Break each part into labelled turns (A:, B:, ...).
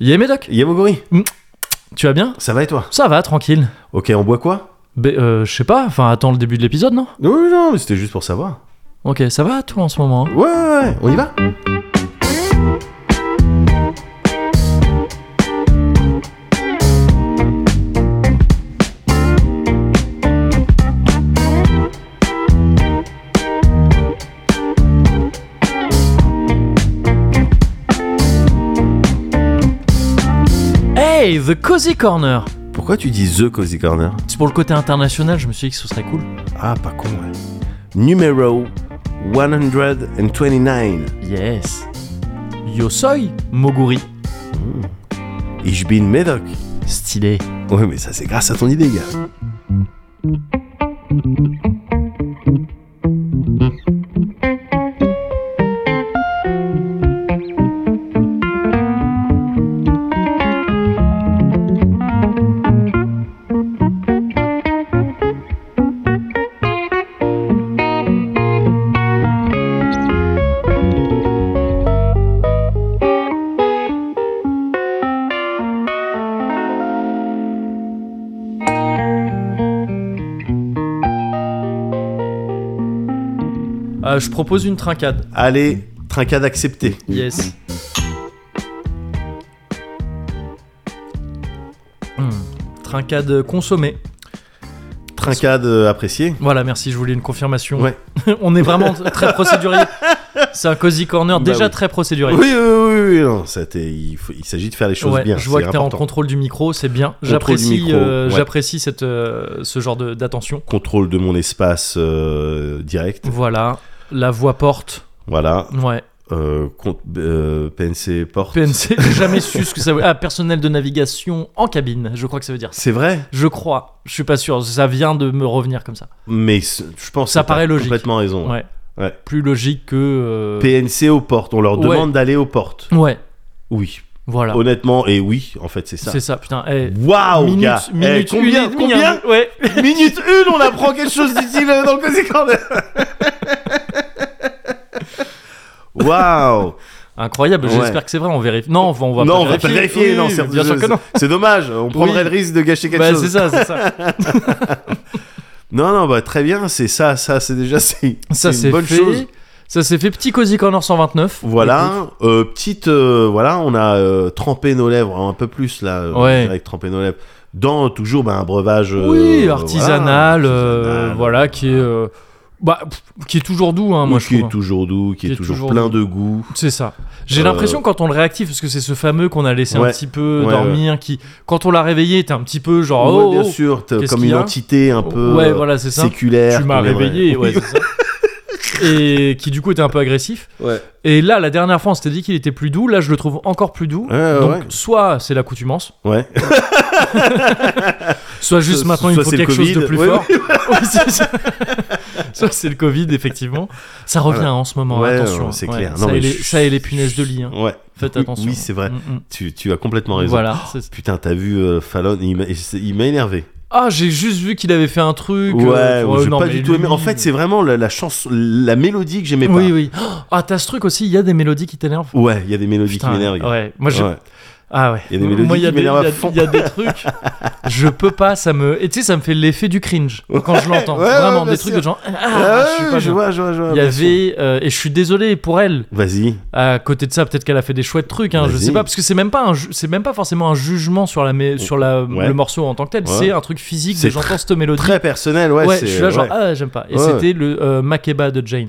A: Yé Médoc,
B: Yamogori,
A: tu vas bien
B: ça va et toi
A: Ça va, tranquille.
B: Ok, on boit quoi
A: Ben, euh, je sais pas, enfin attends le début de l'épisode, non
B: Non, non, non, mais c'était juste pour savoir.
A: Ok, ça va toi en ce moment hein
B: Ouais, ouais, ouais, on y va
A: Hey, The Cozy Corner
B: Pourquoi tu dis The Cozy Corner
A: C'est pour le côté international, je me suis dit que ce serait cool.
B: Ah, pas con, ouais. Numéro 129.
A: Yes. Yo soy Moguri.
B: Ich bin Medoc.
A: Stylé.
B: Ouais, mais ça, c'est grâce à ton idée, gars.
A: Euh, je propose une trincade.
B: Allez, trincade acceptée.
A: Yes. Hmm, Trincade consommée.
B: Trincade euh, appréciée.
A: Voilà, merci, je voulais une confirmation.
B: Ouais.
A: On est vraiment très procédurier. C'est un Cozy Corner
B: Bah
A: déjà
B: oui.
A: très procédurier.
B: Oui, oui, oui, oui, non, ça t'est- il, faut- il s'agit de faire les choses
A: Ouais,
B: bien.
A: je vois
B: c'est
A: que tu es en
B: important.
A: contrôle du micro, c'est bien.
B: du
A: J'apprécie
B: micro,
A: euh,
B: ouais.
A: j'apprécie cette, euh, ce genre de- d'attention.
B: Contrôle de mon espace euh, direct.
A: Voilà, la voix porte.
B: Voilà.
A: Ouais.
B: Euh, compte- euh, PNC porte.
A: PNC, j'ai jamais su ce que ça veut Ah, personnel de navigation en cabine, je crois que ça veut dire ça.
B: C'est vrai
A: Je crois, je suis pas sûr, ça vient de me revenir comme ça.
B: Mais c- je pense
A: Ça
B: que t'as
A: paraît logique.
B: complètement raison.
A: Ouais.
B: Ouais.
A: Plus logique que. euh,
B: PNC aux portes, on leur
A: Ouais.
B: demande d'aller aux portes.
A: Ouais,
B: Oui,
A: voilà.
B: honnêtement, et oui, en fait, c'est ça.
A: C'est ça, putain. eh,
B: Waouh,
A: minute,
B: gars Eh,
A: minute une
B: Combien,
A: et demie,
B: combien
A: hein, Ouais.
B: Minute une, on apprend quelque chose d'utile euh, dans le Cozy Corner Waouh
A: Incroyable,
B: Ouais.
A: j'espère que c'est vrai, on vérifie. Non, on va, on va
B: Non,
A: pas
B: on va pas vérifier,
A: Oui,
B: non,
A: oui,
B: c'est
A: bien sûr que non.
B: C'est dommage, on prendrait le risque de gâcher quelque
A: Bah, c'est
B: chose.
A: ça, c'est ça.
B: Non, non, bah très bien, c'est ça, ça, c'est déjà, c'est
A: Ça
B: c'est une
A: c'est
B: bonne
A: fait.
B: chose.
A: Ça s'est fait petit Cozy Corner 129.
B: Voilà, euh, petite, euh, voilà, on a euh, trempé nos lèvres hein, un peu plus là, euh,
A: Ouais.
B: je dirais que trempé nos lèvres dans toujours ben, un breuvage.
A: Écoute,
B: euh,
A: oui,
B: voilà,
A: artisanal, euh,
B: artisanal,
A: voilà, qui est, euh, bah, pff, qui est toujours doux, hein,
B: oui,
A: moi je
B: qui
A: trouve.
B: est toujours doux, qui, est, toujours, plein de goût.
A: C'est ça. J'ai
B: Euh,
A: l'impression quand on le réactive, parce que c'est ce fameux qu'on a laissé
B: Ouais.
A: un petit peu
B: Ouais,
A: dormir, qui, quand on l'a réveillé, était un petit peu genre,
B: Ouais,
A: oh,
B: bien
A: oh,
B: sûr, t'as
A: qu'est-ce
B: comme
A: qu'il y
B: une
A: a
B: entité un peu
A: ouais,
B: euh,
A: voilà, c'est ça.
B: séculaire.
A: Tu m'as
B: qu'on aimerait.
A: réveillé, ouais,
B: Oui,
A: c'est ça. Et qui du coup était un peu agressif.
B: ouais.
A: Et là, la dernière fois, on s'était dit qu'il était plus doux. Là, je le trouve encore plus doux.
B: Ouais,
A: Donc,
B: ouais.
A: soit c'est l'accoutumance,
B: Ouais.
A: Soit juste
B: Soit-
A: maintenant, il
B: soit
A: faut
B: c'est le
A: quelque chose de
B: Covid.
A: plus
B: Oui,
A: fort. Oui, c'est ça. Soit c'est le Covid, effectivement. Ça revient
B: Voilà.
A: hein, en ce moment,
B: Ouais,
A: attention.
B: ouais, c'est clair.
A: ça,
B: Non, mais
A: et les,
B: je-
A: ça et les punaises de lit. hein.
B: ouais.
A: Faites
B: Oui,
A: attention.
B: oui, c'est vrai.
A: Mm, mm.
B: Tu, tu as complètement raison.
A: Voilà. c'est-
B: Putain, t'as vu euh, Fallon, il m'a- il m'a énervé.
A: Ah, j'ai juste vu qu'il avait fait un truc.
B: Ouais,
A: euh, ouais,
B: j'ai
A: non,
B: pas
A: mais
B: du tout aimé.
A: lui-
B: En fait, c'est vraiment la, la chanson, la mélodie que j'aimais pas.
A: Oui, oui. Ah, t'as ce truc aussi, il y a des mélodies qui t'énervent.
B: Ouais, il y a des mélodies
A: Putain,
B: qui m'énervent. gars.
A: ouais. Moi, j'ai-
B: Ouais.
A: Ah ouais.
B: Il y a des mélodies
A: Moi, il y a
B: qui
A: des- il y
B: m'énervent à
A: a-
B: fond.
A: il y a des trucs. je peux pas, ça me. Et tu sais, ça me fait l'effet du cringe quand je l'entends.
B: Ouais, ouais,
A: Vraiment,
B: bien
A: des trucs
B: sûr.
A: de genre. Ah,
B: Ah,
A: je suis
B: ouais,
A: pas
B: je
A: bien.
B: vois, je vois, je vois.
A: Il y
B: bien sûr.
A: avait, euh, et je suis désolé pour elle.
B: Vas-y.
A: À côté de ça, peut-être qu'elle a fait des chouettes trucs, hein, je
B: Vas-y. Mm.
A: sais pas, parce que c'est même pas, un ju- c'est même pas forcément un jugement sur la, mé- sur la
B: Ouais.
A: le morceau en tant que tel.
B: Ouais.
A: C'est un truc physique. de
B: C'est
A: J'entends cette mélodie.
B: Très personnel, ouais.
A: ouais,
B: c'est-
A: je suis là genre
B: ouais.
A: ah j'aime pas. Et
B: Ouais,
A: c'était le euh, Makeba de Jane.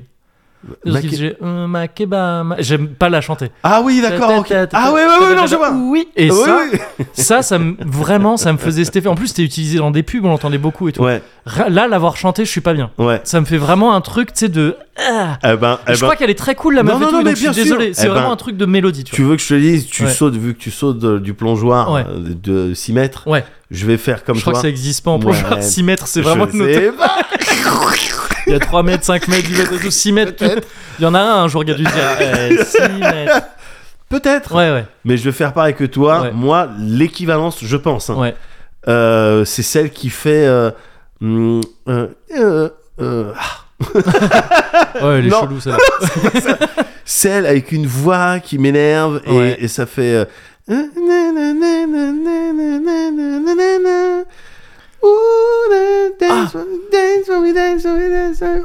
B: Make-
A: Il disait, euh, Makeba, ma- j'aime pas la chanter.
B: Ah oui, d'accord, ok.
A: Ta- ta- ta-
B: Ah ouais,
A: ta-
B: ouais,
A: ta-
B: ouais, non,
A: ta-
B: je vois. Ah
A: Oui. Et
B: Oui,
A: ça,
B: oui.
A: ça, ça me- vraiment, ça me faisait cet effet. En plus, c'était utilisé dans des pubs, on l'entendait beaucoup et tout.
B: Ouais,
A: Ra- Là, l'avoir chanté, je suis pas bien.
B: ouais.
A: Ça me fait vraiment un truc, tu sais, de. ah.
B: Eh ben, eh
A: je
B: ben,
A: crois qu'elle est très cool la meuf
B: Non,
A: et
B: non,
A: tout,
B: non,
A: donc
B: mais
A: je suis
B: bien sûr.
A: désolé. C'est
B: Eh
A: vraiment
B: ben,
A: un truc de mélodie, tu
B: tu veux que je te dise, tu
A: Ouais.
B: sautes, vu que tu sautes euh, du plongeoir
A: Ouais.
B: euh, de 6 mètres,
A: vois. Ouais.
B: je vais faire comme
A: Je crois que
B: toi.
A: ça existe pas en
B: Ouais.
A: plongeoir. 6 mètres, c'est vraiment
B: Je
A: une autre-
B: sais pas.
A: Il y a 3 mètres, 5 mètres, 10 mètres, et tout, 6 mètres. tout. Il y en a un, un jour, il y a dû dire.
B: Ah,
A: 6 mètres.
B: Peut-être,
A: Ouais, ouais.
B: mais je vais faire pareil que toi.
A: Ouais.
B: Moi, l'équivalence, je pense, hein,
A: Ouais.
B: euh, c'est celle qui fait. euh, hum, euh, euh, euh,
A: Ouais, elle est
B: Non.
A: chelou, ça.
B: celle avec une voix qui m'énerve et,
A: Ouais.
B: et ça fait euh,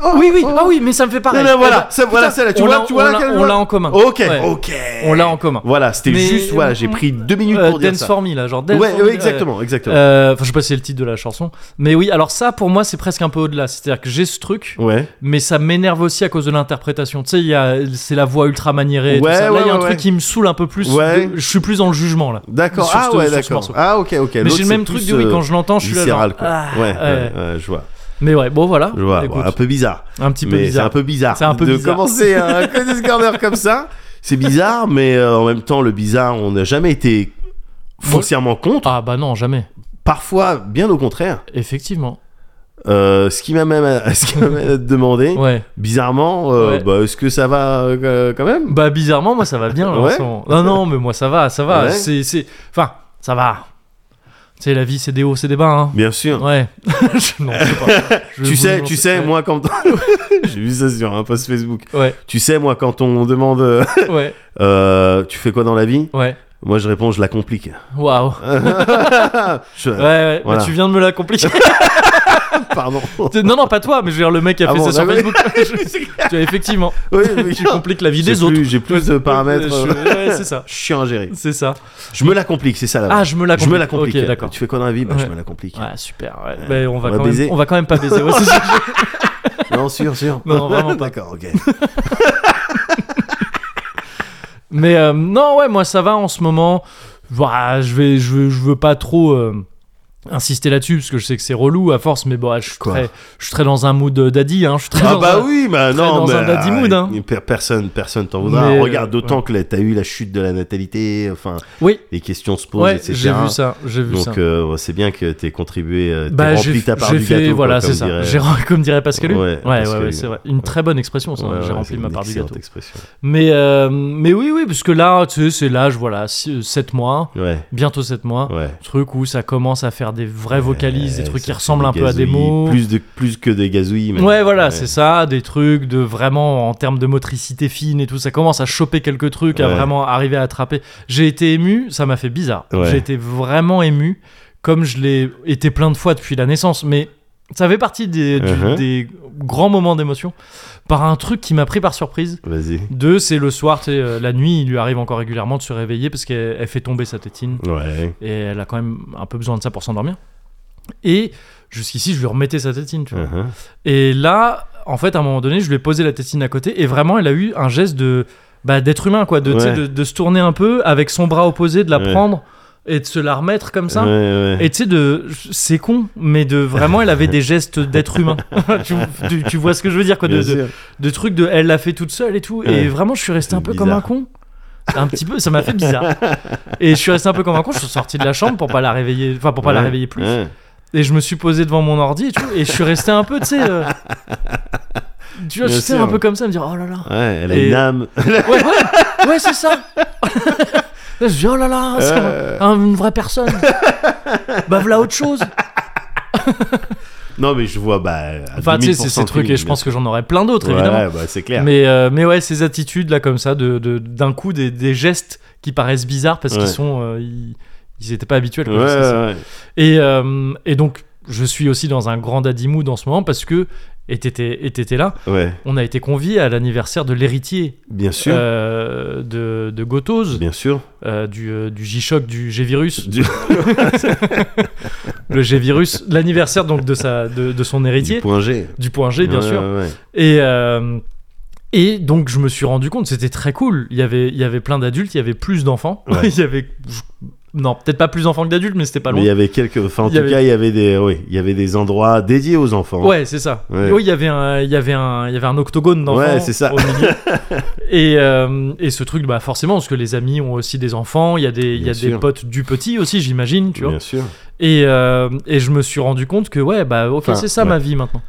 A: Ah. oui, oui, ah oui, mais ça me fait pareil.
B: Oh. Non, non, voilà,
A: Eh ben,
B: ça- voilà
A: putain,
B: celle-là, tu
A: on
B: vois,
A: l'a-
B: tu vois
A: on l'a-
B: laquelle je
A: On
B: vois
A: l'a en commun.
B: Ok,
A: Ouais.
B: ok.
A: On l'a en commun.
B: Voilà, c'était
A: Mais-
B: juste, voilà, j'ai pris deux minutes
A: Euh,
B: pour dire
A: Dance
B: ça.
A: for me, là, genre Dance
B: Ouais,
A: for
B: ouais,
A: me,
B: exactement, exactement.
A: Euh, Enfin, je sais pas si c'est le titre de la chanson, mais oui. Alors ça, pour moi, c'est presque un peu au-delà. C'est-à-dire que j'ai ce truc,
B: Ouais.
A: mais ça m'énerve aussi à cause de l'interprétation. Tu sais, il y a, c'est la voix ultra maniérée. et tout
B: Ouais,
A: ça. Là, il y
B: ouais,
A: a un
B: ouais, ouais.
A: truc qui me saoule un peu plus.
B: Ouais.
A: de- je suis plus dans le jugement là.
B: D'accord.
A: Sur
B: Ah
A: ce-
B: ouais,
A: sur ce
B: d'accord.
A: morceau.
B: Ah ok, ok.
A: mais j'ai le même truc de oui, quand je l'entends, je suis là. Genre,
B: euh, viscéral quoi.
A: ah,
B: ouais, ouais,
A: ouais.
B: ouais, je vois.
A: Mais ouais, bon voilà.
B: Je vois,
A: Écoute,
B: ouais, un peu bizarre.
A: un petit peu
B: mais c'est
A: bizarre.
B: un peu bizarre.
A: C'est un peu
B: de
A: bizarre.
B: commencer un Conan Corner comme ça. C'est bizarre, mais euh, en même temps, le bizarre, on n'a jamais été foncièrement contre.
A: Ah bah non, jamais.
B: Parfois, bien au contraire.
A: Effectivement.
B: Euh, ce qui m'amène à, ce qui m'amène à te demander,
A: Ouais.
B: bizarrement, euh,
A: Ouais.
B: bah, est-ce que ça va euh, quand même
A: Bah bizarrement, moi ça va bien. là, en
B: Ouais.
A: ce moment. Non, non, mais moi ça va, ça va.
B: Ouais.
A: C'est, c'est, enfin, ça va. Tu sais, la vie, c'est des hauts, c'est des bas. Hein.
B: Bien sûr.
A: Ouais. Je- non, je sais pas. Je
B: Tu
A: vous
B: sais,
A: jure,
B: tu
A: c'est-
B: sais,
A: ouais.
B: moi quand j'ai vu ça sur un post Facebook.
A: Ouais,
B: Tu sais, moi quand on demande, euh,
A: ouais,
B: euh, tu fais quoi dans la vie
A: ouais.
B: Moi, je réponds, je la complique.
A: Waouh.
B: Je-
A: Ouais, ouais.
B: Voilà.
A: Bah, tu viens de me la compliquer.
B: Pardon.
A: non, non, pas toi, mais je veux dire, le mec a
B: Ah
A: fait
B: bon,
A: ça sur
B: bah oui.
A: Facebook. Je- tu as effectivement.
B: Oui, oui.
A: tu compliques la vie
B: J'ai
A: des autres.
B: plus- euh. J'ai plus de paramètres.
A: Je- ouais, c'est ça.
B: Chiant à gérer.
A: C'est ça.
B: Je me la complique, c'est ça la
A: Ah, je me la
B: je
A: complique.
B: me la complique.
A: Ok, d'accord.
B: Tu fais quoi dans la vie bah, Je
A: Ouais.
B: me la complique.
A: Ouais, super. Ouais. Bah, on, va
B: on va
A: quand
B: baiser.
A: même, on va quand même pas baiser. Ouais, c'est ça.
B: Non, sûr, sûr.
A: Non, vraiment pas.
B: D'accord, ok.
A: Mais euh, non, ouais, moi ça va en ce moment. Voilà, je vais, je veux, je veux pas trop euh, insister là-dessus parce que je sais que c'est relou à force. Mais bon, ouais, je suis
B: Quoi
A: très, je suis très dans un mood euh, daddy. Hein, je suis très
B: Ah
A: dans
B: bah
A: un-
B: oui, bah
A: très
B: non,
A: dans
B: mais
A: un daddy mood, hein.
B: per- personne, personne t'en voudra.
A: Mais, euh,
B: Regarde, d'autant que là, t'as eu la chute de la natalité, enfin,
A: Oui,
B: les questions se posent,
A: ouais,
B: etc.
A: j'ai vu ça, j'ai vu ça.
B: Donc euh, c'est bien que t'aies contribué, euh, t'es
A: Bah,
B: rempli
A: j'ai
B: ta part
A: j'ai
B: du
A: fait,
B: gâteau. quoi,
A: voilà,
B: comme
A: c'est ça.
B: dirait-
A: J'ai rem- Comme dirait Pascal Hu.
B: Ouais,
A: Ouais, ouais,
B: Pascal
A: ouais,
B: Hu.
A: c'est vrai. Une très bonne expression, ça.
B: Ouais,
A: j'ai
B: ouais, c'est
A: rempli ma
B: une
A: part du
B: excellente
A: gâteau.
B: expression.
A: Mais, euh, mais oui, oui, parce que là, tu sais, c'est l'âge, voilà, 7 mois,
B: Ouais,
A: bientôt 7 mois.
B: ouais.
A: Truc où ça commence à faire des vraies vocalises, des
B: Ouais,
A: trucs
B: ça
A: qui
B: fait
A: ressemblent
B: des
A: un peu à des
B: gazouillis,
A: mots.
B: Plus, de, plus que des gazouilles. même.
A: Ouais, voilà, c'est ça, des trucs de vraiment en termes de motricité fine et tout, ça commence à choper quelques trucs, à
B: Ouais.
A: vraiment arriver à attraper. J'ai été ému, ça m'a fait bizarre.
B: Ouais.
A: J'ai été vraiment ému, comme je l'ai été plein de fois depuis la naissance, mais ça fait partie des, du-
B: Uh-huh.
A: des grands moments d'émotion par un truc qui m'a pris par surprise.
B: Vas-y.
A: Deux, c'est le soir, tu sais, euh, la nuit, il lui arrive encore régulièrement de se réveiller parce qu'elle elle fait tomber sa tétine
B: Ouais.
A: et elle a quand même un peu besoin de ça pour s'endormir. Et jusqu'ici, je lui remettais sa tétine, tu vois.
B: Uh-huh.
A: Et là, en fait, à un moment donné, je lui ai posé la tétine à côté et vraiment, elle a eu un geste de bah, d'être humain, quoi, de, tu sais,
B: Ouais.
A: de, de se tourner un peu avec son bras opposé, de la
B: Ouais.
A: prendre et de se la remettre comme ça.
B: Ouais, ouais.
A: Et tu sais, de c'est con, mais de vraiment, elle avait des gestes d'être humain. tu, tu- tu vois ce que je veux dire, quoi, de,
B: Bien
A: de,
B: sûr.
A: de trucs de elle l'a fait toute seule et tout.
B: Ouais.
A: Et vraiment, je suis resté un peu comme
B: Bizarre.
A: un con. Un petit peu, ça m'a fait bizarre. Et je suis resté un peu comme un con. Je suis sorti de la chambre pour pas la réveiller, enfin pour pas la
B: Ouais,
A: réveiller plus.
B: ouais.
A: Et je me suis posé devant mon ordi et tout, et je suis resté un peu, tu sais. euh, tu vois,
B: Bien
A: je sais,
B: sûr.
A: un peu comme ça, me dire, oh là là.
B: Ouais, elle a
A: Et-
B: une âme.
A: Ouais, ouais, ouais, c'est ça. je dis, oh là là, c'est
B: Ouais.
A: un- une vraie personne. bah voilà autre chose.
B: Non, mais je vois, bah. à
A: Enfin, tu sais, c'est
B: 2000%
A: ces trucs, et je
B: film,
A: pense que j'en aurais plein d'autres,
B: Ouais,
A: évidemment.
B: ouais, bah, c'est clair.
A: Mais, euh, mais ouais, ces attitudes là, comme ça, de, de- d'un coup, des, des gestes qui paraissent bizarres parce
B: Ouais.
A: qu'ils sont. euh, ils, ils étaient pas habituels.
B: Ouais,
A: quoi, c'est ça.
B: ouais,
A: Et, euh, et donc, je suis aussi dans un grand daddy mood en ce moment parce que, et t'étais, et t'étais là,
B: ouais. Ouais,
A: on a été convié à l'anniversaire de l'héritier
B: bien sûr.
A: euh, de, de Gotoz,
B: Bien sûr.
A: euh, du, euh, du G-Shock, du G-Virus.
B: Du,
A: Le G-Virus, l'anniversaire donc de, sa, de, de son héritier, du,
B: du point G.
A: point G, bien
B: Ouais,
A: sûr.
B: ouais, ouais.
A: Et, euh, et donc, je me suis rendu compte, c'était très cool. Il y avait, il y avait plein d'adultes, il y avait plus d'enfants.
B: Ouais.
A: il y avait. Non, peut-être pas plus d'enfants que d'adultes, mais c'était pas
B: Mais
A: loin.
B: il y avait quelques. Enfin, en
A: Il
B: tout
A: y avait-
B: cas, il y avait des. Oui, il y avait des endroits dédiés aux enfants.
A: Ouais, c'est ça.
B: Ouais.
A: Et Oui, il y avait un, il y avait un, il y avait un octogone d'enfants
B: Ouais, c'est ça.
A: au milieu. et, euh, et ce truc, bah forcément, parce que les amis ont aussi des enfants. Il y a des, il y
B: Bien
A: a des
B: sûr.
A: potes du petit aussi, j'imagine, tu vois.
B: Bien sûr.
A: Et, euh, et je me suis rendu compte que ouais, bah ok,
B: Enfin,
A: c'est ça
B: ouais.
A: ma vie maintenant.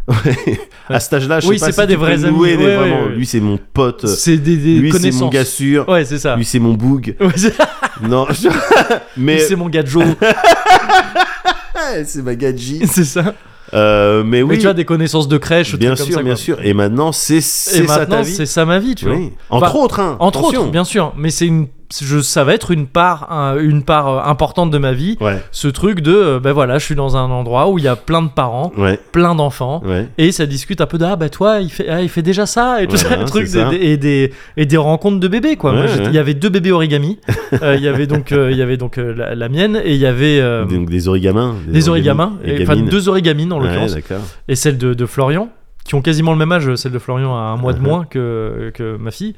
B: à cet âge-là, je
A: Oui,
B: sais pas
A: c'est
B: si
A: pas
B: tu
A: des
B: peux
A: vrais amis.
B: louer des-
A: Ouais,
B: vraiment,
A: ouais, ouais.
B: Lui, c'est mon pote.
A: C'est des, des
B: Lui, c'est
A: connaissances.
B: mon gars sûr.
A: Ouais, c'est ça.
B: Lui, c'est mon boug.
A: Ouais, c'est-
B: Non, je-
A: Lui,
B: mais
A: c'est mon gars de Joe.
B: Ah, c'est ma gadji.
A: c'est ça.
B: Euh, mais oui,
A: Mais tu as des connaissances de crèche, des
B: bien
A: trucs
B: sûr,
A: comme ça,
B: bien
A: quoi.
B: sûr. Et maintenant, c'est
A: Et
B: c'est ça ta
A: maintenant,
B: vie.
A: c'est ça ma vie, tu vois.
B: Oui. Entre
A: Enfin,
B: autres, hein.
A: Entre
B: Attention.
A: autres, bien sûr, mais c'est une je, ça va être une part, un- une part euh, importante de ma vie.
B: Ouais,
A: Ce truc de, euh, ben voilà, je suis dans un endroit où il y a plein de parents,
B: ouais,
A: plein d'enfants.
B: ouais.
A: Et ça discute un peu de ah bah toi il fait ah, il fait déjà ça et tout
B: Voilà,
A: ça, le truc
B: c'est ça.
A: des- des- et des et des rencontres de bébés quoi. Moi,
B: Ouais,
A: j'étais-
B: ouais.
A: Il y avait deux bébés origami. Euh, Il y avait donc euh, il y avait donc euh, la, la mienne et il y avait euh, des,
B: Donc des origamins.
A: origamins, et- enfin
B: gamines.
A: deux origamines en
B: Ouais,
A: l'occurrence
B: d'accord.
A: et celle de, de Florian qui ont quasiment le même âge. Celle de Florian a un mois de
B: Mhm.
A: moins que que ma fille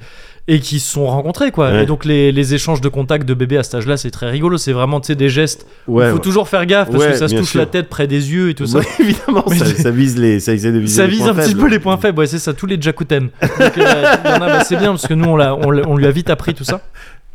A: et qui se sont rencontrés quoi.
B: Ouais.
A: Et donc les, les échanges de contacts de bébés à cet âge-là c'est très rigolo. C'est vraiment tu sais des gestes. Il
B: Ouais,
A: faut
B: ouais.
A: toujours faire gaffe parce
B: Ouais,
A: que ça se
B: bien
A: touche
B: sûr.
A: la tête près des yeux et tout ça.
B: Ouais, évidemment,
A: Mais
B: ça,
A: c'est-
B: ça vise les, ça essaie de viser
A: Ça
B: les
A: vise
B: points
A: un petit
B: faibles.
A: peu les points faibles, ouais, c'est ça, tous les jakuten. Donc, euh, il y en a, bah, c'est bien parce que nous, on, l'a- on, l'a- on lui a vite appris tout ça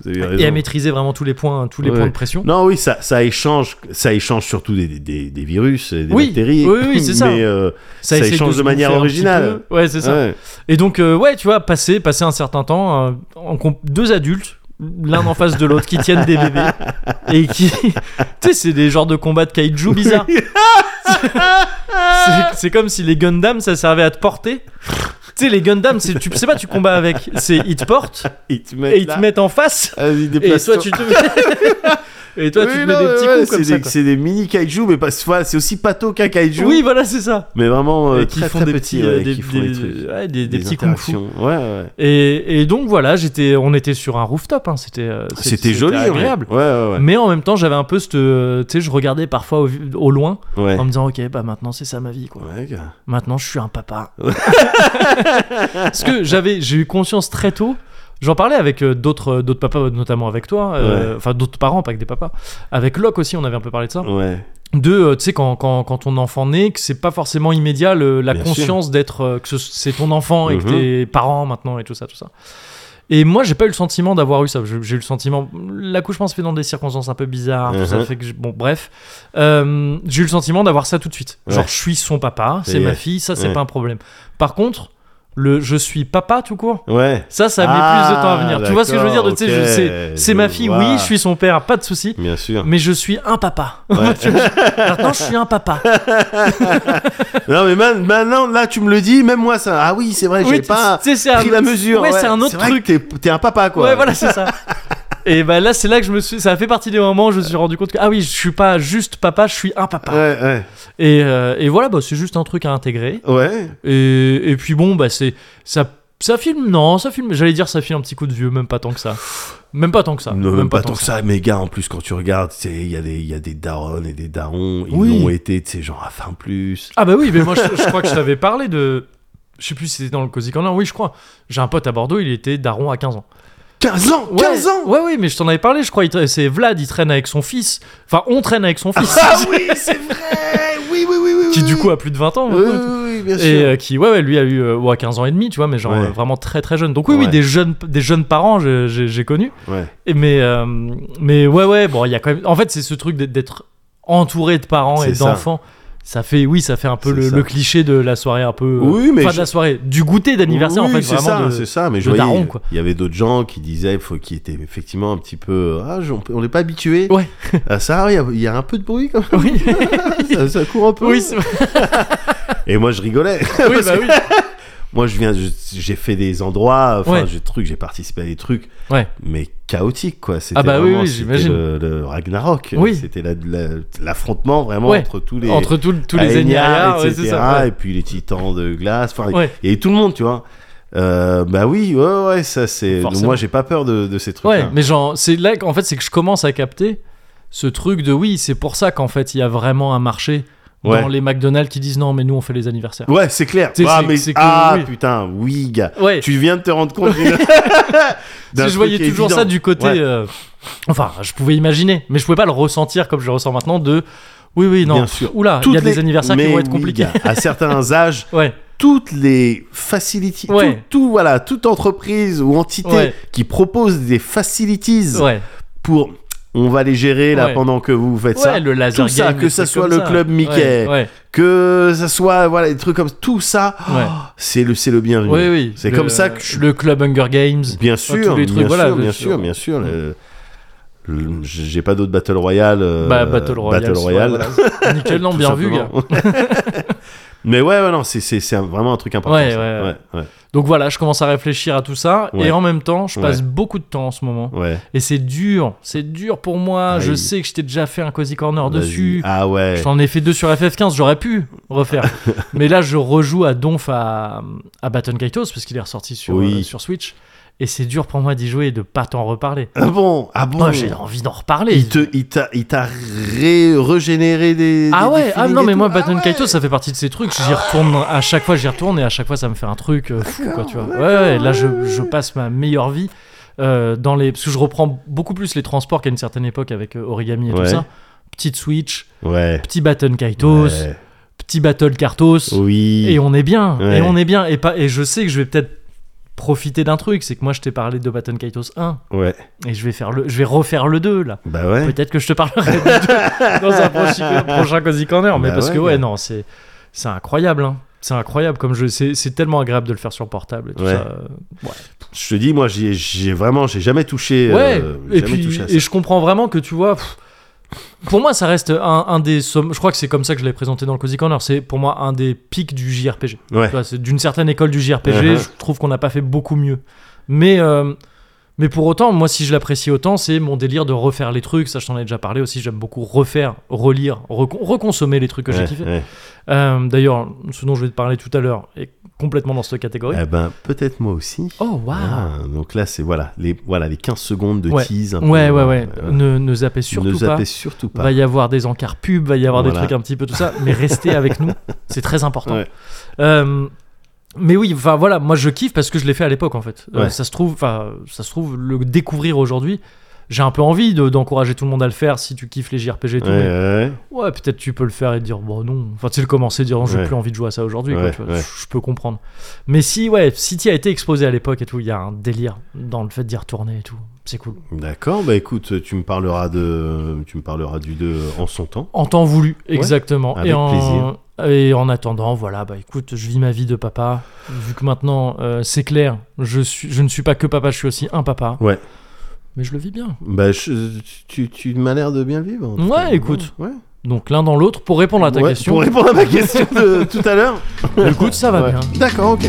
B: Vous avez
A: et à
B: raison.
A: maîtriser vraiment tous les points, tous les
B: Ouais.
A: points de pression.
B: Non, oui, ça, ça échange, ça échange surtout des, des- des, des virus, et des
A: Oui,
B: bactéries.
A: oui, oui, c'est ça.
B: Mais euh, ça
A: essaye
B: échange
A: se
B: de manière
A: bouffer un petit
B: originale.
A: peu. Ouais, c'est ça.
B: ouais,
A: Et donc, euh, ouais, tu vois, passer, passer un certain temps, euh, en comp- deux adultes, l'un en face de l'autre, qui tiennent des bébés et qui. tu sais, c'est des genres de combats de kaiju bizarres. C'est- c'est comme si les Gundam, ça servait à te porter. Tu sais, les Gundam, c'est- tu sais pas, tu combats avec. C'est ils te portent
B: ils te mettent
A: et ils te
B: là. Ah,
A: mettent en face.
B: Vas-y,
A: Et
B: déplace-toi.
A: toi, tu te mets, et toi, tu
B: Oui,
A: te mets
B: non,
A: des
B: mais
A: petits
B: ouais,
A: coups comme
B: c'est
A: ça.
B: des- C'est des mini kaiju, mais pas, enfin, c'est aussi pato qu'un kaiju.
A: quoi. Oui, voilà, c'est ça.
B: Mais vraiment, euh,
A: et qui
B: très,
A: font
B: très
A: des
B: petits,
A: petits, euh,
B: ouais,
A: des,
B: qui font
A: des-
B: des trucs.
A: ouais, des- des
B: Des
A: petits kung fu.
B: interactions. Ouais, ouais.
A: Et, et donc voilà, j'étais, on était sur un rooftop. hein, c'était, euh, c'était-
B: C'était joli, ouais.
A: agréable.
B: Ouais, ouais,
A: Mais en même temps, j'avais un peu ce, tu sais, je regardais parfois au, au loin
B: ouais. Ouais.
A: en me disant, ok, bah maintenant c'est ça ma vie, quoi.
B: Ouais, gars.
A: Maintenant, je suis un papa. Parce que j'avais, j'ai eu conscience très tôt. J'en parlais avec euh, d'autres, d'autres papas, notamment avec toi, euh, enfin d'autres parents, pas que des papas. Avec Locke aussi, on avait un peu parlé de ça.
B: Ouais.
A: de euh, tu sais quand, quand, quand ton enfant naît que c'est pas forcément immédiat le- la
B: Bien
A: conscience d'être euh, que ce- c'est ton enfant et que
B: Mhm.
A: t'es parent maintenant et tout ça tout ça et moi j'ai pas eu le sentiment d'avoir eu ça Je- j'ai eu le sentiment l'accouchement se fait dans des circonstances un peu bizarres tout ça
B: Mhm.
A: fait que je- bon bref Euh, j'ai eu le sentiment d'avoir ça tout de suite genre
B: Ouais.
A: je suis son papa c'est
B: Et
A: ma
B: ouais.
A: fille ça c'est
B: Ouais.
A: pas un problème par contre le je suis papa tout court
B: Ouais.
A: ça ça met
B: Ah,
A: plus de temps à venir tu vois ce que je veux dire de, tu sais je-
B: d'accord,
A: c'est
B: ok,
A: c'est
B: je
A: ma fille oui
B: vois.
A: je suis son père pas de souci
B: Bien sûr.
A: mais je suis un papa
B: Ouais.
A: maintenant je suis un papa
B: non, mais man- maintenant, là, tu me le dis, même moi, ça. Ah oui, c'est vrai, j'ai
A: Oui,
B: pas
A: c'est- c'est un-
B: pris la mesure.
A: Ouais, c'est un autre
B: vrai
A: truc.
B: que T'es t'es un papa, quoi.
A: Ouais, voilà, c'est ça. Et bah là, c'est là que je me suis. Ça a fait partie des moments où je me suis rendu compte que, ah oui, je suis pas juste papa, je suis un papa.
B: Ouais, ouais.
A: Et, euh, et voilà, bah, c'est juste un truc à intégrer.
B: Ouais.
A: Et, et puis bon, bah, c'est. Ça, ça filme, non, ça filme. J'allais dire, ça filme un petit coup de vieux, même pas tant que ça. Même pas tant que ça.
B: Non, même pas, tant que ça, mais gars, en plus, quand tu regardes, tu sais, il y, a des- il y a des darons et des darons, ils
A: Oui.
B: l'ont été, tu sais, genre à fin plus.
A: Ah bah oui, mais moi, je, je crois que je t'avais parlé de. Je sais plus si c'était dans le Cozy Corner. Oui, je crois. J'ai un pote à Bordeaux, il était daron à 15 ans.
B: 15 ans
A: Ouais,
B: 15 ans
A: Ouais, oui, mais je t'en avais parlé, je crois. il tra- C'est Vlad, il traîne avec son fils. Enfin, on traîne avec son fils.
B: Ah oui, c'est vrai Oui, oui, oui, oui.
A: qui
B: oui,
A: du
B: oui.
A: coup a plus de 20 ans
B: Oui,
A: maintenant,
B: oui, oui, bien sûr.
A: et euh, qui ouais, ouais lui a eu euh, ouais, 15 ans et demi tu vois mais genre
B: Ouais.
A: euh, vraiment très très jeune donc oui oui
B: Ouais.
A: des jeunes des jeunes parents j'ai- j'ai j'ai connu
B: Ouais.
A: et mais euh, mais ouais ouais bon il y a quand même en fait c'est ce truc d'être- d'être entouré de parents et
B: C'est ça.
A: d'enfants ça fait oui ça fait un peu
B: C'est
A: le,
B: ça.
A: le cliché de la soirée un peu euh,
B: Oui, mais
A: enfin,
B: je-
A: de la soirée du goûter d'anniversaire
B: oui,
A: en fait
B: c'est
A: vraiment
B: ça,
A: de-
B: c'est ça. Mais je
A: le
B: voyais,
A: daron, quoi.
B: il y avait d'autres gens qui disaient, faut qui étaient effectivement un petit peu, ah, j'en- on n'est pas habitué
A: Ouais.
B: à ça. Il y a- il y, a un peu de bruit quand même.
A: oui
B: ça, ça court un peu.
A: oui c'est- oui,
B: Et moi, je rigolais. Parce
A: bah
B: que
A: oui
B: Moi, je viens, je- j'ai fait des endroits, enfin,
A: Ouais.
B: j'ai des trucs, j'ai participé à des trucs,
A: Ouais.
B: mais chaotiques, quoi. C'était
A: Ah bah oui,
B: vraiment-
A: oui,
B: c'était
A: j'imagine.
B: Le, le Ragnarok.
A: Oui.
B: C'était la- la- l'affrontement vraiment
A: Ouais.
B: entre tous les.
A: entre tous tous les
B: Aenyar,
A: Enya ouais, c'est
B: etc.,
A: ça ouais.
B: Et puis les titans de glace. Enfin,
A: Ouais.
B: et tout le monde, tu vois. Euh, bah oui, ouais, ouais, ça c'est. donc
A: Forcément.
B: Moi, j'ai pas peur de, de ces
A: Ouais,
B: trucs-là.
A: mais genre, c'est là qu'en fait, c'est que je commence à capter ce truc de oui, c'est pour ça qu'en fait, il y a vraiment un marché dans
B: Ouais.
A: les McDonald's qui disent non, mais nous, on fait les anniversaires.
B: Ouais, c'est clair.
A: C'est-
B: ah,
A: c'est-
B: mais,
A: c'est que-
B: ah
A: oui.
B: putain, oui, gars.
A: Ouais,
B: Tu viens de te rendre compte. d'une- d'un
A: Parce que je voyais
B: truc
A: toujours
B: évident.
A: ça du côté.
B: Ouais.
A: euh, Enfin, je pouvais imaginer, mais je pouvais pas le ressentir comme je le ressens maintenant de oui, oui, non.
B: Bien sûr.
A: Oula, il
B: Toutes
A: y a des
B: les-
A: anniversaires qui
B: mais
A: vont être
B: oui,
A: compliqués.
B: gars, à certains âges,
A: ouais,
B: toutes les facilities,
A: Ouais.
B: tout, tout, voilà, toute entreprise ou entité
A: Ouais.
B: qui propose des facilities
A: ouais.
B: pour, on va les gérer là
A: Ouais.
B: pendant que vous faites ça.
A: ouais, le laser
B: tout ça,
A: game,
B: que
A: des
B: ça
A: trucs
B: soit
A: comme
B: le club
A: Ouais,
B: Mickey.
A: Ouais,
B: que ça soit voilà des trucs comme tout ça
A: Ouais.
B: oh, c'est le c'est le bienvenu
A: oui, oui.
B: c'est
A: Le-
B: comme ça que je-
A: le club Hunger Games.
B: bien sûr
A: tous les trucs,
B: bien
A: voilà,
B: sûr
A: bien
B: bien
A: sûr.
B: sûr bien sûr le- le- j'ai pas d'autres battle royale euh,
A: bah, Battle Royale.
B: battle
A: soit,
B: royale
A: voilà. Nickel, non,
B: tout
A: bien vu, gars.
B: simplement. Mais ouais, ouais, non, c'est- c'est c'est un- vraiment un truc important.
A: Ouais,
B: ça.
A: ouais,
B: ouais,
A: Donc voilà, je commence à réfléchir à tout ça.
B: Ouais.
A: Et en même temps, je passe
B: Ouais.
A: beaucoup de temps en ce moment.
B: ouais, ouais.
A: Et c'est dur. C'est dur pour moi. Je
B: Aïe.
A: sais que je t'ai déjà fait un Cozy Corner
B: Ah Vas-y.
A: dessus.
B: Ah ouais.
A: J'en ai fait deux sur FF15, j'aurais pu refaire. Mais là, je rejoue à Donf à, à Baton Kaitos, parce qu'il est ressorti sur,
B: Oui.
A: euh, sur Switch. Et c'est dur pour moi d'y jouer et de pas t'en reparler.
B: Ah bon, ah bon.
A: Moi, j'ai envie d'en reparler.
B: Il te, il t'a, il t'a ré- régénéré des.
A: Ah
B: des- des
A: ouais, ah
B: feelings
A: non,
B: et
A: mais
B: tout.
A: moi,
B: Ah
A: Baton
B: ouais. Ah.
A: Kaitos, ça fait partie de ces trucs. J'y retourne à chaque fois, j'y retourne et à chaque fois, ça me fait un truc euh, fou, quoi, tu vois. Ouais, ouais, là, je, je passe ma meilleure vie. euh, dans les... Parce que je reprends beaucoup plus les transports qu'à une certaine époque avec euh, origami et tout
B: Ouais.
A: ça. Petite Switch,
B: Ouais.
A: petit Baton Kaitos,
B: Ouais.
A: petit Battle Kartos.
B: Oui.
A: Et on est bien,
B: Ouais.
A: et on est bien, et, pas, et je sais que je vais peut-être profiter d'un truc, c'est que moi je t'ai parlé de Baton Kaitos 1,
B: Ouais.
A: et je vais, faire le, je vais refaire le 2 là.
B: Bah ouais.
A: Peut-être que je te parlerai du 2 dans un prochain, prochain Cozy Corner, mais
B: Bah
A: parce
B: ouais,
A: que ouais,
B: gars.
A: non, c'est, c'est incroyable, hein. c'est incroyable comme jeu, c'est, c'est tellement agréable de le faire sur portable et tout
B: Ouais.
A: ça. euh,
B: Je te dis, moi, j'ai, j'ai vraiment, j'ai jamais touché. euh,
A: Ouais,
B: jamais
A: et puis
B: touché à ça.
A: et je comprends vraiment que tu vois. pff, pour moi, ça reste un, un des sommes. Je crois que c'est comme ça que je l'ai présenté dans le Cozy Corner. C'est pour moi un des pics du JRPG.
B: Ouais.
A: Tu vois, c'est d'une certaine école du JRPG.
B: Uh-huh.
A: Je trouve qu'on n'a pas fait beaucoup mieux. Mais euh, mais pour autant, moi, si je l'apprécie autant, c'est mon délire de refaire les trucs. Ça, je t'en ai déjà parlé aussi. J'aime beaucoup refaire, relire, recon- reconsommer les trucs que j'ai
B: Ouais,
A: kiffé.
B: ouais.
A: Euh, D'ailleurs, ce dont je vais te parler tout à l'heure est complètement dans cette catégorie.
B: Eh ben, peut-être moi aussi.
A: Oh waouh.
B: Ah, donc là, c'est voilà les, voilà les 15 secondes de
A: Ouais.
B: tease. un peu,
A: Ouais, ouais,
B: euh,
A: ouais.
B: euh,
A: Ne, ne zappez surtout
B: ne
A: pas.
B: zappez surtout pas.
A: va y avoir des encarts pubs, va y avoir des
B: Bah. Voilà.
A: trucs un petit peu tout ça, mais restez avec nous, c'est très important.
B: Ouais.
A: Euh, mais oui, enfin voilà, moi je kiffe parce que je l'ai fait à l'époque en fait. Euh,
B: Ouais.
A: ça se trouve, enfin ça se trouve le découvrir aujourd'hui. J'ai un peu envie de- d'encourager tout le monde à le faire si tu kiffes les JRPG et tout. mais-
B: Ouais, ouais,
A: Ouais, peut-être tu peux le faire et te dire bon non. Enfin, tu sais, le commencer, dire non, j'ai
B: Ouais.
A: plus envie de jouer à ça aujourd'hui. quoi,
B: Ouais,
A: tu vois,
B: ouais.
A: Je peux comprendre. Mais si, ouais, si tu as été exposé à l'époque et tout, il y a un délire dans le fait d'y retourner et tout. C'est cool.
B: ouais. D'accord, bah écoute, tu me parleras de, tu me parleras du 2 en son temps.
A: En temps voulu, exactement.
B: avec
A: et en...
B: plaisir.
A: Et en attendant, voilà, bah écoute, je vis ma vie de papa. Vu que maintenant, euh, c'est clair, je, suis, je ne suis pas que papa, je suis aussi un papa.
B: Ouais.
A: Mais je le vis bien.
B: Bah, je- tu, tu m'as l'air de bien le vivre. en tout
A: Ouais,
B: cas.
A: écoute.
B: Ouais.
A: Donc l'un dans l'autre, pour répondre à ta
B: Ouais,
A: question,
B: Pour répondre à ma question de tout à l'heure.
A: écoute, ça va
B: Ouais.
A: bien.
B: D'accord, ok.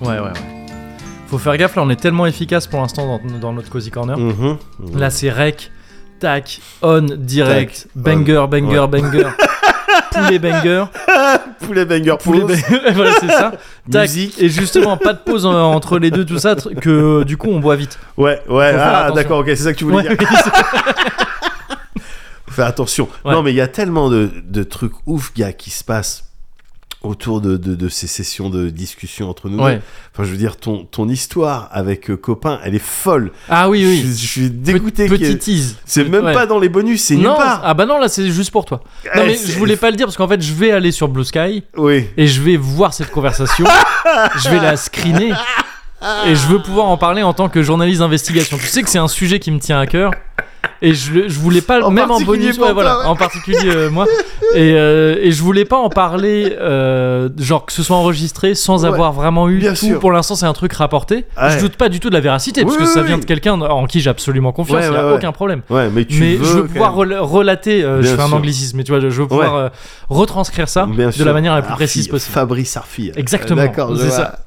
A: Ouais, ouais, ouais. Faut faire gaffe, là, on est tellement efficace pour l'instant dans, dans notre Cozy Corner.
B: Mhm.
A: Là, c'est rec, tac, on, direct,
B: Tac,
A: banger, banger, banger, poulet banger.
B: Poulet banger,
A: Poulet
B: pause.
A: banger. voilà, c'est ça. Tac.
B: Musique.
A: Et justement, pas de pause en- entre les deux, tout ça, tr- que euh, du coup, on boit vite.
B: Ouais, ouais,
A: faire
B: ah,
A: attention.
B: d'accord, ok, c'est ça que tu voulais
A: Ouais.
B: dire. Fais attention.
A: Ouais.
B: Non, mais il y a tellement de, de trucs ouf, gars, qui se passent autour de, de, de ces sessions de discussion entre nous.
A: Ouais.
B: Enfin, je veux dire, ton, ton histoire avec euh, copain, elle est folle.
A: Ah oui,
B: Je,
A: oui.
B: je suis dégoûté. qu'il y ait-
A: Petit tease.
B: C'est même
A: Ouais.
B: pas dans les bonus, c'est nulle
A: Non,
B: part.
A: ah bah non, là c'est juste pour toi. Non,
B: Eh,
A: mais
B: c'est-
A: je voulais pas le dire parce qu'en fait je vais aller sur Blue Sky
B: Oui.
A: et je vais voir cette conversation, je vais la screener et je veux pouvoir en parler en tant que journaliste d'investigation. Tu sais que c'est un sujet qui me tient à cœur et je, le- je voulais pas,
B: En
A: même en
B: particulier
A: bonus,
B: pour
A: ouais,
B: toi,
A: voilà,
B: ouais.
A: en particulier euh, moi, et, euh, et je voulais pas en parler, euh, genre que ce soit enregistré sans
B: Ouais.
A: avoir vraiment eu
B: Bien
A: tout.
B: sûr.
A: Pour l'instant, c'est un truc rapporté. Je
B: Ouais.
A: doute pas du tout de la véracité parce
B: Oui,
A: que ça
B: oui,
A: vient
B: oui.
A: de quelqu'un en qui j'ai absolument confiance,
B: Ouais,
A: il y a
B: ouais, ouais.
A: aucun problème
B: Ouais, mais tu
A: mais
B: veux
A: je veux
B: quand
A: pouvoir
B: même-
A: rel- relater, euh, je
B: Bien
A: fais un
B: sûr.
A: anglicisme, mais tu vois, je veux pouvoir
B: Ouais.
A: euh, retranscrire ça
B: Bien
A: de
B: sûr. Ah,
A: la manière la plus
B: Arfi-
A: précise possible.
B: Fabrice Arfi.
A: Exactement,
B: Euh, D'accord, je
A: c'est
B: vois.
A: ça.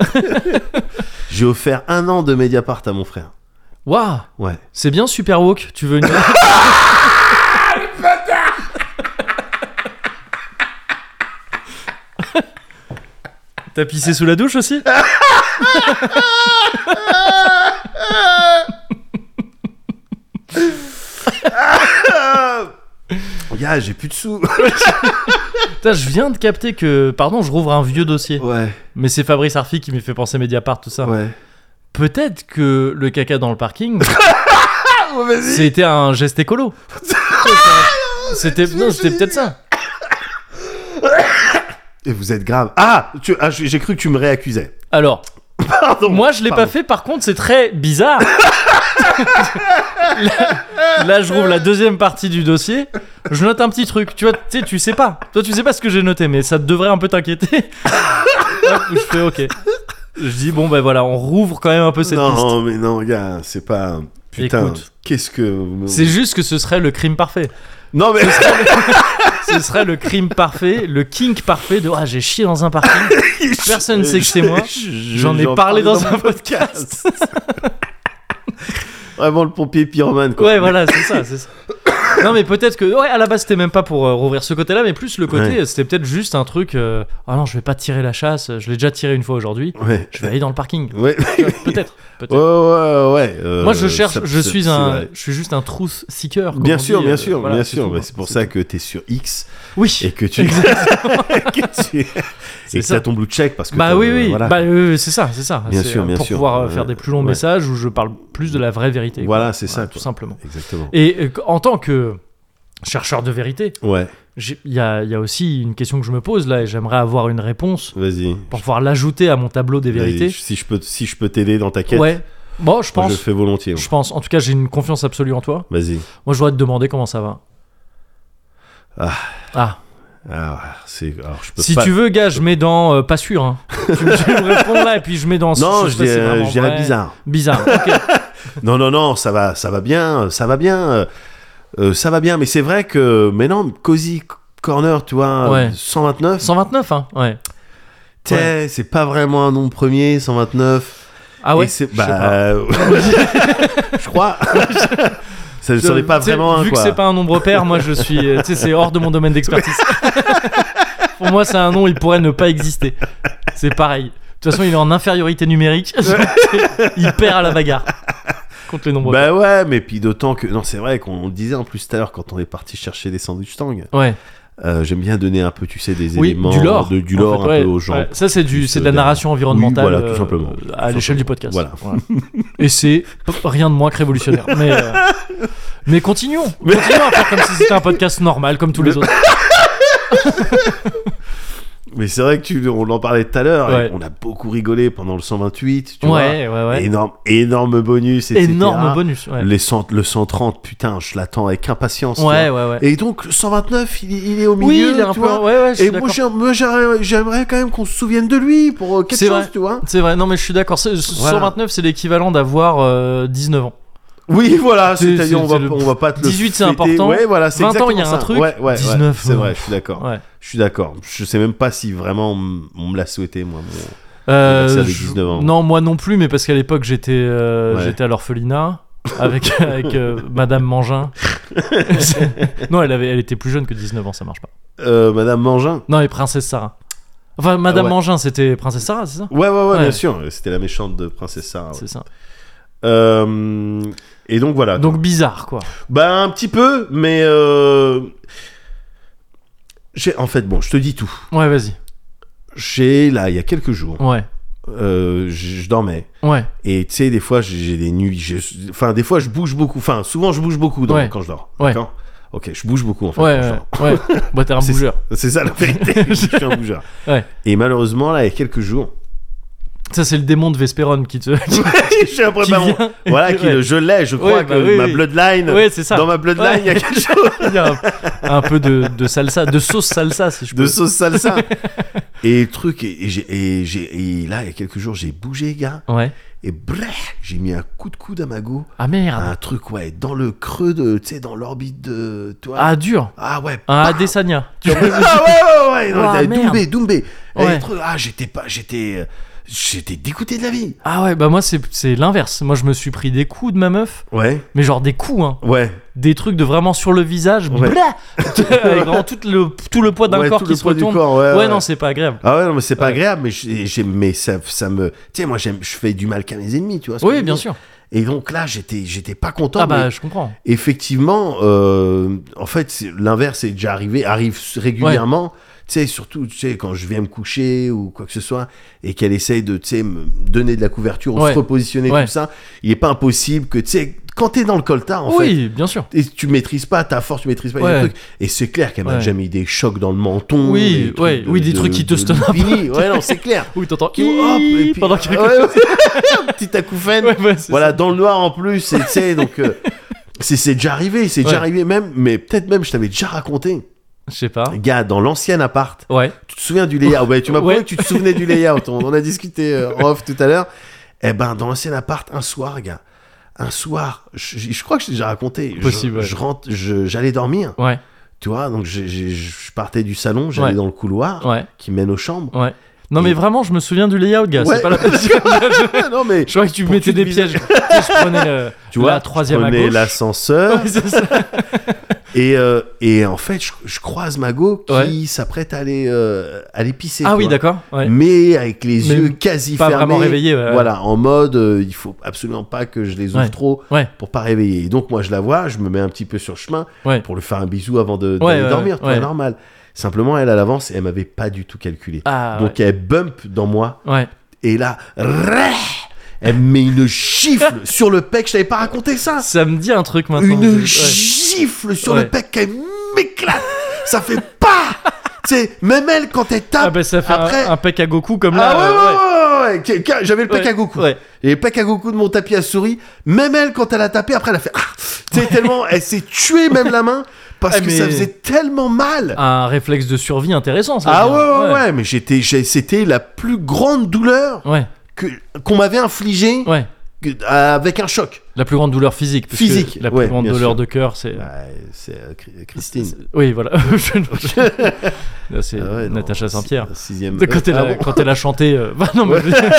B: J'ai offert un an de Mediapart à mon frère.
A: Waouh,
B: Ouais.
A: c'est bien Super Walk, tu veux une... T'as pissé sous la douche aussi
B: là, j'ai plus de sous.
A: Putain, je viens de capter que. Pardon, je rouvre un vieux dossier.
B: ouais,
A: Mais c'est Fabrice Arfi qui m'y fait penser Mediapart, tout ça.
B: ouais.
A: Peut-être que le caca dans le parking,
B: Ah, ouais, vas-y.
A: c'était un geste écolo. c'était
B: Tu-
A: non,
B: tu-
A: c'était peut-être ça.
B: Et vous êtes grave. Ah, tu- ah, j'ai j'ai cru que tu me réaccusais.
A: Alors,
B: Pardon.
A: moi je l'ai pas
B: Pardon.
A: fait. Par contre, c'est très bizarre. là, là, je rouvre la deuxième partie du dossier. Je note un petit truc. Tu vois, tu sais, tu sais pas. Toi, tu sais pas ce que j'ai noté, mais ça devrait un peu t'inquiéter. Hop, je fais OK. Je dis bon ben voilà, on rouvre quand même un peu cette piste.
B: Non, mais non, gars, c'est pas. Putain,
A: Écoute.
B: qu'est-ce que.
A: C'est juste que ce serait le crime parfait.
B: Non, mais.
A: Ce serait le crime parfait, le kink parfait de ah j'ai chié dans un parking. Personne ne sait que c'est moi. J'en ai parlé dans un podcast.
B: Vraiment le pompier pyromane, quoi.
A: ouais voilà c'est ça c'est ça. Non mais peut-être que ouais à la base c'était même pas pour euh, rouvrir ce côté-là mais plus le côté
B: Ouais.
A: euh, c'était peut-être juste un truc euh, ah non je vais pas tirer la chasse je l'ai déjà tiré une fois aujourd'hui
B: Ouais.
A: je vais aller dans le parking
B: Ouais.
A: Tu vois, peut-être peut-être.
B: Ouais, ouais, ouais. euh,
A: Moi je cherche
B: ça-
A: je
B: c'est-
A: suis
B: c'est
A: un
B: vrai.
A: je suis juste un truth seeker. comme
B: Bien
A: on
B: sûr,
A: dit,
B: bien
A: euh,
B: sûr,
A: voilà,
B: bien
A: c'est
B: sûr.
A: tout,
B: mais
A: quoi.
B: C'est pour ça que t'es sur X
A: Oui.
B: et que tu. et que tu-
A: C'est
B: et que
A: ça.
B: t'as ton blue check parce que.
A: Bah
B: t'as-
A: oui, oui,
B: voilà.
A: bah, oui, oui, c'est ça, c'est ça.
B: Bien
A: C'est,
B: sûr,
A: euh,
B: bien
A: pour
B: sûr.
A: pouvoir euh,
B: Ouais,
A: faire des plus longs
B: ouais.
A: messages où je parle plus de la vraie vérité. quoi.
B: Voilà, c'est ça,
A: tout
B: quoi.
A: simplement.
B: Exactement.
A: Et euh, qu- en tant que chercheur de vérité,
B: Ouais,
A: j'ai- il y a, il y a aussi une question que je me pose là et j'aimerais avoir une réponse
B: vas-y.
A: pour pouvoir l'ajouter à mon tableau des vérités.
B: Vas-y, Si Bah, je peux, si je peux t'aider dans ta quête,
A: Ouais. Bon, je
B: moi,
A: pense.
B: je le fais volontiers.
A: Je pense. En tout cas, j'ai une confiance absolue en toi.
B: Vas-y.
A: Moi, je voudrais te demander comment ça va.
B: Ah.
A: Ah.
B: Ah, c'est. Alors, je peux
A: Si
B: pas-
A: tu veux, gars, je mets dans euh, pas sûr. hein. tu, me- tu me réponds là et puis je mets dans.
B: Non,
A: si sais
B: je
A: pas si c'est
B: dirais,
A: vraiment
B: je dirais
A: vrai.
B: bizarre.
A: Bizarre. ok.
B: Non, non, non, ça va, ça va bien, ça va bien, euh, euh, ça va bien. Mais c'est vrai que, mais non, Cozy Corner, tu vois,
A: Ouais.
B: 129,
A: 129, hein. Ouais.
B: t'es, c'est pas vraiment un nom premier, 129.
A: Ah ouais
B: Et c'est-
A: Je sais
B: bah,
A: pas.
B: euh, je crois. ça ne
A: Je-
B: serait pas
A: tu sais,
B: vraiment un
A: Vu
B: quoi.
A: que c'est pas un nombre pair, moi je suis. euh, Tu sais, c'est hors de mon domaine d'expertise. Pour moi, c'est un nom, il pourrait ne pas exister. C'est pareil. De toute façon, il est en infériorité numérique. il perd à la bagarre contre les nombres
B: Bah ouais, mais puis d'autant que. Non, c'est vrai qu'on disait en plus tout à l'heure quand on est parti chercher des sandwichs tang.
A: pairs. Ouais.
B: euh, J'aime bien donner un peu, tu sais, des
A: Oui,
B: éléments
A: du lore.
B: de- du
A: en fait,
B: lore un
A: ouais.
B: peu aux gens.
A: Ouais. Ça, c'est du,
B: Plus,
A: c'est de
B: euh,
A: la narration environnementale.
B: voilà, tout
A: euh,
B: simplement.
A: à
B: Tout
A: l'échelle du podcast.
B: Voilà.
A: Et c'est rien de moins que révolutionnaire. Mais, euh, mais continuons.
B: Mais-
A: Continuons à faire comme si c'était un podcast normal, comme tous les autres.
B: Mais c'est vrai que tu, on en parlait tout à l'heure.
A: Ouais.
B: et On a beaucoup rigolé pendant le 128, tu vois.
A: ouais, ouais, ouais.
B: Énorme, énorme bonus, etc.
A: Énorme bonus. Ouais.
B: Les cent- le 130, putain, je l'attends avec impatience. tu
A: Ouais, ouais,
B: vois.
A: ouais.
B: Et donc, le 129, il, est- il est au milieu.
A: Oui, il est un
B: tu
A: peu.
B: vois.
A: Ouais, ouais, je
B: Et
A: suis
B: moi,
A: d'accord.
B: j'ai- moi, j'aimerais j'aimerais quand même qu'on se souvienne de lui pour euh, quelque
A: C'est
B: chose,
A: vrai.
B: tu vois.
A: C'est vrai, non mais je suis d'accord. C'est- ce
B: Voilà.
A: 129, c'est l'équivalent d'avoir euh, 19 ans.
B: Oui, voilà,
A: C'est-
B: c'est-à-dire,
A: c'est-
B: on, va-
A: c'est le-
B: on va pas te le
A: 18, c'est
B: fêter.
A: important.
B: Ouais, voilà, c'est
A: 20 ans, il y a
B: exactement
A: un
B: ça.
A: truc.
B: Ouais, ouais, ouais,
A: 19,
B: c'est vrai,
A: ouais.
B: je suis d'accord.
A: Ouais.
B: Je suis d'accord. Je sais même pas si vraiment on m- on me l'a souhaité, moi. mon-
A: Euh,
B: Ça avait
A: je-
B: 19 ans.
A: Non, moi non plus, mais parce qu'à l'époque j'étais euh,
B: Ouais.
A: j'étais à l'orphelinat avec avec euh, Madame Mangin. non, elle avait, elle était plus jeune que 19 ans, ça marche pas.
B: Euh, Madame Mangin.
A: Non, et Princesse Sarah. Enfin, Madame
B: Ah ouais.
A: Mangin, c'était Princesse Sarah, c'est ça
B: Ouais, ouais, ouais,
A: Ouais.
B: bien sûr. C'était la méchante de Princesse Sarah. ouais.
A: C'est ça.
B: Euh, et donc voilà.
A: Donc bizarre quoi.
B: Bah un petit peu, mais euh, j'ai en fait bon, je te dis tout.
A: Ouais, vas-y.
B: J'ai là il y a quelques jours,
A: Ouais,
B: euh, je je dormais
A: ouais,
B: et tu sais des fois j'ai j'ai des nuits, j'ai- enfin des fois je bouge beaucoup, enfin souvent je bouge beaucoup dans-
A: Ouais.
B: quand je dors.
A: Ouais.
B: D'accord. Ok, je bouge beaucoup en fait. quand je
A: ouais,
B: dors.
A: ouais. ouais. Bah t'es un
B: C'est-
A: bougeur.
B: C'est ça la vérité. je suis un bougeur.
A: Ouais.
B: Et malheureusement là il y a quelques jours,
A: Ça c'est le démon de Vesperon qui te. qui
B: j'ai un préparation.
A: vient.
B: bah, Voilà, qui
A: Ouais.
B: le- je l'ai, je crois
A: Ouais, bah
B: que
A: oui,
B: ma
A: oui.
B: bloodline.
A: Ouais, c'est ça.
B: Dans ma bloodline,
A: Ouais.
B: il y a quelque chose.
A: Il y a un, un peu de, de salsa, de sauce salsa si je peux.
B: de sauce salsa. et le truc, et, et j'ai- et j'ai- et là, il y a quelques jours, j'ai bougé, gars,
A: Ouais.
B: et bref, j'ai mis un coup de coude à ma go.
A: Ah merde.
B: Un truc, ouais, dans le creux de, tu sais, dans l'orbite de toi.
A: Ah dur.
B: ouais.
A: Un Adesanya. Tu
B: ah ouais, ouais, ouais, non,
A: Ah,
B: t'as-
A: merde.
B: Doumbé, Doumbé. Et
A: Ouais.
B: le truc, ah, j'étais pas, j'étais, euh, j'étais dégoûté de la vie.
A: Ah ouais, bah moi c'est c'est l'inverse. Moi je me suis pris des coups de ma meuf,
B: Ouais,
A: mais genre des coups, hein.
B: ouais.
A: Des trucs de vraiment sur le visage,
B: Ouais.
A: blah Avec vraiment tout le, tout le poids d'un
B: Ouais,
A: corps
B: tout
A: qui
B: le
A: se
B: poids du
A: retourne.
B: corps, ouais,
A: ouais,
B: ouais.
A: non, c'est pas agréable.
B: Ah ouais, non, mais c'est pas
A: Ouais.
B: agréable, mais, j'ai, j'ai- mais ça, ça me. Tu sais, moi, j'aime, je fais du mal qu'à mes ennemis, tu vois. ce que je
A: Oui,
B: veux
A: bien
B: dire.
A: sûr.
B: Et donc là, j'étais, j'étais pas content.
A: ah bah
B: mais
A: je comprends.
B: effectivement, euh, en fait, c'est- l'inverse est déjà arrivé, arrive régulièrement. Tu sais, surtout, tu sais, quand je viens me coucher ou quoi que ce soit, et qu'elle essaye de, tu sais, me donner de la couverture ou
A: Ouais.
B: se repositionner,
A: Ouais.
B: tout ça, il n'est pas impossible que, tu sais, quand t'es dans le coltard, en fait,
A: oui, bien sûr.
B: et tu maîtrises pas ta force, tu maîtrises pas les
A: Ouais.
B: trucs. Et c'est clair qu'elle m'a
A: Ouais.
B: déjà mis des chocs dans le menton.
A: Oui,
B: des trucs
A: ouais, oui, des trucs qui te
B: de
A: stoppent.
B: Lupini. Ouais, non, c'est clair.
A: Oui, t'entends
B: Qui- hop, et puis- euh,
A: pendant quelque
B: ouais,
A: chose.
B: ouais. Petite acouphène.
A: Ouais, ouais, c'est
B: voilà, dans le noir en plus, et tu sais, donc. euh, c'est c'est déjà arrivé, c'est déjà
A: Ouais.
B: arrivé même, mais peut-être même je t'avais déjà raconté.
A: ça. Je sais pas.
B: Gars, dans l'ancien appart,
A: Ouais.
B: tu te souviens du layout Ouais, tu m'as
A: Ouais.
B: prouvé que tu te souvenais du layout. On, on a discuté euh, en off tout à l'heure. Eh ben, dans l'ancien appart, un soir, gars, un soir, je, je- je crois que je t'ai déjà raconté. je-
A: Possible, ouais.
B: Je rentre, je- j'allais dormir,
A: Ouais.
B: tu vois, donc j'ai- j'ai- je partais du salon, j'allais
A: Ouais.
B: dans le couloir
A: Ouais.
B: qui mène aux chambres.
A: Ouais. Non mais
B: Et-
A: vraiment, je me souviens du layout, gars.
B: Ouais.
A: C'est pas la peine. je
B: Ah non mais
A: croyais que tu
B: Pour
A: mettais
B: que tu
A: des
B: te
A: pièges. Tu sais, je prenais le-
B: tu vois,
A: la troisième à
B: prenais
A: gauche.
B: l'ascenseur
A: Ouais, c'est ça.
B: et, euh, et en fait je, je croise Mago qui
A: Ouais.
B: s'apprête à aller euh, aller pisser.
A: Ah
B: tu
A: oui,
B: vois.
A: d'accord. Ouais.
B: Mais avec les
A: Mais
B: yeux quasi
A: Pas
B: fermés.
A: vraiment réveillé. ouais, ouais.
B: Voilà, en mode, euh, il faut absolument pas que je les ouvre
A: Ouais.
B: trop
A: Ouais.
B: pour pas réveiller. Et donc moi je la vois, je me mets un petit peu sur le chemin
A: Ouais.
B: pour lui faire un bisou avant de,
A: Ouais,
B: d'aller
A: ouais,
B: dormir, tu vois,
A: ouais.
B: normal. Simplement elle à l'avance et elle m'avait pas du tout calculé.
A: Ah.
B: donc elle bump dans moi
A: ouais. Ouais.
B: et là, rrrr, elle me met une gifle sur le pec. Je t'avais pas raconté ça.
A: Ça me dit un truc maintenant.
B: Une
A: Ouais.
B: gifle sur
A: Ouais.
B: le pec, elle m'éclate. ça fait pas. Tu sais, même elle quand elle tape.
A: Ah bah ça fait un-
B: après-
A: un, pec à Goku comme là.
B: Ah ouais,
A: euh,
B: ouais, ouais, ouais, ouais, quelqu'un- J'avais le
A: ouais.
B: pec à Goku.
A: Ouais.
B: Et le pack à Goku de mon tapis à souris, même elle, quand elle a tapé, après, elle a fait Ah Tu sais, tellement, elle s'est tuée même la main parce
A: Ah,
B: que
A: mais-
B: ça faisait tellement mal. Ah,
A: Un réflexe de survie intéressant. Ça
B: ouais, ouais, ouais, mais j'étais, j'ai- c'était la plus grande douleur
A: Ouais.
B: que, qu'on m'avait infligée
A: Ouais. ouais.
B: que- euh, avec un choc.
A: La plus grande douleur physique. parce que
B: Physique,
A: La plus
B: ouais,
A: grande
B: bien
A: douleur
B: sûr.
A: de cœur, c'est.
B: Bah, c'est euh, Cri- Christine.
A: Oui, voilà. Je- Là, c'est
B: Ah ouais, non,
A: Natacha
B: si-
A: Saint-Pierre.
B: Sixième.
A: De Quand, elle
B: Ah
A: a,
B: bon
A: quand elle a chanté. euh, bah, non, mais je veux dire-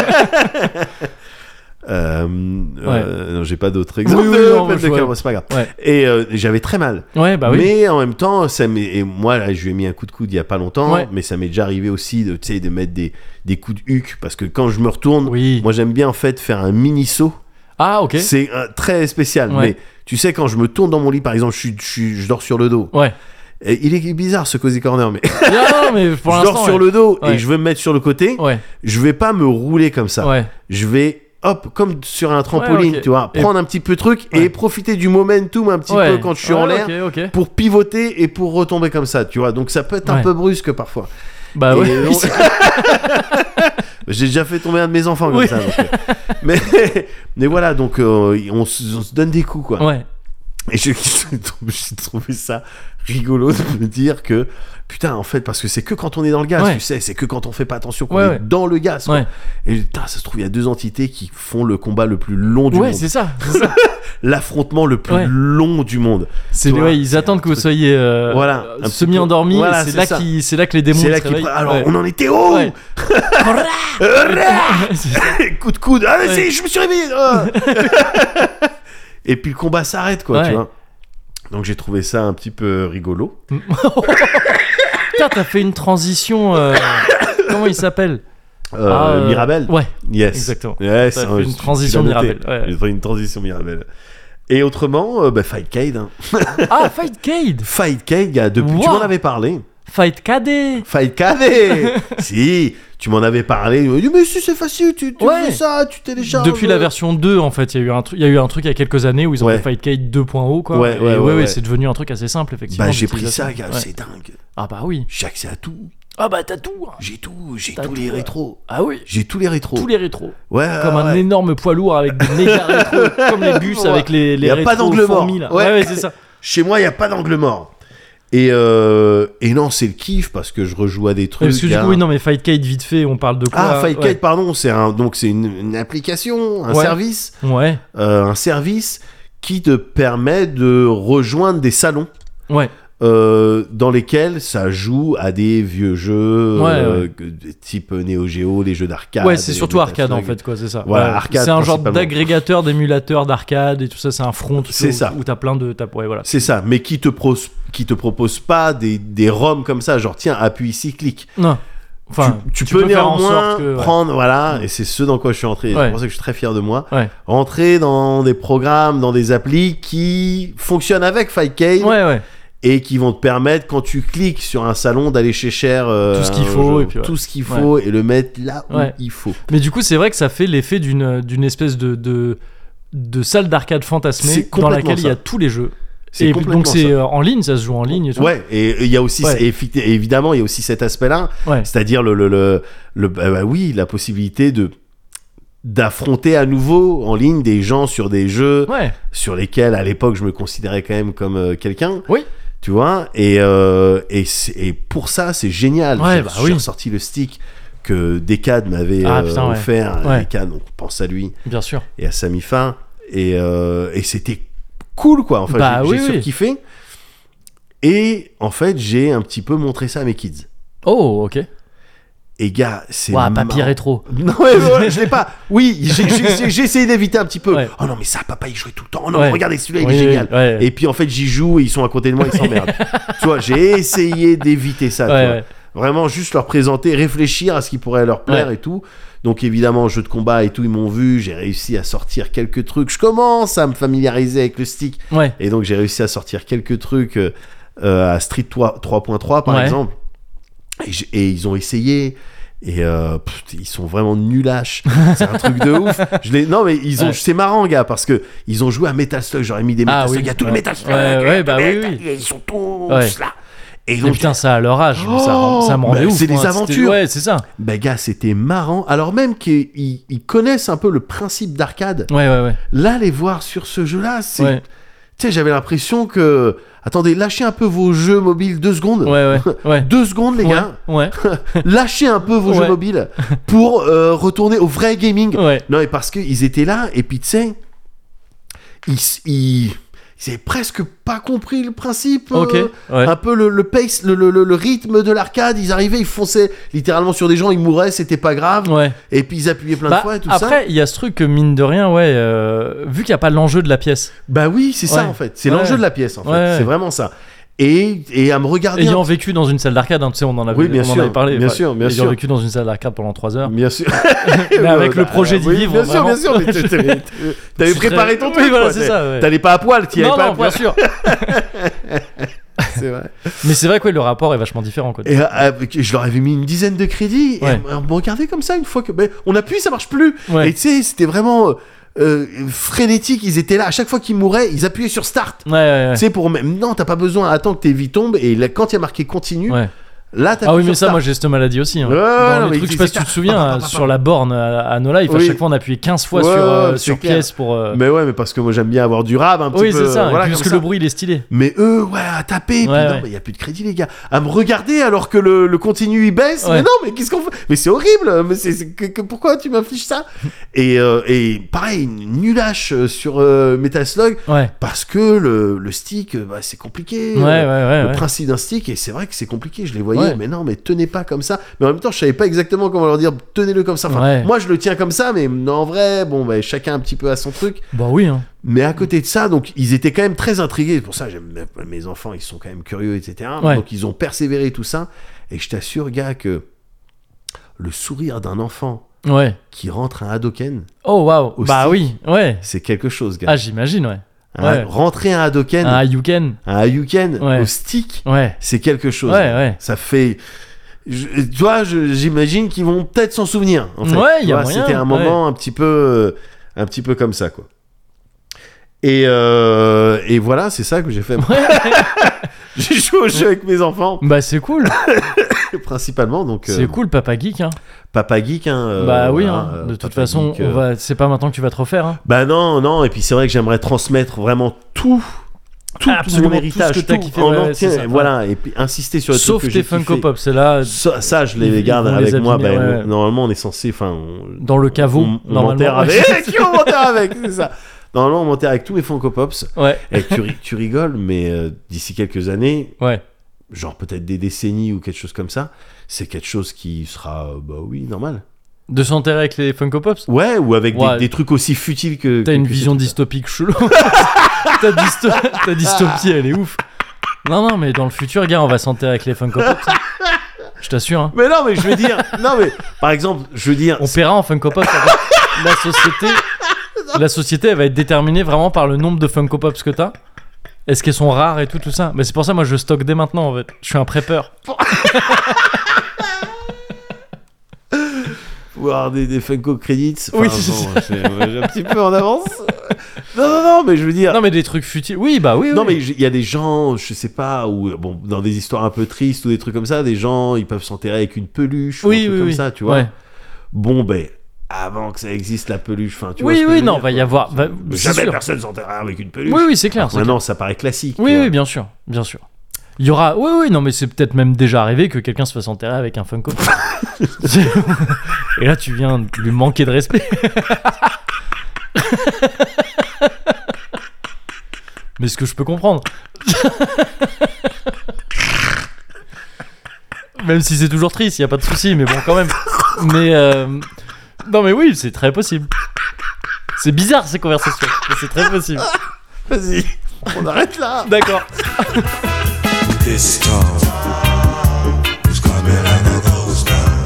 B: Euh, euh, non, j'ai pas d'autres exemples.
A: Oui, oui,
B: de-
A: non,
B: de-
A: je
B: de-
A: vois.
B: C'est pas grave.
A: Ouais.
B: Et euh, j'avais très mal.
A: Ouais, bah oui.
B: Mais en même temps, ça m'est- et moi, là, je lui ai mis un coup de coude il y a pas longtemps,
A: Ouais.
B: mais ça m'est déjà arrivé aussi de, tu sais, de mettre des, des coups de huc, parce que quand je me retourne,
A: Oui.
B: moi, j'aime bien, en fait, faire un mini-saut.
A: Ah, ok.
B: C'est euh, très spécial,
A: Ouais.
B: mais tu sais, quand je me tourne dans mon lit, par exemple, je, suis- je, suis- je dors sur le dos.
A: Ouais.
B: Et il est bizarre, ce cozy corner, mais
A: Non, non, mais pour
B: je
A: l'instant.
B: dors sur le dos
A: Ouais.
B: et je veux me mettre sur le côté,
A: Ouais,
B: je vais pas me rouler comme ça.
A: ouais.
B: Je vais... Hop, comme sur un trampoline,
A: ok.
B: tu vois,
A: Et-
B: prendre un petit peu truc
A: Ouais.
B: et profiter du momentum un petit
A: ouais.
B: peu quand je suis
A: Ouais,
B: en l'air
A: Ok, ok.
B: pour pivoter et pour retomber comme ça, tu vois. Donc ça peut être un
A: Ouais.
B: peu brusque parfois.
A: Bah
B: Et
A: ouais.
B: non- J'ai déjà fait tomber un de mes enfants comme
A: Oui.
B: ça. donc, euh. Mais, mais voilà, donc euh, on, se, on se donne des coups, quoi.
A: Ouais.
B: Et je- j'ai trouvé ça rigolo de me dire que, putain, en fait, parce que c'est que quand on est dans le gaz,
A: Ouais.
B: tu sais, c'est que quand on fait pas attention qu'on
A: Ouais,
B: est
A: ouais.
B: dans le gaz. quoi.
A: Ouais,
B: Et putain, ça se trouve, il y a deux entités qui font le combat le plus long du
A: ouais
B: monde.
A: c'est ça. c'est ça.
B: L'affrontement le plus
A: Ouais.
B: long du monde.
A: C'est
B: Toi,
A: ouais, ils
B: c'est
A: attendent
B: un
A: que vous
B: truc-
A: soyez euh,
B: Voilà,
A: euh,
B: un petit
A: semi-endormis.
B: peu. Voilà,
A: et c'est
B: c'est
A: là
B: ça.
A: qui, c'est là que les démons
B: C'est là
A: se
B: qu'ils
A: réveillent.
B: pre- Alors,
A: Ouais.
B: on en était haut
A: Ouais. C'est ça.
B: coup de coude. Ah,
A: Ouais.
B: si, je me suis réveillé. ah. et puis le combat s'arrête, quoi,
A: Ouais.
B: tu vois. Donc j'ai trouvé ça un petit peu rigolo.
A: Putain, t'as fait une transition. euh, Comment il s'appelle
B: Euh,
A: Ah, euh,
B: Mirabel
A: Ouais.
B: Yes.
A: exactement.
B: Yes,
A: T'as
B: hein,
A: fait
B: tu-
A: une
B: tu
A: transition
B: l'as noté.
A: Mirabel. ouais.
B: J'ai fait une transition Mirabel. Et autrement, euh, bah, Fightcade. hein.
A: Ah, Fightcade
B: Fightcade, gars, depuis que tu
A: Wow.
B: m'en avais parlé.
A: Fightcade
B: Fightcade Si, tu m'en avais parlé. Tu m'as dit, mais si, c'est facile, tu, tu
A: Ouais.
B: fais ça, tu télécharges.
A: Depuis la version 2, en fait, il y, a eu un truc- il y a eu un truc il y a quelques années où ils ont
B: Ouais.
A: fait Fightcade 2.0, oh, quoi.
B: Ouais,
A: Et
B: ouais, ouais, ouais.
A: c'est devenu un truc assez simple, effectivement.
B: Bah, j'ai pris ça,
A: d'utilisation.
B: gars,
A: Ouais.
B: c'est dingue.
A: Ah, bah oui.
B: J'ai accès à tout.
A: Ah, bah t'as tout
B: J'ai tout, j'ai
A: T'as
B: tous
A: tout,
B: les
A: ouais.
B: rétros.
A: Ah oui
B: J'ai tous les rétros.
A: tous les rétros,
B: Ouais,
A: comme un
B: Oh. Ah, ouais.
A: énorme poids lourd avec des méga rétros, comme les bus
B: Ouais.
A: avec les, les
B: Y a
A: rétros
B: pas d'angle mort.
A: fourmis, là.
B: Ouais.
A: ouais c'est ça.
B: Chez moi, il n'y a pas d'angle mort. Et, euh, et non, c'est le kiff parce que je rejoue à des trucs.
A: Parce que du
B: hein.
A: coup, oui, non, mais Fightcade, vite fait, on parle de quoi
B: Ah, Fightcade,
A: ouais.
B: pardon, c'est un, donc c'est une, une application, un
A: Ouais.
B: service,
A: ouais,
B: euh, un service qui te permet de rejoindre des salons
A: ouais,
B: euh, dans lesquels ça joue à des vieux jeux
A: Ouais,
B: euh, que- type Neo Geo, les jeux d'arcade.
A: ouais, c'est
B: les
A: surtout
B: jeux
A: arcade en
B: Counter-Strike.
A: fait, quoi, c'est ça.
B: Voilà,
A: Ouais.
B: arcade,
A: C'est un genre
B: principalement.
A: d'agrégateur d'émulateurs d'arcade et tout ça, c'est un front. tu
B: C'est
A: vois,
B: ça.
A: Où t'as plein de, t'as, ouais, voilà.
B: C'est ça, mais qui te, pros- qui te propose pas des, des ROM comme ça, genre tiens, appuie ici, clique.
A: Non. Enfin,
B: tu,
A: tu
B: peux,
A: peux faire en
B: néanmoins
A: sorte que- ouais. Mm.
B: prendre, voilà, et c'est ce dans quoi je suis entré.
A: Ouais.
B: C'est pour ça que je suis très fier de moi.
A: Ouais.
B: Rentrer dans des programmes, dans des applis qui fonctionnent avec Fightcade
A: ouais, ouais.
B: et qui vont te permettre, quand tu cliques sur un salon, d'aller chez Cher euh,
A: Tout ce qu'il
B: un
A: faut,
B: jour,
A: et puis ouais.
B: tout ce qu'il faut et le mettre là où
A: Ouais.
B: il faut.
A: Mais du coup, c'est vrai que ça fait l'effet d'une euh, d'une espèce de, de, de salle d'arcade fantasmée
B: C'est
A: dans
B: complètement
A: laquelle il y a
B: ça.
A: tous les jeux.
B: C'est
A: Et
B: complètement
A: donc, c'est
B: ça.
A: euh, en ligne, ça se joue en ligne et tout.
B: Ouais, et et il y a aussi,
A: Ouais.
B: et effi- évidemment, il y a aussi cet aspect-là,
A: Ouais.
B: c'est-à-dire le, le, le, le- bah, bah oui, la possibilité de d'affronter à nouveau en ligne des gens sur des jeux
A: Ouais.
B: sur lesquels à l'époque je me considérais quand même comme euh, quelqu'un.
A: Oui.
B: Tu vois, et, euh, et, c'est- et pour ça, c'est génial.
A: Ouais,
B: J'ai-
A: bah
B: J'ai
A: oui.
B: sorti le stick que Decad m'avait
A: Ah,
B: euh,
A: putain, ouais.
B: offert.
A: Ouais.
B: Decad, on pense à lui
A: Bien sûr.
B: et à Samifa. Et, euh, et c'était cool, quoi. Enfin,
A: Bah
B: j'ai
A: oui,
B: j'ai
A: oui.
B: surkiffé. Et en fait, j'ai un petit peu montré ça à mes kids.
A: Oh, ok.
B: Et gars, c'est.
A: Ouah,
B: marrant.
A: papy rétro.
B: Non, mais voilà, je l'ai pas. Oui, j'ai- j'ai j'ai essayé d'éviter un petit peu.
A: Ouais.
B: Oh non, mais ça, papa, il jouait tout le temps. Oh non,
A: Ouais.
B: regardez celui-là,
A: Oui,
B: il est
A: oui,
B: génial.
A: ouais.
B: Et puis en fait, j'y joue et ils sont à côté de moi, ils s'emmerdent. tu vois, j'ai essayé d'éviter ça. tu
A: Ouais,
B: vois.
A: ouais.
B: Vraiment, juste leur présenter, réfléchir à ce qui pourrait leur plaire et tout. Donc évidemment, jeu de combat et tout, ils m'ont vu. J'ai réussi à sortir quelques trucs. Je commence à me familiariser avec le stick.
A: Ouais.
B: Et donc j'ai réussi à sortir quelques trucs euh, euh, à Street 3- 3.3 par
A: Ouais.
B: exemple. Et, j'ai- et ils ont essayé. Et euh, pff, ils sont vraiment nulaches. C'est un truc de ouf. Je l'ai- non mais ils ont,
A: Ouais.
B: c'est marrant gars parce que ils ont joué à Metal Slug. J'aurais mis des Metal
A: Ah
B: Slug.
A: oui.
B: Il y a tous les
A: Ouais.
B: Metal Slug.
A: Ouais,
B: il y a
A: ouais,
B: tous
A: bah
B: les
A: oui,
B: Metal-
A: oui.
B: Ils sont tous
A: Ouais.
B: là. Et
A: Mais
B: donc
A: putain, ça à leur âge,
B: Oh,
A: ça, rend- ça me rendait
B: bah,
A: ouf.
B: c'est des
A: moi.
B: aventures.
A: C'était- Ouais, c'est ça.
B: bah gars, c'était marrant. Alors même qu'ils ils connaissent un peu le principe d'arcade.
A: Ouais, ouais, ouais.
B: Là, les voir sur ce jeu-là, c'est
A: Ouais,
B: Tu sais, j'avais l'impression que. Attendez, lâchez un peu vos jeux mobiles deux secondes.
A: ouais, ouais. ouais.
B: Deux secondes, les gars.
A: Ouais,
B: Lâchez un peu vos
A: Ouais.
B: jeux mobiles pour euh, retourner au vrai gaming.
A: ouais.
B: Non, mais parce qu'ils étaient là, et puis tu sais, ils, s- ils, ils avaient presque pas compris le principe. euh,
A: Ok. Ouais.
B: Un peu le, le pace, le, le- le- le rythme de l'arcade. Ils arrivaient, ils fonçaient littéralement sur des gens, ils mouraient, c'était pas grave.
A: Ouais.
B: Et puis ils appuyaient plein
A: Bah,
B: de fois et tout ça.
A: après, il y a ce truc que mine de rien, ouais, euh, vu qu'il n'y a pas l'enjeu de la pièce,
B: Bah oui, c'est ça
A: Ouais.
B: en fait. C'est
A: Ouais.
B: l'enjeu de la pièce en fait.
A: Ouais.
B: C'est vraiment ça. Et, et à me regarder un
A: ayant vécu dans une salle d'arcade, hein, tu sais, on en avait,
B: Oui, bien
A: on en
B: sûr,
A: avait parlé.
B: bien
A: enfin,
B: sûr, bien
A: ayant
B: sûr.
A: vécu dans une salle d'arcade pendant 3 heures.
B: Bien sûr.
A: Mais avec le
B: Bah,
A: projet d'y
B: oui,
A: vivre,
B: Bien sûr,
A: vraiment.
B: bien sûr. mais t'avais- T'avais t'avais
A: Je suis
B: préparé
A: très-
B: ton
A: Oui,
B: truc.
A: voilà,
B: quoi.
A: c'est ça, ouais.
B: T'allais pas à poil, t'y
A: Non,
B: allais pas
A: non, bien
B: à
A: sûr.
B: poil. C'est vrai.
A: Mais c'est vrai que ouais, le rapport est vachement différent. Quoi.
B: Et euh, avec- je leur avais mis une dizaine de crédits.
A: Ouais.
B: Et on me regardait comme ça une fois que. ben, on appuie, ça marche plus.
A: Ouais.
B: Et tu sais, c'était vraiment euh, euh, frénétique. Ils étaient là. À chaque fois qu'ils mouraient, ils appuyaient sur start.
A: Ouais, ouais,
B: Tu sais, pour même. Non, t'as pas besoin. Attends que tes vies tombent. Et là, quand il y a marqué continue,
A: ouais. ouais.
B: là, t'appuies
A: Ah oui,
B: sur
A: mais ça,
B: start.
A: moi j'ai cette maladie aussi. hein.
B: Ouais, ouais,
A: Dans
B: non,
A: les
B: mais
A: trucs, je sais
B: c'est-
A: pas si
B: c'est
A: tu te
B: ça.
A: souviens,
B: Pa, pa, pa, pa,
A: sur la borne à, à No Life, à
B: Oui.
A: chaque fois on appuyait 15 fois
B: Ouais,
A: sur, euh,
B: ouais,
A: sur
B: c'est clair.
A: pièce pour. euh,
B: Mais ouais, mais parce que moi j'aime bien avoir du rab un petit
A: Oui,
B: peu.
A: c'est ça.
B: voilà,
A: et puis parce
B: comme
A: que
B: ça.
A: le bruit il est stylé.
B: Mais eux, ouais, à taper. puis
A: Ouais,
B: non,
A: ouais.
B: mais il y a plus de crédit, les gars. À me regarder alors que le, le continu il baisse.
A: Ouais.
B: Mais non, mais qu'est-ce qu'on fait Mais c'est horrible. Mais c'est, c'est- que- que- pourquoi tu m'infliges ça et, euh, et pareil, une nulache euh, sur euh, Metal Slug
A: Ouais,
B: parce que le, le stick, euh, bah, c'est compliqué.
A: ouais, ouais,
B: Euh,
A: ouais.
B: le
A: ouais.
B: principe d'un stick, et c'est vrai que c'est compliqué, je les voyais,
A: Ouais.
B: mais non, mais tenez pas comme ça. Mais en même temps, je savais pas exactement comment leur dire, tenez-le comme ça. Enfin,
A: Ouais.
B: Moi, je le tiens comme ça, mais non, en vrai, bon, bah, chacun un petit peu à son truc.
A: Bah oui, hein.
B: Mais à côté de ça, donc ils étaient quand même très intrigués. Pour ça, j'aime- mes enfants, ils sont quand même curieux, etc.
A: Ouais.
B: Donc ils ont persévéré tout ça. Et je t'assure, gars, que le sourire d'un enfant
A: Ouais.
B: qui rentre à Hadoken,
A: Oh waouh.
B: Aussi.
A: Bah oui, ouais.
B: c'est quelque chose, gars.
A: Ah, j'imagine, ouais.
B: Hein,
A: ouais.
B: Rentrer à Hadoken,
A: Ah, you can.
B: à Hayuken,
A: Ouais.
B: au stick,
A: Ouais.
B: c'est quelque chose.
A: Ouais, ouais.
B: Ça fait. je- tu vois, je- j'imagine qu'ils vont peut-être s'en souvenir. en fait.
A: Ouais,
B: Tu
A: y a
B: vois,
A: moyen,
B: C'était un moment un petit peu, euh, un petit peu comme ça, quoi. Et, euh, et voilà, c'est ça que j'ai fait.
A: Ouais.
B: J'ai joué au jeu avec mes enfants,
A: bah c'est cool.
B: principalement. Donc, euh,
A: C'est cool, Papa Geek. Hein.
B: Papa Geek. hein, euh,
A: bah oui,
B: voilà,
A: hein.
B: euh,
A: de toute
B: Papa
A: façon,
B: Geek,
A: on
B: euh,
A: va... c'est pas maintenant que tu vas te refaire. Hein.
B: Bah non, non. Et puis c'est vrai que j'aimerais transmettre vraiment tout. Tout
A: Absolument
B: mon
A: tout ce
B: héritage,
A: que t'as kiffé,
B: en
A: ouais, ouais,
B: entier,
A: c'est ça.
B: voilà, et puis insister sur les
A: Sauf
B: trucs que
A: tes
B: j'ai kiffés.
A: Funko Pop, c'est là
B: Ça, ça, je
A: Ils-
B: les
A: ils
B: garde
A: vont
B: avec
A: les
B: moi.
A: abîmer,
B: ben,
A: ouais.
B: on- Normalement, on est censé. Enfin, on-
A: dans le caveau.
B: on, on m'enterre
A: normalement.
B: avec. Qui on m'enterre avec C'est ça. Normalement, on m'enterre avec tous mes Funko Pops.
A: ouais,
B: Et tu, ri- tu rigoles, mais euh, d'ici quelques années,
A: ouais.
B: genre peut-être des décennies ou quelque chose comme ça, c'est quelque chose qui sera, euh, bah oui, normal.
A: De s'enterrer avec les Funko Pops.
B: Ouais, ou avec des-
A: Ouais.
B: des, trucs aussi futiles que.
A: T'as
B: que-
A: une
B: que ces
A: vision
B: trucs-là.
A: dystopique chelou. Ta, dysto- ta dystopie, elle est ouf. Non, non, mais dans le futur, gars, on va s'enterrer avec les Funko Pops. hein. Je t'assure. hein.
B: Mais non, mais je veux dire, non, mais par exemple, je veux dire,
A: On paiera en Funko Pop. ça va. la société, la société, elle va être déterminée vraiment par le nombre de Funko Pops que t'as. Est-ce qu'ils sont rares et tout, tout ça. Mais c'est pour ça, moi, je stocke dès maintenant. En fait, je suis un prepper.
B: ou alors des, des Funko Credits.
A: Oui,
B: bon,
A: c'est ça.
B: c'est- ouais, j'ai un petit peu en avance. Non, non, non, mais je veux dire.
A: Non, mais des trucs futiles. Oui, bah oui.
B: Non
A: oui.
B: mais il y a des gens, je sais pas, ou euh, bon, dans des histoires un peu tristes ou des trucs comme ça, des gens ils peuvent s'enterrer avec une peluche ou un
A: oui,
B: truc
A: oui,
B: comme
A: oui.
B: ça, tu vois.
A: Ouais.
B: Bon ben, avant que ça existe la peluche, enfin tu vois.
A: Oui,
B: ce que
A: oui,
B: je veux
A: non,
B: dire,
A: va y
B: quoi.
A: avoir- va-
B: Mais
A: c'est
B: Jamais
A: sûr.
B: personne s'enterrera avec une peluche.
A: Oui, oui, c'est clair. c'est clair.
B: Maintenant, ça paraît classique. tu
A: Oui,
B: vois.
A: oui, bien sûr, bien sûr. Il y aura. Oui, oui, non, mais c'est peut-être même déjà arrivé que quelqu'un se fasse enterrer avec un Funko. C'est- Et là, tu viens de lui manquer de respect. mais ce que je peux comprendre. même si c'est toujours triste, il n'y a pas de souci, mais bon, quand même. Mais. euh, Non, mais oui, c'est très possible. C'est bizarre ces conversations, mais c'est très possible.
B: Vas-y, on arrête là.
A: D'accord.
C: This storm is coming like a ghost town.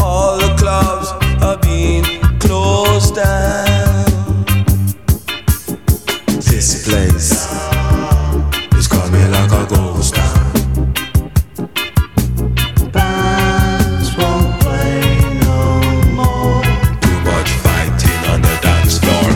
C: All the clubs are being closed down. This place is coming like a ghost town. Bands won't play no more. Too much fighting on the dance floor.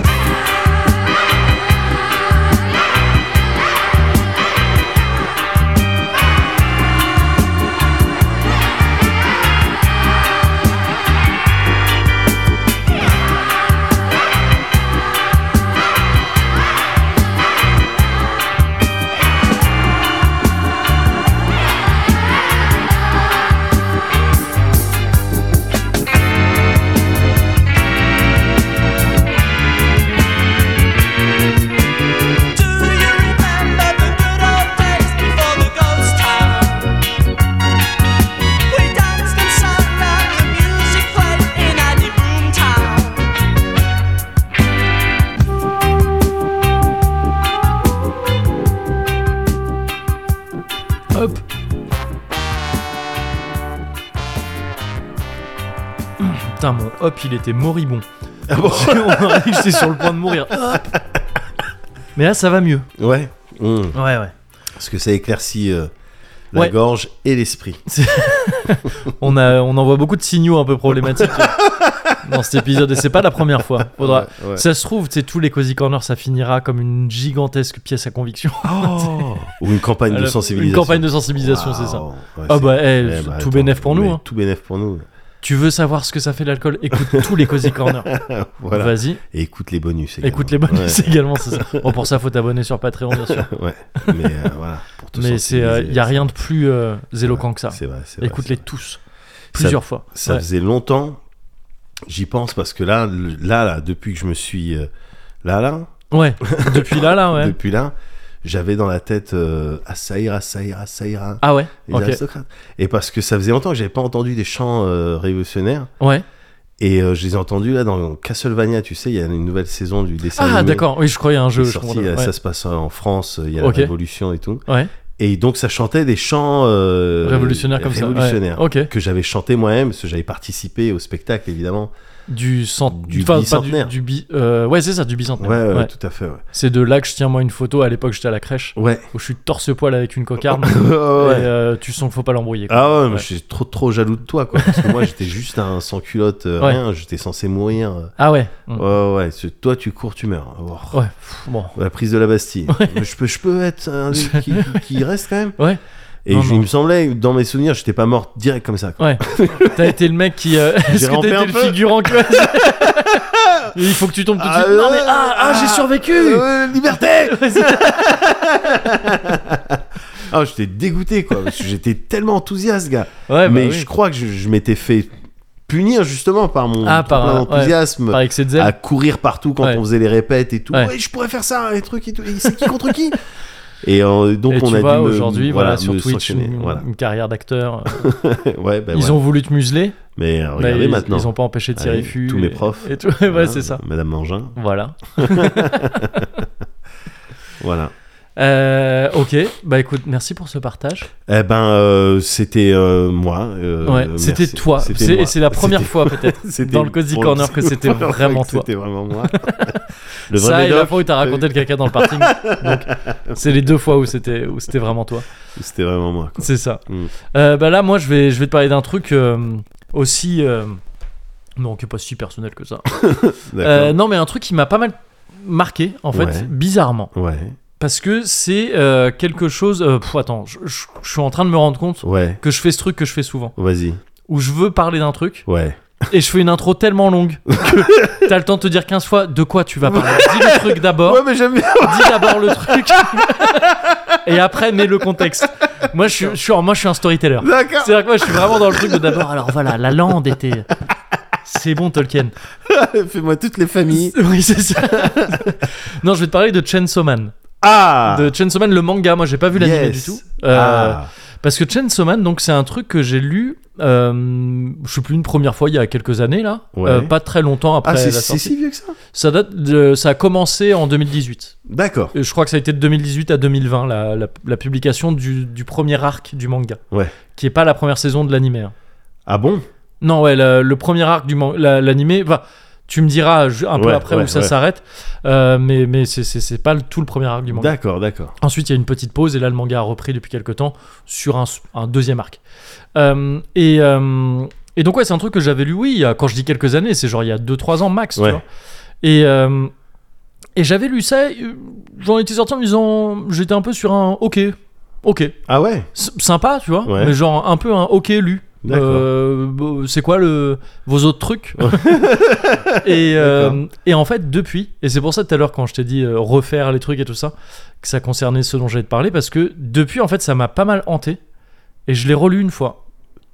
C: Do you remember the good old days before the ghost town? We danced and sang and the music played in a boom town.
A: Hop. Putain, mon hop, il était moribond.
B: Ah bon
A: On aurait dit que j'étais sur le point de mourir. Hop. Mais là, ça va mieux.
B: Ouais. Mmh.
A: Ouais, ouais.
B: Parce que ça éclaircit euh, la
A: Ouais.
B: gorge et l'esprit.
A: On, a, on envoie beaucoup de signaux un peu problématiques euh, dans cet épisode et c'est pas la première fois. Faudra...
B: Ouais, ouais.
A: Ça se trouve, tu sais, tous les Cozy Corner, ça finira comme une gigantesque pièce à conviction.
B: Ou une campagne de
A: Alors,
B: sensibilisation.
A: Une campagne de sensibilisation, c'est ça.
B: Waouh. Ouais,
A: Ah
B: c'est-
A: bah, eh,
B: Eh bah,
A: tout
B: attends,
A: bénef pour nous.
B: mais
A: hein.
B: Tout bénef pour nous.
A: Tu veux savoir ce que ça fait l'alcool Écoute tous les Cozy Corner.
B: Voilà.
A: Vas-y,
B: Et écoute les bonus. également.
A: Écoute les bonnes
B: Ouais.
A: c'est également, c'est ça. Bon, pour ça, faut t'abonner sur Patreon, bien sûr.
B: Ouais. Mais euh, voilà. Pour te
A: Mais c'est,
B: sensibiliser.
A: il y a rien de plus euh, éloquent que ça.
B: C'est vrai. Bah, c'est vrai,
A: Écoute
B: c'est
A: les
B: vrai.
A: tous, plusieurs fois.
B: Ça
A: Ouais.
B: faisait longtemps. J'y pense parce que là, le- là, là, depuis que je me suis euh, là, là,
A: Ouais. Depuis là, là, ouais.
B: depuis là, j'avais dans la tête euh, Assaïra, Assaïra, Assaïra.
A: Ah ouais.
B: les
A: Ok.
B: aristocrates. Et parce que ça faisait longtemps que j'avais pas entendu des chants euh, révolutionnaires.
A: Ouais.
B: Et euh, je les ai entendus là dans Castlevania, tu sais, il y a une nouvelle saison du dessin
A: Ah
B: animé
A: d'accord. Oui, je croyais à un
B: qui est
A: jeu. je
B: sorti,
A: comprends.
B: euh,
A: Ouais.
B: ça se passe en France, euh, il y a
A: Ok.
B: la révolution et tout.
A: Ouais.
B: Et donc ça chantait des chants euh,
A: Révolutionnaire comme ça. ouais.
B: révolutionnaires
A: Ok.
B: que j'avais chanté moi-même, parce que j'avais participé au spectacle évidemment.
A: Du cent...
B: Du
A: enfin, pas
B: bicentenaire.
A: Du, du bi... euh, Ouais, c'est ça, du
B: Ouais,
A: bicentenaire.
B: ouais,
A: Ouais.
B: tout à fait. Ouais.
A: C'est de là que je tiens moi une photo. À l'époque, j'étais à la crèche
B: Ouais.
A: où je suis torse poil avec une cocarde.
B: Ouais, ouais, ouais.
A: Et euh, tu sens qu'il faut pas l'embrouiller. quoi.
B: Ah ouais, mais
A: Ouais.
B: je suis trop trop jaloux de toi quoi. Parce que moi j'étais juste un sans culotte, euh,
A: Ouais.
B: rien, j'étais censé mourir. euh.
A: Ah ouais. Mm.
B: Ouais ouais, c'est- toi tu cours, tu meurs. Oh.
A: Ouais. Pff, Bon.
B: La prise de la Bastille. Mais Je, peux, je peux être un des- qui, qui reste quand même.
A: Ouais.
B: Et
A: Non,
B: je-
A: non.
B: il me semblait, dans mes souvenirs, j'étais pas morte direct comme ça. quoi.
A: Ouais. T'as été le mec qui. euh, Est-ce que
B: rampé
A: t'as
B: un
A: été le
B: peu.
A: figurant qui va- Et Il faut que tu tombes tout de suite. non mais ah, ah, j'ai survécu.
B: Euh, liberté
A: Ouais, c'est-
B: Ah, j'étais dégoûté quoi. parce que j'étais tellement enthousiaste, gars.
A: ouais, bah
B: mais
A: oui.
B: je crois que je, je m'étais fait punir justement par mon
A: Ah, par
B: plein
A: un-
B: enthousiasme.
A: Par excès de zèle.
B: à courir partout quand
A: Ouais.
B: on faisait les répètes et tout.
A: Ouais.
B: Ouais, je pourrais faire ça, les trucs et tout. Et c'est qui contre qui Et euh, donc
A: Et
B: on
A: tu
B: a
A: vois,
B: dû me-
A: aujourd'hui, voilà,
B: voilà,
A: sur
B: me
A: Twitch,
B: sanctionner,
A: une,
B: voilà.
A: une carrière d'acteur.
B: ouais, ben
A: ils
B: voilà.
A: ont voulu te museler.
B: Mais euh, regardez
A: mais ils-
B: maintenant.
A: Ils ont pas empêché de tirer
B: Allez,
A: fût
B: tous
A: et-
B: mes profs.
A: Et tout. Ouais,
B: Voilà,
A: c'est ça.
B: Madame Mangin.
A: Voilà.
B: Voilà.
A: Euh, ok, bah écoute, merci pour ce partage.
B: Eh ben, euh, c'était euh, moi. euh,
A: ouais,
B: merci.
A: c'était toi. C'est
B: moi.
A: et c'est la première
B: C'était-
A: fois peut-être.
B: c'était
A: dans le Cozy
B: pour-
A: Corner
B: c'est
A: que
B: la
A: c'était
B: première fois
A: vraiment
B: que
A: toi.
B: C'était vraiment moi. le vrai
A: Ça et la
B: Médoc,
A: fois où t'as raconté le caca dans le parking. Donc, c'est les deux fois où c'était où c'était vraiment toi.
B: c'était vraiment moi. quoi.
A: C'est ça.
B: Mm.
A: Euh, bah là, moi, je vais je vais te parler d'un truc euh, aussi euh, non qui est pas si personnel que ça. Euh,
B: D'accord.
A: non, mais un truc qui m'a pas mal marqué en fait,
B: Ouais.
A: bizarrement.
B: Ouais,
A: Parce que c'est euh, quelque chose. euh, pff, attends, je, je- je suis en train de me rendre compte
B: ouais.
A: que je fais ce truc que je fais souvent.
B: Vas-y.
A: Où je veux parler d'un truc
B: Ouais.
A: et je fais une intro tellement longue que t'as le temps de te dire 15 fois de quoi tu vas parler. Dis le truc d'abord,
B: mais j'aime bien.
A: dis d'abord le truc et après mets le contexte. Moi je, suis- je suis, en- moi, je suis un storyteller.
B: D'accord.
A: C'est-à-dire que moi je suis vraiment dans le truc de d'abord, alors voilà, la lande était. C'est bon, Tolkien.
B: Fais-moi toutes les familles.
A: Oui, c'est ça. non, je vais te parler de Chainsaw Man.
B: Ah
A: De Chainsaw Man, le manga. Moi, j'ai pas vu l'anime
B: Yes.
A: du tout. Euh,
B: Ah.
A: Parce que Chainsaw Man, donc, c'est un truc que j'ai lu, euh, je sais plus, une première fois il y a quelques années, là.
B: Ouais.
A: Euh, pas très longtemps après
B: Ah, c'est
A: la
B: c'est
A: sortie.
B: si vieux que ça
A: Ça, date de- ça a commencé en 2018.
B: D'accord.
A: Et je crois que ça a été de 2018 à 2020, la, la- la publication du, du premier arc du manga.
B: Ouais.
A: Qui est pas la première saison de l'anime. hein.
B: Ah bon
A: Non, ouais, la- le premier arc du man- la- l'animé, enfin, tu me diras ju- un peu
B: Ouais,
A: après
B: ouais,
A: où ça
B: ouais.
A: s'arrête, euh, mais, mais c'est- c'est c'est pas le- tout le premier arc du manga.
B: D'accord, d'accord.
A: Ensuite, il y a une petite pause, et là, le manga a repris depuis quelques temps sur un, s- un deuxième arc. Euh, et, euh, et donc, ouais, c'est un truc que j'avais lu, oui, il y a- quand je dis quelques années, c'est genre il y a 2-3 ans max, tu
B: Ouais.
A: vois. Et. euh, et j'avais lu ça, et, euh, j'en étais sorti en me disant, j'étais un peu sur un ok, ok,
B: Ah ouais
A: S- sympa, tu vois,
B: Ouais.
A: mais genre un peu un ok lu.
B: D'accord.
A: Euh, bon, c'est quoi le, vos autres trucs et, euh, et en fait, depuis, et c'est pour ça tout à l'heure quand je t'ai dit euh, refaire les trucs et tout ça, que ça concernait ce dont j'allais te parler, parce que depuis, en fait, ça m'a pas mal hanté, et je l'ai relu une fois,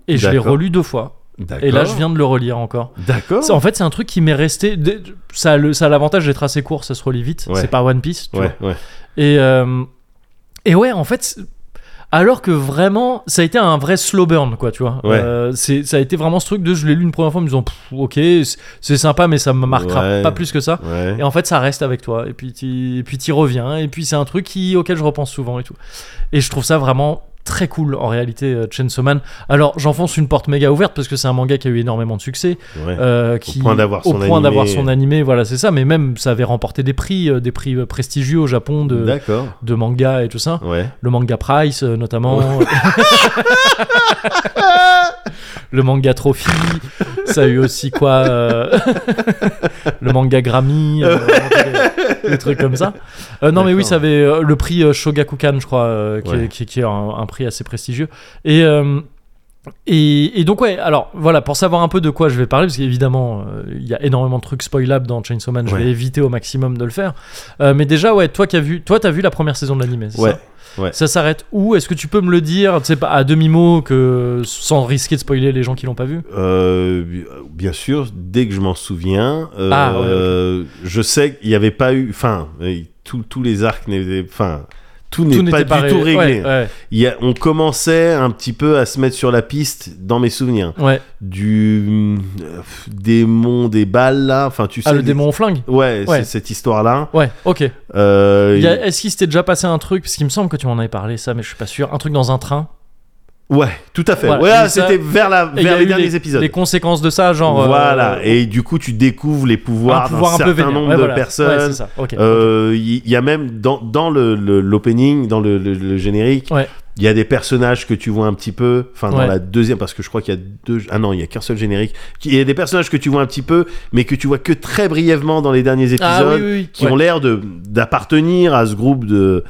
A: et je l'ai
B: D'accord.
A: relu deux fois,
B: D'accord. Oh.
A: et là, je viens de le relire encore.
B: D'accord.
A: C'est- En fait, c'est un truc qui m'est resté. dès- Ça a le- ça a l'avantage d'être assez court, ça se relit vite.
B: Ouais.
A: C'est pas One Piece, tu vois.
B: Ouais, ouais.
A: Et, euh, et ouais, en fait, c'est- alors que vraiment, ça a été un vrai slow burn, quoi, tu vois.
B: Ouais.
A: Euh, c'est- ça a été vraiment ce truc de je l'ai lu une première fois en me disant, Pff, ok, c'est- c'est sympa, mais ça me marquera
B: Ouais.
A: pas plus que ça.
B: Ouais.
A: Et en fait, ça reste avec toi. Et puis, t'y- et puis t'y reviens. Et puis, c'est un truc qui, auquel je repense souvent et tout. Et je trouve ça vraiment très cool en réalité, euh, Chainsaw Man. Alors, j'enfonce une porte méga ouverte parce que c'est un manga qui a eu énormément de succès.
B: ouais.
A: Euh, qui,
B: point d'avoir
A: au
B: son
A: point d'avoir
B: animé.
A: son animé, voilà, c'est ça. Mais même, ça avait remporté des prix, euh, des prix euh, prestigieux au Japon de,
B: D'accord.
A: de manga et tout ça.
B: Ouais.
A: Le manga Price, euh, notamment. le manga Trophy. Ça a eu aussi quoi euh, Le manga Grammy. euh, des, des trucs comme ça. Euh, non, mais oui,
B: D'accord.
A: ça avait euh, le prix euh, Shogakukan, je crois, euh, qui, est,
B: Ouais.
A: qui est- qui est un, un prix assez prestigieux. Et. euh, et, et donc ouais, alors voilà, pour savoir un peu de quoi je vais parler, parce qu'évidemment euh, il y a énormément de trucs spoilables dans Chainsaw Man, je
B: Ouais.
A: vais éviter au maximum de le faire. Euh, mais déjà ouais, toi qui as vu, toi t'as vu la première saison de l'anime, c'est
B: Ouais.
A: ça ça s'arrête où Est-ce que tu peux me le dire, tu sais pas à demi mot que sans risquer de spoiler les gens qui l'ont pas vu
B: Euh, bi- bien sûr, dès que je m'en souviens, euh,
A: Ah, ouais, ok.
B: euh, je sais qu'il n'y avait pas eu. Enfin, euh, tous tous les arcs n'étaient. Enfin, tout n'est
A: Tout
B: pas
A: n'était
B: du
A: pas, ré-
B: tout réglé.
A: Ouais, ouais,
B: Il y a- on commençait un petit peu à se mettre sur la piste dans mes souvenirs.
A: ouais.
B: Du euh, démon des balles, là. Enfin, tu sais.
A: Ah le
B: les-
A: démon au flingue.
B: Ouais,
A: Ouais.
B: c'est cette histoire-là.
A: Ouais, ok.
B: Euh,
A: Il y a- Est-ce qu'il s'était déjà passé un truc Parce qu'il me semble que tu m'en avais parlé, ça, mais je suis pas sûr. Un truc dans un train.
B: Ouais, tout à fait.
A: Voilà,
B: Voilà,
A: et ça-
B: c'était vers, la,
A: Et il y
B: vers
A: a
B: les
A: eu
B: derniers épisodes.
A: Les conséquences de ça, genre. euh,
B: voilà, et du coup, tu découvres les pouvoirs
A: un pouvoir
B: d'un
A: un peu
B: certain
A: vénère.
B: nombre
A: Ouais,
B: de
A: voilà. Ouais,
B: personnes.
A: c'est ça. Ok.
B: Euh, Il y, y a même dans, dans le- le- l'opening, dans le, le- le générique, il
A: Ouais.
B: y a des personnages que tu vois un petit peu. Enfin, dans
A: Ouais.
B: la deuxième, parce que je crois qu'il y a deux. Ah non, il y a qu'un seul générique. Il y a des personnages que tu vois un petit peu, mais que tu vois que très brièvement dans les derniers épisodes,
A: ah oui, oui, oui.
B: qui
A: Ouais.
B: ont l'air de d'appartenir à ce groupe de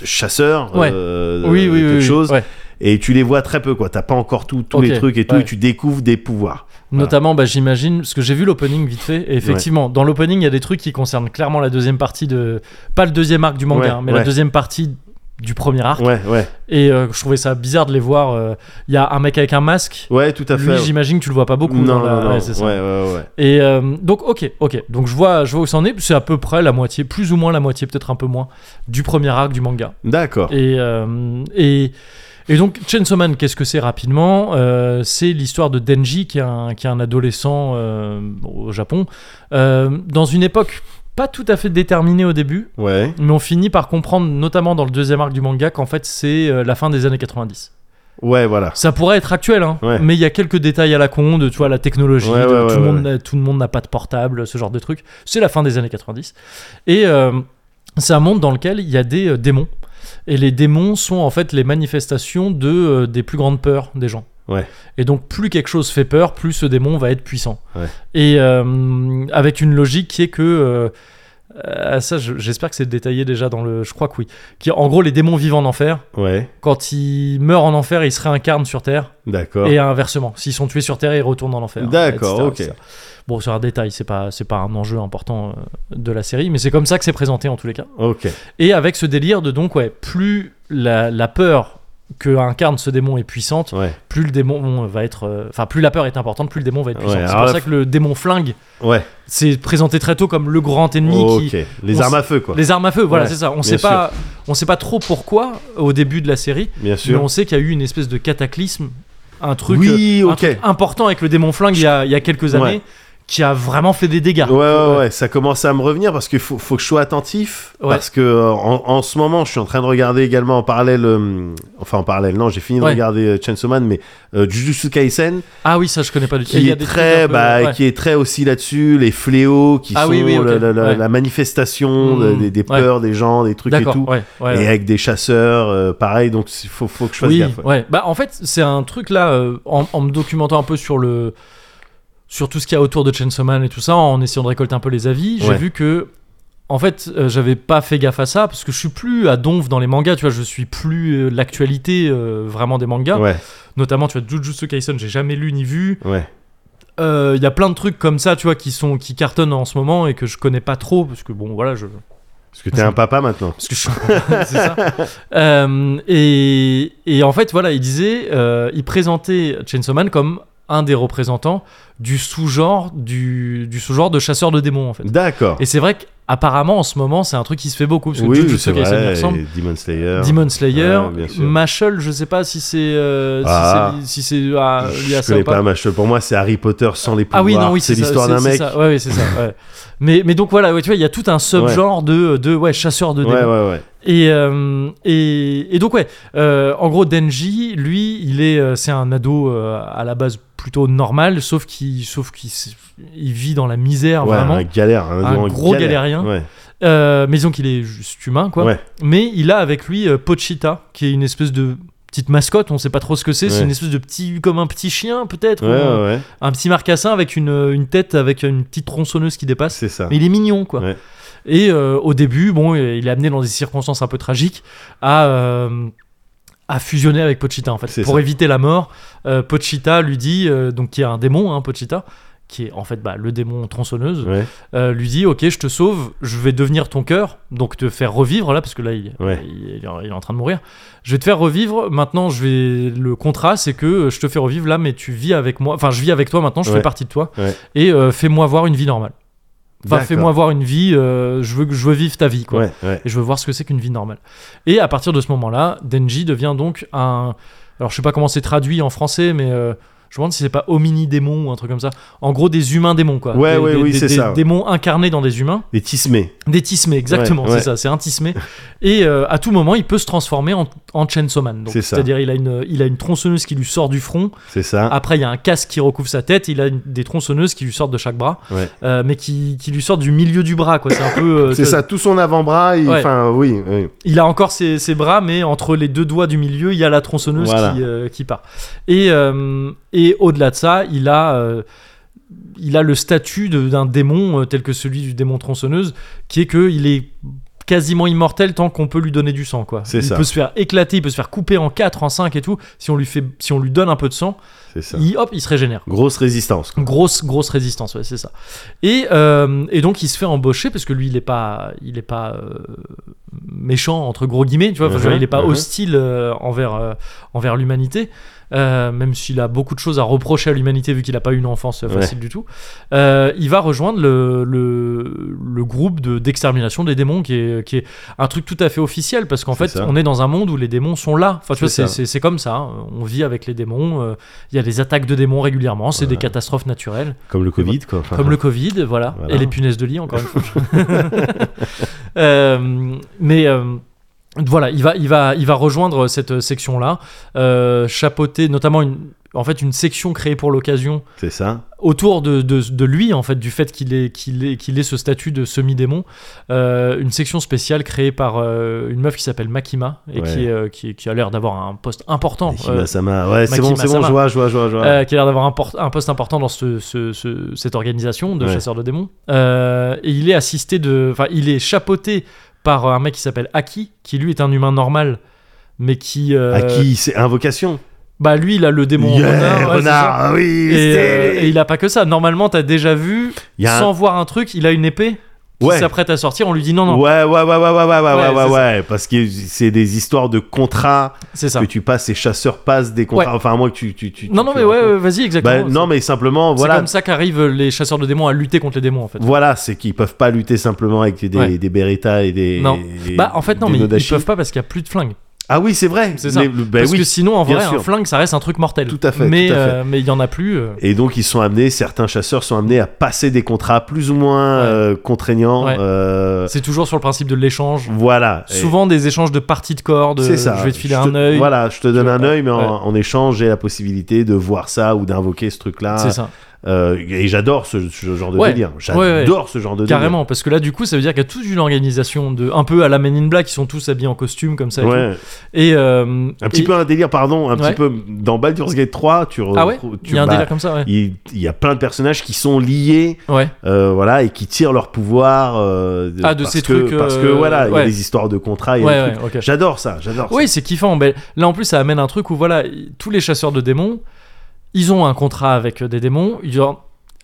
B: de chasseurs,
A: Ouais.
B: euh,
A: Oui, oui, oui,
B: quelque
A: oui,
B: chose,
A: ouais.
B: et tu les vois très peu. quoi T'as pas encore tout, tous
A: Ok,
B: les trucs et tout,
A: ouais.
B: et tu découvres des pouvoirs.
A: Notamment, bah, j'imagine, parce que j'ai vu l'opening vite fait, et effectivement, dans l'opening, il y a des trucs qui concernent clairement la deuxième partie de. Pas le deuxième arc du manga,
B: Ouais,
A: hein, mais la
B: ouais.
A: deuxième partie du premier arc.
B: Ouais, ouais,
A: Et euh, je trouvais ça bizarre de les voir. euh, Il y a un mec avec un masque.
B: ouais, tout à
A: Lui,
B: fait.
A: j'imagine que tu le vois pas beaucoup.
B: non,
A: dans
B: non,
A: la-
B: non,
A: ouais, c'est ça.
B: ouais, ouais, ouais.
A: Et euh, donc, ok, ok. Donc, je vois, je vois où ça en est. C'est à peu près la moitié, plus ou moins la moitié, peut-être un peu moins, du premier arc du manga.
B: D'accord.
A: Et, euh, et, et donc, Chainsaw Man, qu'est-ce que c'est rapidement Euh, C'est l'histoire de Denji, qui est un, qui est un adolescent euh, au Japon, euh, dans une époque pas tout à fait déterminé au début,
B: Ouais.
A: mais on finit par comprendre, notamment dans le deuxième arc du manga, qu'en fait c'est euh, la fin des années 90.
B: Ouais, voilà.
A: Ça pourrait être actuel, hein,
B: Ouais.
A: mais il y a quelques détails à la con, de, tu vois, la technologie,
B: Ouais,
A: de-
B: ouais, ouais,
A: tout, le
B: ouais,
A: monde, n'a- tout le monde n'a pas de portable, ce genre de truc. C'est la fin des années 90. Et euh, c'est un monde dans lequel il y a des euh, démons. Et les démons sont en fait les manifestations de, euh, des plus grandes peurs des gens.
B: Ouais.
A: Et donc plus quelque chose fait peur, plus ce démon va être puissant.
B: Ouais.
A: Et euh, avec une logique qui est que... euh, euh, ça, je- j'espère que c'est détaillé déjà dans le... Je crois que oui. Qui, en gros, les démons vivent en enfer.
B: Ouais.
A: Quand ils meurent en enfer, ils se réincarnent sur Terre.
B: D'accord.
A: Et inversement, s'ils sont tués sur Terre, ils retournent en enfer.
B: D'accord,
A: etc.,
B: ok.
A: etc. Bon, c'est un détail, c'est pas, c'est pas un enjeu important euh, de la série, mais c'est comme ça que c'est présenté en tous les cas.
B: Ok.
A: Et avec ce délire de donc, ouais, plus la, la peur que incarne ce démon est puissante,
B: Ouais.
A: plus le démon va être. euh, Enfin, plus la peur est importante, plus le démon va être
B: Ouais,
A: puissant. c'est
B: alors
A: pour
B: là,
A: ça que le démon flingue,
B: Ouais.
A: c'est présenté très tôt comme le grand ennemi qui,
B: Ok. Les
A: on
B: armes à feu, quoi.
A: les armes à feu, voilà,
B: Ouais,
A: c'est ça. On
B: bien
A: sait pas, on sait pas trop pourquoi au début de la série,
B: Bien
A: mais
B: sûr.
A: on sait qu'il y a eu une espèce de cataclysme, un truc,
B: Oui,
A: euh, un
B: ok.
A: truc important avec le démon flingue il y a, il y a quelques
B: Ouais.
A: années, qui a vraiment fait des dégâts.
B: Ouais, ouais, ouais, ça commence à me revenir parce qu'il faut, faut que je sois attentif.
A: euh, Ouais.
B: Parce que euh, en, en ce moment, je suis en train de regarder également en parallèle. euh, enfin, en parallèle, non, j'ai fini de
A: Ouais.
B: regarder euh, Chainsaw Man, mais euh, Jujutsu Kaisen,
A: Ah oui, ça je connais pas du tout. Il
B: qui
A: y a
B: est
A: des trucs
B: très,
A: un peu-
B: bah,
A: ouais.
B: qui est très aussi là-dessus, les fléaux qui
A: Ah
B: sont
A: oui, oui, ok,
B: la, la- la-
A: ouais.
B: la manifestation de-
A: Mmh,
B: des, des
A: ouais.
B: peurs des gens, des trucs et
A: D'accord,
B: tout.
A: ouais, ouais,
B: Et
A: ouais.
B: avec des chasseurs, euh, pareil, donc il faut, faut que je fasse
A: oui,
B: gaffe. ouais.
A: ouais. Bah en fait, c'est un truc là, euh, en, en me documentant un peu sur le, sur tout ce qu'il y a autour de Chainsaw Man et tout ça, en essayant de récolter un peu les avis, j'ai
B: Ouais.
A: vu que, en fait, euh, j'avais pas fait gaffe à ça parce que je suis plus à donf dans les mangas, tu vois, je suis plus euh, l'actualité euh, vraiment des mangas.
B: Ouais,
A: Notamment, tu vois, Jujutsu Kaisen, j'ai jamais lu ni vu.
B: ouais,
A: Euh, Il y a plein de trucs comme ça, tu vois, qui sont qui cartonnent en ce moment et que je connais pas trop parce que bon, voilà, je
B: Parce que t'es un papa maintenant.
A: parce que je c'est ça. Euh, et, et en fait, voilà, il disait, euh, il présentait Chainsaw Man comme un des représentants du sous-genre du, du sous-genre de chasseur de démons en fait.
B: D'accord.
A: Et c'est vrai qu'apparemment en ce moment, c'est un truc qui se fait beaucoup parce que
B: Oui,
A: Jujutsu
B: c'est
A: Kaisen, il me
B: vrai.
A: ressemble.
B: et Demon Slayer.
A: Demon Slayer,
B: Ouais, bien sûr.
A: Mashal, je sais pas si c'est euh, si
B: Ah.
A: c'est- si c'est ah, lié à
B: je
A: ça
B: connais
A: ou pas.
B: pas, ma cheveux. Pour moi, c'est Harry Potter sans les pouvoirs.
A: Ah oui, non, oui,
B: c'est
A: ça,
B: l'histoire
A: c'est-
B: d'un
A: c'est
B: mec.
A: ça. Ouais, ouais, c'est ça. ouais. mais, mais donc voilà, ouais, tu vois, il y a tout un sub-genre de, de ouais, chasseur de
B: Ouais,
A: démons.
B: ouais, ouais.
A: Et, euh, et, et donc, ouais, euh, en gros, Denji, lui, il est, euh, c'est un ado euh, à la base plutôt normal, sauf qu'il, sauf qu'il s- il vit dans la misère
B: Ouais,
A: Ah, vraiment.
B: un galère, un,
A: Un gros galérien.
B: Ouais.
A: Euh, mais disons qu'il est juste humain, quoi.
B: Ouais.
A: Mais il a avec lui euh, Pochita, qui est une espèce de petite mascotte, on sait pas trop ce que c'est, c'est
B: Ouais.
A: une espèce de petit, comme un petit chien peut-être,
B: Ouais,
A: ou un-
B: ouais, ouais,
A: un petit marcassin avec une, une tête, avec une petite tronçonneuse qui dépasse.
B: c'est ça.
A: Mais il est mignon, quoi.
B: Ouais.
A: Et euh, au début, bon, il est amené dans des circonstances un peu tragiques à, euh, à fusionner avec Pochita, en fait.
B: C'est
A: Pour
B: ça.
A: éviter la mort, euh, Pochita lui dit, euh, donc qui est un démon, hein, Pochita, qui est en fait bah, le démon tronçonneuse,
B: Ouais,
A: euh, lui dit, ok, je te sauve, je vais devenir ton cœur, donc te faire revivre, là, parce que là, il,
B: Ouais.
A: il- il est en- il est en train de mourir. Je vais te faire revivre, maintenant, je vais... Le contrat, c'est que euh, je te fais revivre, là, mais tu vis avec moi, enfin, je vis avec toi, maintenant, je
B: Ouais.
A: fais partie de toi,
B: Ouais.
A: et euh, fais-moi voir une vie normale. Enfin,
B: D'accord.
A: fais-moi voir une vie, euh, je, veux, je veux vivre ta vie, quoi.
B: ouais, ouais.
A: Et je veux voir ce que c'est qu'une vie normale. Et à partir de ce moment-là, Denji devient donc un. Alors, je sais pas comment c'est traduit en français, mais euh, je me demande si c'est pas homini-démon ou un truc comme ça. En gros, des humains démons, quoi.
B: Ouais,
A: Des-
B: ouais,
A: des-
B: oui,
A: des-
B: c'est
A: des
B: ça.
A: démons incarnés dans des humains.
B: Les tismés.
A: Des tismés, exactement,
B: Ouais,
A: c'est
B: ouais.
A: ça, c'est un tismé. Et euh, à tout moment, il peut se transformer en, en Chainsaw Man. Donc,
B: C'est ça. Ah.
A: C'est-à-dire, il, a une- il a une tronçonneuse qui lui sort du front.
B: C'est ça.
A: Après, il y a un casque qui recouvre sa tête. Il a une- des tronçonneuses qui lui sortent de chaque bras.
B: Ouais.
A: Euh, mais qui, qui lui sort du milieu du bras, quoi. C'est un peu. euh,
B: C'est
A: t'as-
B: ça, tout son avant-bras. il-
A: Ouais.
B: Enfin, oui, oui.
A: Il a encore ses, ses bras, mais entre les deux doigts du milieu, il y a la tronçonneuse
B: Voilà.
A: qui, euh, qui part. Et, euh, et au-delà de ça, il a. euh, il a le statut de- d'un démon euh, tel que celui du démon tronçonneuse, qui est que il est quasiment immortel tant qu'on peut lui donner du sang. Quoi.
B: C'est
A: Il
B: ça.
A: peut se faire éclater, il peut se faire couper en 4, en 5 et tout. Si on lui, fait, si on lui donne un peu de sang,
B: C'est ça.
A: il, hop, il se régénère.
B: Grosse résistance. quoi.
A: Grosse, grosse résistance, ouais, c'est ça. Et, euh, et donc il se fait embaucher parce que lui il est pas, il est pas euh, méchant entre gros guillemets, tu vois. Enfin, je veux dire,
B: Mhm,
A: il est pas
B: mhm.
A: hostile euh, envers euh, envers l'humanité. euh, même s'il a beaucoup de choses à reprocher à l'humanité vu qu'il n'a pas eu une enfance euh, facile du tout, euh, il va rejoindre le, le, le groupe de- d'extermination des démons qui est, qui est un truc tout à fait officiel parce qu'en
B: C'est
A: fait
B: ça.
A: on est dans un monde où les démons sont là. Enfin tu vois c'est-
B: C'est ça.
A: c'est c'est comme ça, hein. on vit avec les démons, euh, il y a des attaques de démons régulièrement, c'est des catastrophes naturelles
B: Comme le Covid, quoi. Enfin,
A: comme le Covid, voilà.
B: Voilà.
A: Et les punaises de lit, encore une fois. Euh, mais euh, voilà, il va, il, va, il va rejoindre cette section-là, euh, chapeauter notamment une, en fait, une section créée pour l'occasion
B: C'est ça.
A: autour de, de- de lui, en fait, du fait qu'il ait, qu'il ait- qu'il ait ce statut de semi-démon. Euh, une section spéciale créée par euh, une meuf qui s'appelle Makima et
B: Ouais.
A: qui, est, euh, qui, qui a l'air d'avoir un poste important. euh,
B: Makima-sama. Ouais, c'est
A: Makima
B: bon, c'est bon,
A: Sama.
B: je vois, je vois, je vois. je vois.
A: euh, qui a l'air d'avoir un, port- un poste important dans ce- ce- ce- cette organisation de
B: Ouais.
A: chasseurs de démons. Euh, et il est assisté de, enfin, il est chapeauté par un mec qui s'appelle Aki, qui lui est un humain normal, mais qui, euh,
B: À qui c'est invocation
A: bah lui, il a le démon
B: Yeah,
A: renard. ouais, c'est
B: renard,
A: ça.
B: ah oui,
A: Et, euh,
B: c'est-
A: et il a pas que ça. Normalement, t'as déjà vu,
B: Il y a un-
A: sans voir un truc, il a une épée qui
B: Ouais.
A: s'apprête à sortir. On lui dit non, non,
B: Ouais, ouais, ouais, ouais, ouais, ouais, ouais, ouais,
A: Ouais,
B: ouais,
A: c'est
B: ouais, parce que c'est des histoires de contrats
A: c'est ça.
B: que tu passes, ces chasseurs passent des contrats, enfin, à moins que tu. tu, tu
A: Non,
B: tu-
A: non,
B: tu-
A: mais ouais, ouais, vas-y, exactement.
B: Bah, non, mais simplement,
A: c'est
B: voilà,
A: comme ça qu'arrivent les chasseurs de démons à lutter contre les démons, en fait.
B: voilà, c'est qu'ils peuvent pas lutter simplement avec des,
A: Ouais.
B: des Beretta et des.
A: Non.
B: et
A: Bah, en fait, non,
B: des
A: mais ils, ils
B: Nodashi.
A: peuvent pas parce qu'il y a plus de flingues.
B: Ah oui, c'est vrai,
A: C'est ça.
B: Les- le- bah
A: Parce
B: oui.
A: que sinon, en
B: bien
A: vrai, un
B: sûr.
A: flingue, ça reste un truc mortel.
B: Tout à fait,
A: Mais
B: tout à fait.
A: euh, mais il y en a plus. euh,
B: Et donc ils sont amenés, certains chasseurs sont amenés à passer des contrats plus ou moins
A: Ouais.
B: euh, contraignants.
A: Ouais.
B: euh,
A: C'est toujours sur le principe de l'échange.
B: voilà. Et
A: Souvent des échanges de parties de cordes.
B: c'est ça.
A: Je vais te filer
B: Je
A: un œil.
B: Voilà, je te donne
A: Je-
B: un œil, mais en,
A: ouais.
B: en échange j'ai la possibilité de voir ça ou d'invoquer ce truc-là.
A: C'est ça.
B: Euh, et j'adore ce, ce genre de
A: Ouais.
B: délire. J'adore
A: Ouais, ouais.
B: ce genre de
A: Carrément, parce que là, du coup, ça veut dire qu'il y a toute une organisation de, un peu à la Men in Black, ils sont tous habillés en costume comme ça. et
B: délire. Ouais.
A: tout. Et euh,
B: Un petit
A: et-
B: peu un délire, pardon, un
A: Ouais.
B: petit peu dans Baldur's Gate 3, tu
A: Ah ouais.
B: retrouves- tu-
A: Il y a un
B: bah,
A: délire comme ça. Ouais.
B: il il y a plein de personnages qui sont liés
A: Ouais.
B: euh, voilà et qui tirent leur pouvoir euh,
A: Ah, de
B: parce
A: ces
B: que,
A: trucs, euh,
B: parce que voilà il y
A: ouais.
B: a des histoires de contrats Ah, il y a
A: Ouais,
B: des
A: ouais,
B: trucs.
A: ok.
B: j'adore ça j'adore ça.
A: Oui, c'est kiffant. Mais là, en plus, ça amène un truc où, voilà, tous les chasseurs de démons, ils ont un contrat avec euh, des démons. Il y a-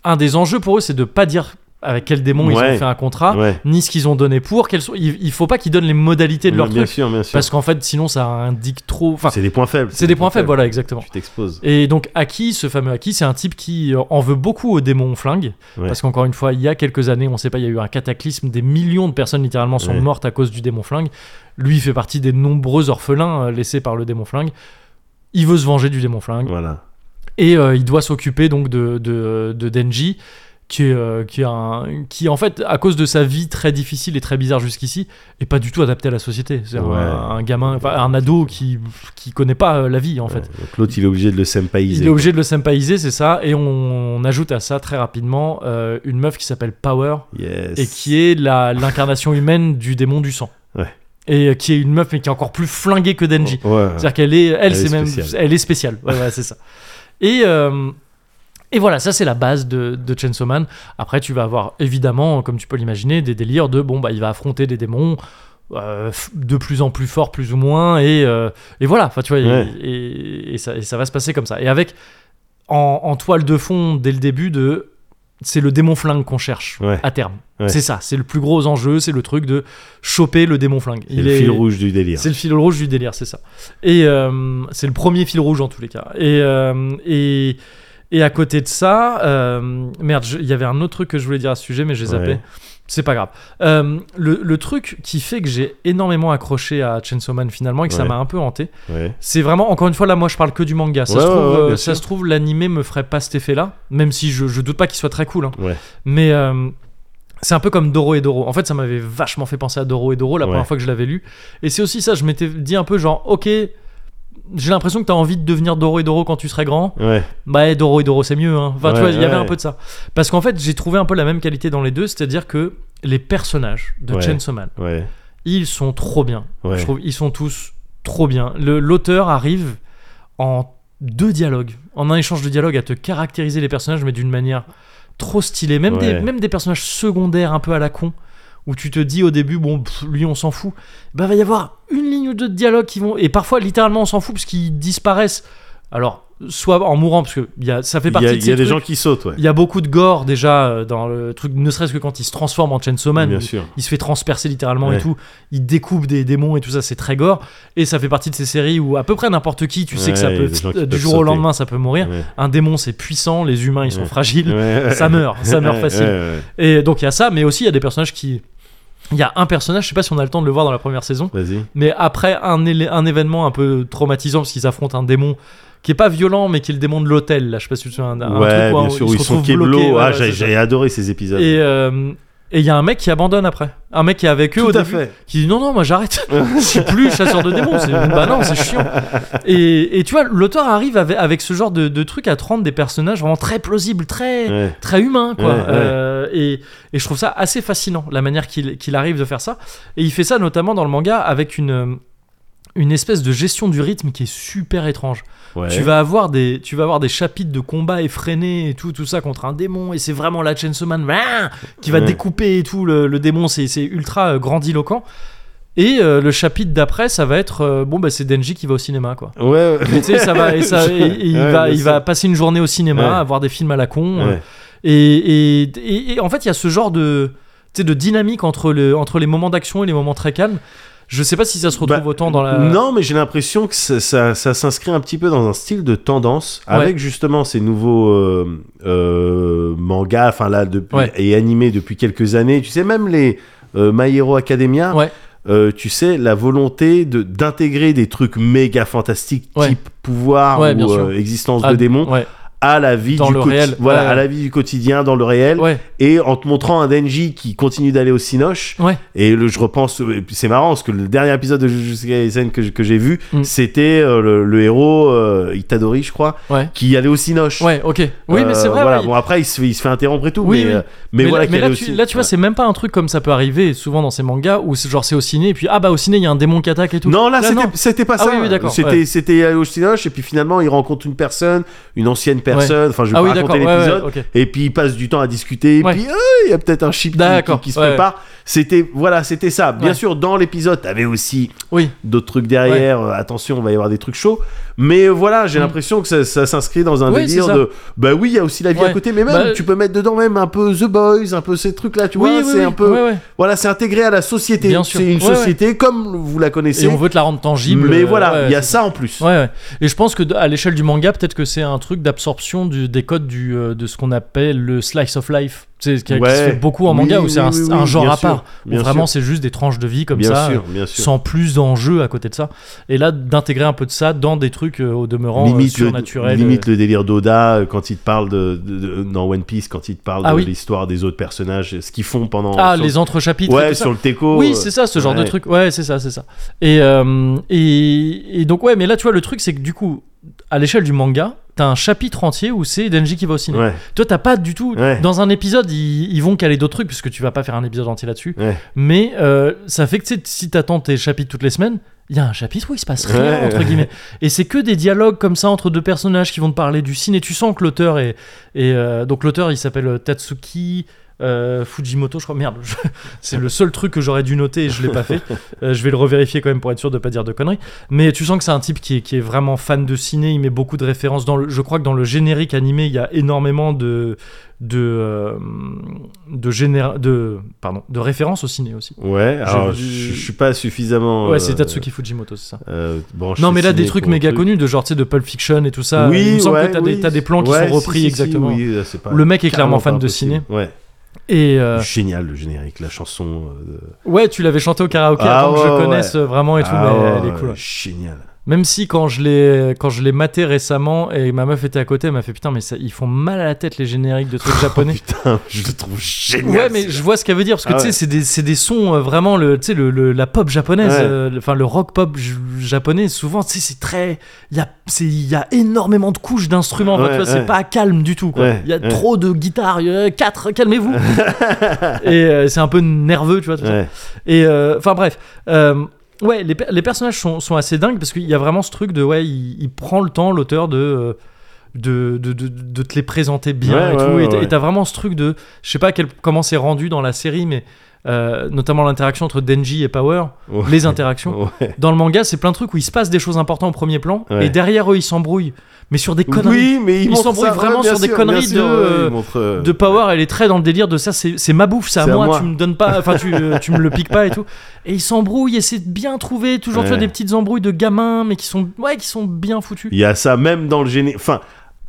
A: Un des enjeux pour eux, c'est de pas dire avec quel démon ils
B: Ouais.
A: ont fait un contrat,
B: Ouais.
A: ni ce qu'ils ont donné pour. Quels sont... Il il faut pas qu'ils donnent les modalités de leur
B: bien
A: truc.
B: sûr bien sûr
A: Parce qu'en fait, sinon, ça indique trop. Enfin,
B: c'est des points faibles
A: c'est des points faibles, voilà, exactement.
B: tu t'exposes
A: Et donc Aki, ce fameux Aki, c'est un type qui euh, en veut beaucoup aux démons flingues.
B: Ouais.
A: Parce qu'encore une fois, il y a quelques années, on sait pas, il y a eu un cataclysme, des millions de personnes littéralement sont
B: Ouais.
A: mortes à cause du démon flingue. Lui, il fait partie des nombreux orphelins euh, laissés par le démon flingue. Il veut se venger du démon flingue.
B: voilà
A: Et euh, il doit s'occuper donc de, de, de Denji, qui, est, euh, qui, est un- qui, en fait, à cause de sa vie très difficile et très bizarre jusqu'ici, est pas du tout adapté à la société. C'est un-
B: Ouais.
A: un, gamin, enfin, un ado qui, qui connaît pas euh, la vie en fait.
B: donc l'autre il est obligé de le
A: Il
B: sempaïser
A: est obligé de le sympathiser, c'est ça. Et on, on ajoute à ça très rapidement euh, une meuf qui s'appelle Power
B: yes.
A: et qui est la- l'incarnation humaine du démon du sang.
B: Ouais. Oh.
A: Et euh, qui est une meuf mais qui est encore plus flinguée que Denji.
B: ouais
A: C'est-à-dire qu'elle est, elle,
B: Euh, est
A: c'est même,
B: spéciale.
A: elle est spéciale. Ouais, ouais, c'est ça. Et euh, et voilà, ça c'est la base de, de Chainsaw Man. Après, tu vas avoir évidemment, comme tu peux l'imaginer, des délires de bon bah il va affronter des démons. euh, f- de plus en plus forts plus ou moins, et, euh, et voilà, enfin tu vois, et-
B: Ouais.
A: et, et ça, et ça va se passer comme ça. Et avec en, en toile de fond dès le début de c'est le démon flingue qu'on cherche
B: Ouais.
A: à terme.
B: Ouais.
A: C'est ça, c'est le plus gros enjeu, c'est le truc de choper le démon flingue.
B: c'est le fil rouge du délire
A: C'est le fil rouge du délire, c'est ça. Et euh, c'est le premier fil rouge en tous les cas. Et, euh, et, et à côté de ça, euh, merde, je- il y avait un autre truc que je voulais dire à ce sujet, mais j'ai zappé.
B: Ouais.
A: C'est pas grave. Euh, le, le truc qui fait que j'ai énormément accroché à Chainsaw Man finalement et que ça
B: Ouais.
A: m'a un peu hanté,
B: ouais.
A: c'est vraiment, encore une fois, là, moi, je parle que du manga. Ça
B: Ouais,
A: se
B: ouais,
A: trouve,
B: ouais,
A: euh,
B: bien
A: ça
B: sûr.
A: se trouve, l'animé me ferait pas cet effet-là, même si je, je doute pas qu'il soit très cool. hein.
B: Ouais.
A: Mais euh, c'est un peu comme Doro et Doro. En fait, ça m'avait vachement fait penser à Doro et Doro la
B: Ouais.
A: première fois que je l'avais lu. Et c'est aussi ça, je m'étais dit un peu genre, ok, j'ai l'impression que t'as envie de devenir Doro et Doro quand tu serais grand.
B: ouais
A: Bah, eh, Doro et Doro, c'est mieux. hein. Enfin, tu
B: Ouais,
A: vois, il y avait
B: ouais.
A: un peu de ça. Parce qu'en fait, j'ai trouvé un peu la même qualité dans les deux, c'est-à-dire que les personnages de
B: Ouais.
A: Chainsaw Man,
B: ouais
A: ils sont trop bien.
B: Ouais.
A: Je trouve ils sont tous trop bien. Le- L'auteur arrive en deux dialogues, en un échange de dialogues à te caractériser les personnages, mais d'une manière trop stylée. Même, des,
B: Ouais.
A: même des personnages secondaires un peu à la con, où tu te dis au début, bon, pff, lui on s'en fout. Bah, va y avoir une ligne ou deux de dialogue qui vont. Et parfois, littéralement, on s'en fout parce qu'ils disparaissent. Alors, soit en mourant, parce que y a, ça fait
B: Il y
A: partie
B: a,
A: de
B: il
A: ces
B: y a des
A: trucs.
B: gens qui sautent, ouais.
A: Il y a beaucoup de gore déjà euh, dans le truc, ne serait-ce que quand il se transforme en Chainsaw Man.
B: Bien
A: où
B: sûr.
A: Il se fait transpercer littéralement et
B: Ouais.
A: tout. Il découpe des démons et tout ça, c'est très gore. Et ça fait partie de ces séries où à peu près n'importe qui, tu sais que ça
B: Ouais,
A: peut, euh,
B: des gens qui
A: du
B: peuvent
A: jour au
B: sauter.
A: lendemain, ça peut mourir.
B: Ouais.
A: Un démon, c'est puissant. Les humains, ils sont
B: Ouais.
A: fragiles.
B: Ouais.
A: Ça meurt, ça meurt
B: Ouais,
A: facile.
B: ouais, ouais.
A: Et donc il y a ça, mais aussi il y a des personnages qui. Il y a un personnage, je sais pas si on a le temps de le voir dans la première saison,
B: Vas-y.
A: mais après un, élé- un événement un peu traumatisant, parce qu'ils affrontent un démon qui est pas violent, mais qui est le démon de l'hôtel, là, je sais pas si tu te souviens. un- un
B: ouais,
A: truc où
B: bien
A: un-
B: sûr,
A: ils
B: où
A: se
B: ils sont
A: retrouvent bloqués,
B: keblo.
A: ouais,
B: Ah,
A: ouais,
B: j'ai
A: c'est ça.
B: j'ai adoré ces épisodes.
A: Et. euh, et il y a un mec qui abandonne après. Un mec qui est avec eux
B: Tout
A: au
B: à
A: début,
B: fait.
A: qui dit non, non, moi j'arrête. Je suis plus chasseur de démons. C'est- Bah non, c'est chiant. Et, et tu vois, l'auteur arrive avec, avec ce genre de, de truc à te rendre des personnages vraiment très plausibles, très,
B: Ouais.
A: très humain quoi
B: Ouais, ouais.
A: Euh, et, et je trouve ça assez fascinant la manière qu'il qu'il arrive de faire ça et il fait ça notamment dans le manga avec une euh, une espèce de gestion du rythme qui est super étrange.
B: Ouais.
A: Tu vas avoir des tu vas avoir des chapitres de combat effrénés et tout tout ça contre un démon et c'est vraiment la Chainsaw Man ah, qui va
B: Ouais.
A: découper et tout le, le démon c'est c'est ultra euh, grandiloquent. Et euh, le chapitre d'après, ça va être euh, bon, bah c'est Denji qui va au cinéma, quoi.
B: Ouais, ouais.
A: Mais tu sais, ça va, et ça, et- et il,
B: Ouais,
A: va,
B: bien
A: il
B: sûr.
A: va passer une journée au cinéma,
B: Ouais.
A: à voir des films à la con. euh,
B: Ouais.
A: et, et, et- et en fait, il y a ce genre de, tu sais, de dynamique entre, le, entre les moments d'action et les moments très calmes. Je sais pas si ça se retrouve
B: Bah,
A: autant dans la.
B: Non, mais j'ai l'impression que ça, ça- ça s'inscrit un petit peu dans un style de tendance
A: Ouais.
B: avec justement ces nouveaux euh, euh, mangas, enfin là depuis
A: Ouais.
B: et animés depuis quelques années. Tu sais même les euh, My Hero Academia.
A: Ouais.
B: euh, tu sais la volonté de d'intégrer des trucs méga fantastiques
A: Ouais.
B: type pouvoir
A: Ouais, bien
B: ou
A: sûr.
B: euh, existence
A: Ah,
B: de démons
A: Ouais,
B: à la vie
A: Dans
B: du
A: le
B: quoti-
A: réel.
B: voilà
A: Ouais.
B: à la vie du quotidien dans le réel
A: ouais,
B: et en te montrant un Denji qui continue d'aller au Cinoche.
A: Ouais.
B: Et le, je repense, et puis c'est marrant parce que le dernier épisode de Jujutsu Kaisen que, je- que j'ai vu,
A: Mm.
B: c'était euh, le, le héros euh, Itadori, je crois,
A: ouais,
B: qui allait au Cinoche.
A: ouais, ok. Oui, mais c'est
B: Euh,
A: vrai.
B: Voilà.
A: ouais.
B: Bon après il se, fait- il se fait interrompre et tout,
A: Oui,
B: mais,
A: oui.
B: euh, mais,
A: là-
B: voilà qu'il
A: là,
B: allait au
A: tu,
B: Cinoche.
A: là, tu vois, c'est même pas un truc comme ça peut arriver souvent dans ces mangas où c'est genre c'est au ciné et puis ah bah au ciné il y a un démon qui attaque et tout.
B: Non, là, c'était-
A: non.
B: c'était pas
A: Ah
B: ça.
A: oui, oui, d'accord,
B: c'était
A: ouais.
B: c'était aller au Cinoche et puis finalement il rencontre une personne, une ancienne personne. Enfin, je vais
A: Ah
B: pas
A: oui, d'accord. Ouais,
B: raconter
A: ouais,
B: l'épisode.
A: ok.
B: Et puis il passe du temps à discuter. Et
A: Ouais.
B: puis euh, il y a peut-être un chip qui,
A: D'accord,
B: qui- qui se
A: ouais.
B: prépare. C'était voilà, c'était ça. Bien
A: Ouais.
B: sûr, dans l'épisode, t'avais aussi
A: Oui.
B: d'autres trucs derrière. euh, attention, on va y avoir des trucs chauds. Mais euh, voilà, j'ai
A: Mm.
B: l'impression que ça, ça s'inscrit dans un
A: Oui,
B: délire
A: c'est ça.
B: de bah oui, il y a aussi la vie
A: Ouais.
B: à côté, mais même
A: Bah,
B: tu peux mettre dedans même un peu The Boys, un peu ces trucs là, tu
A: oui,
B: vois,
A: oui,
B: c'est
A: oui,
B: un peu
A: ouais, ouais.
B: voilà, c'est intégré à la société.
A: Bien sûr.
B: C'est une
A: Ouais, ouais.
B: société comme vous la connaissez.
A: Et on veut te la rendre tangible.
B: mais
A: euh,
B: voilà, il
A: ouais,
B: y a
A: c'est-
B: ça en plus.
A: Ouais, ouais. Et je pense que de- à l'échelle du manga, peut-être que c'est un truc d'absorption du- des codes du, euh, de ce qu'on appelle le slice of life, tu sais, qui, qui
B: Ouais.
A: se fait beaucoup en manga,
B: Oui,
A: où c'est un,
B: oui, oui,
A: un
B: oui,
A: genre
B: bien
A: à
B: sûr,
A: part. où
B: bien
A: vraiment,
B: sûr.
A: c'est juste des tranches de vie comme
B: bien
A: ça,
B: sûr,
A: euh,
B: bien sûr.
A: sans plus d'enjeux à côté de ça. Et là, d'intégrer un peu de ça dans des trucs euh, au demeurant euh, surnaturels.
B: Le, limite le délire d'Oda euh, quand il te parle de, de- de- dans One Piece, quand il te parle
A: Ah
B: de
A: oui.
B: l'histoire des autres personnages, ce qu'ils font pendant.
A: Ah,
B: sur-
A: les entrechapitres. et
B: Ouais,
A: tout ça.
B: sur le euh, Teco.
A: Oui, c'est ça, ce genre de
B: ouais.
A: truc. Ouais, c'est ça, c'est ça. Et, euh, et, et donc, ouais, mais là, tu vois, le truc, c'est que du coup, à l'échelle du manga, t'as un chapitre entier où c'est Denji qui va au cinéma.
B: Ouais,
A: Toi, t'as pas du tout.
B: Ouais.
A: Dans un épisode, ils, ils vont caler d'autres trucs, puisque tu vas pas faire un épisode entier là-dessus.
B: ouais.
A: Mais euh, ça fait que tu sais, si t'attends tes chapitres toutes les semaines, il y a un chapitre où il se passe rien,
B: Ouais.
A: entre guillemets. Et c'est que des dialogues comme ça entre deux personnages qui vont te parler du ciné. Tu sens que l'auteur est. Et, euh, donc, l'auteur, il s'appelle Tatsuki. euh, Fujimoto, je crois. Merde, je- c'est le seul truc que j'aurais dû noter et je l'ai pas fait. Euh, je vais le revérifier quand même pour être sûr de pas dire de conneries. Mais tu sens que c'est un type qui est, qui est vraiment fan de ciné. Il met beaucoup de références. Dans le, je crois que dans le générique animé, il y a énormément de de euh, de, généra- de pardon de références au ciné aussi.
B: Ouais, alors
A: Je-
B: je, je suis pas suffisamment.
A: Ouais,
B: euh,
A: c'est Tatsuki Fujimoto, c'est ça.
B: euh, branché
A: Non, mais là,
B: ciné
A: des trucs
B: pour
A: méga
B: truc.
A: connus, de genre, tu sais, de Pulp Fiction et tout ça.
B: Oui,
A: Il me semble
B: ouais,
A: que t'as,
B: oui.
A: des, t'as des plans qui
B: Ouais,
A: sont
B: si,
A: repris
B: si, si,
A: exactement.
B: oui, là, c'est pas-
A: Le mec est clairement
B: carrément
A: fan
B: pas
A: de
B: impossible.
A: ciné.
B: Ouais.
A: Et euh,
B: Génial le générique, la chanson. euh, de-
A: ouais, tu l'avais chanté au karaoké
B: Ah
A: avant que je
B: ouais,
A: connaisse euh, vraiment et tout,
B: Ah
A: mais
B: ouais,
A: elle est cool.
B: ouais, Génial.
A: Même si quand je l'ai quand je l'ai maté récemment et ma meuf était à côté, elle m'a fait putain mais ça, ils font mal à la tête les génériques de trucs japonais.
B: Oh, Putain, je le trouve génial.
A: Ouais, mais je vois ce qu'elle veut dire parce que
B: Ah
A: tu sais,
B: ouais.
A: c'est des, c'est des sons euh, vraiment le, tu sais, le, le- la pop japonaise,
B: Ouais.
A: euh, le- enfin le rock pop j- japonais. Souvent, tu sais, c'est très, il y a, c'est, il y a énormément de couches d'instruments. Enfin,
B: Ouais,
A: tu vois,
B: ouais.
A: c'est pas calme du tout. quoi. Il
B: Ouais,
A: y a
B: ouais.
A: trop de guitares. il y a quatre, calmez-vous. Et euh, c'est un peu nerveux, tu vois. tout ça.
B: Ouais.
A: Et euh, enfin bref. euh, Ouais, les, per- les personnages sont, sont assez dingues parce qu'il y a vraiment ce truc de ouais, il, il prend le temps l'auteur de, euh, de, de, de- de te les présenter bien
B: Ouais,
A: et
B: ouais,
A: tout.
B: ouais,
A: et t'as-
B: ouais.
A: et t'as vraiment ce truc de, je sais pas quel- comment c'est rendu dans la série, mais euh, notamment l'interaction entre Denji et Power,
B: Ouais.
A: les interactions.
B: Ouais.
A: Dans le manga, c'est plein de trucs où il se passe des choses importantes au premier plan,
B: Ouais.
A: et derrière eux, ils s'embrouillent, mais sur des conneries.
B: Oui, mais
A: Ils
B: ils, montrent
A: s'embrouillent
B: ça,
A: vraiment
B: ouais, bien
A: sur des
B: sûr,
A: conneries
B: bien
A: de,
B: sûr, ouais,
A: euh,
B: ils montrent, euh,
A: De Power, elle est très dans le délire de ça, c'est c'est ma bouffe, c'est à
B: C'est à
A: moi,
B: moi.
A: tu me donnes pas, enfin tu, euh, tu me le piques pas et tout. Et ils s'embrouillent et c'est bien trouvé, toujours tu vois,
B: Ouais.
A: des petites embrouilles de gamins, mais qui sont, ouais, qui sont bien foutues.
B: Il y a ça même dans le générique. Enfin,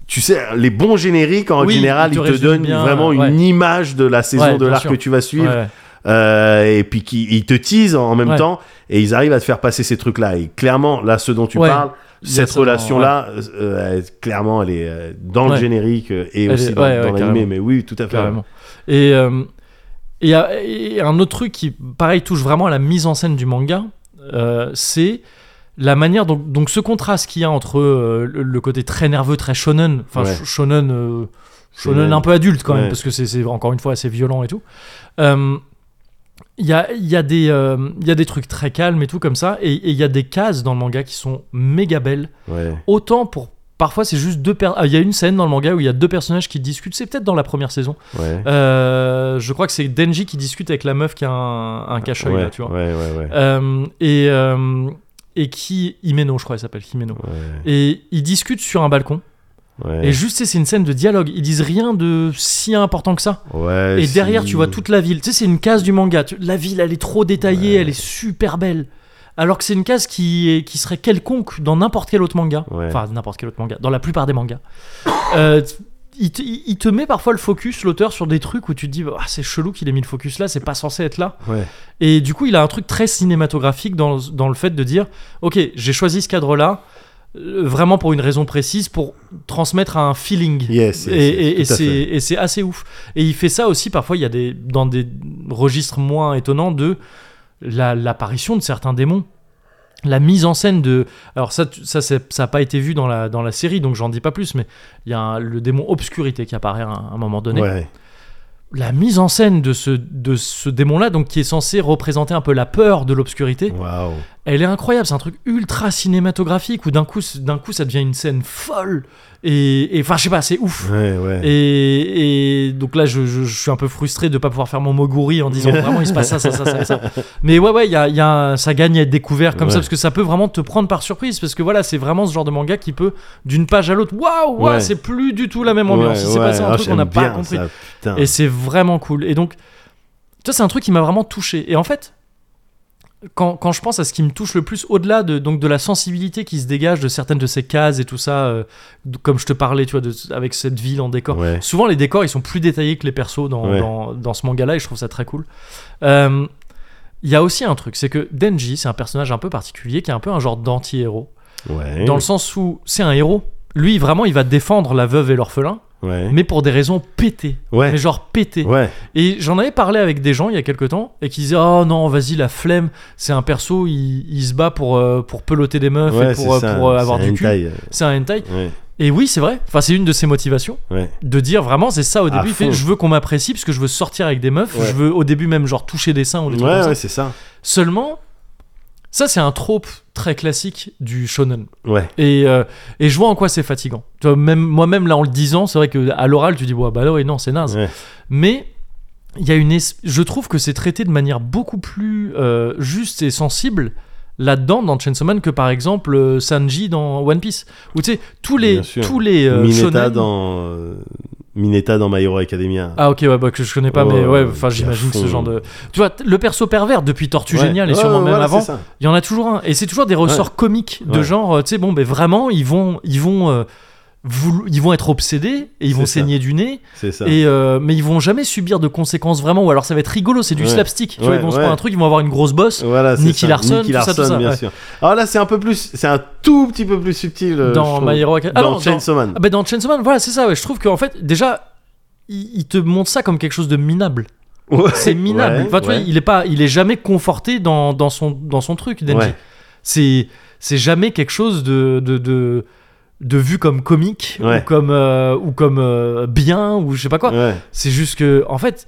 B: tu sais, les bons génériques, en
A: Oui,
B: général,
A: ils
B: ils
A: te
B: te
A: résument
B: donnent
A: bien,
B: vraiment
A: ouais.
B: une image de la saison
A: Ouais,
B: de
A: bien
B: l'arc
A: sûr.
B: que tu vas suivre.
A: Ouais.
B: Euh, et puis qui, ils te teasent en même
A: Ouais.
B: temps et ils arrivent à te faire passer ces trucs là et clairement là ce dont tu
A: Ouais.
B: parles
A: Il y a
B: cette
A: ça dans-
B: relation là clairement elle est euh, dans
A: Ouais.
B: le générique euh, et
A: Elle
B: aussi
A: est-
B: dans,
A: ouais, ouais,
B: dans l'animé.
A: carrément.
B: mais oui tout à fait
A: carrément. Et euh, et, euh, et un autre truc qui, pareil, touche vraiment à la mise en scène du manga, euh, c'est la manière dont, donc ce contraste qu'il y a entre euh, le, le côté très nerveux, très shonen, enfin
B: Ouais.
A: sh- shonen, euh, shonen
B: Shonen.
A: un peu adulte quand même,
B: Ouais.
A: parce que c'est- c'est encore une fois assez violent et tout. Euh, il y a, il y, a des, euh, il y a des trucs très calmes et tout comme ça, et et il y a des cases dans le manga qui sont méga belles,
B: Ouais.
A: autant pour... Parfois c'est juste deux... per- ah, Il y a une scène dans le manga où il y a deux personnages qui discutent, c'est peut-être dans la première saison,
B: Ouais.
A: euh, je crois que c'est Denji qui discute avec la meuf qui a un, un cache-œil,
B: Ouais,
A: là, tu vois.
B: ouais, ouais, ouais.
A: Euh, et, euh, et qui. Himeno, je crois, elle s'appelle Himeno.
B: Ouais,
A: Et ils discutent sur un balcon.
B: ouais.
A: Et juste, tu sais, c'est une scène de dialogue. Ils disent rien de si important que ça.
B: Ouais,
A: Et
B: si-
A: derrière, tu vois toute la ville. Tu sais, c'est une case du manga. Tu- La ville, elle est trop détaillée,
B: Ouais.
A: elle est super belle. Alors que c'est une case qui, est, qui serait quelconque dans n'importe quel autre manga.
B: Ouais.
A: Enfin, n'importe quel autre manga. Dans la plupart des mangas. Euh, il, te, il- il te met parfois le focus, l'auteur, sur des trucs où tu te dis Ah, c'est chelou qu'il ait mis le focus là, c'est pas censé être là.
B: Ouais.
A: Et du coup, il a un truc très cinématographique dans, dans le fait de dire Ok, j'ai choisi ce cadre-là euh, vraiment pour une raison précise, pour transmettre un feeling
B: Yes, yes,
A: et, et- et
B: yes, tout à
A: c'est,
B: fait.
A: et c'est assez ouf. Et il fait ça aussi parfois, il y a des, dans des registres moins étonnants de la- l'apparition de certains démons. La mise en scène de. Alors, ça, tu- ça n'a ça a pas été vu dans la, dans la série, donc j'en dis pas plus, mais il y a un- le démon obscurité qui apparaît à un, à un moment donné.
B: Ouais.
A: La mise en scène de ce, de ce démon-là, donc qui est censé représenter un peu la peur de l'obscurité,
B: Waouh.
A: elle est incroyable, c'est un truc ultra cinématographique où d'un coup, c'est- d'un coup ça devient une scène folle. Et et- enfin, je sais pas, c'est ouf.
B: Ouais, ouais.
A: Et, et donc là, je, je- je suis un peu frustré de ne pas pouvoir faire mon moguri en disant vraiment il se passe ça, ça, ça, ça. et ça. Mais ouais, ouais, il y a, il y a un- ça gagne à être découvert comme ça
B: Ouais.
A: parce que ça peut vraiment te prendre par surprise. Parce que voilà, c'est vraiment ce genre de manga qui peut, d'une page à l'autre, waouh, waouh,
B: Ouais.
A: c'est plus du tout la même ambiance.
B: Ouais,
A: il s'est
B: ouais.
A: passé un
B: Ah,
A: truc qu'on n'a
B: j'aime
A: pas
B: bien
A: compris.
B: ça, putain.
A: Et c'est vraiment cool. Et donc, ça, c'est un truc qui m'a vraiment touché. Et en fait, quand, quand je pense à ce qui me touche le plus, au-delà de, donc, de la sensibilité qui se dégage de certaines de ces cases et tout ça, euh, de- comme je te parlais, tu vois, de- avec cette ville en décor.
B: Ouais.
A: Souvent, les décors, ils sont plus détaillés que les persos dans,
B: Ouais.
A: dans, dans ce manga-là, et je trouve ça très cool. Euh, Il y a aussi un truc, c'est que Denji, c'est un personnage un peu particulier, qui est un peu un genre d'anti-héros,
B: Ouais.
A: dans le sens où c'est un héros. Lui, vraiment, il va défendre la veuve et l'orphelin,
B: Ouais.
A: mais pour des raisons pétées.
B: Eh. Ouais.
A: Mais genre pétées.
B: Ouais.
A: Et j'en avais parlé avec des gens il y a quelques temps et qui disaient Oh non, vas-y, la flemme, c'est un perso, il, il se bat pour, euh, pour peloter des meufs
B: Ouais,
A: et
B: c'est
A: pour, euh,
B: ça,
A: pour, euh, avoir
B: c'est
A: du
B: un
A: cul.
B: hentai.
A: C'est un hentai.
B: Ouais.
A: Et oui, c'est vrai. Enfin, c'est une de ses motivations
B: Ouais.
A: de dire vraiment, c'est ça au
B: À
A: début. Il fait
B: fond.
A: Je veux qu'on m'apprécie parce que je veux sortir avec des meufs.
B: Ah, Ouais.
A: Je veux au début même, genre, toucher des seins ou des trucs comme
B: Ouais,
A: ça.
B: ouais, c'est ça.
A: Seulement, ça, c'est un trope très classique du shonen.
B: Ouais.
A: Et, euh, et je vois en quoi c'est fatigant. Tu vois, même, moi-même, là, en le disant, c'est vrai qu'à l'oral, tu dis, ouais, bah ouais, non, c'est naze.
B: Ouais.
A: Mais il y a une es- je trouve que c'est traité de manière beaucoup plus euh, juste et sensible là-dedans dans Chainsaw Man que par exemple euh, Sanji dans One Piece. Où tu sais, tous les,
B: Bien sûr.
A: tous les euh,
B: Mineta
A: shonen-
B: dans euh, Mineta dans My Hero Academia.
A: Ah ok ouais bah, que je connais pas
B: Ouais,
A: mais ouais
B: ouais,
A: enfin
B: il y a
A: j'imagine que ce
B: fond.
A: genre de tu vois t- le perso pervers depuis Tortue
B: Ouais.
A: Géniale et
B: Ouais,
A: sûrement
B: ouais,
A: même
B: voilà,
A: avant
B: c'est ça.
A: il y en a toujours un et c'est toujours des ressorts comiques de
B: Ouais.
A: genre euh, tu sais bon ben vraiment ils vont ils vont euh, voulu- ils vont être obsédés et ils vont
B: C'est ça.
A: saigner du nez
B: C'est ça.
A: et euh, mais ils vont jamais subir de conséquences vraiment ou alors ça va être rigolo c'est du
B: Ouais.
A: slapstick tu vois,
B: Ouais,
A: ils vont se
B: ouais.
A: prendre un truc ils vont avoir une grosse bosse
B: Voilà, c'est
A: Nicky
B: ça.
A: Larson,
B: Nicky
A: tout ça, tout
B: Larson,
A: ça,
B: bien
A: ouais.
B: sûr. Alors là, c'est un peu plus, c'est un tout petit peu plus subtil euh, je
A: dans
B: trouve.
A: My Hero Acad- Ah non,
B: dans
A: dans-
B: Chainsaw Man.
A: Ah, bah, dans Chainsaw Man voilà c'est ça ouais. je trouve qu'en fait déjà il il te montre ça comme quelque chose de minable
B: Ouais.
A: c'est minable.
B: Ouais,
A: Enfin, tu vois,
B: ouais.
A: il est pas, il est jamais conforté dans, dans son dans son truc. Denji.
B: Ouais.
A: C'est c'est jamais quelque chose de de, de de vu comme comique
B: Ouais.
A: ou comme euh, ou comme euh, bien ou je sais pas quoi.
B: Ouais,
A: C'est juste que en fait,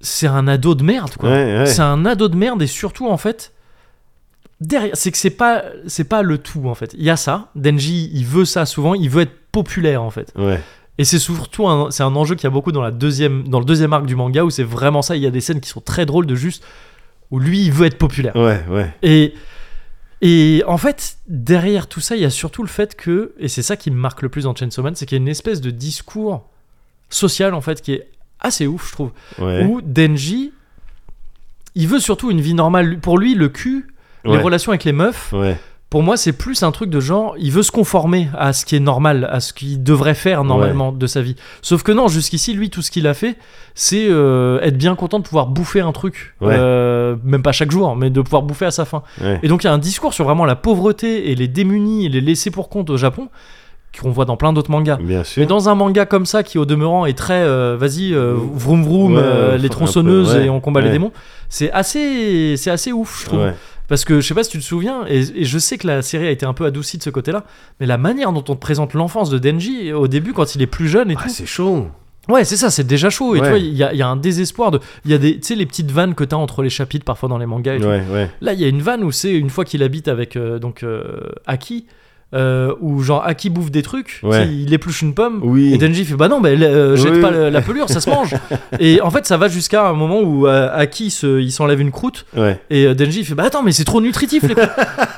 A: c'est un ado de merde quoi.
B: ouais, ouais.
A: C'est un ado de merde et surtout en fait derrière c'est que c'est pas c'est pas le tout en fait. Il y a ça, Denji, il veut ça souvent, il veut être populaire en fait.
B: Ouais.
A: Et c'est surtout un, c'est un enjeu qu'il y a beaucoup dans, la deuxième, dans le deuxième arc du manga où c'est vraiment ça. Il y a des scènes qui sont très drôles de juste où lui il veut être populaire.
B: Ouais, ouais.
A: Et, et en fait, derrière tout ça, il y a surtout le fait que, et c'est ça qui me marque le plus dans Chainsaw Man, c'est qu'il y a une espèce de discours social en fait qui est assez ouf, je trouve.
B: ouais.
A: Où Denji, il veut surtout une vie normale. Pour lui, le cul, les
B: Ouais.
A: relations avec les meufs,
B: Ouais.
A: pour moi, c'est plus un truc de genre, il veut se conformer à ce qui est normal, à ce qu'il devrait faire normalement de sa vie. Sauf que non, jusqu'ici, lui, tout ce qu'il a fait, c'est euh, être bien content de pouvoir bouffer un truc.
B: Ouais.
A: Euh, même pas chaque jour, mais de pouvoir bouffer à sa faim.
B: Ouais.
A: Et donc, il y a un discours sur vraiment la pauvreté et les démunis et les laissés pour compte au Japon, qu'on voit dans plein d'autres mangas.
B: Bien
A: Mais
B: sûr.
A: dans un manga comme ça, qui au demeurant est très euh, vas-y, euh, vroom vroom,
B: Ouais,
A: euh,
B: ouais,
A: les
B: un
A: tronçonneuses
B: peu, ouais.
A: et on combat les
B: Ouais.
A: démons, c'est assez, c'est assez ouf, je trouve.
B: Ouais.
A: Parce que je sais pas si tu te souviens, et, et je sais que la série a été un peu adoucie de ce côté-là, mais la manière dont on te présente l'enfance de Denji au début, quand il est plus jeune et
B: Ah,
A: tout,
B: c'est chaud.
A: Ouais, c'est ça, c'est déjà chaud. Et tu
B: Ouais.
A: vois, il y, a- il y a un désespoir de. Il y a des. Tu sais, les petites vannes que t'as entre les chapitres parfois dans les mangas et tout.
B: Ouais, ouais.
A: Là, il y a une vanne où c'est une fois qu'il habite avec euh, donc euh, Aki, euh, où genre Aki bouffe des trucs, tu sais,
B: Ouais.
A: il épluche une pomme.
B: Oui.
A: Et Denji fait bah non, mais euh, jette
B: Oui.
A: pas le- la pelure, ça se mange. et en fait, ça va jusqu'à un moment où euh, Aki se, il s'enlève une croûte
B: Ouais.
A: et euh, Denji fait bah attends, mais c'est trop nutritif les croûtes.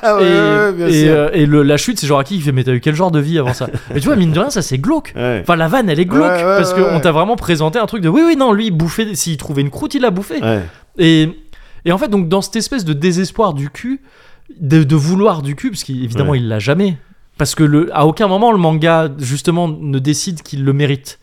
B: Ah
A: et
B: ouais, ouais, bien
A: et,
B: sûr.
A: euh, et le- la chute, c'est genre Aki il fait mais t'as eu quel genre de vie avant ça Mais tu vois, mine de rien, ça c'est glauque.
B: Ouais.
A: Enfin, la vanne, elle est glauque
B: Ouais, ouais,
A: parce
B: ouais,
A: qu'on
B: ouais.
A: t'a vraiment présenté un truc de oui, oui, non, lui, il bouffait, s'il trouvait une croûte, il la bouffait.
B: Ouais.
A: Et, et en fait, donc, dans cette espèce de désespoir du cul, de, de vouloir du cul, parce qu'évidemment,
B: Ouais.
A: il l'a jamais. Parce que le, à aucun moment, le manga, justement, ne décide qu'il le mérite.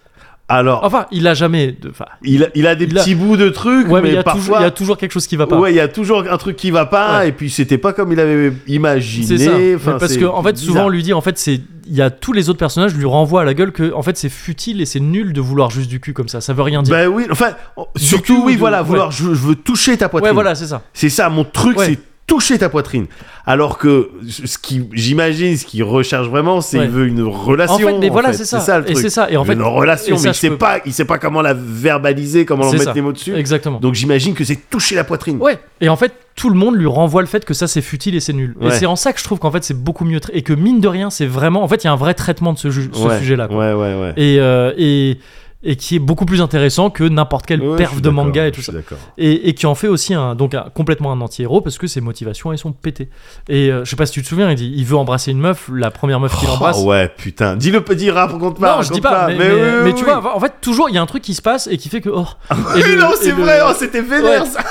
B: Alors,
A: Enfin, il a jamais. de- Enfin,
B: il, a, il a des
A: il a-
B: petits bouts de trucs,
A: ouais, mais
B: mais,
A: il y, a toujours,
B: parfois.
A: il y a toujours quelque chose qui va pas.
B: Ouais, il y a toujours un truc qui va pas,
A: Ouais.
B: et puis c'était pas comme il avait imaginé.
A: C'est ça.
B: Enfin,
A: Mais parce
B: c'est
A: que en fait,
B: bizarre.
A: souvent, on lui dit en fait, c'est il y a tous les autres personnages lui renvoient à la gueule que en fait, c'est futile et c'est nul de vouloir juste du cul comme ça. Ça veut rien dire.
B: Ben oui, enfin,
A: Du
B: surtout,
A: cul ou
B: oui,
A: de-
B: voilà,
A: ouais.
B: vouloir, je, je veux toucher ta poitrine.
A: ouais, voilà, c'est ça.
B: C'est ça, mon truc,
A: Ouais.
B: c'est toucher ta poitrine. Alors que ce qui, j'imagine, ce qu'il recherche vraiment, c'est
A: Ouais.
B: il veut une relation.
A: En fait, mais voilà,
B: fait.
A: c'est ça.
B: le
A: et
B: truc.
A: c'est ça. Et en
B: Il veut
A: fait,
B: une relation,
A: et ça,
B: mais il
A: je
B: sait
A: peux-
B: pas, il sait pas comment la verbaliser, comment en
A: C'est
B: mettre
A: ça.
B: les mots dessus.
A: exactement.
B: Donc j'imagine que c'est toucher la poitrine.
A: Ouais. Et en fait, tout le monde lui renvoie le fait que ça c'est futile et c'est nul. Et
B: Ouais.
A: c'est en ça que je trouve qu'en fait c'est beaucoup mieux tra- et que mine de rien c'est vraiment en fait il y a un vrai traitement de ce, ju- ce
B: Ouais,
A: sujet-là. quoi.
B: Ouais, ouais, ouais.
A: Et, euh, et et qui est beaucoup plus intéressant que n'importe quel
B: Ouais, je
A: perf
B: suis
A: de
B: d'accord,
A: manga et
B: je
A: tout
B: suis
A: ça.
B: D'accord.
A: Et, et qui en fait aussi un, donc un- complètement un anti-héros parce que ses motivations elles sont pétées. Et euh, je sais pas si tu te souviens, il dit il veut embrasser une meuf, la première meuf qu'il
B: Oh,
A: embrasse.
B: ouais, putain. Dis-le, dis, raconte pas.
A: non, je dis
B: raconte
A: pas, mais, mais,
B: oui, oui,
A: mais tu
B: oui.
A: vois, en fait, toujours il y a un truc qui se passe et qui fait que. Oh, et
B: Oui,
A: le-
B: non,
A: et
B: c'est
A: le-
B: vrai, oh, c'était vénère
A: Ouais.
B: ça.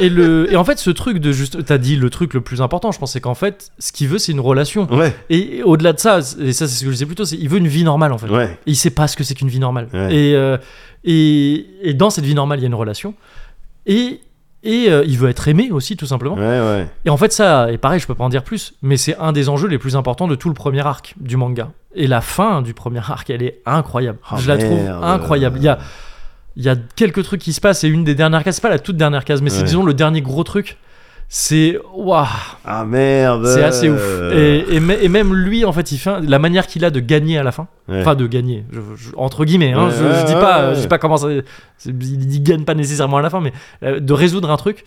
A: et, le, et en fait, ce truc de juste. T'as dit le truc le plus important, je pense, c'est qu'en fait, ce qu'il veut, c'est une relation.
B: Ouais,
A: Et au-delà de ça, c- et ça, c'est ce que je disais plus tôt, c'est il veut une vie normale, en fait.
B: ouais,
A: Et il sait pas ce que c'est qu'une vie normale.
B: Ouais.
A: Et, euh, et, et dans cette vie normale, il y a une relation. Et. Et euh, il veut être aimé aussi, tout simplement.
B: ouais, ouais.
A: Et en fait, ça, et pareil, je peux pas en dire plus, mais c'est un des enjeux les plus importants de tout le premier arc du manga. Et la fin du premier arc, elle est incroyable.
B: Oh,
A: je la
B: merde.
A: trouve incroyable. Il y a, il y a quelques trucs qui se passent, et une des dernières cases, c'est pas la toute dernière case, mais c'est
B: Ouais.
A: disons le dernier gros truc. C'est. Waouh!
B: Ah merde.
A: C'est assez
B: Euh.
A: ouf. Et, et me- et même lui, en fait, il fait un- la manière qu'il a de gagner à la fin.
B: Ouais.
A: Enfin, de gagner, je- je- entre guillemets. hein,
B: Ouais,
A: je,
B: ouais,
A: je dis
B: ouais,
A: pas,
B: ouais.
A: je dis pas comment ça. c'est- Il, il gagne pas nécessairement à la fin, mais euh, de résoudre un truc,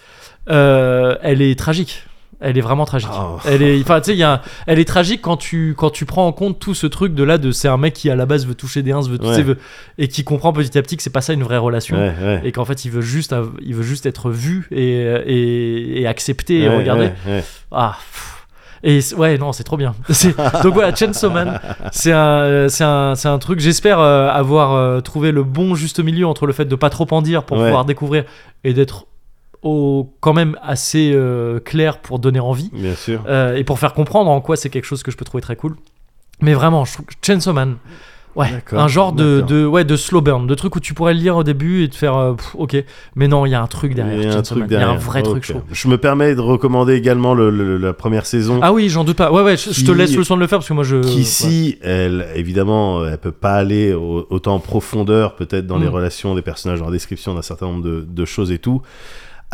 A: euh, elle est tragique. Elle est vraiment tragique.
B: Oh.
A: Elle est, enfin, tu sais, il y a un- elle est tragique quand tu quand tu prends en compte tout ce truc de là de c'est un mec qui à la base veut toucher des uns, veut, tu
B: Ouais.
A: sais, veut- et qui comprend petit à petit que c'est pas ça une vraie relation.
B: Ouais, ouais.
A: Et qu'en fait, il veut juste, av- il veut juste être vu et, et, et accepté et
B: Ouais,
A: regardé.
B: ouais, ouais.
A: Ah. pff. Et c- ouais, non, c'est trop bien. C'est- Donc voilà, Chainsaw Man, c'est un, euh, c'est un, c'est un truc. J'espère euh, avoir euh, trouvé le bon juste milieu entre le fait de pas trop en dire pour
B: Ouais.
A: pouvoir découvrir et d'être au, quand même assez euh, clair pour donner envie
B: Bien sûr.
A: euh, et pour faire comprendre en quoi c'est quelque chose que je peux trouver très cool. Mais vraiment, je trouve que Chainsaw Man, ouais,
B: D'accord,
A: un genre de,
B: d'accord.
A: de, ouais, de slow burn, de truc où tu pourrais le lire au début et te faire euh, pff, ok, mais non, il y a un truc derrière.
B: Il y a un
A: Chainsaw
B: truc
A: Man. Il y a
B: derrière.
A: un vrai truc, je
B: Ok.
A: trouve.
B: Je me permets de recommander également le- le- la première saison.
A: Ah oui, j'en doute pas. Ouais, ouais, je, je te
B: Hein Qui-
A: laisse le soin de le faire parce que moi je.
B: qui si elle évidemment euh, elle peut pas aller au- autant en profondeur peut-être dans les
A: Mm.
B: relations des personnages dans la description d'un certain nombre de, de choses et tout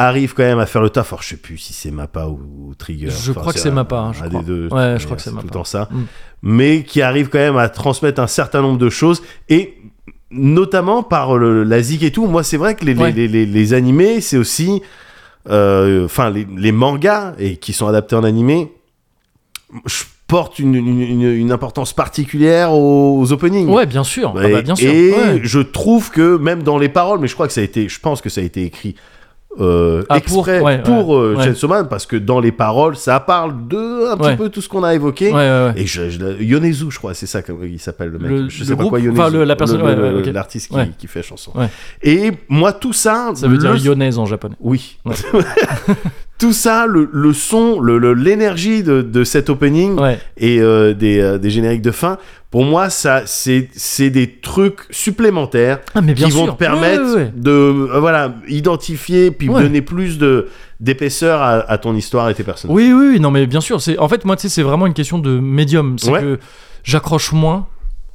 B: arrive quand même à faire le taf alors je sais plus si c'est Mappa ou, ou Trigger
A: Je crois que c'est
B: un-
A: Mappa, hein, je
B: un
A: crois.
B: des deux
A: Ouais,
B: D'ailleurs,
A: je crois que c'est
B: tout le
A: Mappa.
B: temps ça
A: Mm.
B: mais qui arrive quand même à transmettre un certain nombre de choses et notamment par le, la zik et tout moi c'est vrai que les, les-
A: Ouais.
B: les, les- les animés c'est aussi euh, enfin les, les mangas et qui sont adaptés en animé je porte une, une- une- une importance particulière aux, aux openings.
A: Ouais, bien sûr. Ah
B: Et-
A: bah, bien sûr.
B: Et
A: ouais.
B: je trouve que même dans les paroles, mais je crois que ça a été, je pense que ça a été écrit euh,
A: Ah, pour-
B: exprès pour,
A: ouais,
B: euh,
A: ouais.
B: Chainsaw Man, parce que dans les paroles, ça parle de un petit
A: Ouais.
B: peu tout ce qu'on a évoqué.
A: Ouais, ouais, ouais.
B: Et je, je- Yonezu, je crois, c'est ça comme il s'appelle le mec.
A: Le-
B: je
A: le
B: sais pas
A: groupe
B: quoi, Yonezu.
A: Enfin, le- la personne- ouais, ouais, ok.
B: L'artiste qui,
A: Ouais.
B: qui fait la chanson.
A: Ouais.
B: Et moi, tout ça.
A: Ça veut
B: le-
A: dire ionnaise en japonais.
B: Oui.
A: Ouais.
B: tout ça, le, le son, le- le- l'énergie de, de cet opening
A: Ouais.
B: et euh, des, euh, des génériques de fin, pour moi, ça, c'est c'est des trucs supplémentaires
A: Ah, mais bien
B: qui
A: sûr.
B: vont te permettre
A: Ouais, ouais, ouais.
B: de euh, voilà identifier puis
A: Ouais.
B: donner plus de d'épaisseur à, à ton histoire et tes personnages.
A: Oui, oui, oui, non, mais bien sûr. C'est en fait moi, tu sais, c'est vraiment une question de médium. C'est
B: Ouais.
A: que j'accroche moins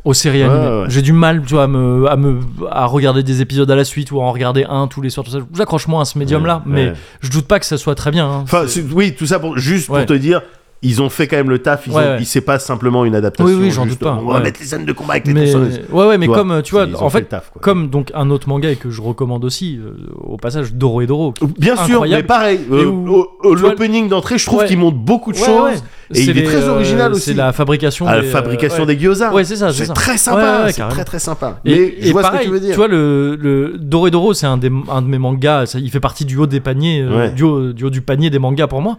A: aux séries
B: Ouais,
A: animées.
B: ouais, ouais.
A: J'ai du mal, tu vois, à me, à me, à regarder des épisodes à la suite ou à en regarder un tous les soirs. tout ça. J'accroche moins à ce médium-là,
B: Ouais,
A: mais
B: ouais.
A: je doute pas que ça soit très bien. hein.
B: Enfin,
A: C'est-
B: c'est- oui, tout ça pour juste
A: Ouais.
B: pour te dire. Ils ont fait quand même le taf, ils
A: Ouais,
B: ont-
A: ouais.
B: ils- c'est pas simplement une adaptation.
A: Oui, oui, j'en
B: juste,
A: doute pas,
B: On va
A: ouais.
B: mettre les scènes de combat avec les
A: mais
B: personnages.
A: ouais, ouais, mais comme euh, tu vois,
B: ils ont
A: en fait,
B: le taf, quoi.
A: comme donc un autre manga et que je recommande aussi euh, au passage Doro et Doro. qui-
B: Bien sûr,
A: Incroyable.
B: mais pareil, euh,
A: Et où-
B: euh, euh,
A: tu vois,
B: l'opening d'entrée, je trouve
A: Ouais.
B: qu'il montre beaucoup de
A: Ouais,
B: choses.
A: ouais.
B: Et il
A: C'est
B: est
A: les,
B: très
A: euh,
B: original aussi.
A: C'est la fabrication,
B: à la
A: des, euh,
B: Ah, fabrication
A: ouais.
B: des gyoza.
A: Ouais, c'est ça, c'est
B: C'est
A: ça.
B: très sympa,
A: Ouais, ouais,
B: c'est
A: carrément.
B: très très sympa.
A: Et,
B: mais je
A: et
B: vois
A: pareil,
B: ce que tu veux dire.
A: vois, le, le Doredoro, c'est un, des- un de mes mangas. ça- il fait partie du haut des paniers, euh,
B: Ouais.
A: du, haut, du haut du panier des mangas pour moi.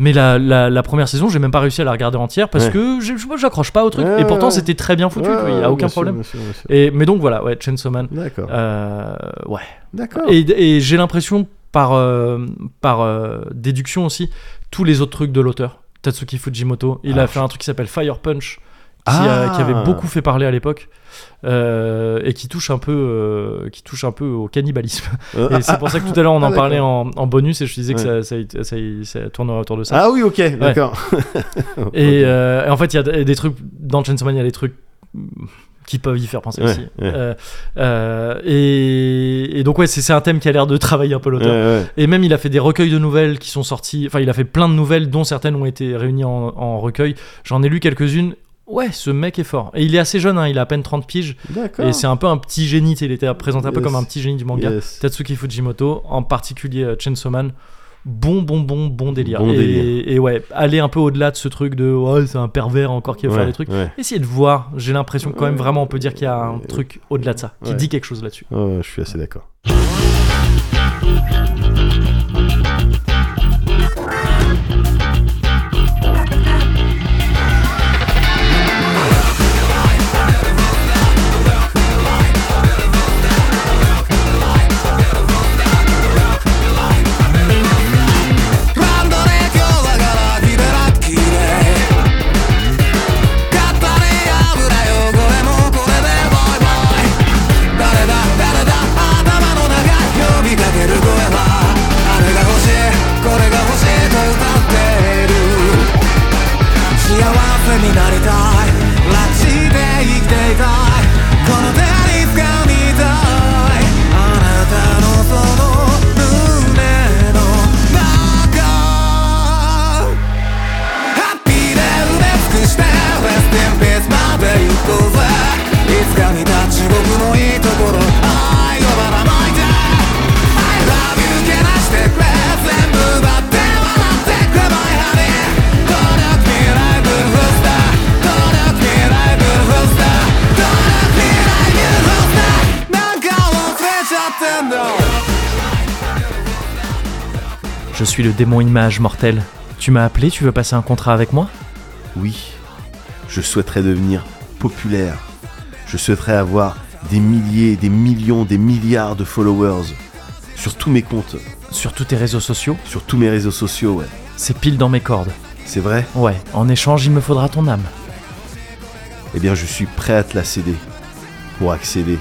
A: Mais la, la, la première saison, j'ai même pas réussi à la regarder entière parce
B: Ouais.
A: que j'ai- je vois, j'accroche pas au truc.
B: Ouais,
A: et pourtant,
B: ouais.
A: c'était très bien foutu,
B: Ouais,
A: il y
B: ouais,
A: a
B: bien
A: aucun
B: sûr,
A: problème.
B: bien sûr, bien sûr.
A: Et, mais donc voilà, ouais, Chainsaw Man.
B: D'accord.
A: euh, ouais.
B: D'accord.
A: Et, et j'ai l'impression, par, euh, par euh, déduction aussi, tous les autres trucs de l'auteur, Tatsuki Fujimoto, il
B: Ah,
A: a fait un truc qui s'appelle Fire Punch, qui, a-
B: Ah.
A: qui avait beaucoup fait parler à l'époque, euh, et qui touche, un peu, euh, qui touche un peu au cannibalisme.
B: Euh,
A: et c'est pour ça que tout à l'heure, on
B: ah,
A: en
B: d'accord.
A: parlait en, en bonus, et je disais que
B: Ouais.
A: ça, ça- ça- ça tournerait autour de ça.
B: Ah oui, ok, d'accord. Ah,
A: Et, euh, et en fait, il y a des trucs dans Chainsaw Man, il y a des trucs qui peuvent y faire penser
B: Ouais,
A: aussi.
B: ouais.
A: Euh, euh, et, et donc ouais, c'est c'est un thème qui a l'air de travailler un peu
B: Ouais,
A: l'auteur.
B: ouais.
A: Et même, il a fait des recueils de nouvelles qui sont sortis. Enfin, il a fait plein de nouvelles, dont certaines ont été réunies en, en recueil. J'en ai lu quelques-unes. Ouais, ce mec est fort. Et il est assez jeune, hein, il a à peine 30 piges.
B: D'accord.
A: Et c'est un peu un petit génie. tu sais, Il était présenté un peu
B: Yes.
A: comme un petit génie du manga.
B: Yes.
A: Tatsuki Fujimoto, en particulier euh, Chainsaw Man. Bon, bon, bon, bon délire.
B: Bon
A: et,
B: délire.
A: et ouais, aller un peu au-delà de ce truc de oh, c'est un pervers encore qui veut
B: Ouais,
A: faire des trucs.
B: ouais.
A: Essayez de voir. J'ai l'impression que quand même vraiment on peut dire qu'il y a un truc au-delà de ça, qui
B: Ouais.
A: dit quelque chose là-dessus.
B: Ouais, je suis assez d'accord.
A: Je suis le démon image mortel. Tu m'as appelé, tu veux passer un contrat avec moi
B: Oui, je souhaiterais devenir populaire. Je souhaiterais avoir des milliers, des millions, des milliards de followers sur tous mes comptes,
A: Sur tous tes réseaux sociaux
B: sur tous mes réseaux sociaux, ouais.
A: C'est pile dans mes cordes.
B: C'est vrai
A: Ouais, en échange, il me faudra ton âme.
B: Eh bien, je suis prêt à te la céder pour accéder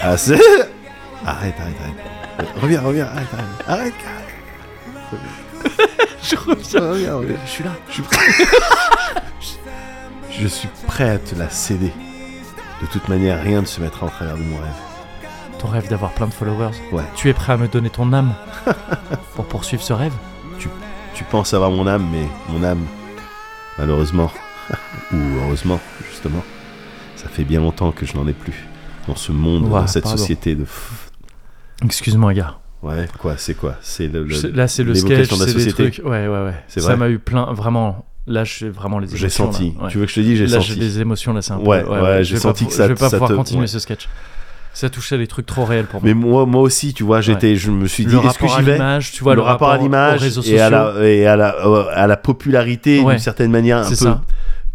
B: à ce... Arrête, arrête, arrête. Euh, Reviens, reviens, arrête, arrête. Arrête,
A: Je reviens.
B: reviens, reviens, reviens. Je suis là, je suis prêt. je suis prêt à te la céder. De toute manière, rien ne se mettra en travers de mon rêve.
A: Ton rêve d'avoir plein de followers.
B: Ouais.
A: Tu es prêt à me donner ton âme pour poursuivre ce rêve
B: Tu penses avoir mon âme, mais mon âme, malheureusement, ou heureusement, justement, ça fait bien longtemps que je n'en ai plus. Dans ce monde,
A: Ouais,
B: dans cette
A: pardon.
B: société de... f-
A: Excuse-moi, gars.
B: Ouais, quoi, c'est quoi C'est le... le-
A: Je sais- Là, c'est le sketch,
B: l'évocation de la
A: c'est des
B: société.
A: trucs. Ouais, ouais, ouais.
B: C'est
A: Ça
B: vrai
A: m'a eu plein, vraiment. Là, j'ai vraiment les émotions.
B: J'ai senti.
A: Là, ouais.
B: Tu veux que je te dise, j'ai
A: Là,
B: senti.
A: j'ai des émotions, là, c'est un peu.
B: Ouais, ouais,
A: je
B: j'ai
A: vais pas
B: senti
A: pou-
B: que ça-
A: Je vais pas
B: ça
A: pouvoir
B: te-
A: continuer
B: ouais.
A: ce sketch. Ça touchait des trucs trop réels pour moi.
B: Mais moi, moi aussi, tu vois, j'étais, je me suis dit,
A: le
B: est-ce que
A: rapport à
B: j'y vais
A: l'image, tu vois,
B: le, rapport, à
A: aux réseaux
B: l'image
A: sociaux.
B: et à la et à la euh, à la popularité
A: Ouais.
B: d'une certaine manière un
A: C'est
B: peu
A: ça.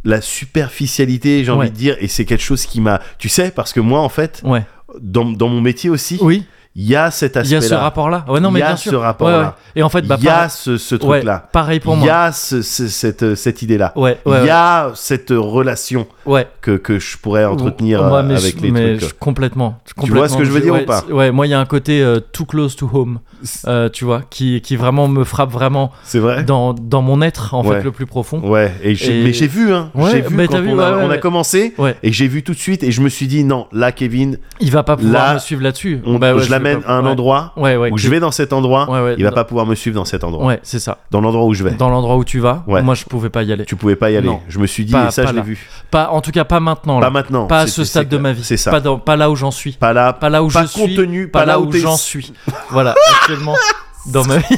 B: la superficialité j'ai
A: Ouais.
B: envie de dire et c'est quelque chose qui m'a tu sais parce que moi en fait
A: Ouais.
B: dans, dans mon métier aussi il
A: Oui,
B: y a cet
A: il
B: aspect
A: y
B: là
A: a ce rapport-là. Ouais, non, mais
B: Il y a
A: bien sûr.
B: ce
A: Ouais,
B: rapport-là.
A: ouais. Et en fait,
B: il
A: bah,
B: y a
A: pareil-
B: ce, ce
A: ouais,
B: truc là
A: Pareil pour
B: il y
A: moi.
B: a ce- ce- cette cette idée là
A: Ouais,
B: il
A: ouais,
B: y
A: ouais.
B: a cette relation
A: ouais.
B: que, que je pourrais entretenir
A: Moi,
B: euh,
A: mais
B: avec
A: je-
B: les
A: mais
B: trucs
A: je- complètement, je-
B: Tu vois ce que je veux dire
A: ouais,
B: ou pas
A: c'est- Ouais, moi il y a un côté euh, too close to home,
B: C'est-
A: euh, tu vois, qui, qui vraiment me frappe vraiment
B: c'est vrai
A: dans, dans mon être en
B: Ouais.
A: fait le plus profond.
B: Ouais, et j'ai-
A: Et-
B: mais j'ai vu, hein.
A: Ouais,
B: j'ai vu
A: mais
B: quand
A: t'as vu,
B: on, a,
A: ouais, ouais,
B: on a
A: ouais.
B: commencé,
A: Ouais.
B: et j'ai vu tout de suite, et je me suis dit, non, là, Kevin,
A: Il va pas pouvoir
B: Là,
A: me suivre là-dessus.
B: on-
A: Bah ouais,
B: je
A: vais
B: l'amène
A: pas-
B: à un
A: ouais.
B: endroit
A: Ouais, ouais,
B: où
A: qui-
B: je vais dans cet endroit,
A: Ouais, ouais,
B: il va
A: dans-
B: pas pouvoir me suivre dans cet endroit,
A: Ouais, c'est ça.
B: dans l'endroit où je vais.
A: Dans l'endroit où tu vas,
B: Ouais.
A: moi je pouvais pas y aller.
B: Tu pouvais pas y aller.
A: Non.
B: Je me suis dit,
A: Pas-
B: et ça,
A: pas
B: je l'ai
A: là.
B: vu.
A: Pas, en tout cas, pas maintenant.
B: Pas
A: Là.
B: maintenant.
A: Pas à
B: C'est-
A: ce
B: c'est-
A: stade de
B: c'est-
A: ma vie.
B: C'est ça.
A: Pas, dans- pas là où j'en suis.
B: Pas là.
A: Pas là où
B: Pas
A: je suis.
B: contenu,
A: Pas
B: pas
A: là
B: là
A: où
B: où t'es-
A: j'en suis. Voilà, actuellement, dans ma vie.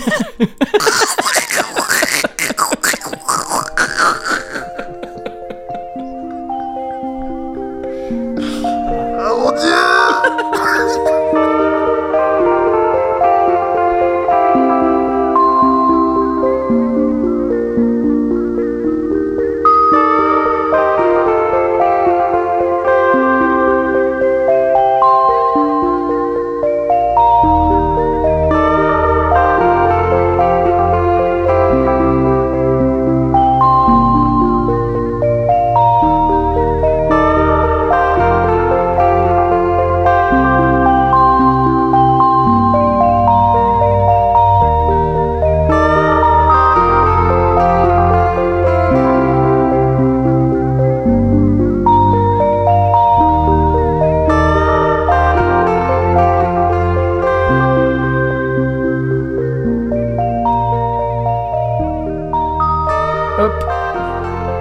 A: Hop.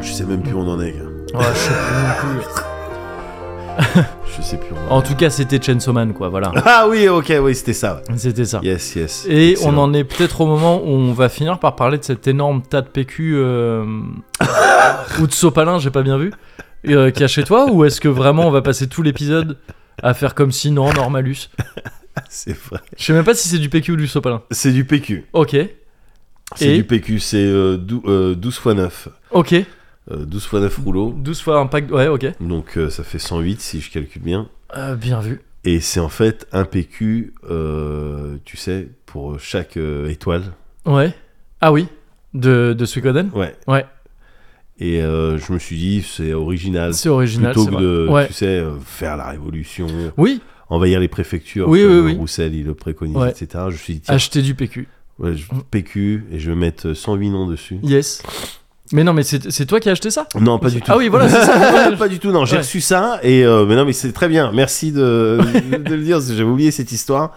B: Je sais même plus où on en est. gars.
A: Ouais, je sais plus non plus.
B: Je sais plus. où on en est.
A: En tout cas, c'était Chainsaw Man, quoi, voilà.
B: Ah oui, ok, oui, c'était ça. ouais.
A: C'était ça.
B: Yes, yes.
A: Et
B: Excellent.
A: on en est peut-être au moment où on va finir par parler de cet énorme tas de PQ euh, ou de sopalin, j'ai pas bien vu, euh, qu'il y a chez toi, ou est-ce que vraiment on va passer tout l'épisode à faire comme si non, normalus
B: C'est vrai.
A: Je sais même pas si c'est du PQ ou du sopalin.
B: C'est du PQ.
A: Ok,
B: C'est
A: Et-
B: du PQ. C'est euh, dou- euh, 12 fois 9.
A: ok,
B: Euh, 12 fois 9 rouleaux.
A: 12 fois un pack, ouais, ok.
B: Donc euh, ça fait 108 si je calcule bien.
A: Euh, bien vu.
B: Et c'est en fait un PQ, euh, tu sais, pour chaque euh, étoile.
A: Ouais. Ah oui, de, de Suikoden
B: Ouais.
A: Ouais.
B: Et euh, je me suis dit, c'est original.
A: C'est original,
B: Plutôt
A: c'est
B: que
A: vrai.
B: de,
A: Ouais.
B: tu sais, euh, faire la révolution,
A: Oui,
B: envahir les préfectures,
A: Oui,
B: comme
A: oui, oui.
B: Roussel, il le préconise,
A: Ouais. Ah, Mm.
B: etc. Je me suis dit, tiens,
A: acheter du PQ.
B: ouais, je- PQ, et je vais mettre 108 noms dessus.
A: Yes. Mais non, mais c'est c'est toi qui as acheté ça
B: Non, pas du tout.
A: Ah oui, voilà, c'est ça.
B: pas du tout, non, j'ai
A: Ouais.
B: reçu ça, et euh, mais non, mais c'est très bien, merci de, de le dire, parce que j'avais oublié cette histoire.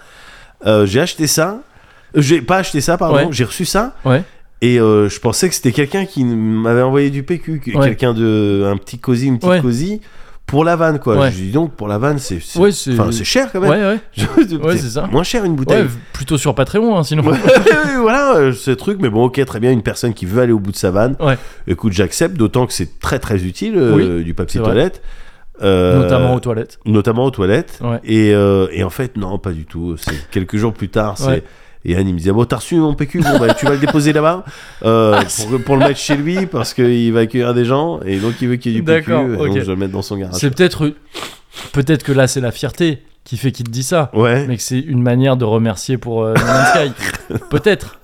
B: Euh, j'ai acheté ça, Euh, j'ai pas acheté ça, pardon,
A: Ouais.
B: j'ai reçu ça,
A: Ouais.
B: et euh, je pensais que c'était quelqu'un qui m'avait envoyé du PQ, que-
A: Ouais.
B: quelqu'un de. un petit cosy, une petite
A: Ouais.
B: cosy, pour la vanne, quoi.
A: Ouais.
B: Je dis donc, pour la vanne, c'est. c'est-
A: Ouais, c'est.
B: Enfin, c'est cher quand
A: Ouais,
B: même.
A: ouais.
B: Je-
A: Ouais, c'est ça.
B: Moins cher une
A: Ouais,
B: bouteille.
A: v- plutôt sur Patreon, hein, sinon.
B: Ouais, voilà euh, ce truc, mais bon, ok, très bien. Une personne qui veut aller au bout de sa vanne,
A: Ouais.
B: écoute, j'accepte, d'autant que c'est très très utile euh, du
A: c'est
B: papier
A: vrai.
B: toilette, euh,
A: Notamment aux toilettes.
B: notamment aux toilettes.
A: Ouais.
B: Et, euh, et en fait, non, pas du tout. C'est quelques jours plus tard, c'est.
A: Ouais.
B: Et Anne, il me disait, bon, t'as reçu mon PQ, bon, bah, tu vas le déposer là-bas euh,
A: Ah,
B: pour, pour le mettre chez lui parce qu'il va accueillir des gens et donc il veut qu'il y ait du PQ.
A: D'accord,
B: et
A: ok.
B: Donc je vais le mettre dans son garage.
A: C'est peut-être. Peut-être que là, c'est la fierté qui fait qu'il te dit ça.
B: Ouais.
A: Mais que c'est une manière de remercier pour euh, No Man's Sky. peut-être.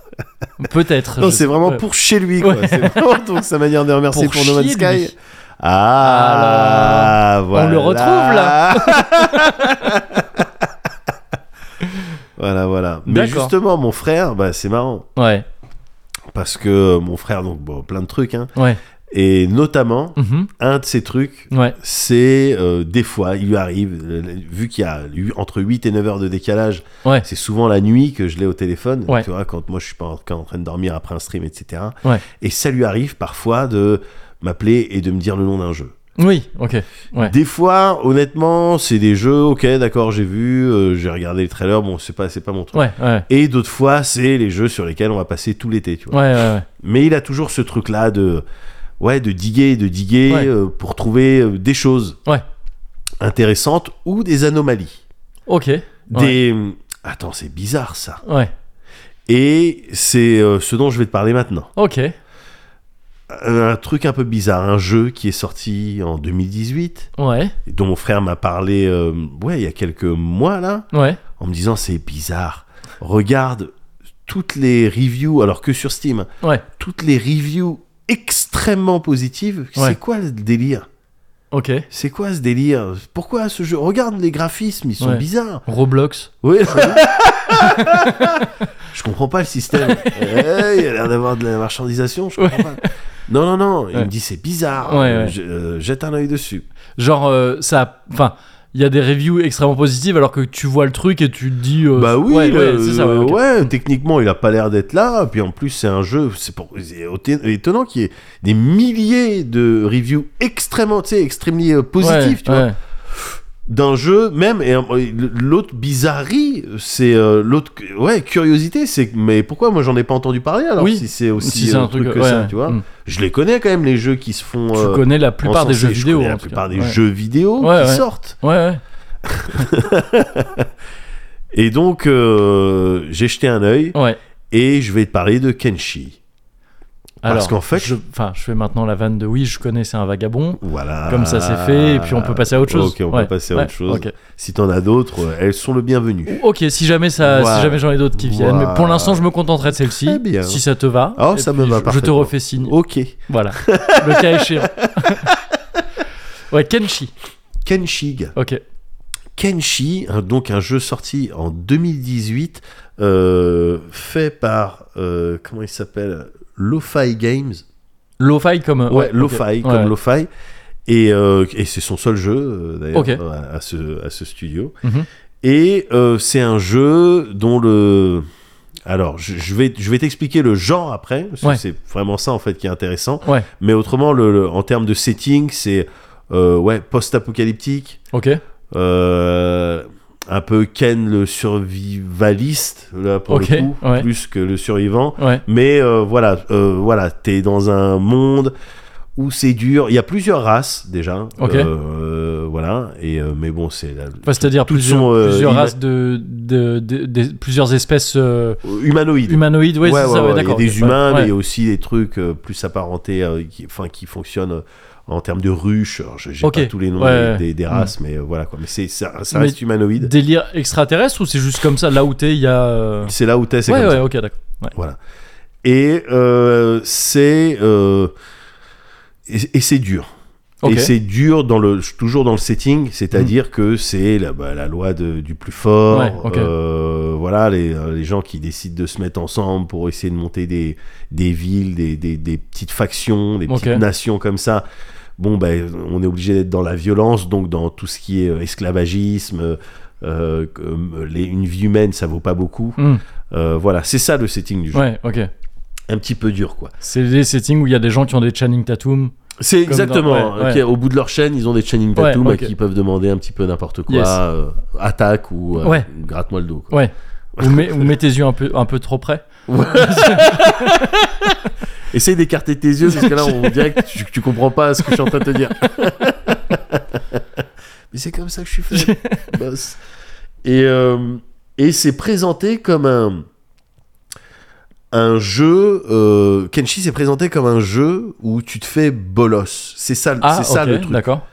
A: Peut-être.
B: Non,
A: je
B: c'est
A: sais-
B: vraiment
A: ouais.
B: pour chez lui, quoi.
A: Ouais.
B: C'est vraiment donc sa manière de remercier
A: Pour
B: pour, No Man's
A: chier lui.
B: Sky. Ah, voilà.
A: On le retrouve, là.
B: voilà, voilà. Mais
A: D'accord.
B: justement, mon frère, bah, c'est marrant.
A: Ouais,
B: Parce que mon frère, donc, bon, plein de trucs, hein.
A: ouais.
B: Et notamment,
A: Mhm.
B: un de ces trucs,
A: Ouais,
B: c'est euh, des fois, il lui arrive, euh, vu qu'il y a lui, entre 8 et 9 heures de décalage,
A: Ouais.
B: c'est souvent la nuit que je l'ai au téléphone,
A: Ouais.
B: tu vois, quand moi je suis pas en, quand en train de dormir après un stream, etc.
A: Ouais.
B: Et ça lui arrive parfois de m'appeler et de me dire le nom d'un jeu.
A: Oui, ok. Ouais.
B: Des fois, honnêtement, c'est des jeux, ok, d'accord, j'ai vu, euh, j'ai regardé le trailer, bon, c'est pas, c'est pas mon truc.
A: Ouais, ouais.
B: Et d'autres fois, c'est les jeux sur lesquels on va passer tout l'été, tu vois.
A: Ouais, ouais, ouais.
B: Mais il a toujours ce truc-là de, ouais, de diguer, de diguer
A: Ouais.
B: euh, pour trouver euh, des choses
A: Ouais.
B: intéressantes ou des anomalies.
A: Ok. Ouais.
B: Des. euh, Attends, c'est bizarre ça.
A: Ouais.
B: Et c'est euh, ce dont je vais te parler maintenant.
A: Ok.
B: Un truc un peu bizarre, un jeu qui est sorti en 2018,
A: Ouais.
B: dont mon frère m'a parlé, euh, ouais, il y a quelques mois là.
A: Ouais.
B: en me disant c'est bizarre. Regarde toutes les reviews, alors que sur Steam,
A: Ouais.
B: toutes les reviews extrêmement positives.
A: Ouais.
B: C'est quoi le délire
A: Ok.
B: C'est quoi ce délire Pourquoi ce jeu Regarde les graphismes, ils sont
A: Ouais.
B: bizarres.
A: Roblox.
B: Oui. je comprends pas le système. Eh, il a l'air d'avoir de la marchandisation. Je comprends pas. Non, non, non. Il
A: Ouais.
B: me dit c'est bizarre.
A: Ouais, ouais.
B: Je- euh, jette un œil dessus.
A: Genre, euh, ça. a- Enfin, il y a des reviews extrêmement positives alors que tu vois le truc et tu te dis. euh,
B: Bah oui,
A: ouais,
B: le-
A: ouais, c'est ça. Ouais,
B: euh,
A: ok.
B: ouais, techniquement, il a pas l'air d'être là. Puis en plus, c'est un jeu. C'est pour- c'est auté- étonnant qu'il y ait des milliers de reviews extrêmement, tu sais, extrêmement euh, positives,
A: Ouais,
B: tu vois,
A: ouais.
B: d'un jeu même. Et euh, l'autre bizarrerie, c'est euh, l'autre, ouais, curiosité, c'est que- mais pourquoi moi j'en ai pas entendu parler alors
A: Oui.
B: si c'est aussi
A: Si c'est
B: euh,
A: un truc
B: que
A: ouais,
B: ça,
A: ouais.
B: tu vois.
A: Mm.
B: Je les connais quand même les jeux qui se font.
A: Tu
B: euh,
A: connais la plupart des
B: encenser.
A: jeux
B: Je
A: vidéo.
B: connais
A: en
B: La
A: tout
B: plupart
A: cas.
B: des
A: Ouais.
B: jeux vidéo
A: Ouais,
B: qui
A: ouais.
B: sortent.
A: Ouais, ouais.
B: Et donc, euh, j'ai jeté un œil.
A: Ouais.
B: et je vais te parler de Kenshi. Parce qu'en fait-
A: je, enfin, je fais maintenant la vanne de oui, je connais, c'est un vagabond.
B: Voilà.
A: Comme ça, c'est fait, et puis on peut passer à autre chose.
B: Ok, on
A: Ouais,
B: peut passer à
A: ouais,
B: autre chose.
A: ok.
B: Si t'en as d'autres, euh, elles sont le bienvenu.
A: Ok, si jamais ça,
B: Voilà.
A: si jamais j'en ai d'autres qui viennent, mais pour
B: Voilà.
A: l'instant, je me contenterai de celle-ci.
B: Très bien.
A: Si ça te va.
B: Oh,
A: Et
B: ça
A: puis
B: me va
A: je- Je te
B: parfaitement. Oh.
A: refais signe.
B: Ok.
A: Voilà. Le cas échéant. ouais, Kenshi.
B: Kenshi. gars.
A: Ok.
B: Kenshi, un- donc un jeu sorti en 2018, euh, fait par, euh, comment il s'appelle Lo-Fi Games.
A: Lo-fi comme.
B: Ouais, Lo-Fi,
A: ok.
B: comme
A: Ouais.
B: Lo-Fi. Et, euh, et c'est son seul jeu, euh, d'ailleurs,
A: Ok.
B: à, à ce, à ce studio.
A: Mhm.
B: Et euh, c'est un jeu dont le. Alors, je, je vais, je vais t'expliquer le genre après, parce
A: Ouais.
B: que c'est vraiment ça, en fait, qui est intéressant.
A: Ouais.
B: Mais autrement, le, le- en termes de setting, c'est euh, ouais, post-apocalyptique,
A: Ok.
B: euh, un peu Ken le survivaliste, là, pour
A: Ok,
B: le coup,
A: ouais.
B: plus que le survivant.
A: Ouais.
B: Mais euh, voilà, euh, voilà, t'es dans un monde où c'est dur. Il y a plusieurs races déjà.
A: Ok.
B: Euh, voilà. Et euh, mais bon, c'est la-
A: Enfin, c'est-à-dire
B: Toutes
A: plusieurs,
B: sont, euh,
A: plusieurs
B: ima-
A: races de, de, de- des- plusieurs espèces euh,
B: euh, humanoïde.
A: humanoïdes. Ouais,
B: Ouais,
A: c'est
B: ouais,
A: ça.
B: ouais,
A: Ouais,
B: Il y a
A: d'accord.
B: des
A: ok.
B: humains, mais
A: Ouais.
B: il y a aussi des trucs euh, plus apparentés, euh, qui, enfin, qui fonctionnent euh, en termes de ruches. Alors, je- J'ai
A: Ok.
B: pas tous les noms
A: Ouais,
B: des, des- des
A: ouais.
B: races, mais euh, voilà quoi. Mais c'est ça, ça
A: Mais-
B: reste humanoïde.
A: Délire extraterrestre ou c'est juste comme ça là où t'es il y a. euh,
B: C'est là où t'es. c'est
A: Ouais
B: comme
A: ouais
B: ça.
A: ok d'accord.
B: Voilà. Et euh, c'est euh, et, et c'est dur.
A: Ok. Mhm.
B: Et c'est dur dans le toujours dans le setting, c'est-à-dire que c'est la, bah, la loi de- du plus fort.
A: Ouais, ok.
B: euh, voilà, les, euh, les gens qui décident de se mettre ensemble pour essayer de monter des, des villes, des, des- des petites factions, des
A: Ok.
B: petites nations comme ça. Bon, ben, on est obligé d'être dans la violence, donc dans tout ce qui est euh, esclavagisme. euh, euh, que, euh, les- une vie humaine, ça vaut pas beaucoup.
A: Hmm.
B: Euh, voilà, c'est ça le setting du jeu.
A: Ouais ok.
B: Un petit peu dur, quoi.
A: C'est des settings où il y a des gens qui ont des Channing Tatum. Comme
B: C'est
A: dans-
B: exactement.
A: ouais,
B: ok,
A: ouais.
B: Au bout de leur chaîne, ils ont des Channing
A: Ouais,
B: Tatum
A: ok.
B: à qui ils peuvent demander un petit peu n'importe quoi.
A: Yes.
B: euh, attaque ou euh,
A: Ouais.
B: gratte-moi le dos. quoi.
A: Ouais. Vous, met- vous mettez yeux un peu un peu trop près.
B: Essaye d'écarter tes yeux parce que là, on dirait que tu, que tu comprends pas ce que je suis en train de te dire. Mais c'est comme ça que je suis fait. boss. Et, euh, et c'est présenté comme un. Un jeu, euh, Kenshi c'est présenté comme un jeu où tu te fais bolos. C'est ça,
A: Ah
B: c'est ça
A: ok,
B: le truc.
A: d'accord.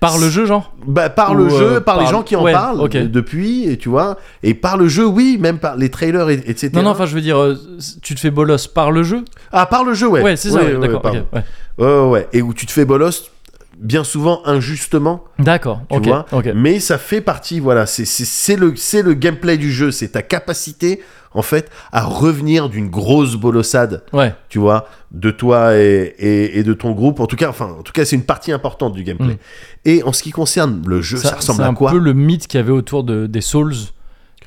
A: Par le jeu genre.
B: Bah, par
A: Ou,
B: le jeu,
A: euh,
B: par, les
A: par-
B: gens qui en
A: ouais,
B: parlent
A: ok.
B: euh, depuis, et tu vois. Et par le jeu, oui, même par les trailers, et- etc.
A: Non non enfin je veux dire euh, tu te fais bolos par le jeu.
B: Ah, par le jeu, ouais.
A: Ouais, c'est ça ouais, d'accord.
B: pardon.
A: ok, ouais.
B: Ouais, ouais, ouais. Et où tu te fais bolos, bien souvent injustement,
A: D'accord.
B: tu
A: Ok.
B: vois. Mm.
A: ok.
B: Mais ça fait partie, voilà. C'est- C'est c'est le, c'est le gameplay du jeu, c'est ta capacité, en fait, à revenir d'une grosse bolossade,
A: Ouais.
B: tu vois, de toi et, et- et de ton groupe. En tout cas, enfin, en tout cas, c'est une partie importante du gameplay.
A: Mm.
B: Et en ce qui concerne le jeu, ça, ressemble
A: c'est
B: à quoi
A: un peu le mythe qu'il y avait autour de, des Souls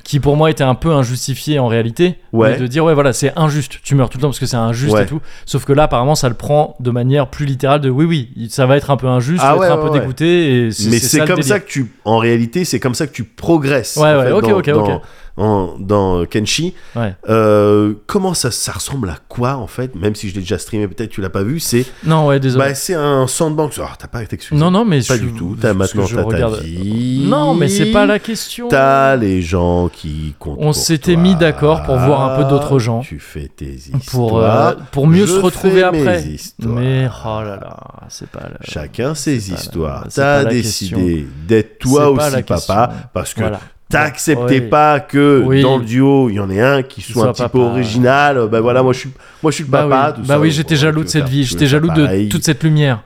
A: qui pour moi était un peu injustifié en réalité.
B: Ouais.
A: mais de dire, ouais, voilà, c'est injuste, tu meurs tout le temps parce que c'est injuste
B: Ouais.
A: et tout. Sauf que là, apparemment, ça le prend de manière plus littérale de oui, oui, ça va être un peu injuste,
B: Ah
A: tu vas être
B: ouais,
A: un
B: ouais,
A: peu
B: ouais.
A: dégoûté. Et
B: Mais c'est
A: le
B: comme
A: délire.
B: ça que tu, en réalité, c'est comme ça que tu progresses.
A: Ouais,
B: en
A: ouais,
B: fait,
A: ok,
B: dans,
A: ok,
B: dans-
A: ok.
B: en- dans Kenshi.
A: Ouais.
B: Euh, comment ça, ça ressemble à quoi en fait Même si je l'ai déjà streamé, peut-être tu l'as pas vu. C'est,
A: Non, ouais, désolé.
B: bah, c'est un sandbank. Ah, t'as pas été excusé.
A: non, non, mais
B: pas
A: je-
B: du tout. T'as
A: parce que
B: maintenant
A: je
B: t'as
A: regarde-
B: ta vie.
A: Non, mais c'est pas la question.
B: T'as les gens qui comptent.
A: On
B: pour
A: s'était
B: toi.
A: mis d'accord pour voir un peu d'autres gens.
B: Tu fais tes
A: pour,
B: histoires.
A: euh, pour mieux
B: Je
A: se retrouver
B: fais mes
A: après.
B: histoires.
A: Mais oh là là, c'est pas là.
B: Euh, Chacun ses
A: pas la-
B: histoires.
A: c'est pas
B: T'as
A: la
B: décidé d'être toi
A: C'est pas la
B: aussi
A: question.
B: papa parce que
A: Voilà.
B: t'acceptais
A: Ouais.
B: pas que
A: Oui.
B: dans le duo il y en ait un qui soit,
A: soit
B: un petit
A: papa.
B: peu original. Ben voilà, moi je suis, moi je suis le
A: Bah
B: papa.
A: oui,
B: tout
A: bah
B: ça.
A: oui j'étais
B: Bon,
A: jaloux de
B: tu veux
A: cette
B: faire-
A: vie,
B: tu veux
A: j'étais
B: faire
A: jaloux de
B: pareil.
A: toute cette lumière.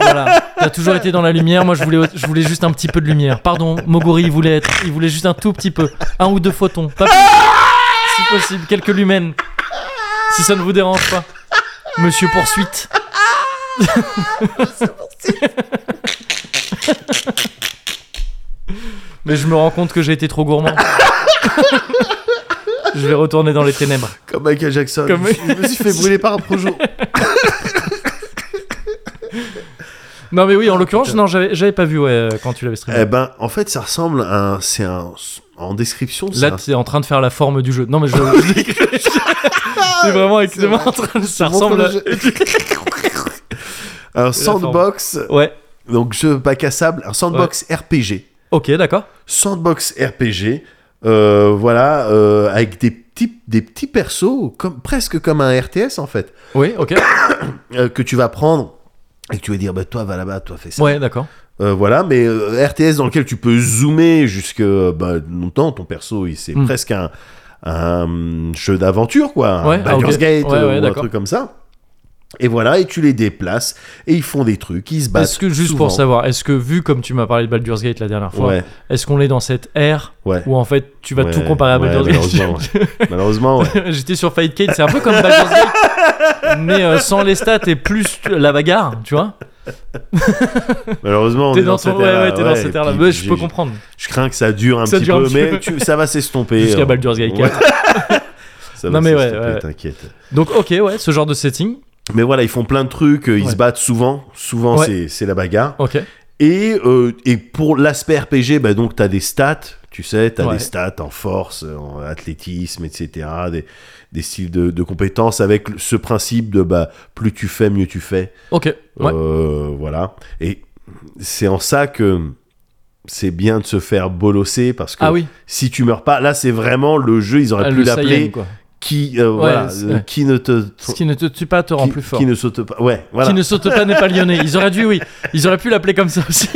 A: voilà, t'as toujours été dans la lumière, moi je voulais, je voulais juste un petit peu de lumière. Pardon, Mogori il voulait être, il voulait juste un tout petit peu, un ou deux photons, pas plus. si possible, quelques lumens, si ça ne vous dérange pas. Monsieur Poursuite. Mais je me rends compte que j'ai été trop gourmand. je vais retourner dans les ténèbres.
B: Comme Michael Jackson.
A: Comme-
B: Je, je me suis fait brûler par un projo.
A: Non mais oui,
B: Ah,
A: en l'occurrence, non, j'avais j'avais pas vu ouais, euh, quand tu l'avais streamé.
B: eh ben, en fait, ça ressemble à un. C'est un. En description, c'est
A: Là,
B: un-
A: t'es en train de faire la forme du jeu. Non mais je... t'es vraiment
B: C'est
A: exactement
B: vrai.
A: en train de... Ça
B: Bon,
A: ressemble à...
B: je- un sandbox,
A: Ouais,
B: donc jeu bac à sable, un sandbox RPG.
A: ok, d'accord.
B: Sandbox RPG, euh, voilà, euh, avec des petits, des petits persos, comme, presque comme un RTS en fait,
A: Oui, ok.
B: euh, que tu vas prendre et que tu vas dire, bah, toi va là-bas, toi fais ça.
A: Ouais, d'accord.
B: Euh, voilà, mais euh, RTS dans lequel tu peux zoomer jusque bah, longtemps, ton perso, il- c'est
A: Hmm.
B: presque un, un jeu d'aventure, quoi.
A: Ouais, ah,
B: un
A: ok.
B: Baldur's Gate
A: Ouais,
B: euh,
A: ouais,
B: ou un
A: d'accord.
B: truc comme ça. Et voilà, et tu les déplaces, et ils font des trucs, ils se battent.
A: Est-ce que, juste
B: Bah, souvent.
A: pour savoir, est-ce que, vu comme tu m'as parlé de Baldur's Gate la dernière fois,
B: Ouais,
A: est-ce qu'on est dans cette ère
B: ouais.
A: où en fait tu vas
B: Ouais,
A: tout comparer à
B: ouais,
A: Baldur's
B: Malheureusement,
A: Gate
B: ouais. Malheureusement, ouais.
A: J'étais sur Fight Gate, c'est un peu comme Baldur's Gate, mais euh, sans les stats et plus la bagarre, tu vois.
B: Malheureusement, on
A: T'es
B: est dans,
A: dans,
B: cette
A: ton... ouais,
B: ère-là,
A: ouais, t'es dans
B: ouais,
A: cette
B: et
A: ère-là.
B: puis
A: Ouais, je peux
B: j'ai-
A: comprendre.
B: Je crains que ça dure un
A: Ça
B: petit
A: dure un
B: peu,
A: petit peu.
B: mais tu- ça va s'estomper.
A: Jusqu'à
B: hein.
A: Baldur's Gate
B: Ouais. ça va
A: Non, mais ouais,
B: s'estomper,
A: ouais.
B: t'inquiète.
A: Donc, ok, ouais, ce genre de setting.
B: Mais voilà, ils font plein de trucs, euh, ils
A: Ouais.
B: se battent souvent. Souvent,
A: Ouais.
B: c'est- c'est la bagarre.
A: Ok.
B: Et, euh, et pour l'aspect RPG, bah, donc t'as des stats, tu sais, t'as
A: Ouais.
B: des stats en force, euh, en athlétisme, etc. Des, des styles de, de compétences avec ce principe de bah, plus tu fais, mieux tu fais.
A: Ok. Ouais.
B: Euh, voilà. Et c'est en ça que c'est bien de se faire bolosser parce que
A: ah oui.
B: si tu meurs pas, là c'est vraiment le jeu, ils auraient
A: Ah,
B: pu
A: le Saiyan,
B: l'appeler
A: quoi.
B: qui, euh, voilà,
A: c'est-
B: euh, qui ne te.
A: Ce qui ne te tue pas te rend
B: qui,
A: plus fort.
B: qui ne saute pas. Ouais, voilà.
A: Qui ne saute pas n'est pas lyonnais. Ils auraient dû, oui. Ils auraient pu l'appeler comme ça aussi.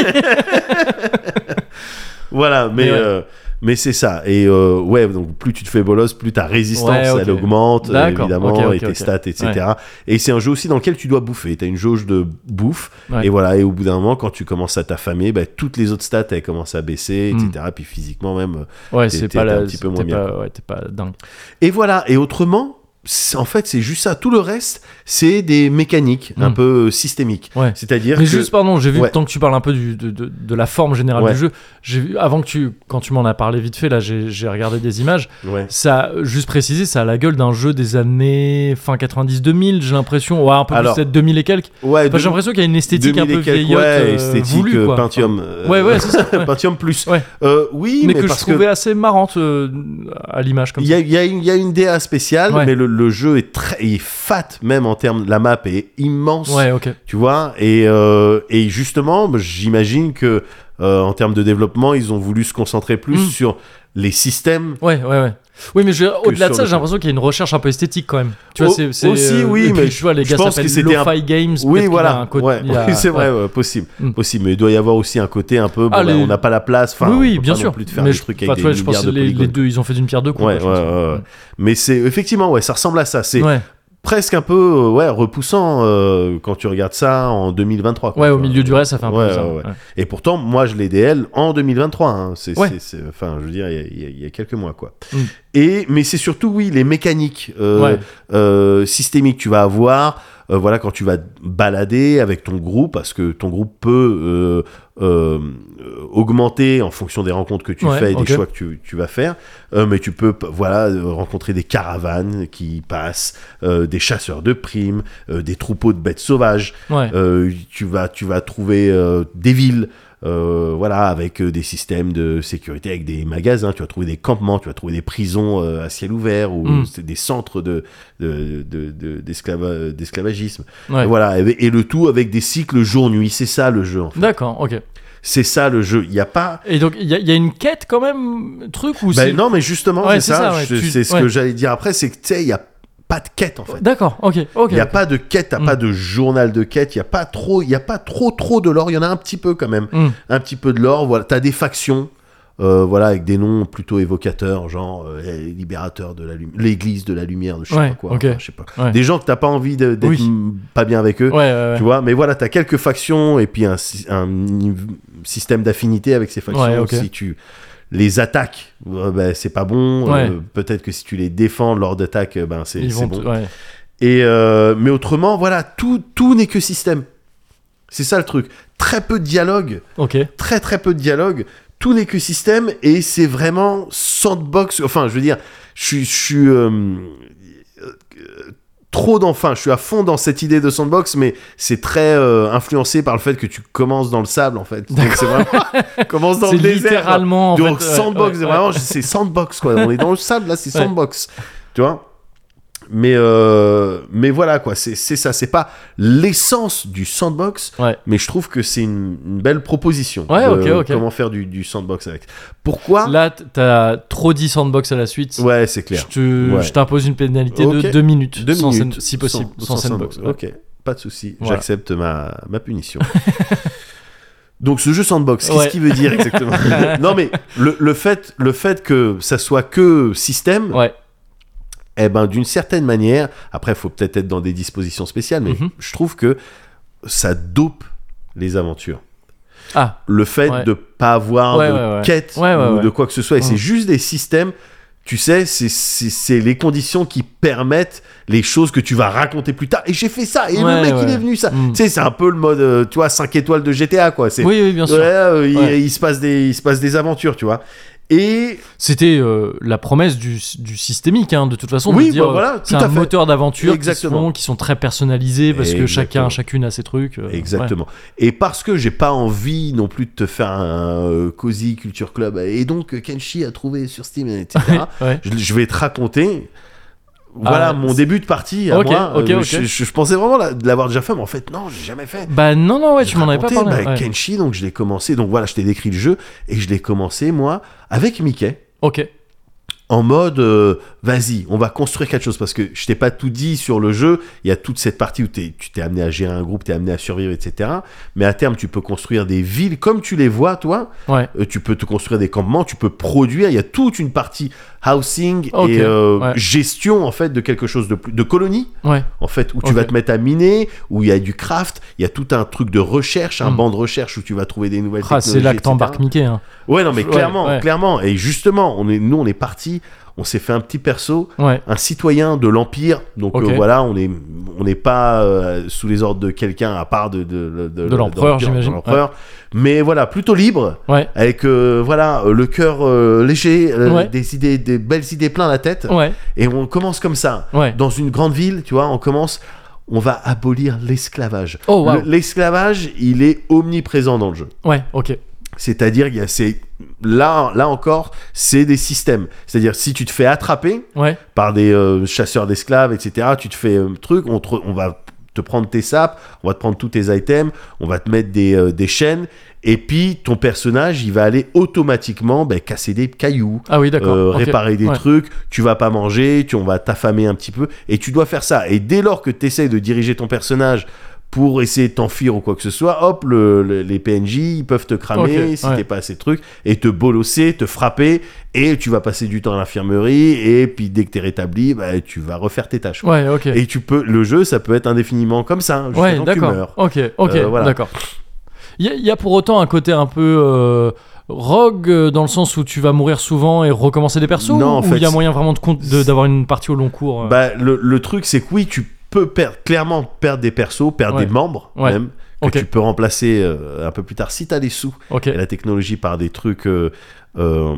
B: Voilà, mais,
A: Mais ouais.
B: euh, mais c'est ça. Et euh, ouais, donc plus tu te fais bolos, plus ta résistance,
A: Ouais, ok.
B: elle augmente, euh,
A: D'accord,
B: évidemment,
A: ok, ok,
B: et tes
A: ok.
B: stats, etc. Et c'est un jeu aussi dans lequel tu dois bouffer. Tu as une jauge de bouffe.
A: Ouais.
B: Et voilà, et au bout d'un moment, quand tu commences à t'affamer, bah, toutes les autres stats, elles commencent à baisser,
A: Hmm.
B: etc. Puis physiquement même. euh,
A: Ouais,
B: T'es-
A: c'est
B: t'es
A: pas la.
B: un petit peu moins
A: t'es
B: bien.
A: pas- ouais, t'es pas dingue.
B: Et voilà, et autrement, c'est- en fait, c'est juste ça. Tout le reste, c'est des mécaniques un
A: Hmm.
B: peu euh, systémiques.
A: Ouais.
B: C'est-à-dire
A: Mais
B: que-
A: juste, pardon, j'ai vu,
B: Ouais.
A: tant que tu parles un peu du- de, de- de la forme générale
B: Ouais.
A: du jeu, j'ai vu, avant que tu, quand tu m'en as parlé vite fait, là, j'ai j'ai regardé des images,
B: Ouais.
A: ça, juste précisé, ça a la gueule d'un jeu des années fin 90-2000, j'ai l'impression, ouais, un peu
B: Alors,
A: plus peut-être 2000 et quelques.
B: Ouais,
A: Enfin, j'ai l'impression qu'il y a une esthétique un
B: 2000
A: peu
B: et quelques,
A: vieillotte,
B: ouais,
A: euh,
B: esthétique
A: voulue,
B: euh,
A: quoi.
B: Pentium. euh,
A: Ouais, ouais, c'est ça, ouais.
B: Pentium plus.
A: Ouais.
B: Euh, oui,
A: mais,
B: mais,
A: que je
B: parce
A: trouvais assez marrante euh, à l'image comme
B: Il
A: ça.
B: y a, il y a une- il y a une DA spéciale,
A: Ouais.
B: mais le, le jeu est très il est fat, même en termes. La map est immense,
A: Ouais, ok.
B: tu vois. Et, euh, et justement, bah, j'imagine que euh, en termes de développement, ils ont voulu se concentrer plus
A: Mm.
B: sur les systèmes.
A: Ouais, ouais, ouais. Oui, mais je- au-delà de
B: sur
A: ça, j'ai
B: le jeu.
A: l'impression qu'il y a une recherche un peu esthétique quand même. Tu
B: Au-
A: vois, c'est, c'est,
B: aussi, oui,
A: et puis,
B: mais
A: tu vois, les
B: je
A: gars
B: pense que
A: s'appellent
B: c'était un-
A: Lo-Fi Games. peut-être
B: Oui,
A: qu'il
B: voilà.
A: a un côté-
B: Ouais,
A: il y a-
B: oui, c'est vrai,
A: ouais.
B: ouais, possible,
A: Mm.
B: possible. Mais il doit y avoir aussi un côté un peu. bon,
A: Ah,
B: bah,
A: les-
B: On n'a pas la place. Enfin,
A: oui,
B: on
A: oui,
B: peut
A: bien
B: pas non
A: sûr.
B: plus de faire
A: mais
B: des
A: je-
B: trucs
A: enfin,
B: avec
A: tu
B: des
A: vois, je pense
B: milliards
A: que
B: de
A: les, les
B: polygones.
A: deux, ils ont fait d'une pierre deux coups.
B: Ouais,
A: quoi, je
B: ouais,
A: pense.
B: ouais, ouais. Mais c'est effectivement, ouais, ça ressemble à ça. C'est
A: Ouais.
B: presque un peu, euh, ouais, repoussant euh, quand tu regardes ça en 2023. quoi,
A: Ouais,
B: tu
A: au
B: vois.
A: milieu du reste, ça fait un peu
B: Ouais,
A: bizarre.
B: ouais, ouais. Et pourtant, moi, je l'ai DL en 2023. hein. C'est,
A: Ouais.
B: c'est- c'est- enfin, je veux dire, il y a- il y, a- il y a quelques mois, quoi.
A: Mm.
B: Et, mais c'est surtout, oui, les mécaniques euh,
A: Ouais.
B: euh, systémiques que tu vas avoir. euh, voilà, quand tu vas te balader avec ton groupe, parce que ton groupe peut euh, euh, augmenter en fonction des rencontres que tu
A: Ouais,
B: fais et
A: ok.
B: des choix que tu, tu vas faire. Euh, mais tu peux, p- voilà, euh, rencontrer des caravanes qui passent, euh, des chasseurs de primes, euh, des troupeaux de bêtes sauvages.
A: Ouais.
B: Euh, tu vas tu vas trouver euh, des villes euh, voilà avec euh, des systèmes de sécurité avec des magasins tu vas trouver des campements tu vas trouver des prisons euh, à ciel ouvert ou
A: Mm.
B: c'est des centres de de- de- de- d'esclava- d'esclavagisme
A: ouais.
B: voilà et, et le tout avec des cycles jour nuit c'est ça le jeu en fait.
A: D'accord, ok.
B: c'est ça le jeu il n'y a pas
A: Et donc, il y, a- il y a une quête quand même, truc ou
B: Ben
A: c'est-
B: non mais justement
A: Ouais,
B: c'est ça,
A: ouais,
B: je-
A: tu-
B: c'est ce
A: ouais.
B: que j'allais dire après c'est que tu sais il n'y a pas de quête en fait
A: D'accord, ok, ok.
B: Il n'y a pas de quête, t'as
A: Mm.
B: pas de journal de quête, il n'y a pas trop, il y a pas trop trop de lore, il y en a un petit peu quand même,
A: Mm.
B: un petit peu de lore. Voilà, t'as des factions, euh, voilà, avec des noms plutôt évocateurs, genre euh, les libérateurs de la lumière, l'église de la lumière, de je sais
A: Ouais,
B: pas quoi,
A: ok.
B: enfin, je sais pas.
A: Ouais.
B: Des gens que t'as pas envie de- d'être
A: Oui.
B: mm, pas bien avec eux,
A: Ouais, ouais, ouais.
B: tu vois. Mais voilà, t'as quelques factions et puis un, sy- un niv- système d'affinité avec ces factions.
A: Ouais, ok.
B: Si tu les attaques, euh, ben, c'est pas bon.
A: Ouais.
B: Euh, Peut-être que si tu les défends lors d'attaques, euh, ben c'est
A: Ils
B: c'est
A: vont.
B: bon.
A: ouais.
B: Et euh, mais autrement, voilà, tout, tout n'est que système. C'est ça le truc. Très peu de dialogue,
A: Ok.
B: très très peu de dialogue. Tout n'est que système et c'est vraiment sandbox. Enfin, je veux dire, je suis, je suis euh, euh, trop dans, enfin, je suis à fond dans cette idée de sandbox, mais c'est très euh, influencé par le fait que tu commences dans le sable en fait. Donc c'est vraiment commence dans
A: C'est
B: le désert. quoi.
A: littéralement. en
B: Donc
A: fait, ouais,
B: sandbox,
A: ouais,
B: vraiment,
A: ouais.
B: c'est sandbox quoi. On est dans le sable là, c'est
A: Ouais.
B: sandbox. Tu vois mais, euh, mais voilà quoi, c'est c'est ça. C'est pas l'essence du sandbox,
A: Ouais.
B: mais je trouve que c'est une, une belle proposition.
A: Ouais,
B: de
A: ok, ok.
B: Comment faire du, du sandbox avec. Pourquoi
A: Là, t- t'as trop dit sandbox à la suite.
B: Ouais, c'est
A: Je
B: clair.
A: te-
B: Ouais.
A: je t'impose une pénalité
B: Ok.
A: de 2 minutes,
B: Deux
A: sans
B: minutes,
A: scène- si possible, sans, sandbox. ouais.
B: Ok, pas de souci.
A: Voilà.
B: J'accepte ma, ma punition. Donc ce jeu sandbox, qu'est-ce
A: Ouais.
B: qu'il veut dire exactement Non mais le, le fait, le fait que ça soit que système,
A: Ouais.
B: eh ben d'une certaine manière, après il faut peut-être être dans des dispositions spéciales, mais
A: Mhm.
B: je trouve que ça dope les aventures.
A: Ah,
B: Le fait
A: Ouais.
B: de pas avoir
A: Ouais,
B: de
A: ouais, ouais.
B: quête
A: Ouais, ouais,
B: ou
A: ouais.
B: de quoi que ce soit, et
A: Mhm.
B: c'est juste des systèmes. Tu sais, c'est- c'est c'est les conditions qui permettent les choses que tu vas raconter plus tard. Et j'ai fait ça, et le
A: Ouais,
B: mec il
A: ouais.
B: est venu ça.
A: Mhm.
B: Tu sais, c'est un peu le mode, euh, tu vois, 5 étoiles de GTA quoi. C'est
A: oui, oui, bien sûr.
B: Ouais, euh, il-
A: Ouais.
B: Il, se passe des, il se passe des aventures, tu vois. Et
A: C'était euh, la promesse du, du systémique, hein, de toute façon. de
B: Oui,
A: dire,
B: bah voilà,
A: euh,
B: tout
A: c'est
B: à
A: un
B: fait.
A: moteur d'aventure qui,
B: Exactement.
A: sont- qui sont très personnalisés parce que chacun,
B: Exactement.
A: chacune a ses trucs. euh, ouais.
B: Exactement. Et parce que j'ai pas envie non plus de te faire un euh, cozy culture club, et donc euh, Kenshi a trouvé sur Steam, etc.
A: Ouais.
B: je, je vais te raconter. Voilà
A: Ah,
B: mon
A: c'est-
B: début de partie. à
A: Ok,
B: moi.
A: ok,
B: Euh,
A: ok.
B: Je, je- je pensais vraiment la- de l'avoir déjà fait, mais en fait, non, j'ai jamais fait.
A: Bah non, non, ouais,
B: Je
A: tu m'en avais pas
B: racontais,
A: parlé.
B: bah,
A: ouais.
B: Kenshi, donc je l'ai commencé. Donc voilà, je t'ai décrit le jeu et je l'ai commencé moi avec Mickey
A: Ok.
B: en mode euh, vas-y, on va construire quelque chose parce que je t'ai pas tout dit sur le jeu. Il y a toute cette partie où t'es- tu t'es amené à gérer un groupe, t'es amené à survivre, etc. Mais à terme, tu peux construire des villes comme tu les vois, toi.
A: Ouais.
B: Euh, tu peux te construire des campements, tu peux produire. Il y a toute une partie housing
A: Ok,
B: et euh,
A: ouais.
B: gestion en fait de quelque chose de plus de colonie
A: Ouais.
B: en fait, où tu
A: Ok.
B: vas te mettre à miner, où il y a du craft, il y a tout un truc de recherche, un
A: Mm.
B: banc de recherche où tu vas trouver des nouvelles
A: Ah,
B: technologies.
A: c'est là que
B: etc..
A: t'embarques Mickey. hein.
B: Ouais, non, mais
A: Ouais,
B: clairement,
A: ouais.
B: clairement. Et justement, on est, nous, on est parti, on s'est fait un petit perso,
A: Ouais.
B: un citoyen de l'empire. Donc
A: Ok.
B: euh, voilà, on est, on n'est pas euh, sous les ordres de quelqu'un à part de de, de- de-
A: De l'empereur,
B: de
A: j'imagine.
B: l'empereur. Mais voilà, plutôt libre.
A: Ouais.
B: Avec euh, voilà euh, le cœur euh, léger, euh,
A: Ouais.
B: des idées, des belles idées plein la tête,
A: Ouais.
B: et on commence comme ça
A: Ouais.
B: dans une grande ville, tu vois, on commence, on va abolir l'esclavage.
A: Oh, wow.
B: Le- L'esclavage, il est omniprésent dans le jeu.
A: Ouais. Ok.
B: C'est-à-dire, il y a ces... là, là encore, c'est des systèmes. C'est-à-dire, si tu te fais attraper
A: Ouais.
B: par des euh, chasseurs d'esclaves, etc., tu te fais un truc, on, te- on va te prendre tes sapes, on va te prendre tous tes items, on va te mettre des, euh, des chaînes, et puis ton personnage, il va aller automatiquement ben, casser des cailloux,
A: Ah oui, d'accord.
B: euh,
A: ok.
B: réparer des
A: Ouais.
B: trucs, tu vas pas manger, tu, on va t'affamer un petit peu, et tu dois faire ça. Et dès lors que tu essaies de diriger ton personnage pour essayer de t'enfuir ou quoi que ce soit, hop, le- le- les PNJ, ils peuvent te cramer
A: Ok,
B: si
A: ouais.
B: t'es pas assez de trucs, et te bolosser, te frapper, et tu vas passer du temps à l'infirmerie, et puis dès que t'es rétabli, bah, tu vas refaire tes tâches. quoi.
A: Ouais. Ok.
B: Et tu peux, le jeu, ça peut être indéfiniment comme ça, hein, jusqu'à
A: Ouais.
B: temps que tu
A: D'accord. Oh.
B: meurs.
A: Ok. Ok.
B: Euh, voilà.
A: D'accord. Il y, a- il y a pour autant un côté un peu euh, rogue euh, dans le sens où tu vas mourir souvent et recommencer des persos
B: Non, en
A: ou
B: fait,
A: il y a moyen vraiment de con- de-
B: c'est-
A: d'avoir une partie au long cours euh,
B: Bah, le, le truc, c'est que oui, tu peux perdre, clairement perdre des persos, perdre
A: Ouais.
B: des membres,
A: Ouais.
B: même, que
A: Ok.
B: tu peux remplacer euh, un peu plus tard si t'as les sous
A: Ok.
B: et la technologie par des trucs euh, euh,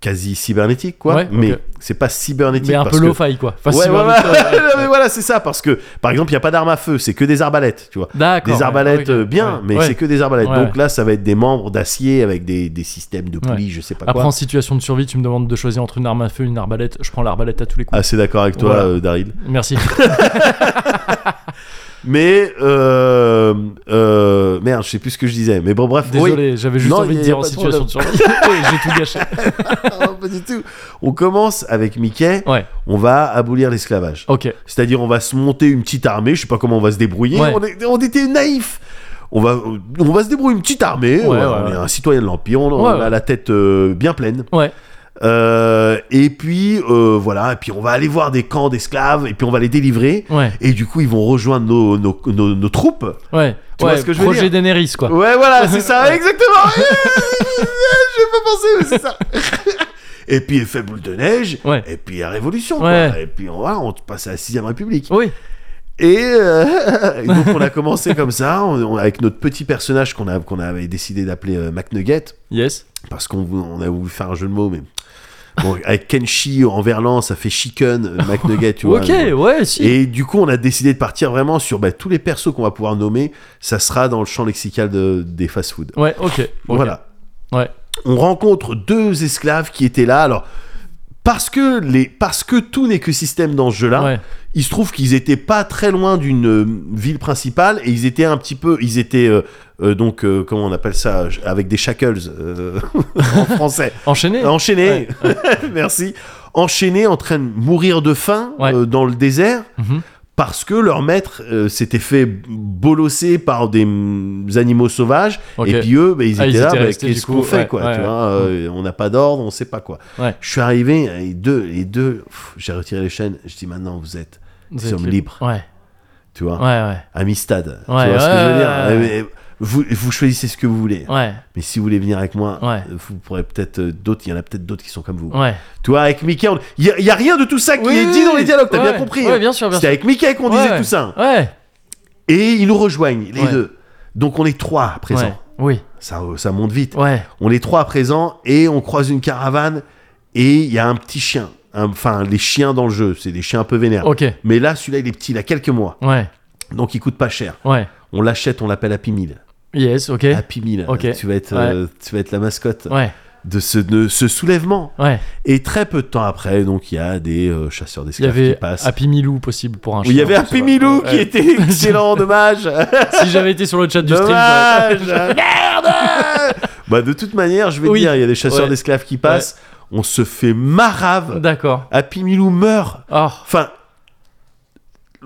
B: quasi cybernétiques, quoi.
A: Ouais,
B: mais
A: ok.
B: c'est pas cybernétique.
A: Mais un
B: parce
A: peu
B: que-
A: low-fi quoi. Enfin,
B: Ouais,
A: c'est
B: ouais,
A: vraiment-
B: ouais. Non, mais voilà, c'est ça, parce que par exemple, il n'y a pas d'armes à feu, c'est que des arbalètes, tu vois.
A: D'accord.
B: Des
A: ouais,
B: arbalètes
A: ok.
B: euh, bien,
A: Ouais.
B: mais
A: Ouais.
B: c'est que des arbalètes.
A: Ouais,
B: Donc
A: ouais.
B: là, ça va être des membres d'acier avec des, des systèmes de poulies, je sais pas
A: Après,
B: quoi.
A: en situation de survie, tu me demandes de choisir entre une arme à feu et une arbalète. Je prends l'arbalète à tous les coups.
B: Assez d'accord avec toi,
A: Voilà.
B: euh, Daryl.
A: Merci.
B: Mais euh, euh, merde, je sais plus ce que je disais. Mais bon, bref. oui.
A: Désolé, j'avais juste
B: Non, y
A: envie
B: a- y
A: de
B: a
A: dire en
B: pas de
A: situation de survie. Oui, J'ai tout gâché.
B: Non, pas du tout. On commence avec Mickey.
A: Ouais.
B: On va abolir l'esclavage.
A: Ok.
B: C'est-à-dire, on va se monter une petite armée. Je sais pas comment on va se débrouiller.
A: Ouais.
B: On, est- on était naïfs. On va, on va se débrouiller une petite armée.
A: Ouais,
B: on,
A: ouais,
B: on
A: ouais.
B: est un citoyen de l'Empire. On, on
A: Ouais,
B: a
A: ouais.
B: la tête euh, bien pleine.
A: Ouais.
B: Euh, et puis, euh, voilà. Et puis, on va aller voir des camps d'esclaves. Et puis, on va les délivrer.
A: Ouais.
B: Et du coup, ils vont rejoindre nos, nos, nos- nos troupes.
A: Ouais.
B: Tu vois
A: ouais.
B: ce que je veux
A: Projet
B: dire
A: Daenerys quoi.
B: Ouais, voilà, c'est ça, exactement. Je vais pas penser, mais c'est ça. Et puis, effet boule de neige.
A: Ouais.
B: Et puis, la révolution.
A: Ouais.
B: Quoi. Et puis, on, va, on passe à la 6ème République.
A: Oui.
B: Et, euh, et donc, on a commencé comme ça, on- on- avec notre petit personnage qu'on a- qu'on avait décidé d'appeler euh, McNugget,
A: Yes.
B: parce qu'on vou- on a voulu faire un jeu de mots, mais. Bon, avec Kenshi en verlan, ça fait chicken, euh, McNugget, tu vois.
A: ok. Ouais. Si.
B: Et du coup, on a décidé de partir vraiment sur bah, tous les persos qu'on va pouvoir nommer. Ça sera dans le champ lexical de- des fast-food.
A: Ouais. Ok. ok.
B: Voilà.
A: Ouais.
B: On rencontre deux esclaves qui étaient là. Alors, parce que, les, parce que tout n'est que système dans ce jeu-là,
A: Ouais.
B: il se trouve qu'ils étaient pas très loin d'une euh, ville principale et ils étaient un petit peu. Ils étaient euh, euh, donc, euh, comment on appelle ça euh, Avec des shackles euh, en français.
A: Enchaîné.
B: Enchaînés. Euh, Merci. Enchaînés, en train de mourir de faim
A: Ouais.
B: euh, dans le désert
A: Mhm.
B: parce que leur maître euh, s'était fait bolosser par des mm, animaux sauvages
A: Ok.
B: et puis eux bah, ils étaient
A: Ah, ils
B: là
A: étaient
B: bah,
A: restés,
B: qu'est-ce
A: du
B: qu'on
A: coup,
B: fait
A: ouais,
B: quoi
A: ouais,
B: tu
A: ouais.
B: vois euh, on n'a pas d'ordre on sait pas quoi
A: Ouais.
B: je suis arrivé et deux les deux pff, j'ai retiré les chaînes je dis maintenant vous êtes
A: Vous
B: Nous
A: êtes
B: sommes libres.
A: Ouais.
B: tu vois
A: Ouais. Ouais.
B: amistad
A: Ouais,
B: tu vois ce que
A: ouais,
B: je veux dire
A: ouais, ouais.
B: Euh, mais vous, vous choisissez ce que vous voulez
A: Ouais.
B: mais si vous voulez venir avec moi
A: Ouais.
B: vous pourrez peut-être euh, d'autres il y en a peut-être d'autres qui sont comme vous
A: Ouais.
B: tu vois avec Mickey on- il y, a- il y a rien de tout ça qui est dit dans les dialogues t'as
A: Ouais.
B: bien compris
A: Ouais.
B: hein.
A: Bien sûr. Bien
B: c'était
A: sûr.
B: avec Mickey qu'on
A: Ouais,
B: disait
A: ouais.
B: tout ça
A: Ouais.
B: Et ils nous rejoignent, les
A: Ouais.
B: deux. Donc on est trois à présent.
A: Ouais. Oui.
B: Ça, euh, ça monte vite.
A: Ouais.
B: On est trois à présent et on croise une caravane et il y a un petit chien. Un- Enfin, les chiens dans le jeu, c'est des chiens un peu vénères.
A: Ok.
B: Mais là, celui-là, il est petit, il a quelques mois.
A: Ouais.
B: Donc il coûte pas cher.
A: Ouais.
B: On l'achète, on l'appelle Happy Meal.
A: Yes. Ok.
B: Happy Meal.
A: Ok.
B: Tu, vas être, euh, tu vas être la mascotte
A: Ouais.
B: de, ce, de ce soulèvement.
A: Ouais.
B: Et très peu de temps après, donc il y a des euh, chasseurs
A: Il y
B: d'esclaves qui
A: avait
B: passent.
A: Happy Milou possible pour un
B: Oui, il y
A: chien,
B: avait
A: je sais
B: Happy
A: pas.
B: Milou qui
A: Ouais.
B: était excellent, dommage.
A: Si j'avais été sur le chat du stream, j'aurais-
B: Dommage Merde Bah de toute manière, je vais te
A: Oui.
B: dire, il y a des chasseurs
A: Ouais.
B: d'esclaves qui passent, on se fait marave.
A: D'accord.
B: Happy Milou meurt.
A: Oh.
B: Enfin,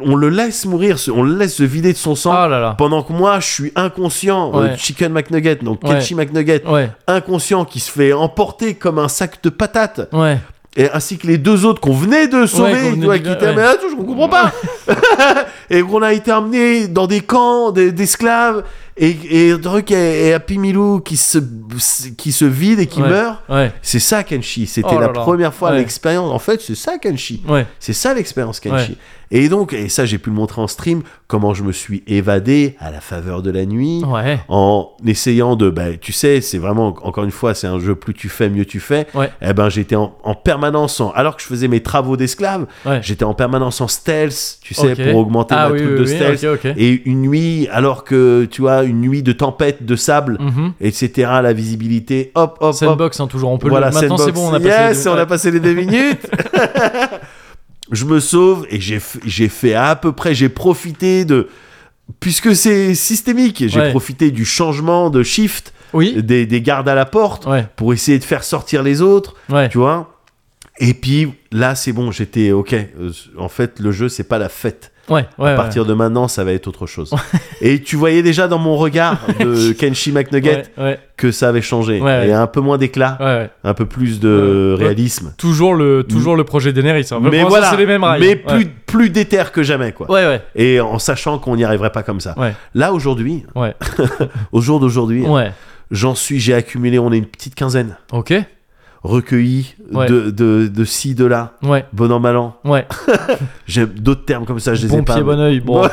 B: on le laisse mourir, se- on le laisse se vider de son sang.
A: Oh là là.
B: Pendant que moi, je suis inconscient, euh,
A: Ouais.
B: Chicken McNugget, donc
A: Ouais.
B: Kenshi McNugget,
A: Ouais.
B: inconscient, qui se fait emporter comme un sac de patates,
A: Ouais.
B: et ainsi que les deux autres qu'on venait de
A: qu'on
B: sauver,
A: venait
B: tu vois,
A: de-
B: qui étaient,
A: ouais.
B: mais attends, je comprends pas, et qu'on a été emmené dans des camps des- d'esclaves et, et truc et, et Happy Milou qui se qui se vide et qui
A: Ouais.
B: meurt
A: Ouais.
B: c'est ça Kenshi c'était
A: Oh là là.
B: la première fois
A: Ouais.
B: l'expérience en fait c'est ça Kenshi
A: Ouais.
B: c'est ça l'expérience Kenshi et donc et ça j'ai pu le montrer en stream comment je me suis évadé à la faveur de la nuit
A: Ouais.
B: en essayant de bah, tu sais c'est vraiment encore une fois c'est un jeu plus tu fais mieux tu fais
A: Ouais.
B: eh ben j'étais en, en permanence en, alors que je faisais mes travaux d'esclave
A: Ouais.
B: j'étais en permanence en stealth tu sais
A: Ok.
B: pour augmenter
A: ah,
B: ma
A: oui,
B: truc
A: oui,
B: de
A: oui,
B: stealth
A: Ok, ok.
B: et une nuit alors que tu vois une nuit de tempête de sable
A: Mhm.
B: etc la visibilité hop hop hop
A: Sandbox, hein, toujours, on peut
B: voilà
A: le... Maintenant, c'est
B: sandbox.
A: bon, on a passé... les
B: yes
A: deux-
B: on a
A: Ouais.
B: passé les deux minutes je me sauve et j'ai f- j'ai fait à peu près j'ai profité de puisque c'est systémique j'ai
A: Ouais.
B: profité du changement de shift
A: Oui
B: des, des gardes à la porte
A: Ouais,
B: pour essayer de faire sortir les autres
A: ouais.
B: tu vois et puis là c'est bon j'étais ok euh, en fait le jeu c'est pas la fête
A: Ouais, ouais.
B: À partir de maintenant, ça va être autre chose. et tu voyais déjà dans mon regard de Kenshi
A: ouais.
B: McNugget
A: Ouais, ouais,
B: que ça avait changé.
A: Ouais, ouais.
B: Et un peu moins d'éclat,
A: ouais, ouais.
B: un peu plus de
A: Euh, ouais.
B: réalisme.
A: Toujours le, toujours le projet Daenerys. hein. Vraiment,
B: Mais
A: ça,
B: voilà,
A: c'est les mêmes rails.
B: mais
A: Ouais.
B: plus, plus déter que jamais, quoi.
A: Ouais, ouais,
B: Et en sachant qu'on n'y arriverait pas comme ça.
A: Ouais.
B: Là, aujourd'hui,
A: Ouais.
B: au jour d'aujourd'hui,
A: ouais.
B: j'en suis, j'ai accumulé, on est une petite quinzaine,
A: Ok.
B: recueillis
A: Ouais.
B: de, de, de ci, de là,
A: Ouais,
B: bon an, mal an.
A: ouais.
B: J'aime d'autres termes comme ça, je les ai
A: bon
B: pas.
A: pied, bon oeil. Bon.
B: Ouais.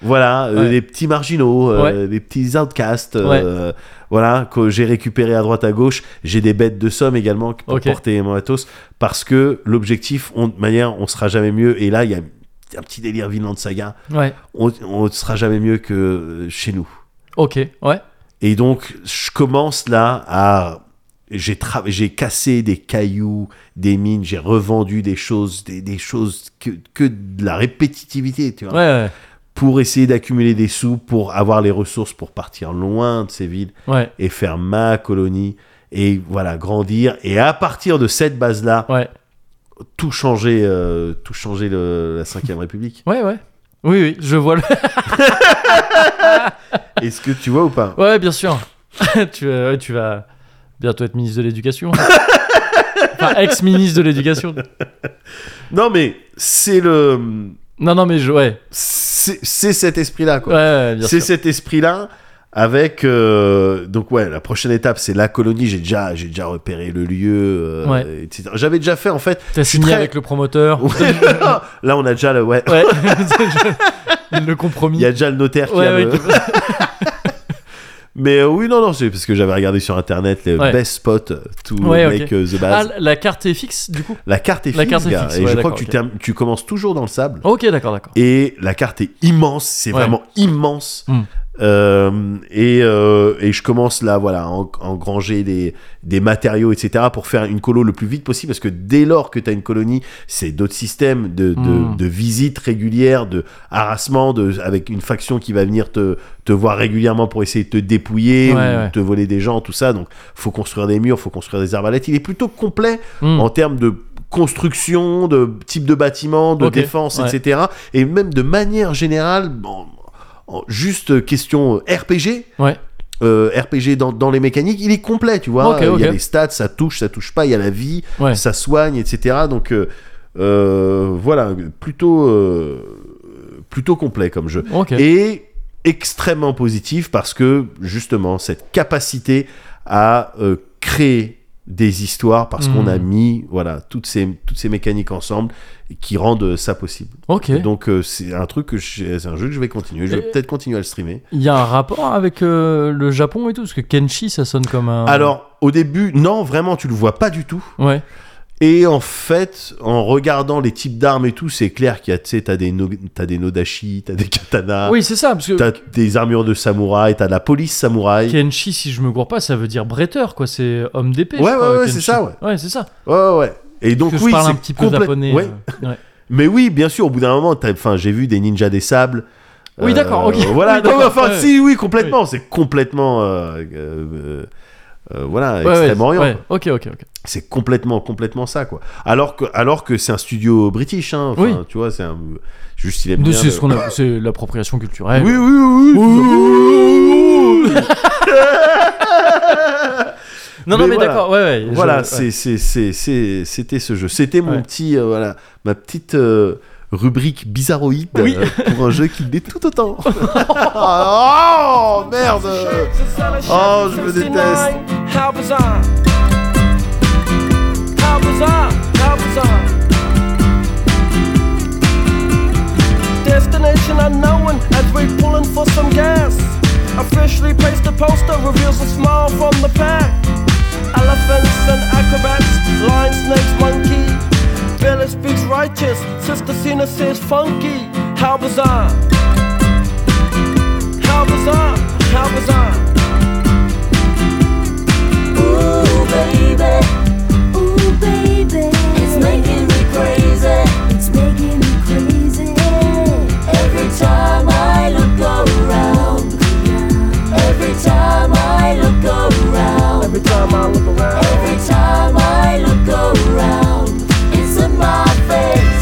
B: Voilà, euh,
A: Ouais.
B: des petits marginaux, euh,
A: Ouais.
B: des petits outcasts, euh, voilà, que j'ai récupéré à droite à gauche. J'ai des bêtes de somme également pour
A: Ok.
B: porter mon matos, parce que l'objectif, on, de manière, on sera jamais mieux. Et là, il y a un petit délire Vinland Saga,
A: Ouais.
B: on on sera jamais mieux que euh, chez nous.
A: Ok. Ouais.
B: Et donc, je commence là à. J'ai tra- j'ai cassé des cailloux, des mines, j'ai revendu des choses, des, des choses que, que de la répétitivité, tu vois
A: Ouais, ouais.
B: pour essayer d'accumuler des sous, pour avoir les ressources pour partir loin de ces villes
A: Ouais.
B: et faire ma colonie et voilà grandir. Et à partir de cette base-là,
A: Ouais.
B: tout changer, euh, tout changer le- la Cinquième République.
A: Ouais, ouais. Oui, oui, je vois le.
B: Est-ce que tu vois ou pas
A: Ouais, bien sûr. tu, vas- ouais, tu vas bientôt être ministre de l'éducation. enfin, ex-ministre de l'éducation.
B: Non, mais c'est le,
A: Non, non, mais je. Ouais.
B: c'est c'est cet esprit-là
A: Ouais,
B: quoi.
A: ouais, bien
B: c'est
A: sûr.
B: cet esprit-là. Avec euh, donc ouais la prochaine étape c'est la colonie j'ai déjà j'ai déjà repéré le lieu euh,
A: Ouais.
B: etc. j'avais déjà fait en fait
A: T'as
B: suis
A: signé
B: très-
A: avec le promoteur.
B: Ouais. là on a déjà le ouais
A: Ouais. le compromis.
B: il y a déjà le notaire qui
A: Ouais,
B: a
A: ouais,
B: le-
A: tu-
B: Mais euh, oui, non, non, c'est parce que j'avais regardé sur internet les
A: Ouais.
B: best spots to
A: Ouais,
B: make
A: ok.
B: euh, the
A: Ah,
B: base.
A: la carte est fixe du coup
B: La carte est
A: la
B: fixe,
A: carte est
B: gars,
A: fixe,
B: et
A: ouais,
B: je crois
A: d'accord,
B: que tu,
A: ok.
B: term- tu commences toujours dans le sable.
A: Ok, d'accord, d'accord.
B: Et la carte est immense, c'est
A: Ouais.
B: vraiment immense.
A: Mm.
B: Euh, et, euh, et je commence là, voilà, à en- à engranger des, des matériaux, etc., pour faire une colo le plus vite possible, parce que dès lors que tu as une colonie, c'est d'autres systèmes de, de,
A: Mm.
B: de visites régulières, de harassement, de, avec une faction qui va venir te, te voir régulièrement pour essayer de te dépouiller,
A: Ouais,
B: ou
A: ouais.
B: te voler des gens, tout ça. Donc, faut construire des murs, faut construire des arbalètes. Il est plutôt complet
A: Hmm.
B: en termes de construction, de type de bâtiment, de
A: Ok,
B: défense,
A: ouais.
B: etc. Et même de manière générale, en- en juste question euh, RPG.
A: Ouais.
B: euh, RPG dans, dans les mécaniques, il est complet, tu vois.
A: Ok,
B: Euh, Il y a
A: ok.
B: les stats, ça touche, ça touche pas, il y a la vie,
A: Ouais.
B: ça soigne, etc. Donc euh, euh, voilà, plutôt, euh, plutôt complet comme jeu.
A: Ok.
B: Et extrêmement positif parce que justement, cette capacité à euh, créer des histoires parce
A: Mhm.
B: qu'on a mis voilà toutes ces toutes ces mécaniques ensemble qui rendent ça possible.
A: ok.
B: Donc euh, c'est un truc que je- c'est un jeu que je vais continuer, je vais
A: Et-
B: peut-être continuer à le streamer.
A: Il y a un rapport avec euh, le Japon et tout parce que Kenshi, ça sonne comme un.
B: Alors au début, non, vraiment tu le vois pas du tout.
A: Ouais.
B: Et en fait, en regardant les types d'armes et tout, c'est clair qu'il y a tu sais, t'as des no, t'as des nodashi, t'as des katanas,
A: Oui, c'est ça parce que
B: ah. t'as des armures de samouraï, t'as de la police samouraï.
A: Kenshi, si je me gourre pas, ça veut dire bretteur, quoi. C'est homme d'épée. je
B: Ouais,
A: crois,
B: ouais, ouais,
A: Kenshi.
B: c'est ça, ouais.
A: Ouais, c'est ça.
B: Ouais, ouais, ouais. Et donc,
A: que je
B: oui,
A: parle
B: c'est
A: un petit peu
B: complète-
A: japonais.
B: Ouais.
A: euh, ouais.
B: Mais oui, bien sûr, au bout d'un moment, t'as- enfin, j'ai vu des ninjas des sables.
A: Oui,
B: Euh,
A: d'accord, ok.
B: Voilà,
A: Oui,
B: non, mais
A: d'accord,
B: enfin,
A: ouais.
B: si, oui, complètement. C'est complètement. euh, euh, euh, voilà,
A: Ouais, ouais,
B: Extrême-Orient.
A: ouais. Ok, ok, ok.
B: C'est complètement, complètement ça, quoi. Alors que, alors que c'est un studio british, hein. Enfin,
A: Oui.
B: Tu vois, c'est un. Juste, il aime
A: De-
B: bien.
A: C'est
B: le-
A: ce qu'on a- c'est l'appropriation culturelle.
B: Oui, oui, oui, oui.
A: Non, non,
B: Mais
A: mais
B: voilà.
A: d'accord. Ouais, ouais. je-
B: Voilà,
A: ouais.
B: c'est- c'est- c'est- c'est- c'était ce jeu. C'était mon
A: Ouais.
B: petit, euh, voilà, ma petite euh, rubrique bizarroïde
A: Oui.
B: euh, pour un jeu qui l'est tout autant. oh merde Oh, je me déteste.
D: How bizarre. How bizarre. How bizarre. Destination unknown as we're pulling for some gas. Officially placed the poster reveals a smile from the pack. Elephants and acrobats, lion, snakes, monkey. Village speaks righteous, Sister Cena says funky. How bizarre. How bizarre. How bizarre.
E: Ooh, baby. Ooh, baby. It's making me crazy. It's making me crazy. Every time I look around. Every time I look around.
D: Every time I look around.
E: Every time I look around. It's in my face.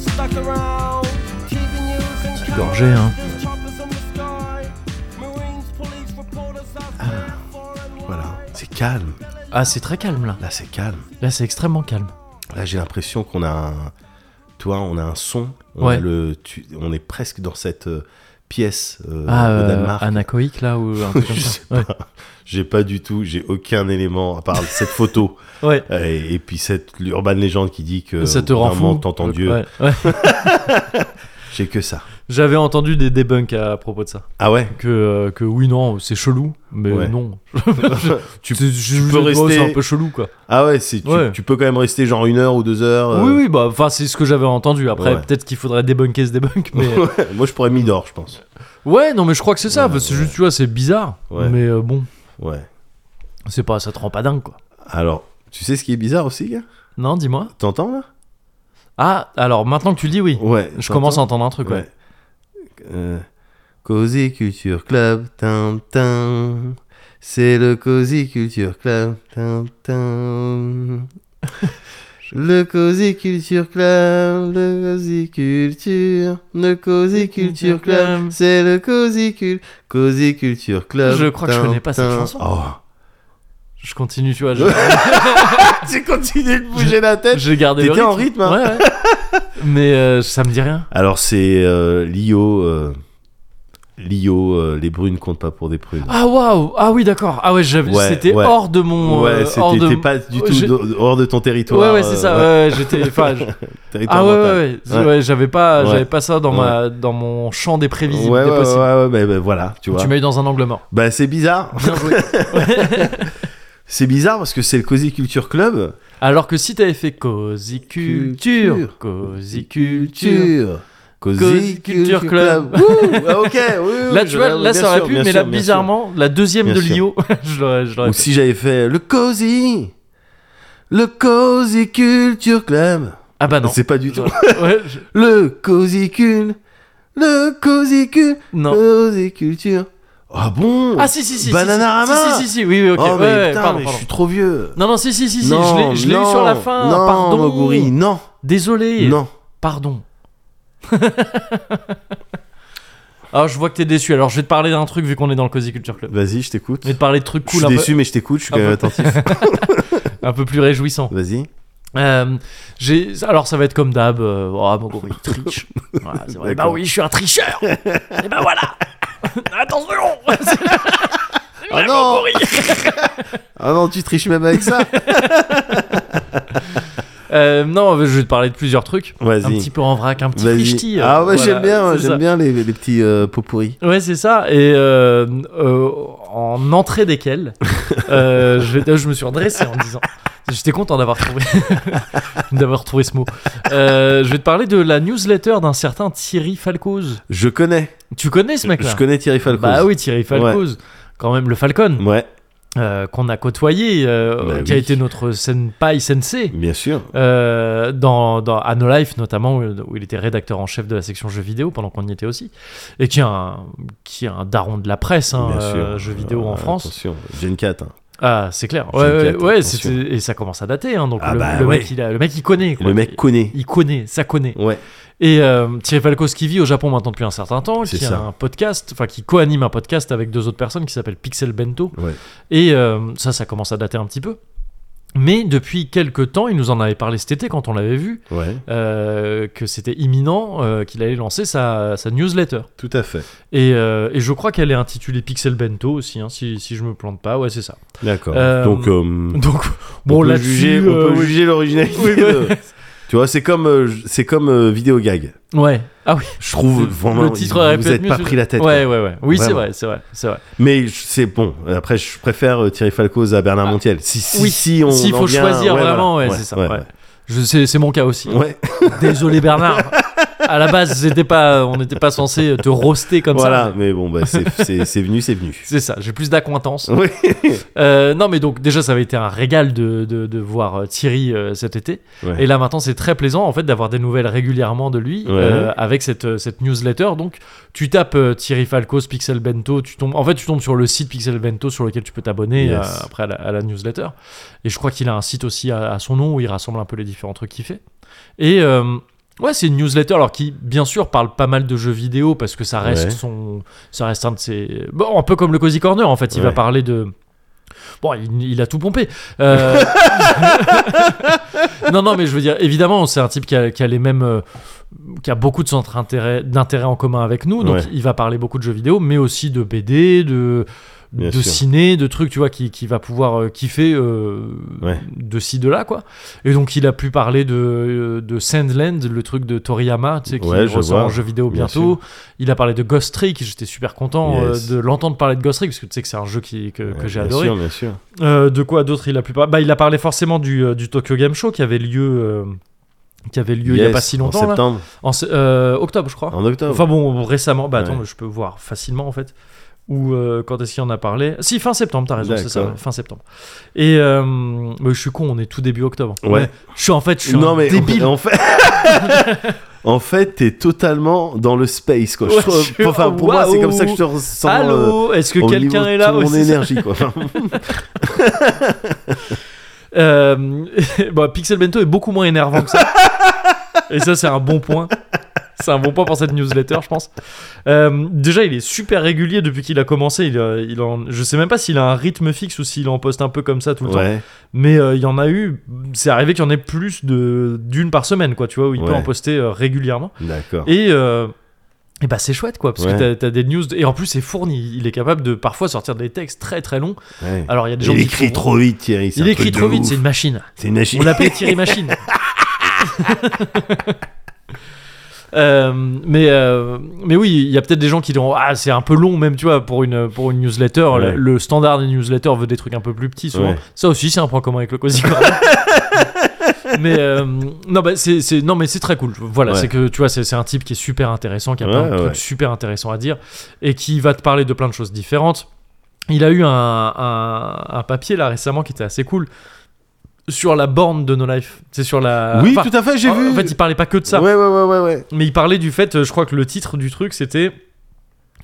D: stuck around. TV news and
A: gorgé, hein.
D: cameras, choppers in the sky. Marines, police, reporters out there, far and wide.
B: Voilà, c'est calme.
A: Ah, c'est très calme là.
B: Là, c'est calme.
A: Là, c'est extrêmement calme.
B: Là, j'ai l'impression qu'on a un... Toi, on a un son. On,
A: Ouais.
B: a le... tu- on est presque dans cette euh, pièce euh,
A: ah,
B: au
A: euh,
B: Danemark.
A: anacoïque là ou un truc comme
B: Je
A: ça.
B: sais pas. J'ai pas du tout, j'ai aucun élément à part cette photo
A: Ouais. Ouais.
B: Euh, et, et puis cette urban légende qui dit que
A: ça te
B: au bout
A: rend
B: d'un moment,
A: fou. Euh,
B: T'entends Dieu.
A: Ouais, ouais.
B: J'ai que ça.
A: J'avais entendu des débunks à propos de ça.
B: Ah ouais.
A: Que, euh, que oui, non, c'est chelou, mais
B: Ouais.
A: non.
B: tu,
A: C'est- je-
B: peux
A: je- ouais,
B: rester-
A: C'est un peu chelou quoi.
B: ah ouais, c'est tu,
A: Ouais.
B: tu peux quand même rester genre une heure ou deux heures. euh,
A: Oui, oui, bah, enfin, c'est ce que j'avais entendu. Après,
B: Ouais.
A: peut-être qu'il faudrait débunker ce débunk, mais.
B: euh, Moi, je pourrais m'y dors, je pense.
A: ouais, non, mais je crois que c'est ça.
B: Ouais,
A: parce que juste, tu vois, c'est bizarre.
B: Ouais.
A: Mais euh, bon,
B: Ouais.
A: c'est pas, ça te rend pas dingue, quoi.
B: Alors, tu sais ce qui est bizarre aussi, gars
A: Non, dis-moi.
B: T'entends là
A: Ah, alors maintenant que tu le dis, oui.
B: Ouais.
A: Je
B: t'entends
A: commence à entendre un truc, ouais.
B: Euh, Cozy Culture Club, tin, tin. C'est le Cozy Culture Club, tin, tin. Le Cozy Culture Club, le Cozy Culture, le Cozy Culture Club, c'est le Cozy Cul- Cozy Culture Club.
A: Je crois que je
B: tin,
A: connais pas cette
B: tin.
A: chanson.
B: Oh.
A: Je continue, tu vois. je-
B: Tu continues de bouger la tête.
A: J'ai gardé le
B: T'étais
A: rythme.
B: en rythme, hein.
A: Ouais, ouais. Mais euh, ça me dit rien.
B: Alors c'est euh, Lio, euh, Lio, euh, les brunes comptent pas pour des prunes.
A: Ah, waouh. Ah, oui, d'accord. Ah, ouais, j'avais-
B: Ouais,
A: c'était
B: ouais.
A: hors de mon. euh,
B: ouais,
A: hors
B: c'était
A: de...
B: t'es pas du tout
A: Je-
B: do- hors de ton territoire.
A: Ouais, ouais, c'est
B: euh,
A: ça. ouais, ouais, j'étais. enfin, je-
B: territoire
A: Ah, ouais, ouais,
B: mental.
A: ouais.
B: Ouais.
A: Ouais, j'avais pas,
B: Ouais.
A: j'avais pas ça dans,
B: Ouais.
A: ma... dans mon champ des prévisibles.
B: Ouais,
A: des
B: ouais,
A: possibles.
B: ouais, ouais, mais, mais voilà, tu vois.
A: Tu m'as eu dans un angle mort.
B: Bah c'est bizarre.
A: Bien joué.
B: C'est bizarre parce que c'est le Cozy Culture Club.
A: Alors que si t'avais fait Cozy Culture,
B: Culture.
A: Cozy Culture. Cozy
B: Cozy
A: Culture
B: Culture
A: Club.
B: Club. Wouh, ah, ok, oui, oui,
A: Là,
B: oui,
A: tu vois,
B: bien
A: là ça aurait
B: sûr,
A: pu,
B: bien
A: mais
B: sûr,
A: là,
B: bien sûr.
A: bizarrement, la deuxième
B: Bien
A: de
B: sûr.
A: Lio, je l'aurais je l'aurais
B: Ou
A: fait.
B: si j'avais fait le Cozy, le Cozy Culture Club.
A: Ah bah non.
B: C'est pas du tout.
A: Ouais, je-
B: Le cosicule, le cosicule,
A: Non.
B: cosiculture. Ah bon
A: Ah si, si, si. si,
B: Bananarama
A: Si, si, si, si, oui, oui, ok.
B: Oh
A: ouais,
B: mais
A: ouais,
B: putain,
A: pardon,
B: mais je
A: pardon.
B: suis trop vieux.
A: Non, non, si, si, si, si, je
B: non,
A: l'ai- je l'ai eu
B: non,
A: sur la fin.
B: Non,
A: pardon.
B: Moguri, non,
A: Désolé.
B: non.
A: Pardon. Ah, je vois que t'es déçu. Alors, je vais te parler d'un truc vu qu'on est dans le Cozy Culture Club.
B: Vas-y, je t'écoute.
A: Je vais te parler de trucs
B: je suis
A: cool, un peu,
B: déçu, mais je t'écoute, je suis
A: un
B: quand même
A: peu-
B: attentif.
A: un peu plus réjouissant.
B: Vas-y.
A: Euh, j'ai- alors ça va être comme d'hab. euh, oh, mon gorille triche. Voilà, c'est vrai. Eh ben
B: D'accord.
A: oui, je suis un tricheur. Et ben voilà. Attention.
B: Ah non Ah non, tu triches même avec ça
A: Euh, non, je vais te parler de plusieurs trucs. Un petit
B: Vas-y.
A: peu en vrac, un petit
B: Vas-y.
A: frichti. euh,
B: Ah ouais,
A: voilà,
B: j'aime bien,
A: c'est ça.
B: j'aime bien les, les petits euh, pot pourris.
A: Ouais, c'est ça. Et euh, euh, en entrée desquels, euh, je, vais- je me suis redressé en disant. J'étais content d'avoir trouvé, d'avoir trouvé ce mot. Euh, je vais te parler de la newsletter d'un certain Thierry Falcoz.
B: Je connais.
A: Tu connais ce mec-là
B: Je connais Thierry Falcoz.
A: Bah oui, Thierry Falcoz. Quand même, le Falcon,
B: Ouais,
A: euh, qu'on a côtoyé, euh,
B: Bah
A: qui a
B: oui.
A: été notre senpai sensei.
B: bien sûr.
A: euh, dans, dans à No Life notamment où, où il était rédacteur en chef de la section jeux vidéo pendant qu'on y était aussi et qui est un, qui est un daron de la presse hein,
B: Bien
A: euh,
B: sûr.
A: jeux vidéo
B: Euh,
A: en France
B: Attention, Gen 4. hein.
A: ah c'est clair
B: Gen
A: ouais, ouais,
B: 4,
A: ouais,
B: attention.
A: c'était- et ça commence à dater hein, donc
B: Ah
A: le,
B: bah
A: le
B: ouais.
A: mec il a- le mec il connaît quoi.
B: Le mec connaît.
A: il connaît ça connaît
B: Ouais.
A: et euh, Thierry Falcos qui vit au Japon maintenant depuis un certain temps,
B: C'est
A: qui a
B: ça.
A: un podcast, enfin qui co-anime un podcast avec deux autres personnes qui s'appelle Pixel Bento.
B: Ouais.
A: Et euh, ça, ça commence à dater un petit peu. Mais depuis quelques temps, il nous en avait parlé cet été quand on l'avait vu,
B: Ouais.
A: euh, que c'était imminent euh, qu'il allait lancer sa, sa newsletter.
B: Tout à fait.
A: Et, euh, et je crois qu'elle est intitulée Pixel Bento aussi, hein, si, si je me plante pas. Ouais, c'est ça.
B: D'accord.
A: Euh,
B: Donc, euh,
A: Donc,
B: on
A: bon, euh,
B: peut
A: là
B: juger, on peut juger l'originalité. de- euh, Tu vois, c'est comme, euh, j- c'est comme euh, vidéo gag.
A: Ouais. Ah oui.
B: Je trouve vraiment,
A: le titre
B: vous
A: aurait
B: vous
A: peut-être
B: êtes
A: mieux
B: pas
A: su-
B: pris la tête.
A: Ouais,
B: quoi.
A: ouais, ouais. Oui, c'est
B: Vraiment.
A: vrai, c'est vrai, c'est vrai.
B: Mais je- c'est bon. Après, je préfère euh, Thierry Falcoz à Bernard Montiel. Si, si,
A: Ah. oui.
B: si, on
A: S'il
B: en
A: faut
B: vient-
A: choisir
B: ouais,
A: vraiment,
B: voilà.
A: ouais, c'est ça, ouais. Je- C'est c'est mon cas aussi.
B: ouais. Ouais.
A: Désolé Bernard. À la base, c'était pas, on n'était pas censé te roaster comme
B: voilà.
A: ça.
B: Mais bon, bah, c'est- c'est c'est venu, c'est venu.
A: C'est ça, j'ai plus d'acquaintance.
B: Ouais.
A: Euh, non, mais donc déjà, ça avait été un régal de, de, de voir euh, Thierry euh, cet été.
B: Ouais.
A: Et là, maintenant, c'est très plaisant en fait d'avoir des nouvelles régulièrement de lui
B: Ouais.
A: euh, avec cette, euh, cette newsletter. Donc, tu tapes euh, Thierry Falcos, Pixel Bento. Tu tombes, en fait, tu tombes sur le site Pixel Bento sur lequel tu peux t'abonner
B: Yes.
A: euh, après à la, à la newsletter. Et je crois qu'il a un site aussi à, à son nom où il rassemble un peu les différents trucs qu'il fait. Et. euh, Ouais, c'est une newsletter alors qui, bien sûr, parle pas mal de jeux vidéo parce que ça reste
B: Ouais.
A: son, ça reste un de ses. Bon, un peu comme le Cozy Corner en fait, il va
B: Ouais.
A: parler de. Bon, il, il a tout pompé. Euh, non, non, mais je veux dire, évidemment, c'est un type qui a, qui a les mêmes, euh, qui a beaucoup de centres intérêt- d'intérêt en commun avec nous, donc
B: Ouais.
A: il va parler beaucoup de jeux vidéo, mais aussi de BD, de
B: Bien
A: de
B: sûr.
A: ciné, de trucs, tu vois, qui, qui va pouvoir euh, kiffer euh,
B: Ouais.
A: de ci, de là, quoi. Et donc, il a pu parler de, euh, de Sandland, le truc de Toriyama, tu sais, qui
B: Ouais, je
A: ressort
B: vois.
A: en jeu vidéo
B: Bien
A: bientôt. Il a parlé de Ghost Trick, j'étais super content euh,
B: Yes.
A: de l'entendre parler de Ghost Trick, parce que tu sais que c'est un jeu qui, que, que
B: Ouais,
A: j'ai
B: Euh, bien
A: adoré.
B: Sûr, bien sûr.
A: Euh, de quoi d'autre il a pu parler bah, Il a parlé forcément du, euh, du Tokyo Game Show qui avait lieu, euh, qui avait lieu il n'y a
B: Yes,
A: pas si
B: En
A: longtemps, là.
B: septembre,
A: En se- euh, octobre, je crois.
B: en octobre.
A: Enfin bon, récemment, bah attends,
B: Oh. Ouais.
A: mais je peux voir facilement en fait. Ou euh, quand est-ce qu'il en a parlé Si, fin septembre, t'as raison, c'est ça,
B: D'accord.
A: ouais, fin septembre. Et euh, mais je suis con, on est tout début octobre.
B: Ouais.
A: Mais Je suis en fait, je suis
B: non
A: un
B: mais
A: débile.
B: en fait, en fait, t'es totalement dans le space quoi. Je
A: Ouais,
B: trouve-
A: je suis-
B: enfin, pour moi, c'est comme ça que je te
A: Waouh.
B: ressens. euh,
A: Allô, est-ce que
B: au
A: quelqu'un
B: niveau
A: est
B: de
A: là
B: Mon
A: aussi
B: énergie quoi. Enfin,
A: Euh, bon, Pixel Bento est beaucoup moins énervant que ça. Et ça, c'est un bon point. C'est un bon point pour cette newsletter, je pense. Euh, déjà, il est super régulier depuis qu'il a commencé. Il, euh, il en, je sais même pas s'il a un rythme fixe ou s'il en poste un peu comme ça tout le temps.
B: ouais.
A: Mais euh, il y en a eu, c'est arrivé qu'il y en ait plus de d'une par semaine, quoi, tu vois, où il peut
B: Ouais.
A: en poster euh, régulièrement.
B: D'accord.
A: Et, euh, et bah c'est chouette, quoi, parce
B: Ouais.
A: que t'as- t'as des news, de- et en plus c'est fourni, il est capable de parfois sortir des textes très très longs.
B: Ouais.
A: Alors il y a des gens
B: Il
A: qui
B: écrit
A: font-
B: trop vite, Thierry. c'est
A: Il
B: un
A: écrit
B: truc de
A: trop vite,
B: ouf.
A: c'est une machine.
B: C'est une
A: On
B: machine.
A: l'appelait Thierry Machine. Euh, mais, euh, mais oui, il y a peut-être des gens qui diront Ah, c'est un peu long, même, tu vois, pour une, pour une newsletter. Le-
B: Ouais.
A: Le, standard des newsletters veut des trucs un peu plus petits, souvent.
B: Ouais.
A: Ça aussi, c'est un point commun avec le Cozy Corner. mais euh, non, bah, c'est, c'est- non, mais c'est très cool. Voilà,
B: Ouais.
A: c'est que tu vois, c'est, c'est un type qui est super intéressant, qui a
B: Ouais,
A: plein de trucs
B: ouais.
A: super intéressants à dire et qui va te parler de plein de choses différentes. Il a eu un, un- un papier là récemment qui était assez cool sur la borne de No Life. C'est sur la.
B: Oui,
A: enfin,
B: tout à fait, j'ai
A: en,
B: vu.
A: Ah, en fait, il parlait pas que de ça,
B: Ouais, ouais, ouais, ouais, ouais.
A: mais il parlait du fait. euh, Je crois que le titre du truc c'était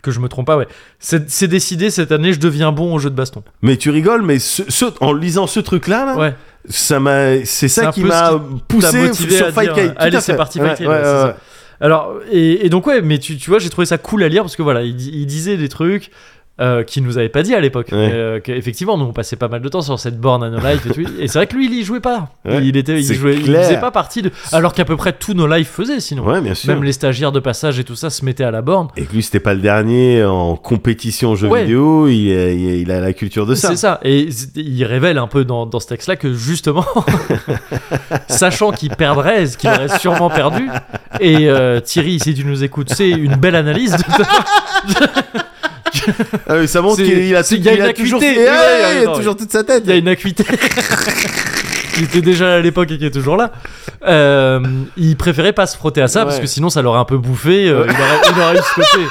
A: que je me trompe pas. Ouais, c'est, c'est décidé cette année, je deviens bon au jeu de baston.
B: Mais tu rigoles, mais ce- ce- en lisant ce truc-là, là,
A: Ouais.
B: ça m'a, c'est
A: C'est un
B: ça qui
A: peu
B: m'a
A: ce t'a
B: poussé
A: motivé à
B: sur Fight
A: dire,
B: Cake.
A: euh,
B: Tout
A: allez,
B: à
A: c'est
B: fait.
A: parti,
B: Ouais,
A: Fight Cake,
B: ouais,
A: ouais, c'est
B: ouais.
A: Alors et, et donc ouais, mais tu, tu vois, j'ai trouvé ça cool à lire parce que voilà, il, di- il disait des trucs. euh, qu'il nous avait pas dit à l'époque.
B: Ouais.
A: mais, euh, que- effectivement, nous on passait pas mal de temps sur cette borne à No Life et tout. Et c'est vrai que lui, il y jouait pas.
B: Ouais.
A: Il était, il
B: C'est
A: jouait, il
B: clair.
A: faisait pas partie de. Alors qu'à peu près tout No Life faisait sinon.
B: Ouais, bien sûr.
A: Même les stagiaires de passage et tout ça se mettaient à la borne.
B: Et que lui, c'était pas le dernier en compétition en jeu
A: Ouais.
B: vidéo, il, a- il a- il a la culture de ça.
A: C'est ça. Et c'est- il révèle un peu dans, dans ce texte-là que justement, sachant qu'il perdrait, ce qu'il aurait sûrement perdu, et euh, Thierry, si tu nous écoutes, c'est une belle analyse.
B: Ah oui, ça montre
A: C'est-
B: qu'il il a,
A: c'est- il
B: il
A: y a
B: a,
A: une acuité.
B: toujours, fait-
A: Ouais,
B: Ah ouais,
A: ouais,
B: il a
A: non,
B: toujours toute sa tête.
A: il y a une acuité. qui était déjà là à l'époque et qui est toujours là. Euh, il préférait pas se frotter à ça parce
B: Ouais.
A: que sinon ça l'aurait un peu bouffé. euh, il, aurait, il aurait eu ce côté.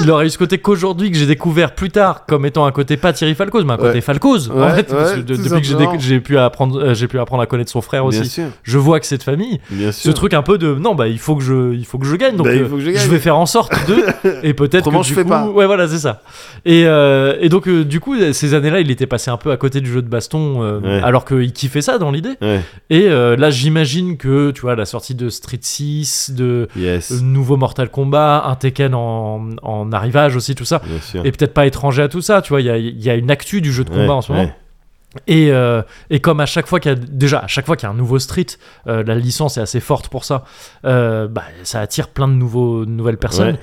A: Il aurait eu ce côté qu'aujourd'hui que j'ai découvert plus tard comme étant un côté pas Thierry Falcoz mais un côté
B: Ouais.
A: Falcoz en
B: Ouais,
A: fait parce que
B: ouais,
A: de-
B: tout
A: depuis que j'ai,
B: simplement.
A: déc- j'ai pu apprendre euh, j'ai pu apprendre à connaître son frère
B: Bien
A: aussi
B: sûr,
A: je vois que c'est de famille
B: bien
A: ce
B: sûr.
A: truc un peu de non bah il faut que je il faut que je gagne donc
B: Bah, il
A: euh,
B: faut que je
A: je,
B: gagne.
A: vais faire en sorte de et peut-être que
B: Autrement,
A: du
B: je fais
A: coup-
B: pas.
A: ouais voilà c'est ça et, euh, et donc euh, du coup ces années-là il était passé un peu à côté du jeu de baston euh,
B: Ouais.
A: alors qu'il kiffait ça dans l'idée
B: Ouais,
A: et euh, là j'imagine que tu vois la sortie de Street 6 de
B: yes,
A: euh, nouveau Mortal Kombat un Tekken en, en arrivage aussi tout ça
B: bien sûr.
A: et peut-être pas étranger à tout ça tu vois il y a, il y a une actu du jeu de combat
B: Ouais,
A: en ce moment
B: ouais.
A: et, euh, et comme à chaque fois qu'il y a déjà à chaque fois qu'il y a un nouveau street, euh, la licence est assez forte pour ça. euh, bah, ça attire plein de nouveaux de nouvelles personnes.
B: Ouais.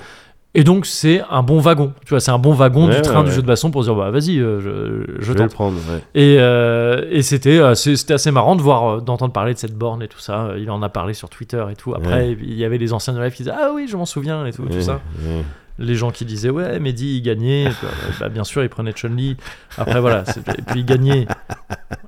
A: Et donc c'est un bon wagon. Tu vois, c'est un bon wagon
B: Ouais,
A: du
B: ouais,
A: train du
B: ouais.
A: jeu de baston pour se dire bah vas-y, euh, je, je
B: Je vais le
A: tente.
B: prendre. ouais.
A: Et, euh, et c'était assez, c'était assez marrant de voir euh, d'entendre parler de cette borne et tout ça. Euh, Il en a parlé sur Twitter et tout. Après il y avait les anciens élèves qui disaient ah oui je m'en souviens et tout, tout
B: Ouais,
A: ça.
B: ouais.
A: Les gens qui disaient ouais Mehdi il gagnait. Puis, euh, bah, bien sûr il prenait Chun Li. Après voilà c'est- et puis il gagnait.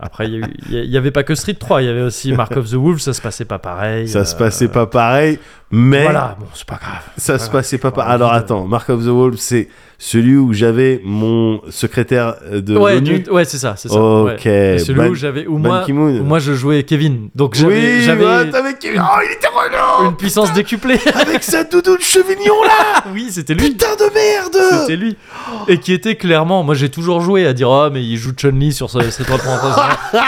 A: Après il y a eu- il y, a- il y avait pas que Street 3, il y avait aussi Mark of the Wolf. Ça se passait pas pareil.
B: Ça se
A: euh,
B: passait pas pareil, mais
A: Voilà bon c'est pas grave.
B: ça se passait pas
A: j'ai pas
B: pareil. Alors
A: envie de-
B: attends, Mark of the Wolf, c'est celui où j'avais mon secrétaire euh, de
A: Ouais,
B: l'ONU.
A: du- ouais c'est ça c'est ça. ouais.
B: Ok.
A: Et celui
B: Ban-
A: où j'avais où
B: Ban
A: moi
B: Ki-moon.
A: où moi je jouais Kevin donc j'avais
B: Oui,
A: j'avais
B: ouais, t'avais Kevin- Oh, il était relou
A: une puissance décuplée
B: avec sa doudoune chevignon là,
A: oui c'était lui
B: putain de merde.
A: C'était lui. Et qui était clairement, moi j'ai toujours joué à dire ah mais il joue Chun-Li sur ce- cette représentation.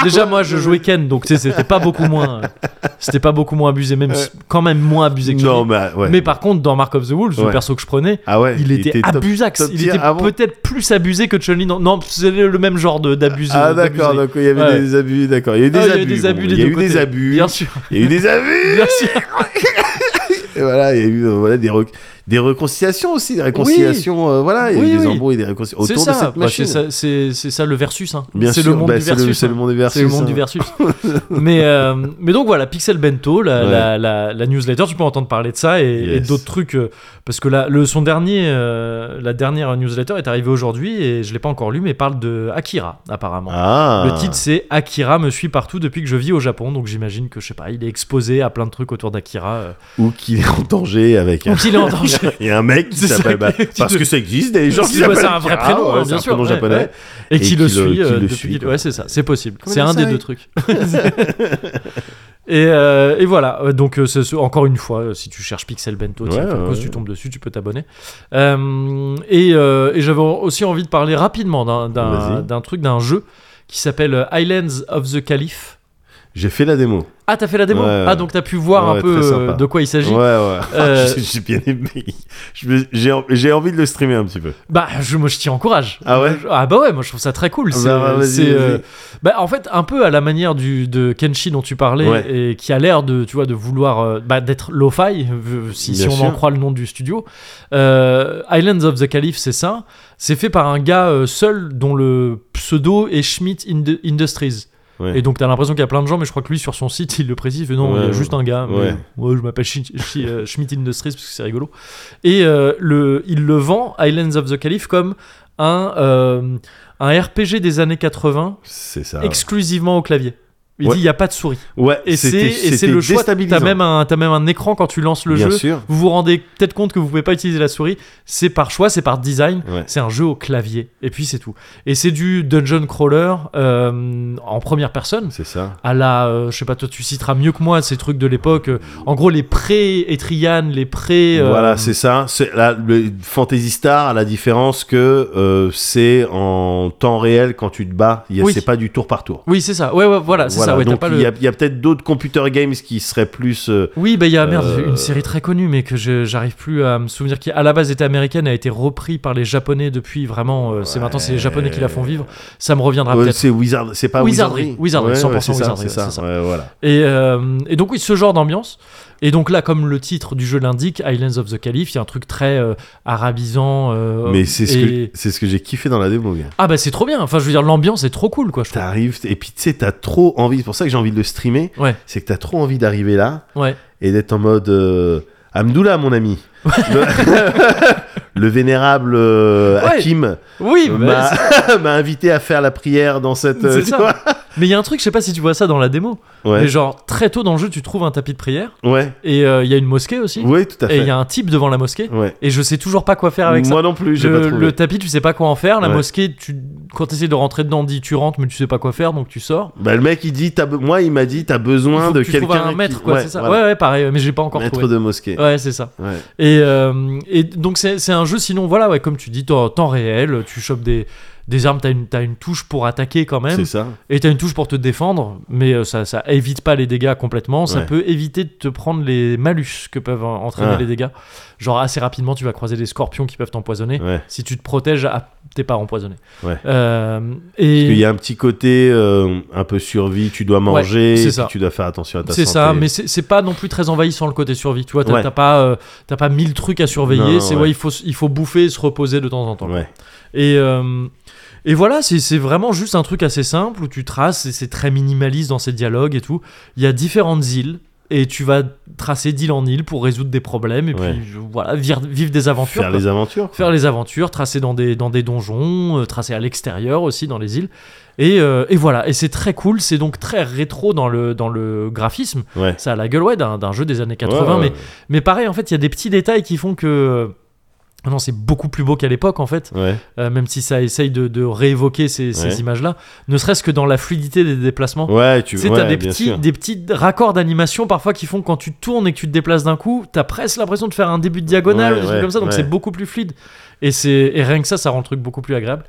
A: Déjà moi je jouais Ken donc tu sais c'était pas beaucoup moins. euh, C'était pas beaucoup moins abusé, même si- quand même moins abusé que
B: Non,
A: Johnny.
B: mais ouais.
A: Mais par contre, dans Mark of the Wolves, le
B: Ouais.
A: perso que je prenais,
B: ah ouais,
A: il, était,
B: top-
A: abusax.
B: top
A: il
B: tier
A: était
B: avant.
A: peut-être plus abusé que Chun-Li. Non, non, c'est le même genre de- d'abus. euh,
B: Ah
A: d'abusé.
B: d'accord, donc il y avait
A: Ouais.
B: des abus, d'accord. Il y a eu des
A: Ah, il y a eu
B: abus.
A: des
B: bon,
A: abus
B: il
A: des
B: y a
A: deux
B: eu des
A: côtés.
B: abus.
A: Bien sûr,
B: Il y a eu des abus.
A: bien sûr.
B: Et voilà, il y a eu euh, voilà, des, rec- des réconciliations aussi, des réconciliations, euh, voilà, il y a eu
A: Oui,
B: des
A: oui.
B: embrouilles, des réconciliations
A: C'est
B: autour
A: ça,
B: de cette
A: bah, c'est
B: machine.
A: ça, c'est- c'est ça le versus. hein.
B: Bien
A: C'est
B: sûr,
A: le monde
B: bah,
A: du
B: c'est le-
A: versus.
B: c'est le
A: hein.
B: monde du versus.
A: C'est le monde
B: hein.
A: du versus. mais, euh, mais donc voilà, Pixel Bento, la,
B: Ouais.
A: la, la- la newsletter, tu peux entendre parler de ça et, et
B: Yes.
A: d'autres trucs. euh, parce que là, le, son dernier, euh, la dernière newsletter est arrivée aujourd'hui et je l'ai pas encore lu, mais parle de Akira, apparemment.
B: Ah.
A: Le titre c'est Akira me suit partout depuis que je vis au Japon, donc j'imagine que je sais pas, il est exposé à plein de trucs autour d'Akira. euh,
B: Ou qu'il est en danger avec un.
A: donc il est en danger.
B: Il y a un mec qui
A: C'est ça
B: s'appelle.
A: que-
B: bah,
A: tu
B: parce
A: te-
B: que ça existe, des gens qui
A: Bah,
B: s'appellent.
A: c'est un vrai
B: Akira,
A: prénom,
B: ouais,
A: hein,
B: c'est
A: bien
B: un
A: sûr.
B: prénom
A: ouais,
B: japonais.
A: ouais. Et, qui le suit
B: qui
A: euh,
B: le
A: depuis
B: suit,
A: qu'il-
B: quoi.
A: Ouais, c'est ça, c'est possible.
B: Comment
A: C'est
B: il
A: un des
B: s'appelle
A: deux trucs. Et, euh, et voilà, Euh, donc euh, c'est ce- encore une fois, euh, si tu cherches Pixel Bento, tu,
B: Ouais,
A: te poses,
B: ouais.
A: tu tombes dessus, tu peux t'abonner. Euh, et euh, et j'avais aussi envie de parler rapidement d'un- d'un
B: Vas-y.
A: d'un truc, d'un jeu qui s'appelle euh, Islands of the Caliph.
B: J'ai fait la démo.
A: Ah, t'as fait la démo
B: Ouais, ouais.
A: Ah, donc t'as pu voir
B: Ouais,
A: un peu
B: très
A: euh,
B: sympa.
A: de quoi il
B: Ouais,
A: s'agit
B: ouais.
A: Euh,
B: J'ai- J'ai bien aimé. Je me- J'ai en- j'ai envie de le streamer un petit peu.
A: Bah, je, moi, je t'y encourage.
B: Ah ouais
A: Je- Ah bah ouais, moi, je trouve ça très cool.
B: Ah
A: C'est,
B: bah, bah, vas-y,
A: c'est, euh,
B: vas-y.
A: bah, en fait, un peu à la manière du, de Kenshi dont tu parlais
B: Ouais.
A: et qui a l'air de, tu vois, de vouloir, euh, bah, d'être lo-fi, euh, si, si on
B: Bien sûr.
A: en croit le nom du studio. Euh, Islands of the Caliph, c'est ça. C'est fait par un gars euh, seul dont le pseudo est Schmidt Ind- Industries.
B: Ouais.
A: Et donc t'as l'impression qu'il y a plein de gens, mais je crois que lui sur son site il le précise, il fait non,
B: Ouais,
A: il y a
B: ouais.
A: juste un gars, mais,
B: Ouais.
A: ouais, je m'appelle Schmidt euh, Schmidt Industries parce que c'est rigolo. Et euh, le, il le vend, Islands of the Caliph, comme un, euh, un RPG des années 80
B: C'est ça.
A: exclusivement au clavier. Il
B: Ah. Ouais.
A: dit il n'y a pas de souris.
B: Ouais,
A: Et c'est
B: c'était-
A: et c'est
B: c'était
A: le choix. T'as
B: déstabilisant.
A: même, un- t'as même un écran quand tu lances le
B: Bien
A: jeu.
B: sûr.
A: Vous vous rendez peut-être compte que vous pouvez pas utiliser la souris. C'est par choix, c'est par design.
B: Ouais.
A: C'est un jeu au clavier. Et puis c'est tout. Et c'est du dungeon crawler euh, en première personne
B: C'est ça.
A: à la, euh, je sais pas, toi tu citeras mieux que moi ces trucs de l'époque. euh, en gros, les pré-Etrian, les pré. euh,
B: Voilà, c'est ça. C'est la, le Fantasy Star a la différence que euh, c'est en temps réel quand tu te bats. Il y a-
A: Oui.
B: C'est pas du tour par tour.
A: Oui, c'est ça. Ouais, ouais, voilà, c'est ça. Ouais, t'as
B: donc
A: pas
B: il
A: le.
B: y a, il y a peut-être d'autres computer games qui seraient plus. euh,
A: Oui, bah il y a merde,
B: Euh,
A: une série très connue, mais que je- j'arrive plus à me souvenir, qui à la base était américaine, a été repris par les Japonais depuis vraiment. euh, c'est maintenant, c'est les Japonais qui la font vivre. Ça me reviendra
B: euh,
A: peut-être.
B: c'est Wizard, c'est pas
A: Wizardry,
B: Wizardry.
A: Wizardry,
B: Ouais,
A: 100%
B: ouais, c'est ça,
A: Wizardry,
B: c'est
A: ouais,
B: ça.
A: c'est ça.
B: Ouais, voilà.
A: Et, euh, et donc oui, ce genre d'ambiance. Et donc là, comme le titre du jeu l'indique, Islands of the Caliph, il y a un truc très euh, arabisant. euh,
B: Mais c'est ce
A: et-
B: que c'est ce que j'ai kiffé dans la démo. gars.
A: Ah bah c'est trop bien. Enfin, je veux dire, l'ambiance est trop cool, quoi. Je trouve.
B: T'arrives et puis tu sais t'as trop envie. C'est pour ça que j'ai envie de le streamer.
A: Ouais.
B: C'est que t'as trop envie d'arriver là
A: Ouais.
B: et d'être en mode euh, Amdoula mon ami. Le, le vénérable euh,
A: Ouais.
B: Hakim
A: Oui, bah,
B: m'a m'a invité à faire la prière dans cette. euh,
A: C'est
B: tu
A: ça.
B: vois
A: Mais il y a un truc, je sais pas si tu vois ça dans la démo, mais
B: Ouais.
A: genre très tôt dans le jeu, tu trouves un tapis de prière
B: Ouais.
A: et euh, il y a une mosquée aussi.
B: Oui, tout à
A: et il
B: fait.
A: y a un type devant la mosquée
B: Ouais.
A: et je sais toujours pas quoi faire avec
B: Moi
A: ça.
B: non plus, j'ai pas
A: Le,
B: trouvé.
A: le tapis, tu sais pas quoi en faire. La
B: Ouais.
A: mosquée, tu, quand tu essaies de rentrer dedans, on dit tu rentres, mais tu sais pas quoi faire, donc tu sors.
B: Bah, le mec, il dit, t'as be- moi, il m'a dit, t'as
A: Il faut
B: besoin
A: que
B: de
A: tu trouves
B: quelqu'un.
A: un
B: qui-
A: maître, quoi,
B: Ouais,
A: c'est ça.
B: voilà.
A: Ouais, ouais, pareil, mais j'ai pas encore
B: Maître
A: trouvé.
B: de mosquée.
A: Ouais, c'est ça.
B: Ouais.
A: Et, euh, et donc c'est c'est un jeu sinon voilà ouais comme tu dis temps, temps réel tu chopes des, des armes t'as une, t'as une touche pour attaquer quand même
B: C'est ça.
A: Et t'as une touche pour te défendre, mais euh, ça, ça évite pas les dégâts complètement. Ça
B: Ouais.
A: peut éviter de te prendre les malus que peuvent euh, entraîner
B: Ah.
A: les dégâts. Genre assez rapidement, tu vas croiser des scorpions qui peuvent t'empoisonner.
B: Ouais.
A: Si tu te protèges, ah, t'es pas empoisonné.
B: Ouais.
A: Euh,
B: Parce qu'il
A: et
B: y a un petit côté euh, un peu survie, tu dois manger,
A: c'est
B: et
A: ça.
B: puis tu dois faire attention à ta
A: c'est
B: santé.
A: ça, mais c'est c'est pas non plus très envahissant le côté survie. Tu vois, t'as
B: Ouais.
A: t'as pas, euh, t'as pas mille trucs à surveiller.
B: Non,
A: C'est
B: ouais.
A: ouais, il faut, il faut bouffer, et se reposer de temps en temps.
B: Ouais.
A: Et, euh, et voilà, c'est c'est vraiment juste un truc assez simple où tu traces et c'est très minimaliste dans ces dialogues et tout. Il y a différentes îles et tu vas tracer d'île en île pour résoudre des problèmes et
B: Ouais.
A: puis je- voilà, vivre, vivre des aventures.
B: Faire
A: quoi.
B: les aventures.
A: Faire les aventures, tracer dans des, dans des donjons, euh, tracer à l'extérieur aussi dans les îles. Et, euh, et voilà, et c'est très cool, c'est donc très rétro dans le, dans le graphisme.
B: Ouais.
A: Ça a la gueule ouais, d'un d'un jeu des années 80,
B: Ouais,
A: mais, mais pareil, en fait, il y a des petits détails qui font que... euh, Non, c'est beaucoup plus beau qu'à l'époque en fait.
B: ouais. Ouais.
A: Euh, même si ça essaye de, de réévoquer ces, ces
B: Ouais.
A: images-là, ne serait-ce que dans la fluidité des déplacements.
B: Ouais, tu
A: Tu sais,
B: ouais,
A: t'as des
B: bien
A: petits,
B: sûr.
A: des petits raccords d'animation parfois qui font quand tu tournes et que tu te déplaces d'un coup, t'as presque l'impression de faire un début de diagonale,
B: Ouais,
A: des trucs
B: ouais,
A: comme ça, donc
B: ouais.
A: c'est beaucoup plus fluide. Et, c'est, et rien que ça, ça rend le truc beaucoup plus agréable.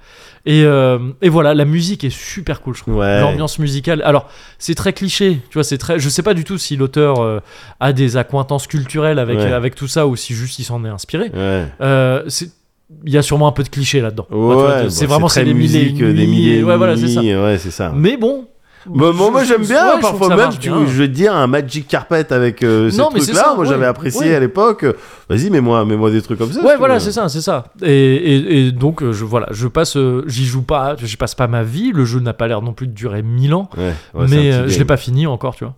A: Et, euh, et voilà, la musique est super cool, je trouve.
B: Ouais.
A: L'ambiance musicale. Alors, c'est très cliché, tu vois, c'est très. Je sais pas du tout si l'auteur euh, a des accointances culturelles avec,
B: Ouais.
A: avec tout ça ou si juste il s'en est inspiré.
B: Ouais.
A: Euh, c'est- il y a sûrement un peu de cliché là-dedans. Enfin, tu vois,
B: Ouais,
A: c'est
B: bon,
A: vraiment
B: très
A: c'est des milliers,
B: musique, euh, des milliers,
A: Ouais, voilà, c'est ça.
B: Ouais, c'est ça.
A: Mais bon.
B: Bah, moi,
A: je-
B: moi, j'aime
A: je-
B: bien
A: ouais, je trouve que
B: parfois
A: ça
B: même
A: marche
B: tu-
A: bien.
B: je vais te dire un magic carpet avec euh, ces
A: Non, mais c'est
B: trucs là
A: ça,
B: moi
A: ouais.
B: j'avais apprécié
A: Ouais.
B: à l'époque vas-y mets-moi mets-moi des trucs comme ça si
A: Ouais,
B: tu
A: voilà,
B: veux.
A: c'est ça, c'est ça. Et, et- et donc, euh, je, voilà, je passe, euh, j'y joue pas, j'y passe pas ma vie. Le jeu n'a pas l'air non plus de durer 1000 ans,
B: Ouais, ouais, c'est un petit
A: mais euh, je l'ai
B: game.
A: pas fini encore, tu vois.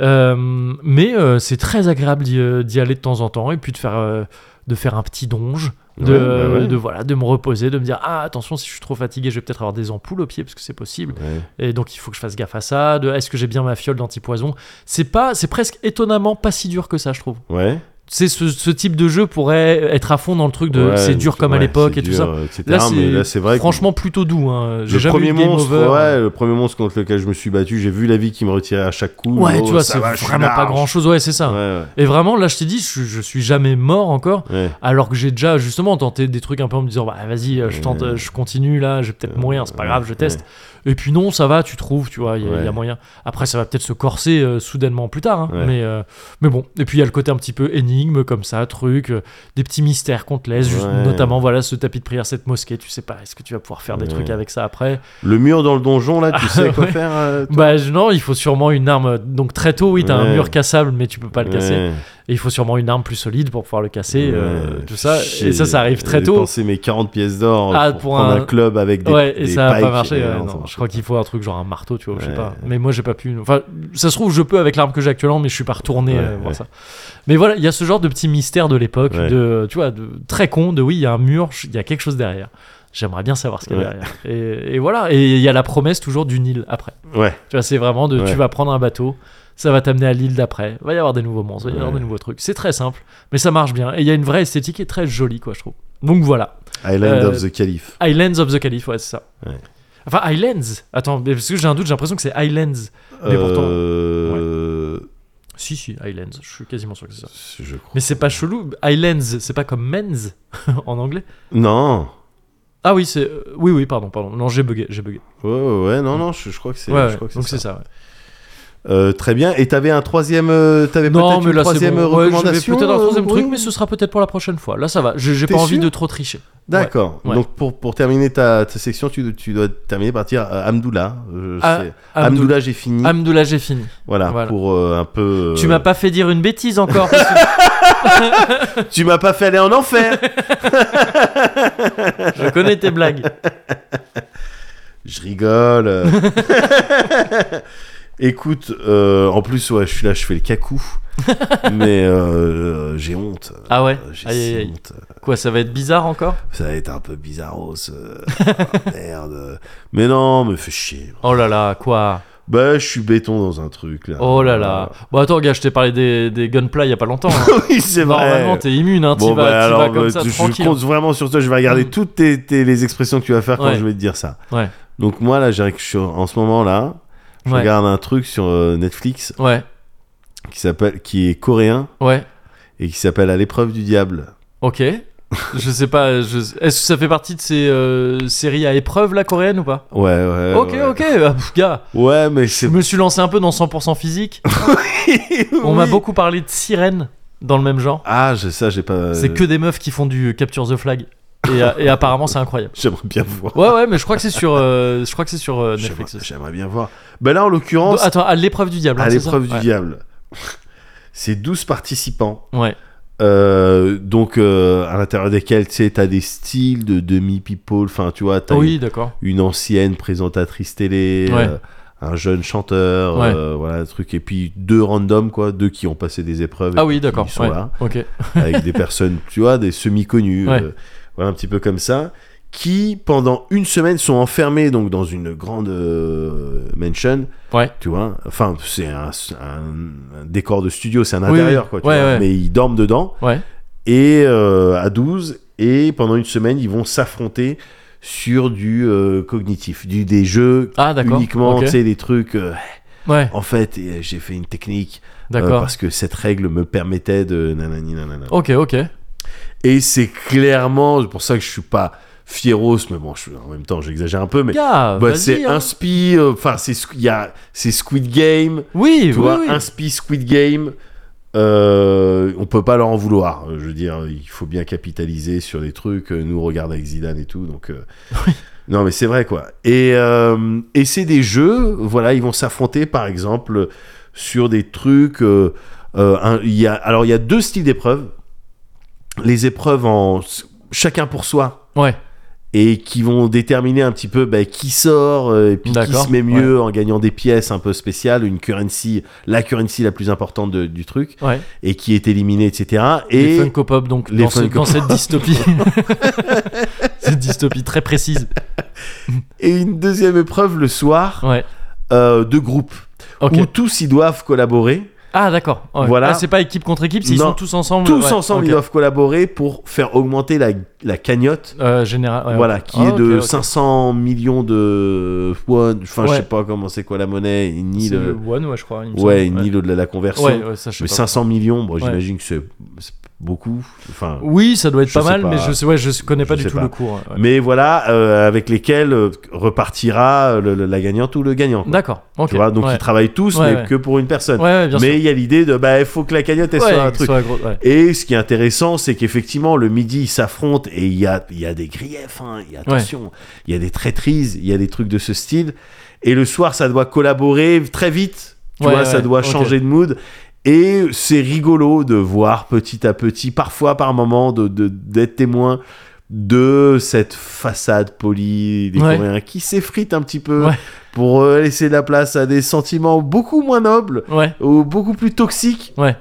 A: Euh, mais euh, c'est très agréable d'y, euh, d'y aller de temps en temps et puis de faire, euh, de faire un petit donge, de,
B: Ouais, bah ouais.
A: de, voilà, de me reposer, de me dire ah attention si je suis trop fatigué, je vais peut-être avoir des ampoules aux pieds parce que c'est possible.
B: Ouais.
A: Et donc il faut que je fasse gaffe à ça. De est-ce que j'ai bien ma fiole d'antipoison C'est pas, c'est presque étonnamment pas si dur que ça, je trouve
B: ouais
A: c'est ce, ce type de jeu pourrait être à fond dans le truc de
B: Ouais,
A: c'est dur comme à
B: ouais,
A: l'époque
B: c'est
A: et tout
B: dur,
A: ça.
B: euh, etc.
A: Là,
B: mais là,
A: c'est
B: c'est vrai que
A: franchement plutôt doux. hein. J'ai
B: le
A: jamais
B: premier
A: eu de game
B: monstre
A: over. euh.
B: ouais le premier monstre contre lequel je me suis battu j'ai vu la vie qui me retirait à chaque coup
A: Ouais,
B: Oh,
A: tu vois,
B: ça
A: c'est
B: va, je suis
A: vraiment pas
B: large.
A: grand chose. Ouais, c'est ça.
B: ouais
A: Et vraiment, là, je t'ai dit, je, je suis jamais mort encore,
B: ouais, ouais.
A: alors que j'ai déjà justement tenté des trucs un peu en me disant, bah vas-y, euh, je tente, euh, je continue là, je vais
B: Euh,
A: peut-être mourir, c'est pas grave, je teste. Et puis non, ça va, tu trouves, tu vois, il y, a- il y
B: Ouais.
A: a moyen. Après, ça va peut-être se corser euh, soudainement plus tard, hein,
B: Ouais.
A: mais, euh, mais bon. Et puis il y a le côté un petit peu énigme, comme ça, truc, euh, des petits mystères qu'on te laisse, juste-
B: Ouais.
A: notamment voilà ce tapis de prière, cette mosquée, tu sais pas, est-ce que tu vas pouvoir faire des
B: Ouais.
A: trucs avec ça après
B: le mur dans le donjon là tu
A: Ah,
B: sais quoi
A: ouais.
B: faire euh, toi
A: Bah je- non, il faut sûrement une arme, euh, donc très tôt, oui, t'as
B: Ouais.
A: un mur cassable, mais tu peux pas le casser.
B: Ouais.
A: Et il faut sûrement une arme plus solide pour pouvoir le casser, euh,
B: Ouais,
A: tout ça.
B: chier.
A: Et ça, ça arrive très
B: J'ai
A: tôt.
B: dépensé mes 40 pièces d'or
A: Ah,
B: pour,
A: pour
B: prendre un...
A: un
B: club avec des
A: ouais, et
B: des
A: ça a pas
B: pikes,
A: marché.
B: et,
A: ouais,
B: euh,
A: non,
B: ça marche
A: je crois qu'il faut un truc genre un marteau, tu vois, je
B: Ouais.
A: sais pas. Mais moi, j'ai pas pu. Enfin, ça se trouve, je peux avec l'arme que j'ai actuellement, mais je suis pas retourné
B: Ouais,
A: euh, voir
B: ouais.
A: ça. Mais voilà, il y a ce genre de petit mystère de l'époque,
B: Ouais.
A: de tu vois, de très con, de oui, il y a un mur, je- il y a quelque chose derrière. J'aimerais bien savoir ce qu'il y a
B: Ouais.
A: derrière. Et, et voilà, et il y a la promesse toujours d'une île après.
B: Ouais.
A: Tu vois, c'est vraiment de
B: Ouais.
A: tu vas prendre un bateau, ça va t'amener à l'île d'après, va y avoir des nouveaux monstres, va y avoir
B: Ouais.
A: des nouveaux trucs. C'est très simple, mais ça marche bien. Et il y a une vraie esthétique qui est très jolie, quoi, je trouve. Donc voilà.
B: Island of
A: Euh,
B: the Caliph.
A: Islands of the Caliph, ouais, c'est ça.
B: Ouais.
A: Enfin, Islands. Attends, mais parce que j'ai un doute, j'ai l'impression que c'est Islands. mais pourtant-
B: Euh,
A: Si, si, Islands, je suis quasiment sûr que c'est ça.
B: Je crois.
A: Mais c'est pas chelou. Islands, c'est pas comme men's en anglais.
B: Non.
A: Ah oui, c'est. euh, Oui, oui, pardon, pardon. Non, j'ai bugué, j'ai bugué.
B: Ouais, ouais, ouais, non, non, je, je crois que c'est
A: Ouais,
B: je
A: ouais,
B: crois que c'est
A: donc
B: ça.
A: c'est ça. ouais.
B: Euh, très bien. Et t'avais un troisième. euh, T'avais
A: Non,
B: peut-être
A: mais
B: une
A: là, c'est
B: troisième
A: bon. Ouais, je vais
B: recommandation.
A: peut-être un
B: euh,
A: troisième truc,
B: Bruno
A: mais ce sera peut-être pour la prochaine fois. Là, ça va. J'ai j'ai
B: T'es
A: pas envie
B: sûr
A: de trop tricher.
B: D'accord.
A: Ouais.
B: Donc pour, pour terminer ta, ta section, tu, tu dois terminer par dire euh, Amdoula. Euh, je
A: Ah,
B: sais.
A: Amdou-
B: Amdoula, j'ai fini.
A: Amdoula, j'ai fini.
B: Voilà,
A: voilà.
B: pour euh, un peu. euh,
A: Tu m'as pas fait dire une bêtise encore. parce que
B: Tu m'as pas fait aller en enfer.
A: je connais tes blagues.
B: Je rigole. Écoute, euh, en plus, ouais, je suis là, je fais le cacou. mais euh, j'ai honte.
A: Ah ouais
B: Euh, J'ai
A: Aïe,
B: si
A: aïe, aïe.
B: honte.
A: Quoi, ça va être bizarre encore
B: Ça va être un peu bizarros. euh, ah, merde. Mais non, me fais chier.
A: Oh là là, quoi
B: Bah, je suis béton dans un truc là.
A: Oh là là.
B: Euh.
A: Bon attends gars, je t'ai parlé des, des gunplay il y a pas longtemps. hein.
B: oui, c'est vrai.
A: Normalement t'es immune, hein.
B: Bon,
A: t'y vas,
B: bah,
A: t'y
B: alors,
A: vas comme
B: bah,
A: ça
B: tu- je
A: tranquille.
B: compte vraiment sur toi. Je vais regarder
A: Mm.
B: toutes tes, tes- les expressions que tu vas faire quand
A: Ouais.
B: je vais te dire ça.
A: Ouais.
B: Donc, moi, là, j'ai- je suis en ce moment là. Je
A: Ouais.
B: regarde un truc sur euh, Netflix
A: Ouais,
B: qui s'appelle, qui est coréen
A: ouais,
B: et qui s'appelle À l'épreuve du diable.
A: ok. je sais pas, je... est-ce que ça fait partie de ces euh, séries à épreuve là coréennes ou pas
B: Ouais, ouais.
A: Ok,
B: Euh, ouais.
A: ok, ah, pff, gars.
B: Ouais, mais
A: Je
B: c'est.
A: me suis lancé un peu dans 100% physique. On
B: Oui.
A: m'a beaucoup parlé de sirène dans le même genre.
B: Ah, je- ça, j'ai pas.
A: C'est que des meufs qui font du capture the flag. Et, euh, et apparemment c'est incroyable.
B: J'aimerais bien voir.
A: Ouais, ouais, mais je crois que c'est sur, euh, je crois que c'est sur euh,
B: J'aimerais
A: Netflix. aussi. Ah,
B: j'aimerais bien voir. Bah là, en l'occurrence,
A: Attends, à l'épreuve du diable. hein,
B: à
A: c'est ça
B: l'épreuve du
A: Ouais.
B: diable, c'est 12 participants.
A: Ouais.
B: Euh, donc, euh, à l'intérieur desquels, tu sais, t'as des styles de demi-people. Enfin, tu vois, t'as
A: Oui, d'accord.
B: une, une ancienne présentatrice télé.
A: Ouais.
B: euh, un jeune chanteur,
A: Ouais.
B: euh, voilà, un truc. Et puis deux randoms, quoi, deux qui ont passé des épreuves. et
A: Ah
B: puis
A: oui,
B: qui
A: d'accord.
B: sont
A: Ouais.
B: là.
A: Ok.
B: avec des personnes, tu vois, des semi-connus,
A: Ouais.
B: euh, voilà, un petit peu comme ça, qui, pendant une semaine, sont enfermés donc dans une grande euh, mansion,
A: Ouais.
B: tu vois. Enfin, c'est un, un- un décor de studio, c'est un
A: Oui,
B: intérieur,
A: oui.
B: quoi, tu
A: Ouais,
B: vois,
A: ouais.
B: mais ils dorment dedans,
A: Ouais.
B: et euh, à 12, et pendant une semaine, ils vont s'affronter sur du euh, cognitif, du, des jeux
A: Ah d'accord.
B: uniquement,
A: Ok.
B: tu sais, des trucs, euh,
A: Ouais.
B: en fait, et j'ai fait une technique, euh,
A: D'accord.
B: parce que cette règle me permettait de nanani nanana.
A: ok, ok.
B: Et c'est clairement, c'est pour ça que je suis pas fieros, mais bon, je, en même temps, j'exagère un peu, mais
A: Gars,
B: bah,
A: vas-y,
B: c'est
A: hein.
B: inspi, euh, enfin, c'est squ- il y a- c'est Squid Game,
A: Oui, oui,
B: tu vois,
A: oui.
B: inspi Squid Game. euh, on peut pas leur en vouloir. Euh, Je veux dire, il faut bien capitaliser sur les trucs. Euh, Nous, on regarde avec Zidane et tout, donc. euh, Non, mais c'est vrai quoi. Et, euh, et c'est des jeux, voilà, ils vont s'affronter par exemple sur des trucs. euh, euh, un- il y a, alors il y a deux styles d'épreuves. Les épreuves en chacun pour soi
A: Ouais.
B: et qui vont déterminer un petit peu bah, qui sort euh, et puis qui
A: D'accord,
B: se met mieux en gagnant des pièces un peu spéciales, une currency, la currency la plus importante de- du truc
A: Ouais.
B: et qui est éliminée, etc.
A: Les
B: Et
A: Funko Pop, donc,
B: les
A: dans, ce-
B: Funko
A: dans cette dystopie. cette dystopie très précise.
B: et une deuxième épreuve le soir
A: Ouais.
B: euh, de groupe
A: Ok.
B: où tous ils doivent collaborer.
A: Ah, d'accord. Ouais.
B: Voilà.
A: Ah, c'est pas équipe contre équipe, c'est ils
B: Non.
A: sont tous ensemble.
B: Tous
A: ouais,
B: ensemble
A: ok.
B: ils doivent collaborer pour faire augmenter la, la cagnotte.
A: Euh, général. ouais,
B: voilà,
A: ouais.
B: qui
A: Ah,
B: est
A: ok,
B: de
A: ok.
B: 500 millions de won, enfin je
A: Ouais.
B: sais pas comment c'est quoi la monnaie, ni
A: C'est le
B: le,
A: One, ouais, je crois. il me
B: ouais,
A: semble.
B: ni le de la conversion.
A: Ouais, ouais, ça, je sais
B: Mais
A: pas.
B: 500 millions, bon,
A: Ouais.
B: j'imagine que c'est c'est beaucoup. Enfin,
A: Oui, ça doit être
B: Je
A: pas
B: sais
A: mal,
B: pas.
A: mais je sais, ouais, je connais pas
B: Je
A: du
B: sais
A: tout
B: pas.
A: le cours. ouais.
B: Mais voilà, euh, avec lesquels euh, repartira le- le- la gagnante ou le gagnant. quoi.
A: D'accord. Ok.
B: Tu vois, donc
A: ouais.
B: ils travaillent tous,
A: Ouais,
B: mais
A: ouais.
B: que pour une personne.
A: Ouais, ouais, bien
B: mais
A: sûr.
B: il y a l'idée de, bah, il faut que la cagnotte elle
A: Ouais,
B: soit un
A: qu'ils
B: truc.
A: soient gros, ouais.
B: Et ce qui est intéressant, c'est qu'effectivement, le midi, ils s'affrontent et il y a, il y a des griefs, hein, il y a, attention, il y a des traîtrises, il y a des trucs de ce style. Et le soir, ça doit collaborer très vite, tu
A: Ouais,
B: vois,
A: ouais,
B: ça doit
A: ok.
B: changer de mood. Et c'est rigolo de voir petit à petit, parfois par moment, d'être de, d'être témoin de cette façade polie des
A: Ouais.
B: Coréens qui s'effrite un petit peu
A: Ouais.
B: pour euh, laisser de la place à des sentiments beaucoup moins nobles
A: Ouais.
B: ou beaucoup plus toxiques.
A: Ouais.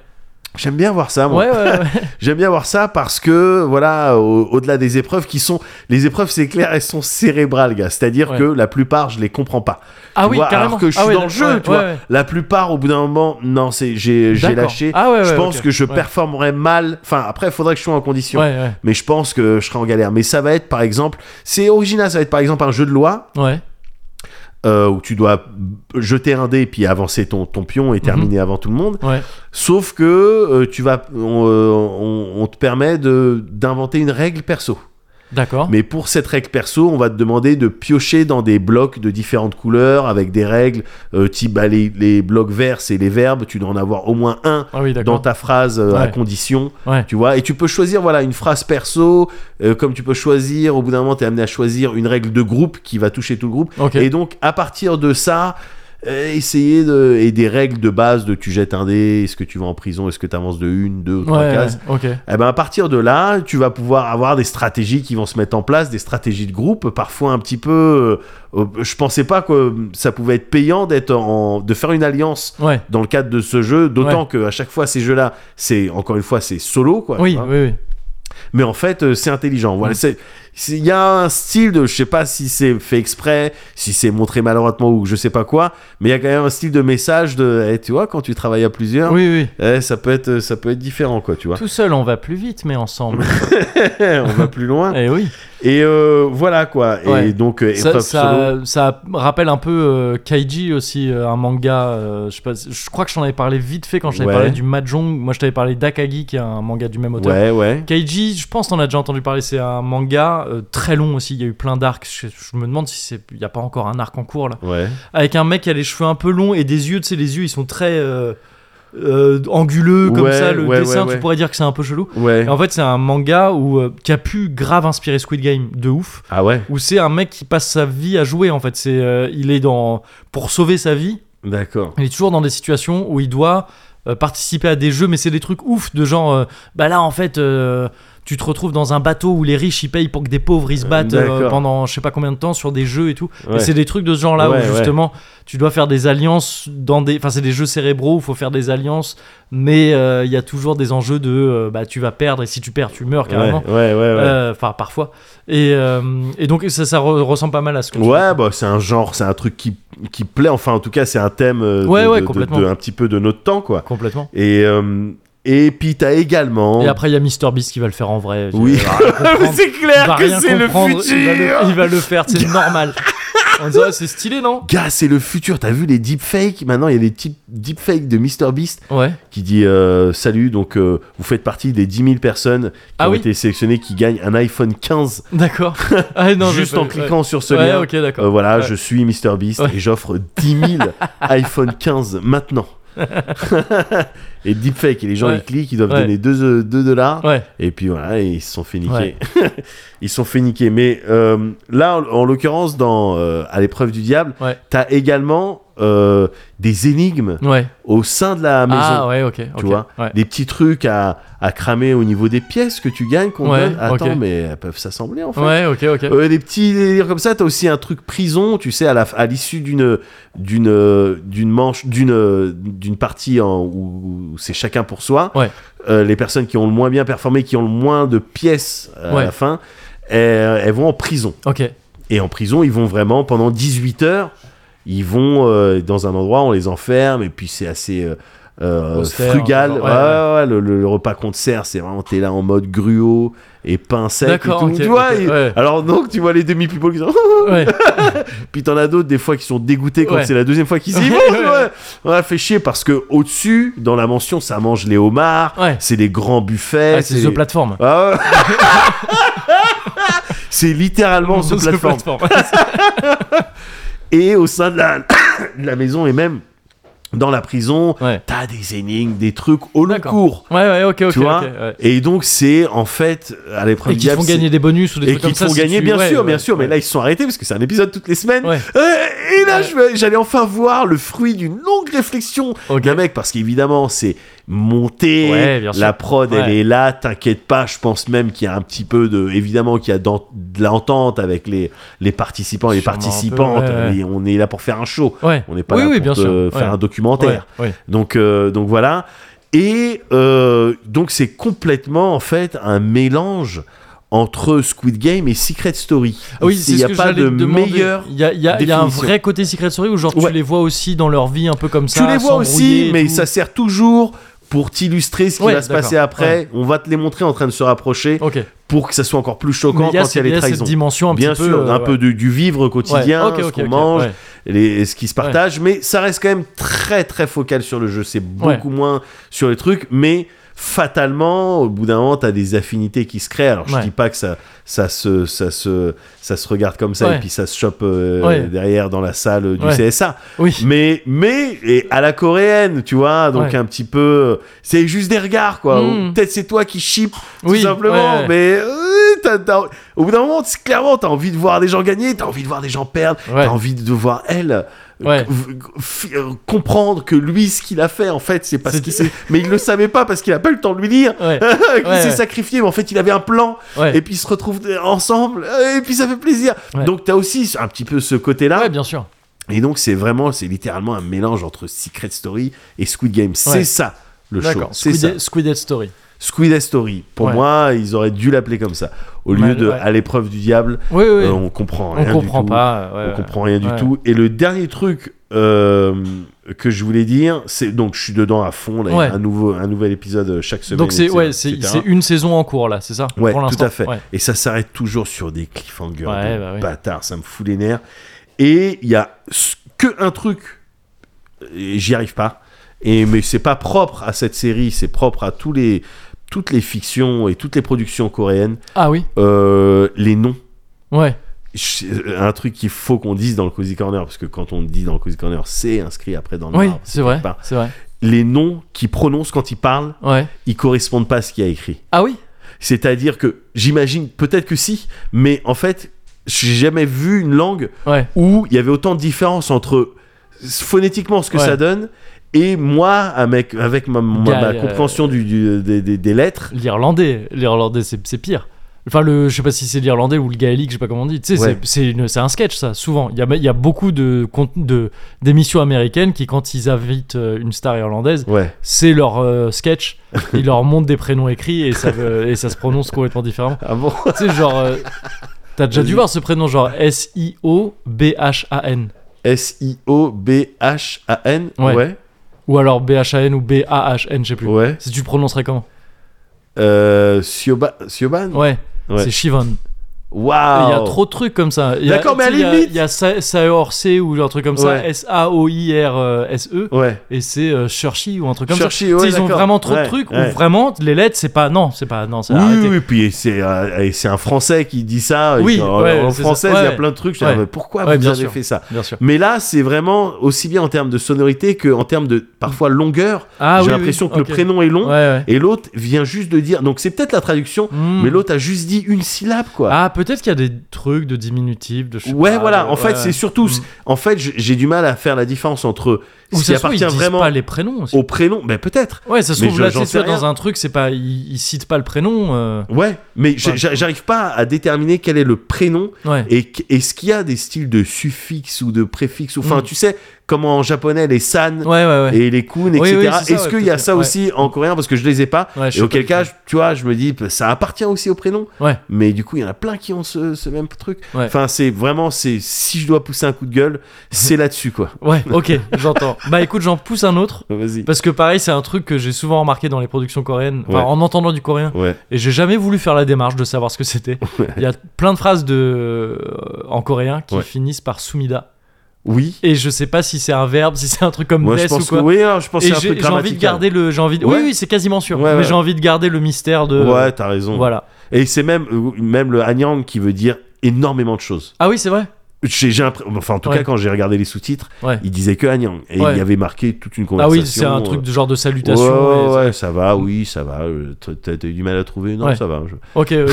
B: J'aime bien voir ça, moi.
A: Ouais, ouais, ouais.
B: J'aime bien voir ça parce que, voilà, au- au-delà des épreuves qui sont. Les épreuves, c'est clair, elles sont cérébrales, gars. C'est-à-dire
A: Ouais.
B: que la plupart, je les comprends pas.
A: Ah
B: Tu
A: oui,
B: vois,
A: carrément.
B: alors que je
A: Ah
B: suis
A: ouais,
B: dans le jeu,
A: ouais,
B: tu
A: ouais,
B: vois.
A: ouais.
B: La plupart, au bout d'un moment, non, c'est j'ai j'ai
A: D'accord.
B: lâché.
A: Ah ouais,
B: je
A: ouais,
B: pense
A: ok.
B: que je
A: Ouais.
B: performerais mal. Enfin, après, il faudrait que je sois en condition.
A: Ouais,
B: Mais je pense que je serai en galère. Mais ça va être, par exemple. C'est original, ça va être, par exemple, un jeu de loi
A: ouais, ouais.
B: euh, où tu dois jeter un dé puis avancer ton, ton pion
A: Mhm.
B: et terminer avant tout le monde.
A: Ouais.
B: Sauf que euh, tu vas, on, euh, on- on te permet de- d'inventer une règle perso.
A: D'accord.
B: Mais pour cette règle perso, on va te demander de piocher dans des blocs de différentes couleurs avec des règles. Euh, type, bah, les, les blocs verts, c'est les verbes. Tu dois en avoir au moins un
A: Ah oui,
B: dans
A: d'accord.
B: ta phrase euh, à
A: Ouais.
B: condition.
A: Ouais.
B: Tu vois, et tu peux choisir voilà une phrase perso, euh, comme tu peux choisir. Au bout d'un moment, t'es amené à choisir une règle de groupe qui va toucher tout le groupe.
A: Ok.
B: Et donc, à partir de ça, euh, essayer de. Et des règles de base de tu jettes un dé, est-ce que tu vas en prison, est-ce que tu avances de une, deux ou
A: Ouais,
B: trois
A: ouais,
B: cases.
A: ok.
B: Eh ben, à partir de là, tu vas pouvoir avoir des stratégies qui vont se mettre en place, des stratégies de groupe, parfois un petit peu. euh, euh, je pensais pas que ça pouvait être payant d'être en, de faire une alliance
A: Ouais.
B: dans le cadre de ce jeu, d'autant que à chaque fois ces jeux-là, c'est encore une fois c'est solo quoi.
A: Oui,
B: tu vois.
A: oui, oui.
B: Mais en fait, euh, c'est intelligent. Voilà,
A: Mm.
B: c'est c'est- il y a un style de je sais pas si c'est fait exprès, si c'est montré maladroitement ou je sais pas quoi, mais il y a quand même un style de message de eh, tu vois quand tu travailles à plusieurs,
A: Oui, oui.
B: eh, ça peut être ça peut être différent quoi, tu vois.
A: Tout seul, on va plus vite, mais ensemble.
B: On va plus loin.
A: Eh oui.
B: Et euh, voilà quoi. Et
A: Ouais.
B: donc euh,
A: Ça,
B: épreuve
A: ça,
B: solo.
A: ça rappelle un peu euh, Kaiji aussi, euh, un manga. euh, je, sais pas, je crois que je t'en avais parlé vite fait quand je t'avais
B: Ouais.
A: parlé du Mahjong. Moi, je t'avais parlé d'Akagi, qui est un manga du même auteur.
B: Ouais ouais.
A: Kaiji, je pense t'en as déjà entendu parler, c'est un manga euh, très long aussi, il y a eu plein d'arcs, je, je me demande si c'est, il n'y a pas encore un arc en cours là.
B: Ouais.
A: Avec un mec qui a les cheveux un peu longs et des yeux, tu sais, les yeux ils sont très euh, euh, anguleux comme
B: Ouais,
A: ça, le
B: ouais,
A: dessin
B: ouais, ouais.
A: tu pourrais dire que c'est un peu chelou.
B: Ouais.
A: Et en fait c'est un manga où, euh, qui a pu grave inspirer Squid Game de ouf,
B: Ah ouais.
A: où c'est un mec qui passe sa vie à jouer en fait, c'est, euh, il est dans, pour sauver sa vie,
B: D'accord.
A: il est toujours dans des situations où il doit euh, participer à des jeux, mais c'est des trucs ouf, de genre, euh, bah là en fait, euh, tu te retrouves dans un bateau où les riches ils payent pour que des pauvres ils se battent euh,
B: D'accord.
A: pendant je sais pas combien de temps sur des jeux et tout.
B: Ouais.
A: Et c'est des trucs de ce genre-là
B: Ouais,
A: où
B: ouais.
A: justement tu dois faire des alliances dans des. Enfin, c'est des jeux cérébraux où il faut faire des alliances, mais euh, il y a toujours des enjeux de euh, bah tu vas perdre et si tu perds, tu meurs
B: Ouais ouais
A: carrément.
B: ouais. ouais.
A: Euh, Enfin, parfois. Et, euh, et donc ça, ça re- ressemble pas mal à ce que tu
B: Ouais, bah, c'est un genre, c'est un truc qui, qui plaît. Enfin, en tout cas, c'est un thème euh, de-
A: Ouais, ouais,
B: de- de,
A: complètement.
B: de- un petit peu de notre temps, quoi.
A: Complètement.
B: Et, euh, et puis, t'as également.
A: Et après, il y a Mr Beast qui va le faire en vrai.
B: Oui.
A: Il va rien comprendre.
B: c'est
A: Il
B: clair
A: va rien comprendre. Il va le, il va le faire, c'est normal. On disait, ah, c'est stylé, non
B: Gars, c'est le futur. T'as vu les deepfakes Maintenant, il y a des types- deepfakes de MrBeast
A: Ouais.
B: qui dit euh, Salut, donc euh, vous faites partie des 10 000 personnes qui
A: Ah
B: ont
A: oui.
B: été sélectionnées qui gagnent un iPhone 15
A: D'accord. Ah, non,
B: juste
A: j'ai pas-
B: en cliquant sur ce
A: Ouais, ouais
B: lien.
A: ok, d'accord.
B: Euh, voilà,
A: Ouais.
B: je suis MrBeast
A: Ouais.
B: et j'offre 10 000 iPhone 15 maintenant. et deepfake, et les gens
A: Ouais.
B: ils cliquent, ils doivent
A: Ouais.
B: donner 2, dollars,
A: Ouais.
B: et puis voilà, et ils se sont fait niquer.
A: Ouais.
B: ils se sont fait niquer. Mais euh, là, en, en l'occurrence, dans euh, À l'épreuve du diable,
A: Ouais.
B: t'as également euh, des énigmes
A: Ouais.
B: au sein de la maison.
A: Ah, ouais, ok. Tu
B: vois, Des petits trucs à, à cramer au niveau des pièces que tu gagnes qu'on te
A: Ouais,
B: donne. Attends,
A: ok.
B: mais elles peuvent s'assembler en fait.
A: Ouais, ok, ok.
B: Euh, des petits délires comme ça. T'as aussi un truc prison, tu sais, à la à l'issue d'une d'une euh, d'une manche, d'une euh, d'une partie en, où, où c'est chacun pour soi.
A: Ouais.
B: Euh, les personnes qui ont le moins bien performé, qui ont le moins de pièces euh, à
A: Ouais.
B: la fin, elles, elles vont en prison.
A: Ok.
B: Et en prison, ils vont vraiment pendant 18 heures. Ils vont euh, dans un endroit, on les enferme, et puis c'est assez euh, euh,
A: Austère,
B: frugal.
A: genre,
B: Ouais,
A: ouais,
B: ouais, ouais, le, le repas qu'on te sert, c'est vraiment, t'es là en mode gruau et pain sec. et
A: D'accord,
B: tout.
A: ok,
B: tu vois,
A: ok,
B: et-
A: ouais.
B: Alors donc, tu vois les demi-people qui sont. oh,
A: Ouais. Ah,
B: Puis t'en as d'autres des fois qui sont dégoûtés quand
A: Ouais.
B: c'est la deuxième fois qu'ils y vont.
A: Ouais,
B: tu
A: ouais.
B: vois. On a fait chier parce que au-dessus, dans la mention, ça mange les homards,
A: Ouais.
B: c'est des grands buffets.
A: Ah, c'est The Platform.
B: Ah ouais. C'est littéralement ce
A: The
B: plateforme. Et au sein de la, de la maison et même dans la prison,
A: Ouais.
B: t'as des énigmes, des trucs au long
A: D'accord.
B: cours.
A: Ouais, ouais, ok, ok.
B: tu vois
A: ok, ouais.
B: Et donc c'est en fait à l'épreuve
A: Et
B: du
A: qui te
B: diable,
A: font
B: c'est-
A: gagner des bonus ou des
B: et
A: trucs
B: qui
A: comme
B: te
A: ça.
B: font
A: si
B: gagner,
A: tu-
B: bien
A: ouais,
B: sûr,
A: ouais,
B: bien sûr. Mais
A: ouais.
B: là, ils se sont arrêtés parce que c'est un épisode toutes les semaines.
A: Ouais.
B: Euh, Et là, je- j'allais enfin voir le fruit d'une longue réflexion
A: Ok.
B: d'un mec parce qu'évidemment, c'est monté.
A: Ouais, bien sûr.
B: la prod, elle
A: Ouais.
B: est là. T'inquiète pas. Je pense même qu'il y a un petit peu de, évidemment, qu'il y a d'en- de l'entente avec les, les participants et les
A: Sûrement un peu,
B: participantes.
A: ouais, ouais.
B: Et on est là pour faire un show.
A: Ouais.
B: On n'est pas
A: oui,
B: là
A: oui,
B: pour
A: bien
B: te
A: sûr.
B: faire
A: ouais.
B: un documentaire.
A: Ouais, ouais.
B: Donc, euh, donc voilà. Et euh, donc c'est complètement en fait un mélange entre Squid Game et Secret Story.
A: Ah Oui,
B: Et
A: c'est
B: il
A: ce
B: n'y a
A: que
B: pas
A: j'allais
B: de
A: te demander.
B: meilleur.
A: Il y a, il y a- il y a un
B: définition.
A: vrai côté Secret Story où genre
B: Ouais.
A: tu les vois aussi dans leur vie un peu comme ça.
B: tu les vois aussi,
A: s'embrouiller et
B: mais
A: tout.
B: ça sert toujours pour t'illustrer ce qui
A: Ouais,
B: va se
A: d'accord.
B: passer après. On va te les montrer en train de se rapprocher
A: Ok.
B: pour que ça soit encore plus
A: Mais
B: choquant
A: il y a,
B: quand il y a
A: cette- il
B: les
A: y a cette
B: trahisons.
A: dimension un
B: Bien
A: petit peu.
B: sûr,
A: euh,
B: un
A: ouais.
B: peu du, du vivre quotidien,
A: Ouais, ok,
B: ce
A: ok,
B: qu'on
A: ok,
B: mange,
A: ouais.
B: les, ce qui se partage, mais ça reste quand même très très focal sur le jeu. C'est beaucoup moins sur les trucs, mais fatalement, au bout d'un moment, t'as des affinités qui se créent. Alors je
A: Ouais.
B: dis pas que ça, ça, se, ça, se, ça se regarde comme ça
A: Ouais.
B: et puis ça se chope euh,
A: Ouais.
B: derrière dans la salle du
A: Ouais.
B: CSA,
A: Oui.
B: mais, mais et à la coréenne, tu vois, donc
A: Ouais.
B: un petit peu. C'est juste des regards, quoi.
A: Mm.
B: Peut-être c'est toi qui chip, tout
A: Oui,
B: simplement,
A: ouais.
B: mais euh, t'as- t'as- au bout d'un moment, c'est- clairement, t'as envie de voir des gens gagner, t'as envie de voir des gens perdre,
A: Ouais.
B: t'as envie de voir elle. euh,
A: Ouais.
B: v- fi- euh, comprendre que lui ce qu'il a fait en fait c'est parce
A: C'est-
B: qu'il s'est- mais il le savait pas parce qu'il a pas eu le temps de lui dire
A: Ouais.
B: qu'il
A: Ouais,
B: s'est
A: ouais.
B: sacrifié mais en fait il avait un plan
A: Ouais.
B: et puis ils se retrouvent ensemble euh, et puis ça fait plaisir
A: Ouais.
B: donc t'as aussi un petit peu ce côté là
A: Ouais, bien sûr.
B: et donc, c'est vraiment, c'est littéralement un mélange entre Secret Story et Squid Game. C'est
A: Ouais.
B: ça le show.
A: D'accord.
B: C'est ça.
A: Squid, Squid Story.
B: Squid Dead Story. Pour
A: Ouais.
B: moi, ils auraient dû l'appeler comme ça. Au lieu
A: Mal-
B: de
A: ouais.
B: à l'épreuve du diable,
A: Oui, oui.
B: euh, on comprend
A: on
B: rien.
A: comprend
B: du tout.
A: pas. ouais,
B: on
A: ouais.
B: comprend rien du
A: Ouais.
B: tout. Et le dernier truc euh, que je voulais dire, c'est donc je suis dedans à fond. Là, il y a
A: Ouais.
B: un, nouveau, un nouvel épisode euh, chaque semaine.
A: Donc c'est
B: etc.,
A: ouais, c'est
B: etc.
A: c'est une saison en cours là, c'est ça
B: Ouais,
A: pour
B: tout
A: l'instant
B: à fait.
A: Ouais.
B: Et ça s'arrête toujours sur des cliffhangers
A: Ouais,
B: de
A: bah oui.
B: bâtards, ça me fout les nerfs. Et il y a s- que un truc, et j'y arrive pas. Et mais c'est pas propre à cette série, c'est propre à tous les toutes les fictions et toutes les productions coréennes.
A: Ah oui.
B: Euh, les noms,
A: Ouais.
B: Je- un truc qu'il faut qu'on dise dans le cozy corner parce que quand on dit dans le cozy corner, c'est inscrit après dans le
A: Oui,
B: marbre.
A: c'est vrai.
B: pas.
A: C'est vrai.
B: Les noms qu'ils prononcent quand ils parlent,
A: Ouais.
B: ils correspondent pas à ce qu'il y a écrit.
A: Ah oui.
B: C'est-à-dire que j'imagine peut-être que si, mais en fait, j'ai jamais vu une langue
A: Ouais.
B: où il y avait autant de différence entre phonétiquement ce que
A: Ouais.
B: ça donne et moi avec, avec ma, ma-
A: Gars,
B: ma
A: euh,
B: compréhension du, du- des, des- des lettres.
A: L'irlandais, l'irlandais c'est c'est pire. Enfin le je sais pas si c'est l'irlandais ou le gaélique, je sais pas comment on dit. Tu sais c'est-
B: Ouais.
A: c'est une- c'est un sketch ça souvent. Il y a il y a beaucoup de contenu- de d'émissions américaines qui quand ils invitent euh, une star irlandaise
B: Ouais.
A: c'est leur euh, sketch, ils leur montrent des prénoms écrits et ça, veut- et ça se prononce complètement différemment.
B: Ah bon
A: Tu sais, genre, euh, t'as déjà dû
B: Vas-y.
A: voir ce prénom, genre S-I-O-B-H-A-N.
B: S-I-O-B-H-A-N
A: Ouais.
B: Ouais.
A: Ou alors B-H-A-N ou B-A-H-N, je sais plus.
B: Ouais.
A: Si tu le prononcerais comment
B: Euh, Sioba- Sioban
A: Ouais,
B: Ouais.
A: c'est Shivan.
B: Waouh
A: Il y a trop de trucs comme ça. Il y a-
B: Ah, oh. D'accord, mais à
A: tu sais,
B: la
A: il y a-
B: limite.
A: Il y a Sa- Saor-C ou un truc comme ça,
B: Ouais.
A: S-A-O-I-R-S-E,
B: Ouais.
A: E, et c'est euh, Churchy ou un truc comme ça.
B: Churchy,
A: Tu sais,
B: ouais,
A: ils ont
B: d'accord.
A: vraiment trop
B: Ouais,
A: de trucs
B: ouais.
A: où vraiment les lettres, c'est pas. Non, c'est pas. Non, c'est
B: Oui,
A: arrêté.
B: oui, oui, puis c'est euh, et c'est un Français qui dit ça.
A: Oui,
B: Et en,
A: ouais,
B: en
A: c'est
B: français,
A: ça.
B: il y a
A: Ouais.
B: plein de trucs. Je
A: Ouais.
B: dis, Ah, mais pourquoi
A: Ouais,
B: vous
A: bien
B: avez
A: sûr.
B: fait ça
A: Bien sûr.
B: Mais là, c'est vraiment aussi bien en termes de sonorité que en termes de parfois longueur.
A: Ah,
B: J'ai
A: oui, oui,
B: l'impression que
A: ok.
B: le prénom est long
A: Ouais, ouais.
B: et l'autre vient juste de dire. Donc c'est peut-être la traduction,
A: Hmm.
B: mais l'autre a juste dit une syllabe quoi.
A: Ah, peut-être qu'il y a des trucs de diminutifs, de. je sais
B: Ouais,
A: pas,
B: voilà.
A: de-
B: En fait,
A: ouais.
B: c'est surtout.
A: Mm.
B: En fait, j- j'ai du mal à faire la différence entre
A: Ou
B: ce
A: ça
B: qui
A: se trouve, ils
B: appartient
A: disent
B: vraiment
A: pas les prénoms aussi.
B: au prénom. Ben peut-être.
A: Ouais, ça se
B: Mais
A: trouve,
B: je-
A: là,
B: j'en
A: c'est
B: sais
A: ça, dans
B: rien.
A: un truc, c'est pas. Ils, ils citent pas le prénom. euh,
B: Ouais, mais j-
A: Ouais.
B: j- j'arrive pas à déterminer quel est le prénom
A: Ouais.
B: et qu- est-ce qu'il y a des styles de suffixe ou de préfixe ou enfin
A: Mm.
B: tu sais comment en japonais les san
A: Ouais, ouais, ouais.
B: et les kun etc.
A: Oui, oui, c'est ça,
B: est-ce
A: ouais,
B: qu'il y a
A: peut-être,
B: ça
A: ouais.
B: aussi en coréen parce que je les ai pas
A: Ouais, je
B: et
A: sais
B: auquel
A: pas
B: cas
A: du tout.
B: je- tu vois je me dis bah, ça appartient aussi au prénom
A: Ouais.
B: mais du coup il y en a plein qui ont ce, ce même truc
A: Ouais.
B: enfin c'est vraiment c'est si je dois pousser un coup de gueule c'est là-dessus quoi
A: Ouais, ok, j'entends. Bah écoute, j'en pousse un autre.
B: vas-y
A: Parce que pareil, c'est un truc que j'ai souvent remarqué dans les productions coréennes, enfin,
B: Ouais.
A: en entendant du coréen,
B: ouais
A: et j'ai jamais voulu faire la démarche de savoir ce que c'était. Il y a plein de phrases de euh, en coréen qui
B: Ouais.
A: finissent par sumida,
B: oui
A: et je sais pas si c'est un verbe, si c'est un truc comme
B: moi je
A: des ou
B: pense que
A: quoi.
B: oui alors, je pense que
A: et
B: c'est un
A: j'ai
B: truc
A: j'ai envie de
B: grammatical.
A: garder le, j'ai envie de-
B: Ouais.
A: oui oui, c'est quasiment sûr,
B: Ouais,
A: mais
B: ouais.
A: j'ai envie de garder le mystère de,
B: ouais t'as raison
A: euh, voilà.
B: et c'est même euh, même le hanyang qui veut dire énormément de choses
A: Ah oui, c'est vrai.
B: J'ai, j'ai impr- enfin, en tout
A: Ouais.
B: cas, quand j'ai regardé les sous-titres,
A: Ouais.
B: il disait que Hanyang. Et
A: Ouais.
B: il y avait marqué toute une
A: Ah
B: conversation.
A: oui, c'est un truc
B: euh,
A: de genre de salutation.
B: ouais,
A: et-
B: ouais, ouais, ça va, oui, ça va. euh, t'as- T'as t'as eu du mal à trouver Non,
A: Ouais.
B: ça va. je-
A: Ok. euh,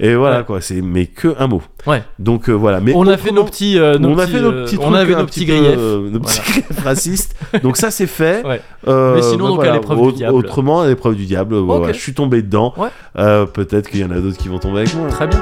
B: Et voilà,
A: Ouais.
B: quoi. C'est, mais que un mot.
A: Ouais.
B: Donc euh, voilà. Mais
A: on a fait nos petits, euh, nos
B: on a
A: petits,
B: fait nos petits
A: euh,
B: trucs
A: on avait
B: un
A: nos
B: petit
A: petits
B: peu,
A: griefs.
B: euh, nos petits griefs racistes. Donc ça, c'est fait.
A: Ouais.
B: Euh,
A: Mais sinon, donc, à
B: voilà,
A: l'épreuve
B: au-
A: du diable.
B: Autrement, à l'épreuve du diable, ouais,
A: Ok.
B: ouais, je suis tombé dedans.
A: Ouais.
B: Euh, peut-être qu'il y en a d'autres qui vont tomber avec moi.
A: Très bien.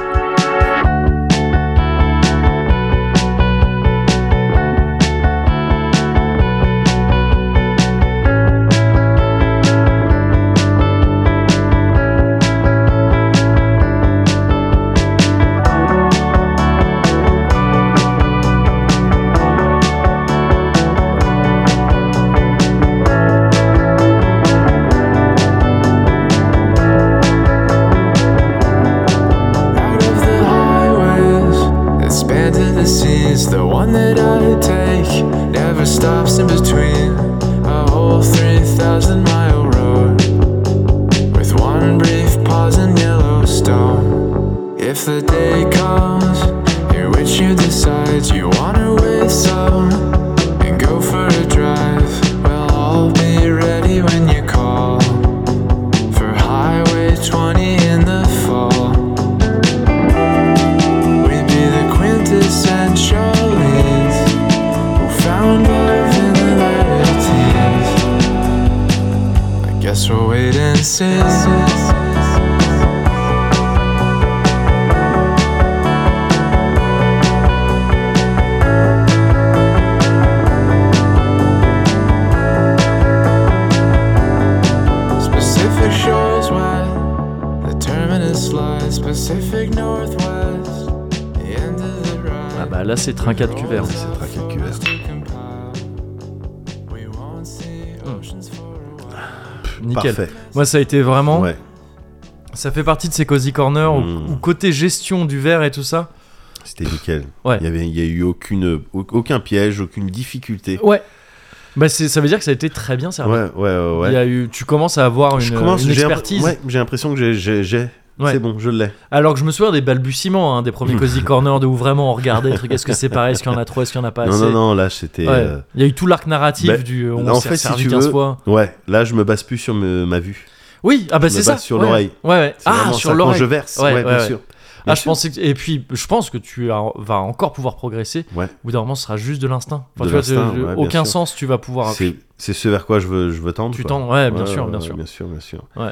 F: Out of the highways, it's spanned to the seas. The one that I take never stops in between a whole 3,000 mile road with one brief pause in Yellowstone. If the day comes in which you decide you want to waste some and go for a drive, well, I'll be ready when you call for Highway 20 in the fall. We'd be the quintessential leads who found love in the light of teens. I guess we'll wait and see. Specific shores wide, the terminus lies. Pacific Northwest, the end of the ride.
A: Ah bah là, c'est trinquat de cuvert.
F: Oh,
A: Nickel.
B: Parfait.
A: Moi, ça a été vraiment.
B: Ouais.
A: Ça fait partie de ces cozy corners où-
B: Mm.
A: où, côté gestion du verre et tout ça.
B: C'était nickel.
A: Ouais.
B: Il y avait, il y a eu aucune, au- aucun piège, aucune difficulté.
A: Ouais. Bah, c'est- ça veut dire que Oh, ça a été très bien servi.
B: Ouais, ouais, ouais. ouais.
A: Il y a eu, tu commences à avoir
B: Je
A: une,
B: commence,
A: une
B: j'ai l'impr-
A: expertise.
B: ouais, j'ai l'impression que j'ai, j'ai, j'ai-
A: Ouais.
B: c'est bon, je l'ai.
A: Alors que je me souviens des balbutiements hein, des
B: Hmm.
A: premiers cozy corners de où vraiment on regardait les trucs. Est-ce que c'est pareil Est-ce qu'il y en a trop Est-ce qu'il y en a pas
B: non,
A: assez
B: non, non, là c'était.
A: Ouais.
B: euh,
A: Il y a eu tout l'arc narratif
B: bah,
A: du euh, on
B: là, en
A: s'est
B: fait, si
A: servi
B: tu
A: 15
B: veux-
A: fois.
B: ouais, là je me base plus sur me- ma vue.
A: Oui, ah bah
B: je
A: c'est
B: me
A: ça.
B: base sur
A: ouais.
B: l'oreille.
A: Ouais, ouais.
B: C'est
A: Ah,
B: vraiment
A: sur
B: ça, Quand
A: l'oreille.
B: je verse,
A: Ouais,
B: ouais,
A: ouais,
B: bien
A: ouais.
B: sûr.
A: Ah,
B: Bien
A: je
B: sûr.
A: pensais que... Et puis, je pense que tu as- vas encore pouvoir progresser.
B: Ouais.
A: Au bout d'un moment, ce sera juste de l'instinct. Enfin,
B: De
A: tu vois, tu-
B: l'instinct, ouais, bien
A: aucun
B: sûr.
A: sens, tu vas pouvoir.
B: C'est, c'est ce vers quoi je veux, je veux tendre.
A: Tu
B: quoi.
A: tends, ouais, bien
B: Ouais,
A: sûr,
B: ouais,
A: bien
B: ouais,
A: sûr.
B: bien sûr, bien sûr.
A: Ouais.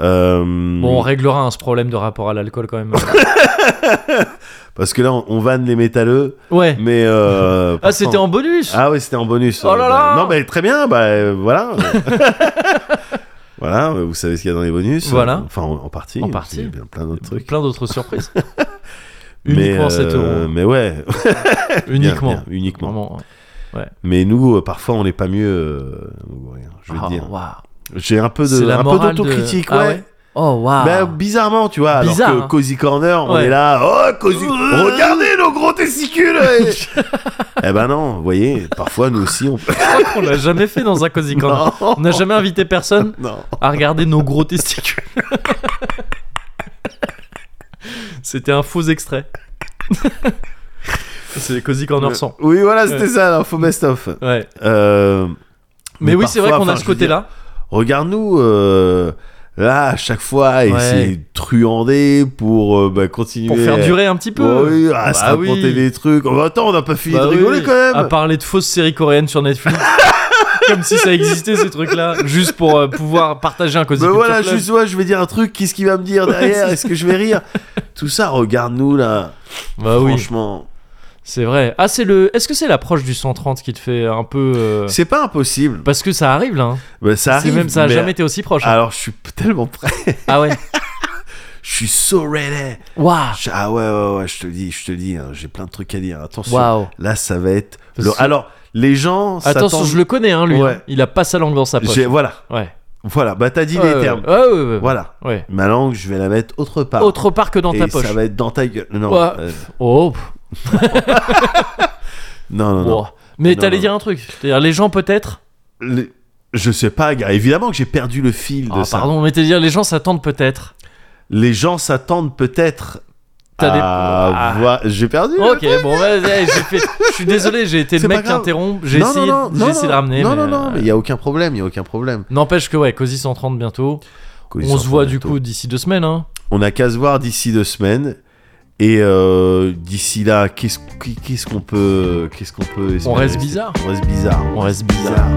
B: Euh,
A: Bon, on réglera hein, ce problème de rapport à l'alcool quand même.
B: Parce que là on, on vanne les métalleux,
A: ouais.
B: mais. euh,
A: Ah,
B: pourtant-
A: c'était en bonus
B: Ah oui, c'était en bonus.
A: Oh là
B: Euh,
A: là
B: bah, Non, mais très bien, bah euh, voilà. voilà, euh, vous savez ce qu'il y a dans les bonus.
A: Voilà.
B: Enfin, en, en partie.
A: En partie.
B: Il y a bien plein d'autres trucs.
A: Plein d'autres surprises.
B: mais,
A: Uniquement
B: euh,
A: 7 euros.
B: Mais ouais, bien,
A: Uniquement.
B: bien, uniquement.
A: Vraiment.
B: Mais nous, euh, parfois, on n'est pas mieux. euh, Mogurien, je veux
A: Ah,
B: dire.
A: waouh.
B: J'ai un peu
A: C'est
B: de,
A: la
B: un peu
A: morale de-
B: d'autocritique,
A: Ah
B: ouais.
A: ouais Oh, waouh.
B: Ben, bizarrement, tu vois,
A: Bizarre,
B: alors que
A: hein.
B: Cozy Corner, on
A: Ouais.
B: est là, oh, Cozy, regardez nos gros testicules et- Eh ben non, vous voyez, parfois nous aussi on peut...
A: Je crois qu'on l'a jamais fait dans un Cozy Corner.
B: Non.
A: On n'a jamais invité personne
B: Non.
A: à regarder nos gros testicules. C'était un faux extrait. C'est Cozy Corner 100.
B: Oui, voilà, c'était
A: Ouais.
B: ça, l'info best-of.
A: Ouais.
B: Euh,
A: Mais, oui, c'est vrai
B: parfois,
A: qu'on a
B: enfin,
A: ce
B: je veux dire,
A: côté-là.
B: Regarde-nous, euh, là, à chaque fois, essayer de truander pour euh, bah, continuer...
A: Pour faire durer un petit peu.
B: Oh oui, à se
A: Bah
B: raconter
A: oui.
B: des trucs. Oh, bah, attends, on n'a pas fini
A: Bah
B: de
A: oui,
B: rigoler quand
A: À
B: même.
A: parler de fausses séries coréennes sur Netflix. Comme si ça existait ces trucs-là. Juste pour euh, pouvoir partager un Cozy
B: Mais
A: Culture
B: Bah voilà,
A: Club.
B: juste moi, je vais dire un truc. Qu'est-ce qu'il va me dire derrière Est-ce que je vais rire Tout ça, regarde-nous là.
A: Bah oui.
B: Franchement,
A: C'est vrai. Ah, c'est le. Est-ce que c'est l'approche du 130 qui te fait un peu. euh,
B: c'est pas impossible.
A: Parce que ça arrive là. hein.
B: Bah, ça
A: C'est
B: arrive.
A: même ça a
B: mais-
A: jamais été aussi proche. hein.
B: Alors, je suis tellement prêt.
A: Ah ouais.
B: Je suis so ready.
A: Waouh.
B: Je- Ah ouais, ouais, ouais. Je te le dis, je te le dis. hein, J'ai plein de trucs à dire. Attention.
A: Waouh.
B: Là, ça va être.
A: Parce
B: le-
A: que-
B: Alors, les gens.
A: Attention,
B: s'attendent-
A: je le connais hein lui.
B: Ouais.
A: hein. Il a pas sa langue dans sa poche.
B: J'ai- Voilà,
A: Ouais.
B: voilà. Bah, t'as dit
A: Ouais,
B: les
A: ouais,
B: termes.
A: Ouais, ouais, ouais, ouais.
B: Voilà.
A: Ouais.
B: Ma langue, je vais la mettre autre part.
A: Autre part que dans
B: Et
A: ta poche.
B: ça va être dans ta gueule. Non,
A: Ouais.
B: euh,
A: Oh. pff,
B: non, non. non.
A: wow. Mais
B: Non,
A: t'allais
B: non.
A: dire un truc. C'est-à-dire les gens peut-être.
B: Les- Je sais pas, gars. Évidemment que j'ai perdu le fil de
A: Ah,
B: ça.
A: pardon, mais t'allais dire les gens s'attendent peut-être.
B: Les gens s'attendent peut-être
A: T'as des-
B: à
A: Ah.
B: voir- J'ai perdu. le-
A: Ok, bon, vas-y, j'ai fait. Je suis désolé, j'ai été
B: C'est
A: le
B: pas
A: mec qui
B: grave.
A: interrompt. J'ai
B: Non,
A: essayé,
B: non, non,
A: j'ai
B: non,
A: essayé de
B: non,
A: ramener.
B: Non,
A: mais,
B: non, non,
A: euh,
B: mais il y a aucun problème, il y a aucun problème.
A: N'empêche que ouais, Cozy 130 bientôt.
B: Cosy
A: On se
B: s'entend
A: voit du
B: bientôt.
A: coup d'ici deux semaines. Hein.
B: On a qu'à se voir d'ici deux semaines. Et euh, d'ici là, qu'est-ce qu'- qu'est-ce qu'on peut, qu'est-ce qu'on peut espérer
A: reste bizarre.
B: On reste bizarre.
A: On reste bizarre.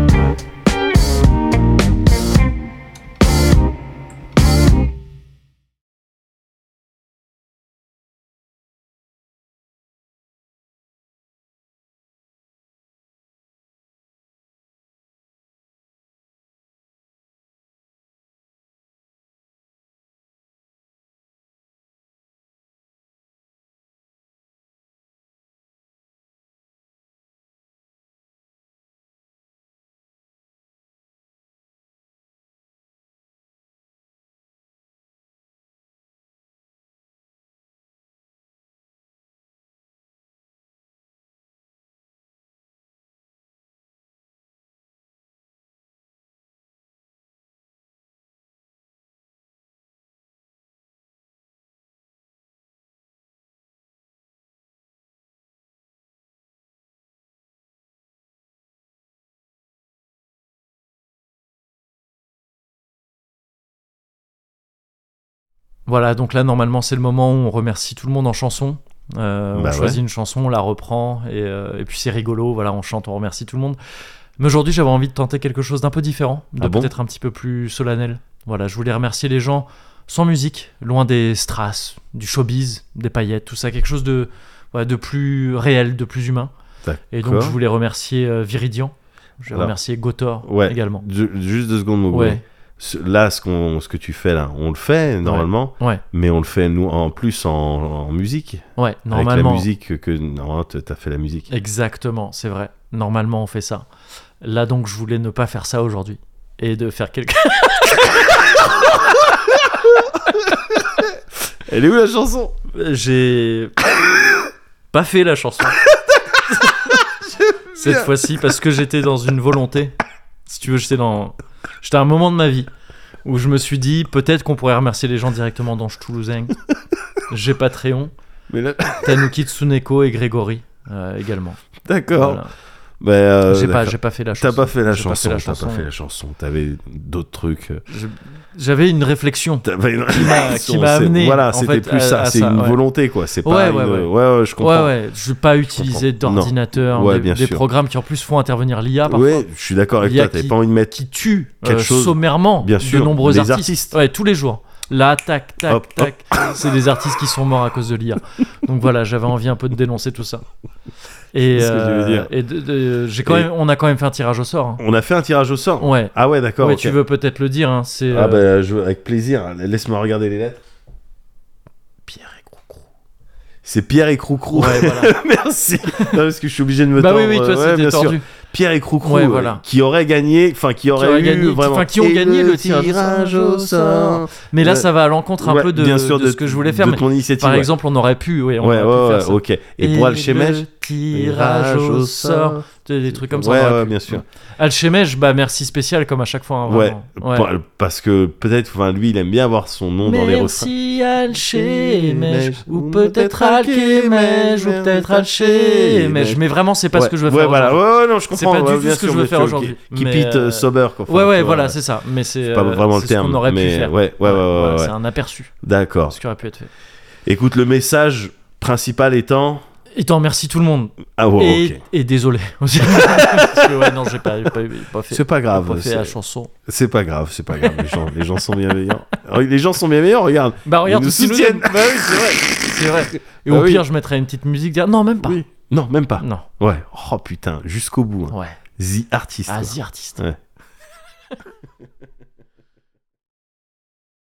A: Voilà, donc là normalement c'est le moment où on remercie tout le monde en chanson. Euh,
B: Bah
A: on
B: ouais.
A: choisit une chanson, on la reprend et, euh, et puis c'est rigolo. Voilà, on chante, on remercie tout le monde. Mais aujourd'hui j'avais envie de tenter quelque chose d'un peu différent, de
B: Ah bon
A: peut-être un petit peu plus solennel. Voilà, je voulais remercier les gens sans musique, loin des strass, du showbiz, des paillettes, tout ça, quelque chose de, voilà, de plus réel, de plus humain. Et donc
B: D'accord.
A: je voulais remercier euh, Viridian, je voulais
B: Alors,
A: remercier Gotor
B: ouais. Oh
A: également.
B: Ju- Juste deux secondes, Mogul.
A: Ouais,
B: Ce- Là, ce, qu'on, ce que tu fais là, on le fait normalement,
A: ouais,
B: mais on le fait nous en plus en, en musique.
A: ouais,
B: Avec la
A: normalement.
B: musique que- que. Non, t- t'as fait la musique.
A: Exactement, c'est vrai. Normalement, on fait ça. Là, donc, je voulais ne pas faire ça aujourd'hui. Et de faire quelque.
B: Elle est où la chanson
A: J'ai. pas fait la chanson. Cette fois-ci, parce que j'étais dans une volonté. Si tu veux, j'étais dans. J'étais à un moment de ma vie où je me suis dit, peut-être qu'on pourrait remercier les gens directement dans Je Toulousain. J'ai Patreon,
B: Mais là-
A: Tanuki Tsuneko et Grégory euh, également.
B: D'accord.
A: Voilà.
B: Bah, euh,
A: J'ai pas,
B: d'accord.
A: j'ai pas fait la chanson.
B: T'as pas fait la
A: J'ai pas fait
B: chanson,
A: la
B: t'as
A: chanson.
B: pas fait la chanson, t'avais d'autres trucs.
A: J'avais une réflexion.
B: T'avais une
A: m'a- qui m'a
B: C'est-
A: amené, en
B: Voilà, c'était
A: fait,
B: plus
A: à-
B: ça,
A: à
B: c'est
A: ça,
B: une
A: ouais.
B: volonté quoi, c'est
A: Ouais,
B: pas
A: ouais,
B: une-
A: ouais.
B: ouais, je comprends.
A: Ouais, ouais, je veux pas utiliser
B: comprends.
A: d'ordinateur,
B: Non. Ouais,
A: des,
B: bien
A: des
B: sûr.
A: programmes qui en plus font intervenir l'IA parfois,
B: Ouais, je suis d'accord avec
A: Il y a
B: toi, t'avais
A: qui-
B: pas envie de mettre.
A: qui tue euh,
B: Quelque chose-
A: sommairement
B: bien sûr,
A: de nombreux
B: des
A: artistes.
B: artistes.
A: Ouais, tous les jours. Là, tac, tac,
B: Hop,
A: tac. C'est des artistes qui sont morts à cause de l'IA. Donc voilà, j'avais envie un peu de dénoncer tout ça. Et, euh,
B: C'est ce que je veux dire.
A: et de- de- j'ai quand
B: Et-
A: même, on a quand même fait un tirage au sort. hein.
B: On a fait un tirage au sort.
A: Ouais.
B: Ah ouais, d'accord.
A: ouais,
B: ok.
A: tu veux peut-être le dire. hein, c'est
B: Ah
A: euh,
B: bah je- avec plaisir, laisse-moi regarder les lettres.
A: Pierre et Crocro.
B: C'est Pierre et Croucrou.
A: Ouais, voilà.
B: Merci. Non, parce que je suis obligé de me
A: bah oui,
B: tordre,
A: oui, toi
B: ouais,
A: c'était
B: bien sûr.
A: tordu.
B: Pierre et Croucrou
A: Ouais,
B: euh,
A: voilà.
B: qui aurait gagné, enfin qui aurait
A: auraient
B: eu
A: gagné-
B: vraiment,
A: enfin, qui ont
B: Et
A: gagné le tirage au
B: tirage
A: sort.
B: au sort.
A: Mais là,
B: Ouais.
A: ça va à l'encontre un
B: Ouais,
A: peu de,
B: bien sûr,
A: de ce que je voulais faire.
B: de
A: mais
B: ton initiative.
A: par
B: ouais.
A: exemple, on aurait pu. Ouais, on
B: ouais, ouais,
A: aurait pu faire
B: ouais,
A: ça.
B: ok. Et pour Alchemège,
A: tirage au sort, des des trucs comme ça. on
B: Ouais,
A: aurait
B: ouais,
A: pu.
B: bien sûr.
A: Alchemège, bah merci spécial comme à chaque fois. hein,
B: Ouais,
A: vraiment. Ouais.
B: pa- parce que peut-être, enfin, lui, il aime bien avoir son nom dans les refrains.
A: Merci Alchemège, ou peut-être Alchemège, ou peut-être Alchemège. Mais vraiment, c'est pas ce
B: Ouais,
A: que je veux
B: ouais,
A: faire.
B: voilà.
A: aujourd'hui.
B: Ouais, ouais, non, je comprends.
A: pas du
B: ouais,
A: tout
B: bien
A: ce que
B: sûr,
A: je veux faire
B: monsieur,
A: aujourd'hui,
B: Qui, qui
A: mais,
B: pite
A: euh,
B: euh, sober, quoi. Enfin,
A: Ouais,
B: tu
A: ouais,
B: vois,
A: voilà, c'est ça. Mais c'est
B: c'est pas
A: euh,
B: vraiment le
A: c'est ce
B: terme.
A: qu'on aurait
B: mais
A: pu faire.
B: Ouais, ouais, ouais, ouais,
A: Voilà,
B: ouais.
A: C'est un aperçu de
B: D'accord.
A: ce qui aurait pu être fait.
B: Écoute, le message principal étant.
A: Et t'en remercie tout le monde.
B: Ah ouais,
A: et,
B: ok.
A: et désolé aussi. Parce que, ouais, non, j'ai pas, j'ai pas, j'ai pas fait.
B: C'est pas
A: j'ai
B: grave.
A: pas fait la
B: c'est-
A: chanson.
B: C'est pas grave, c'est pas grave. Les gens, les gens sont bienveillants. Alors, Les gens sont bienveillants, Oh, regarde.
A: Bah
B: Ils
A: regarde,
B: nous
A: tout ce qu'ils
B: soutiennent.
A: donnent,
B: Bah oui, c'est vrai.
A: C'est vrai. Et
B: Bah
A: au
B: oui.
A: pire, je mettrais une petite musique. derrière. Non, même pas.
B: Oui. Non, même pas.
A: Non.
B: Ouais. Oh putain, jusqu'au bout. hein.
A: Ouais.
B: The Artist. quoi.
A: Asie artiste.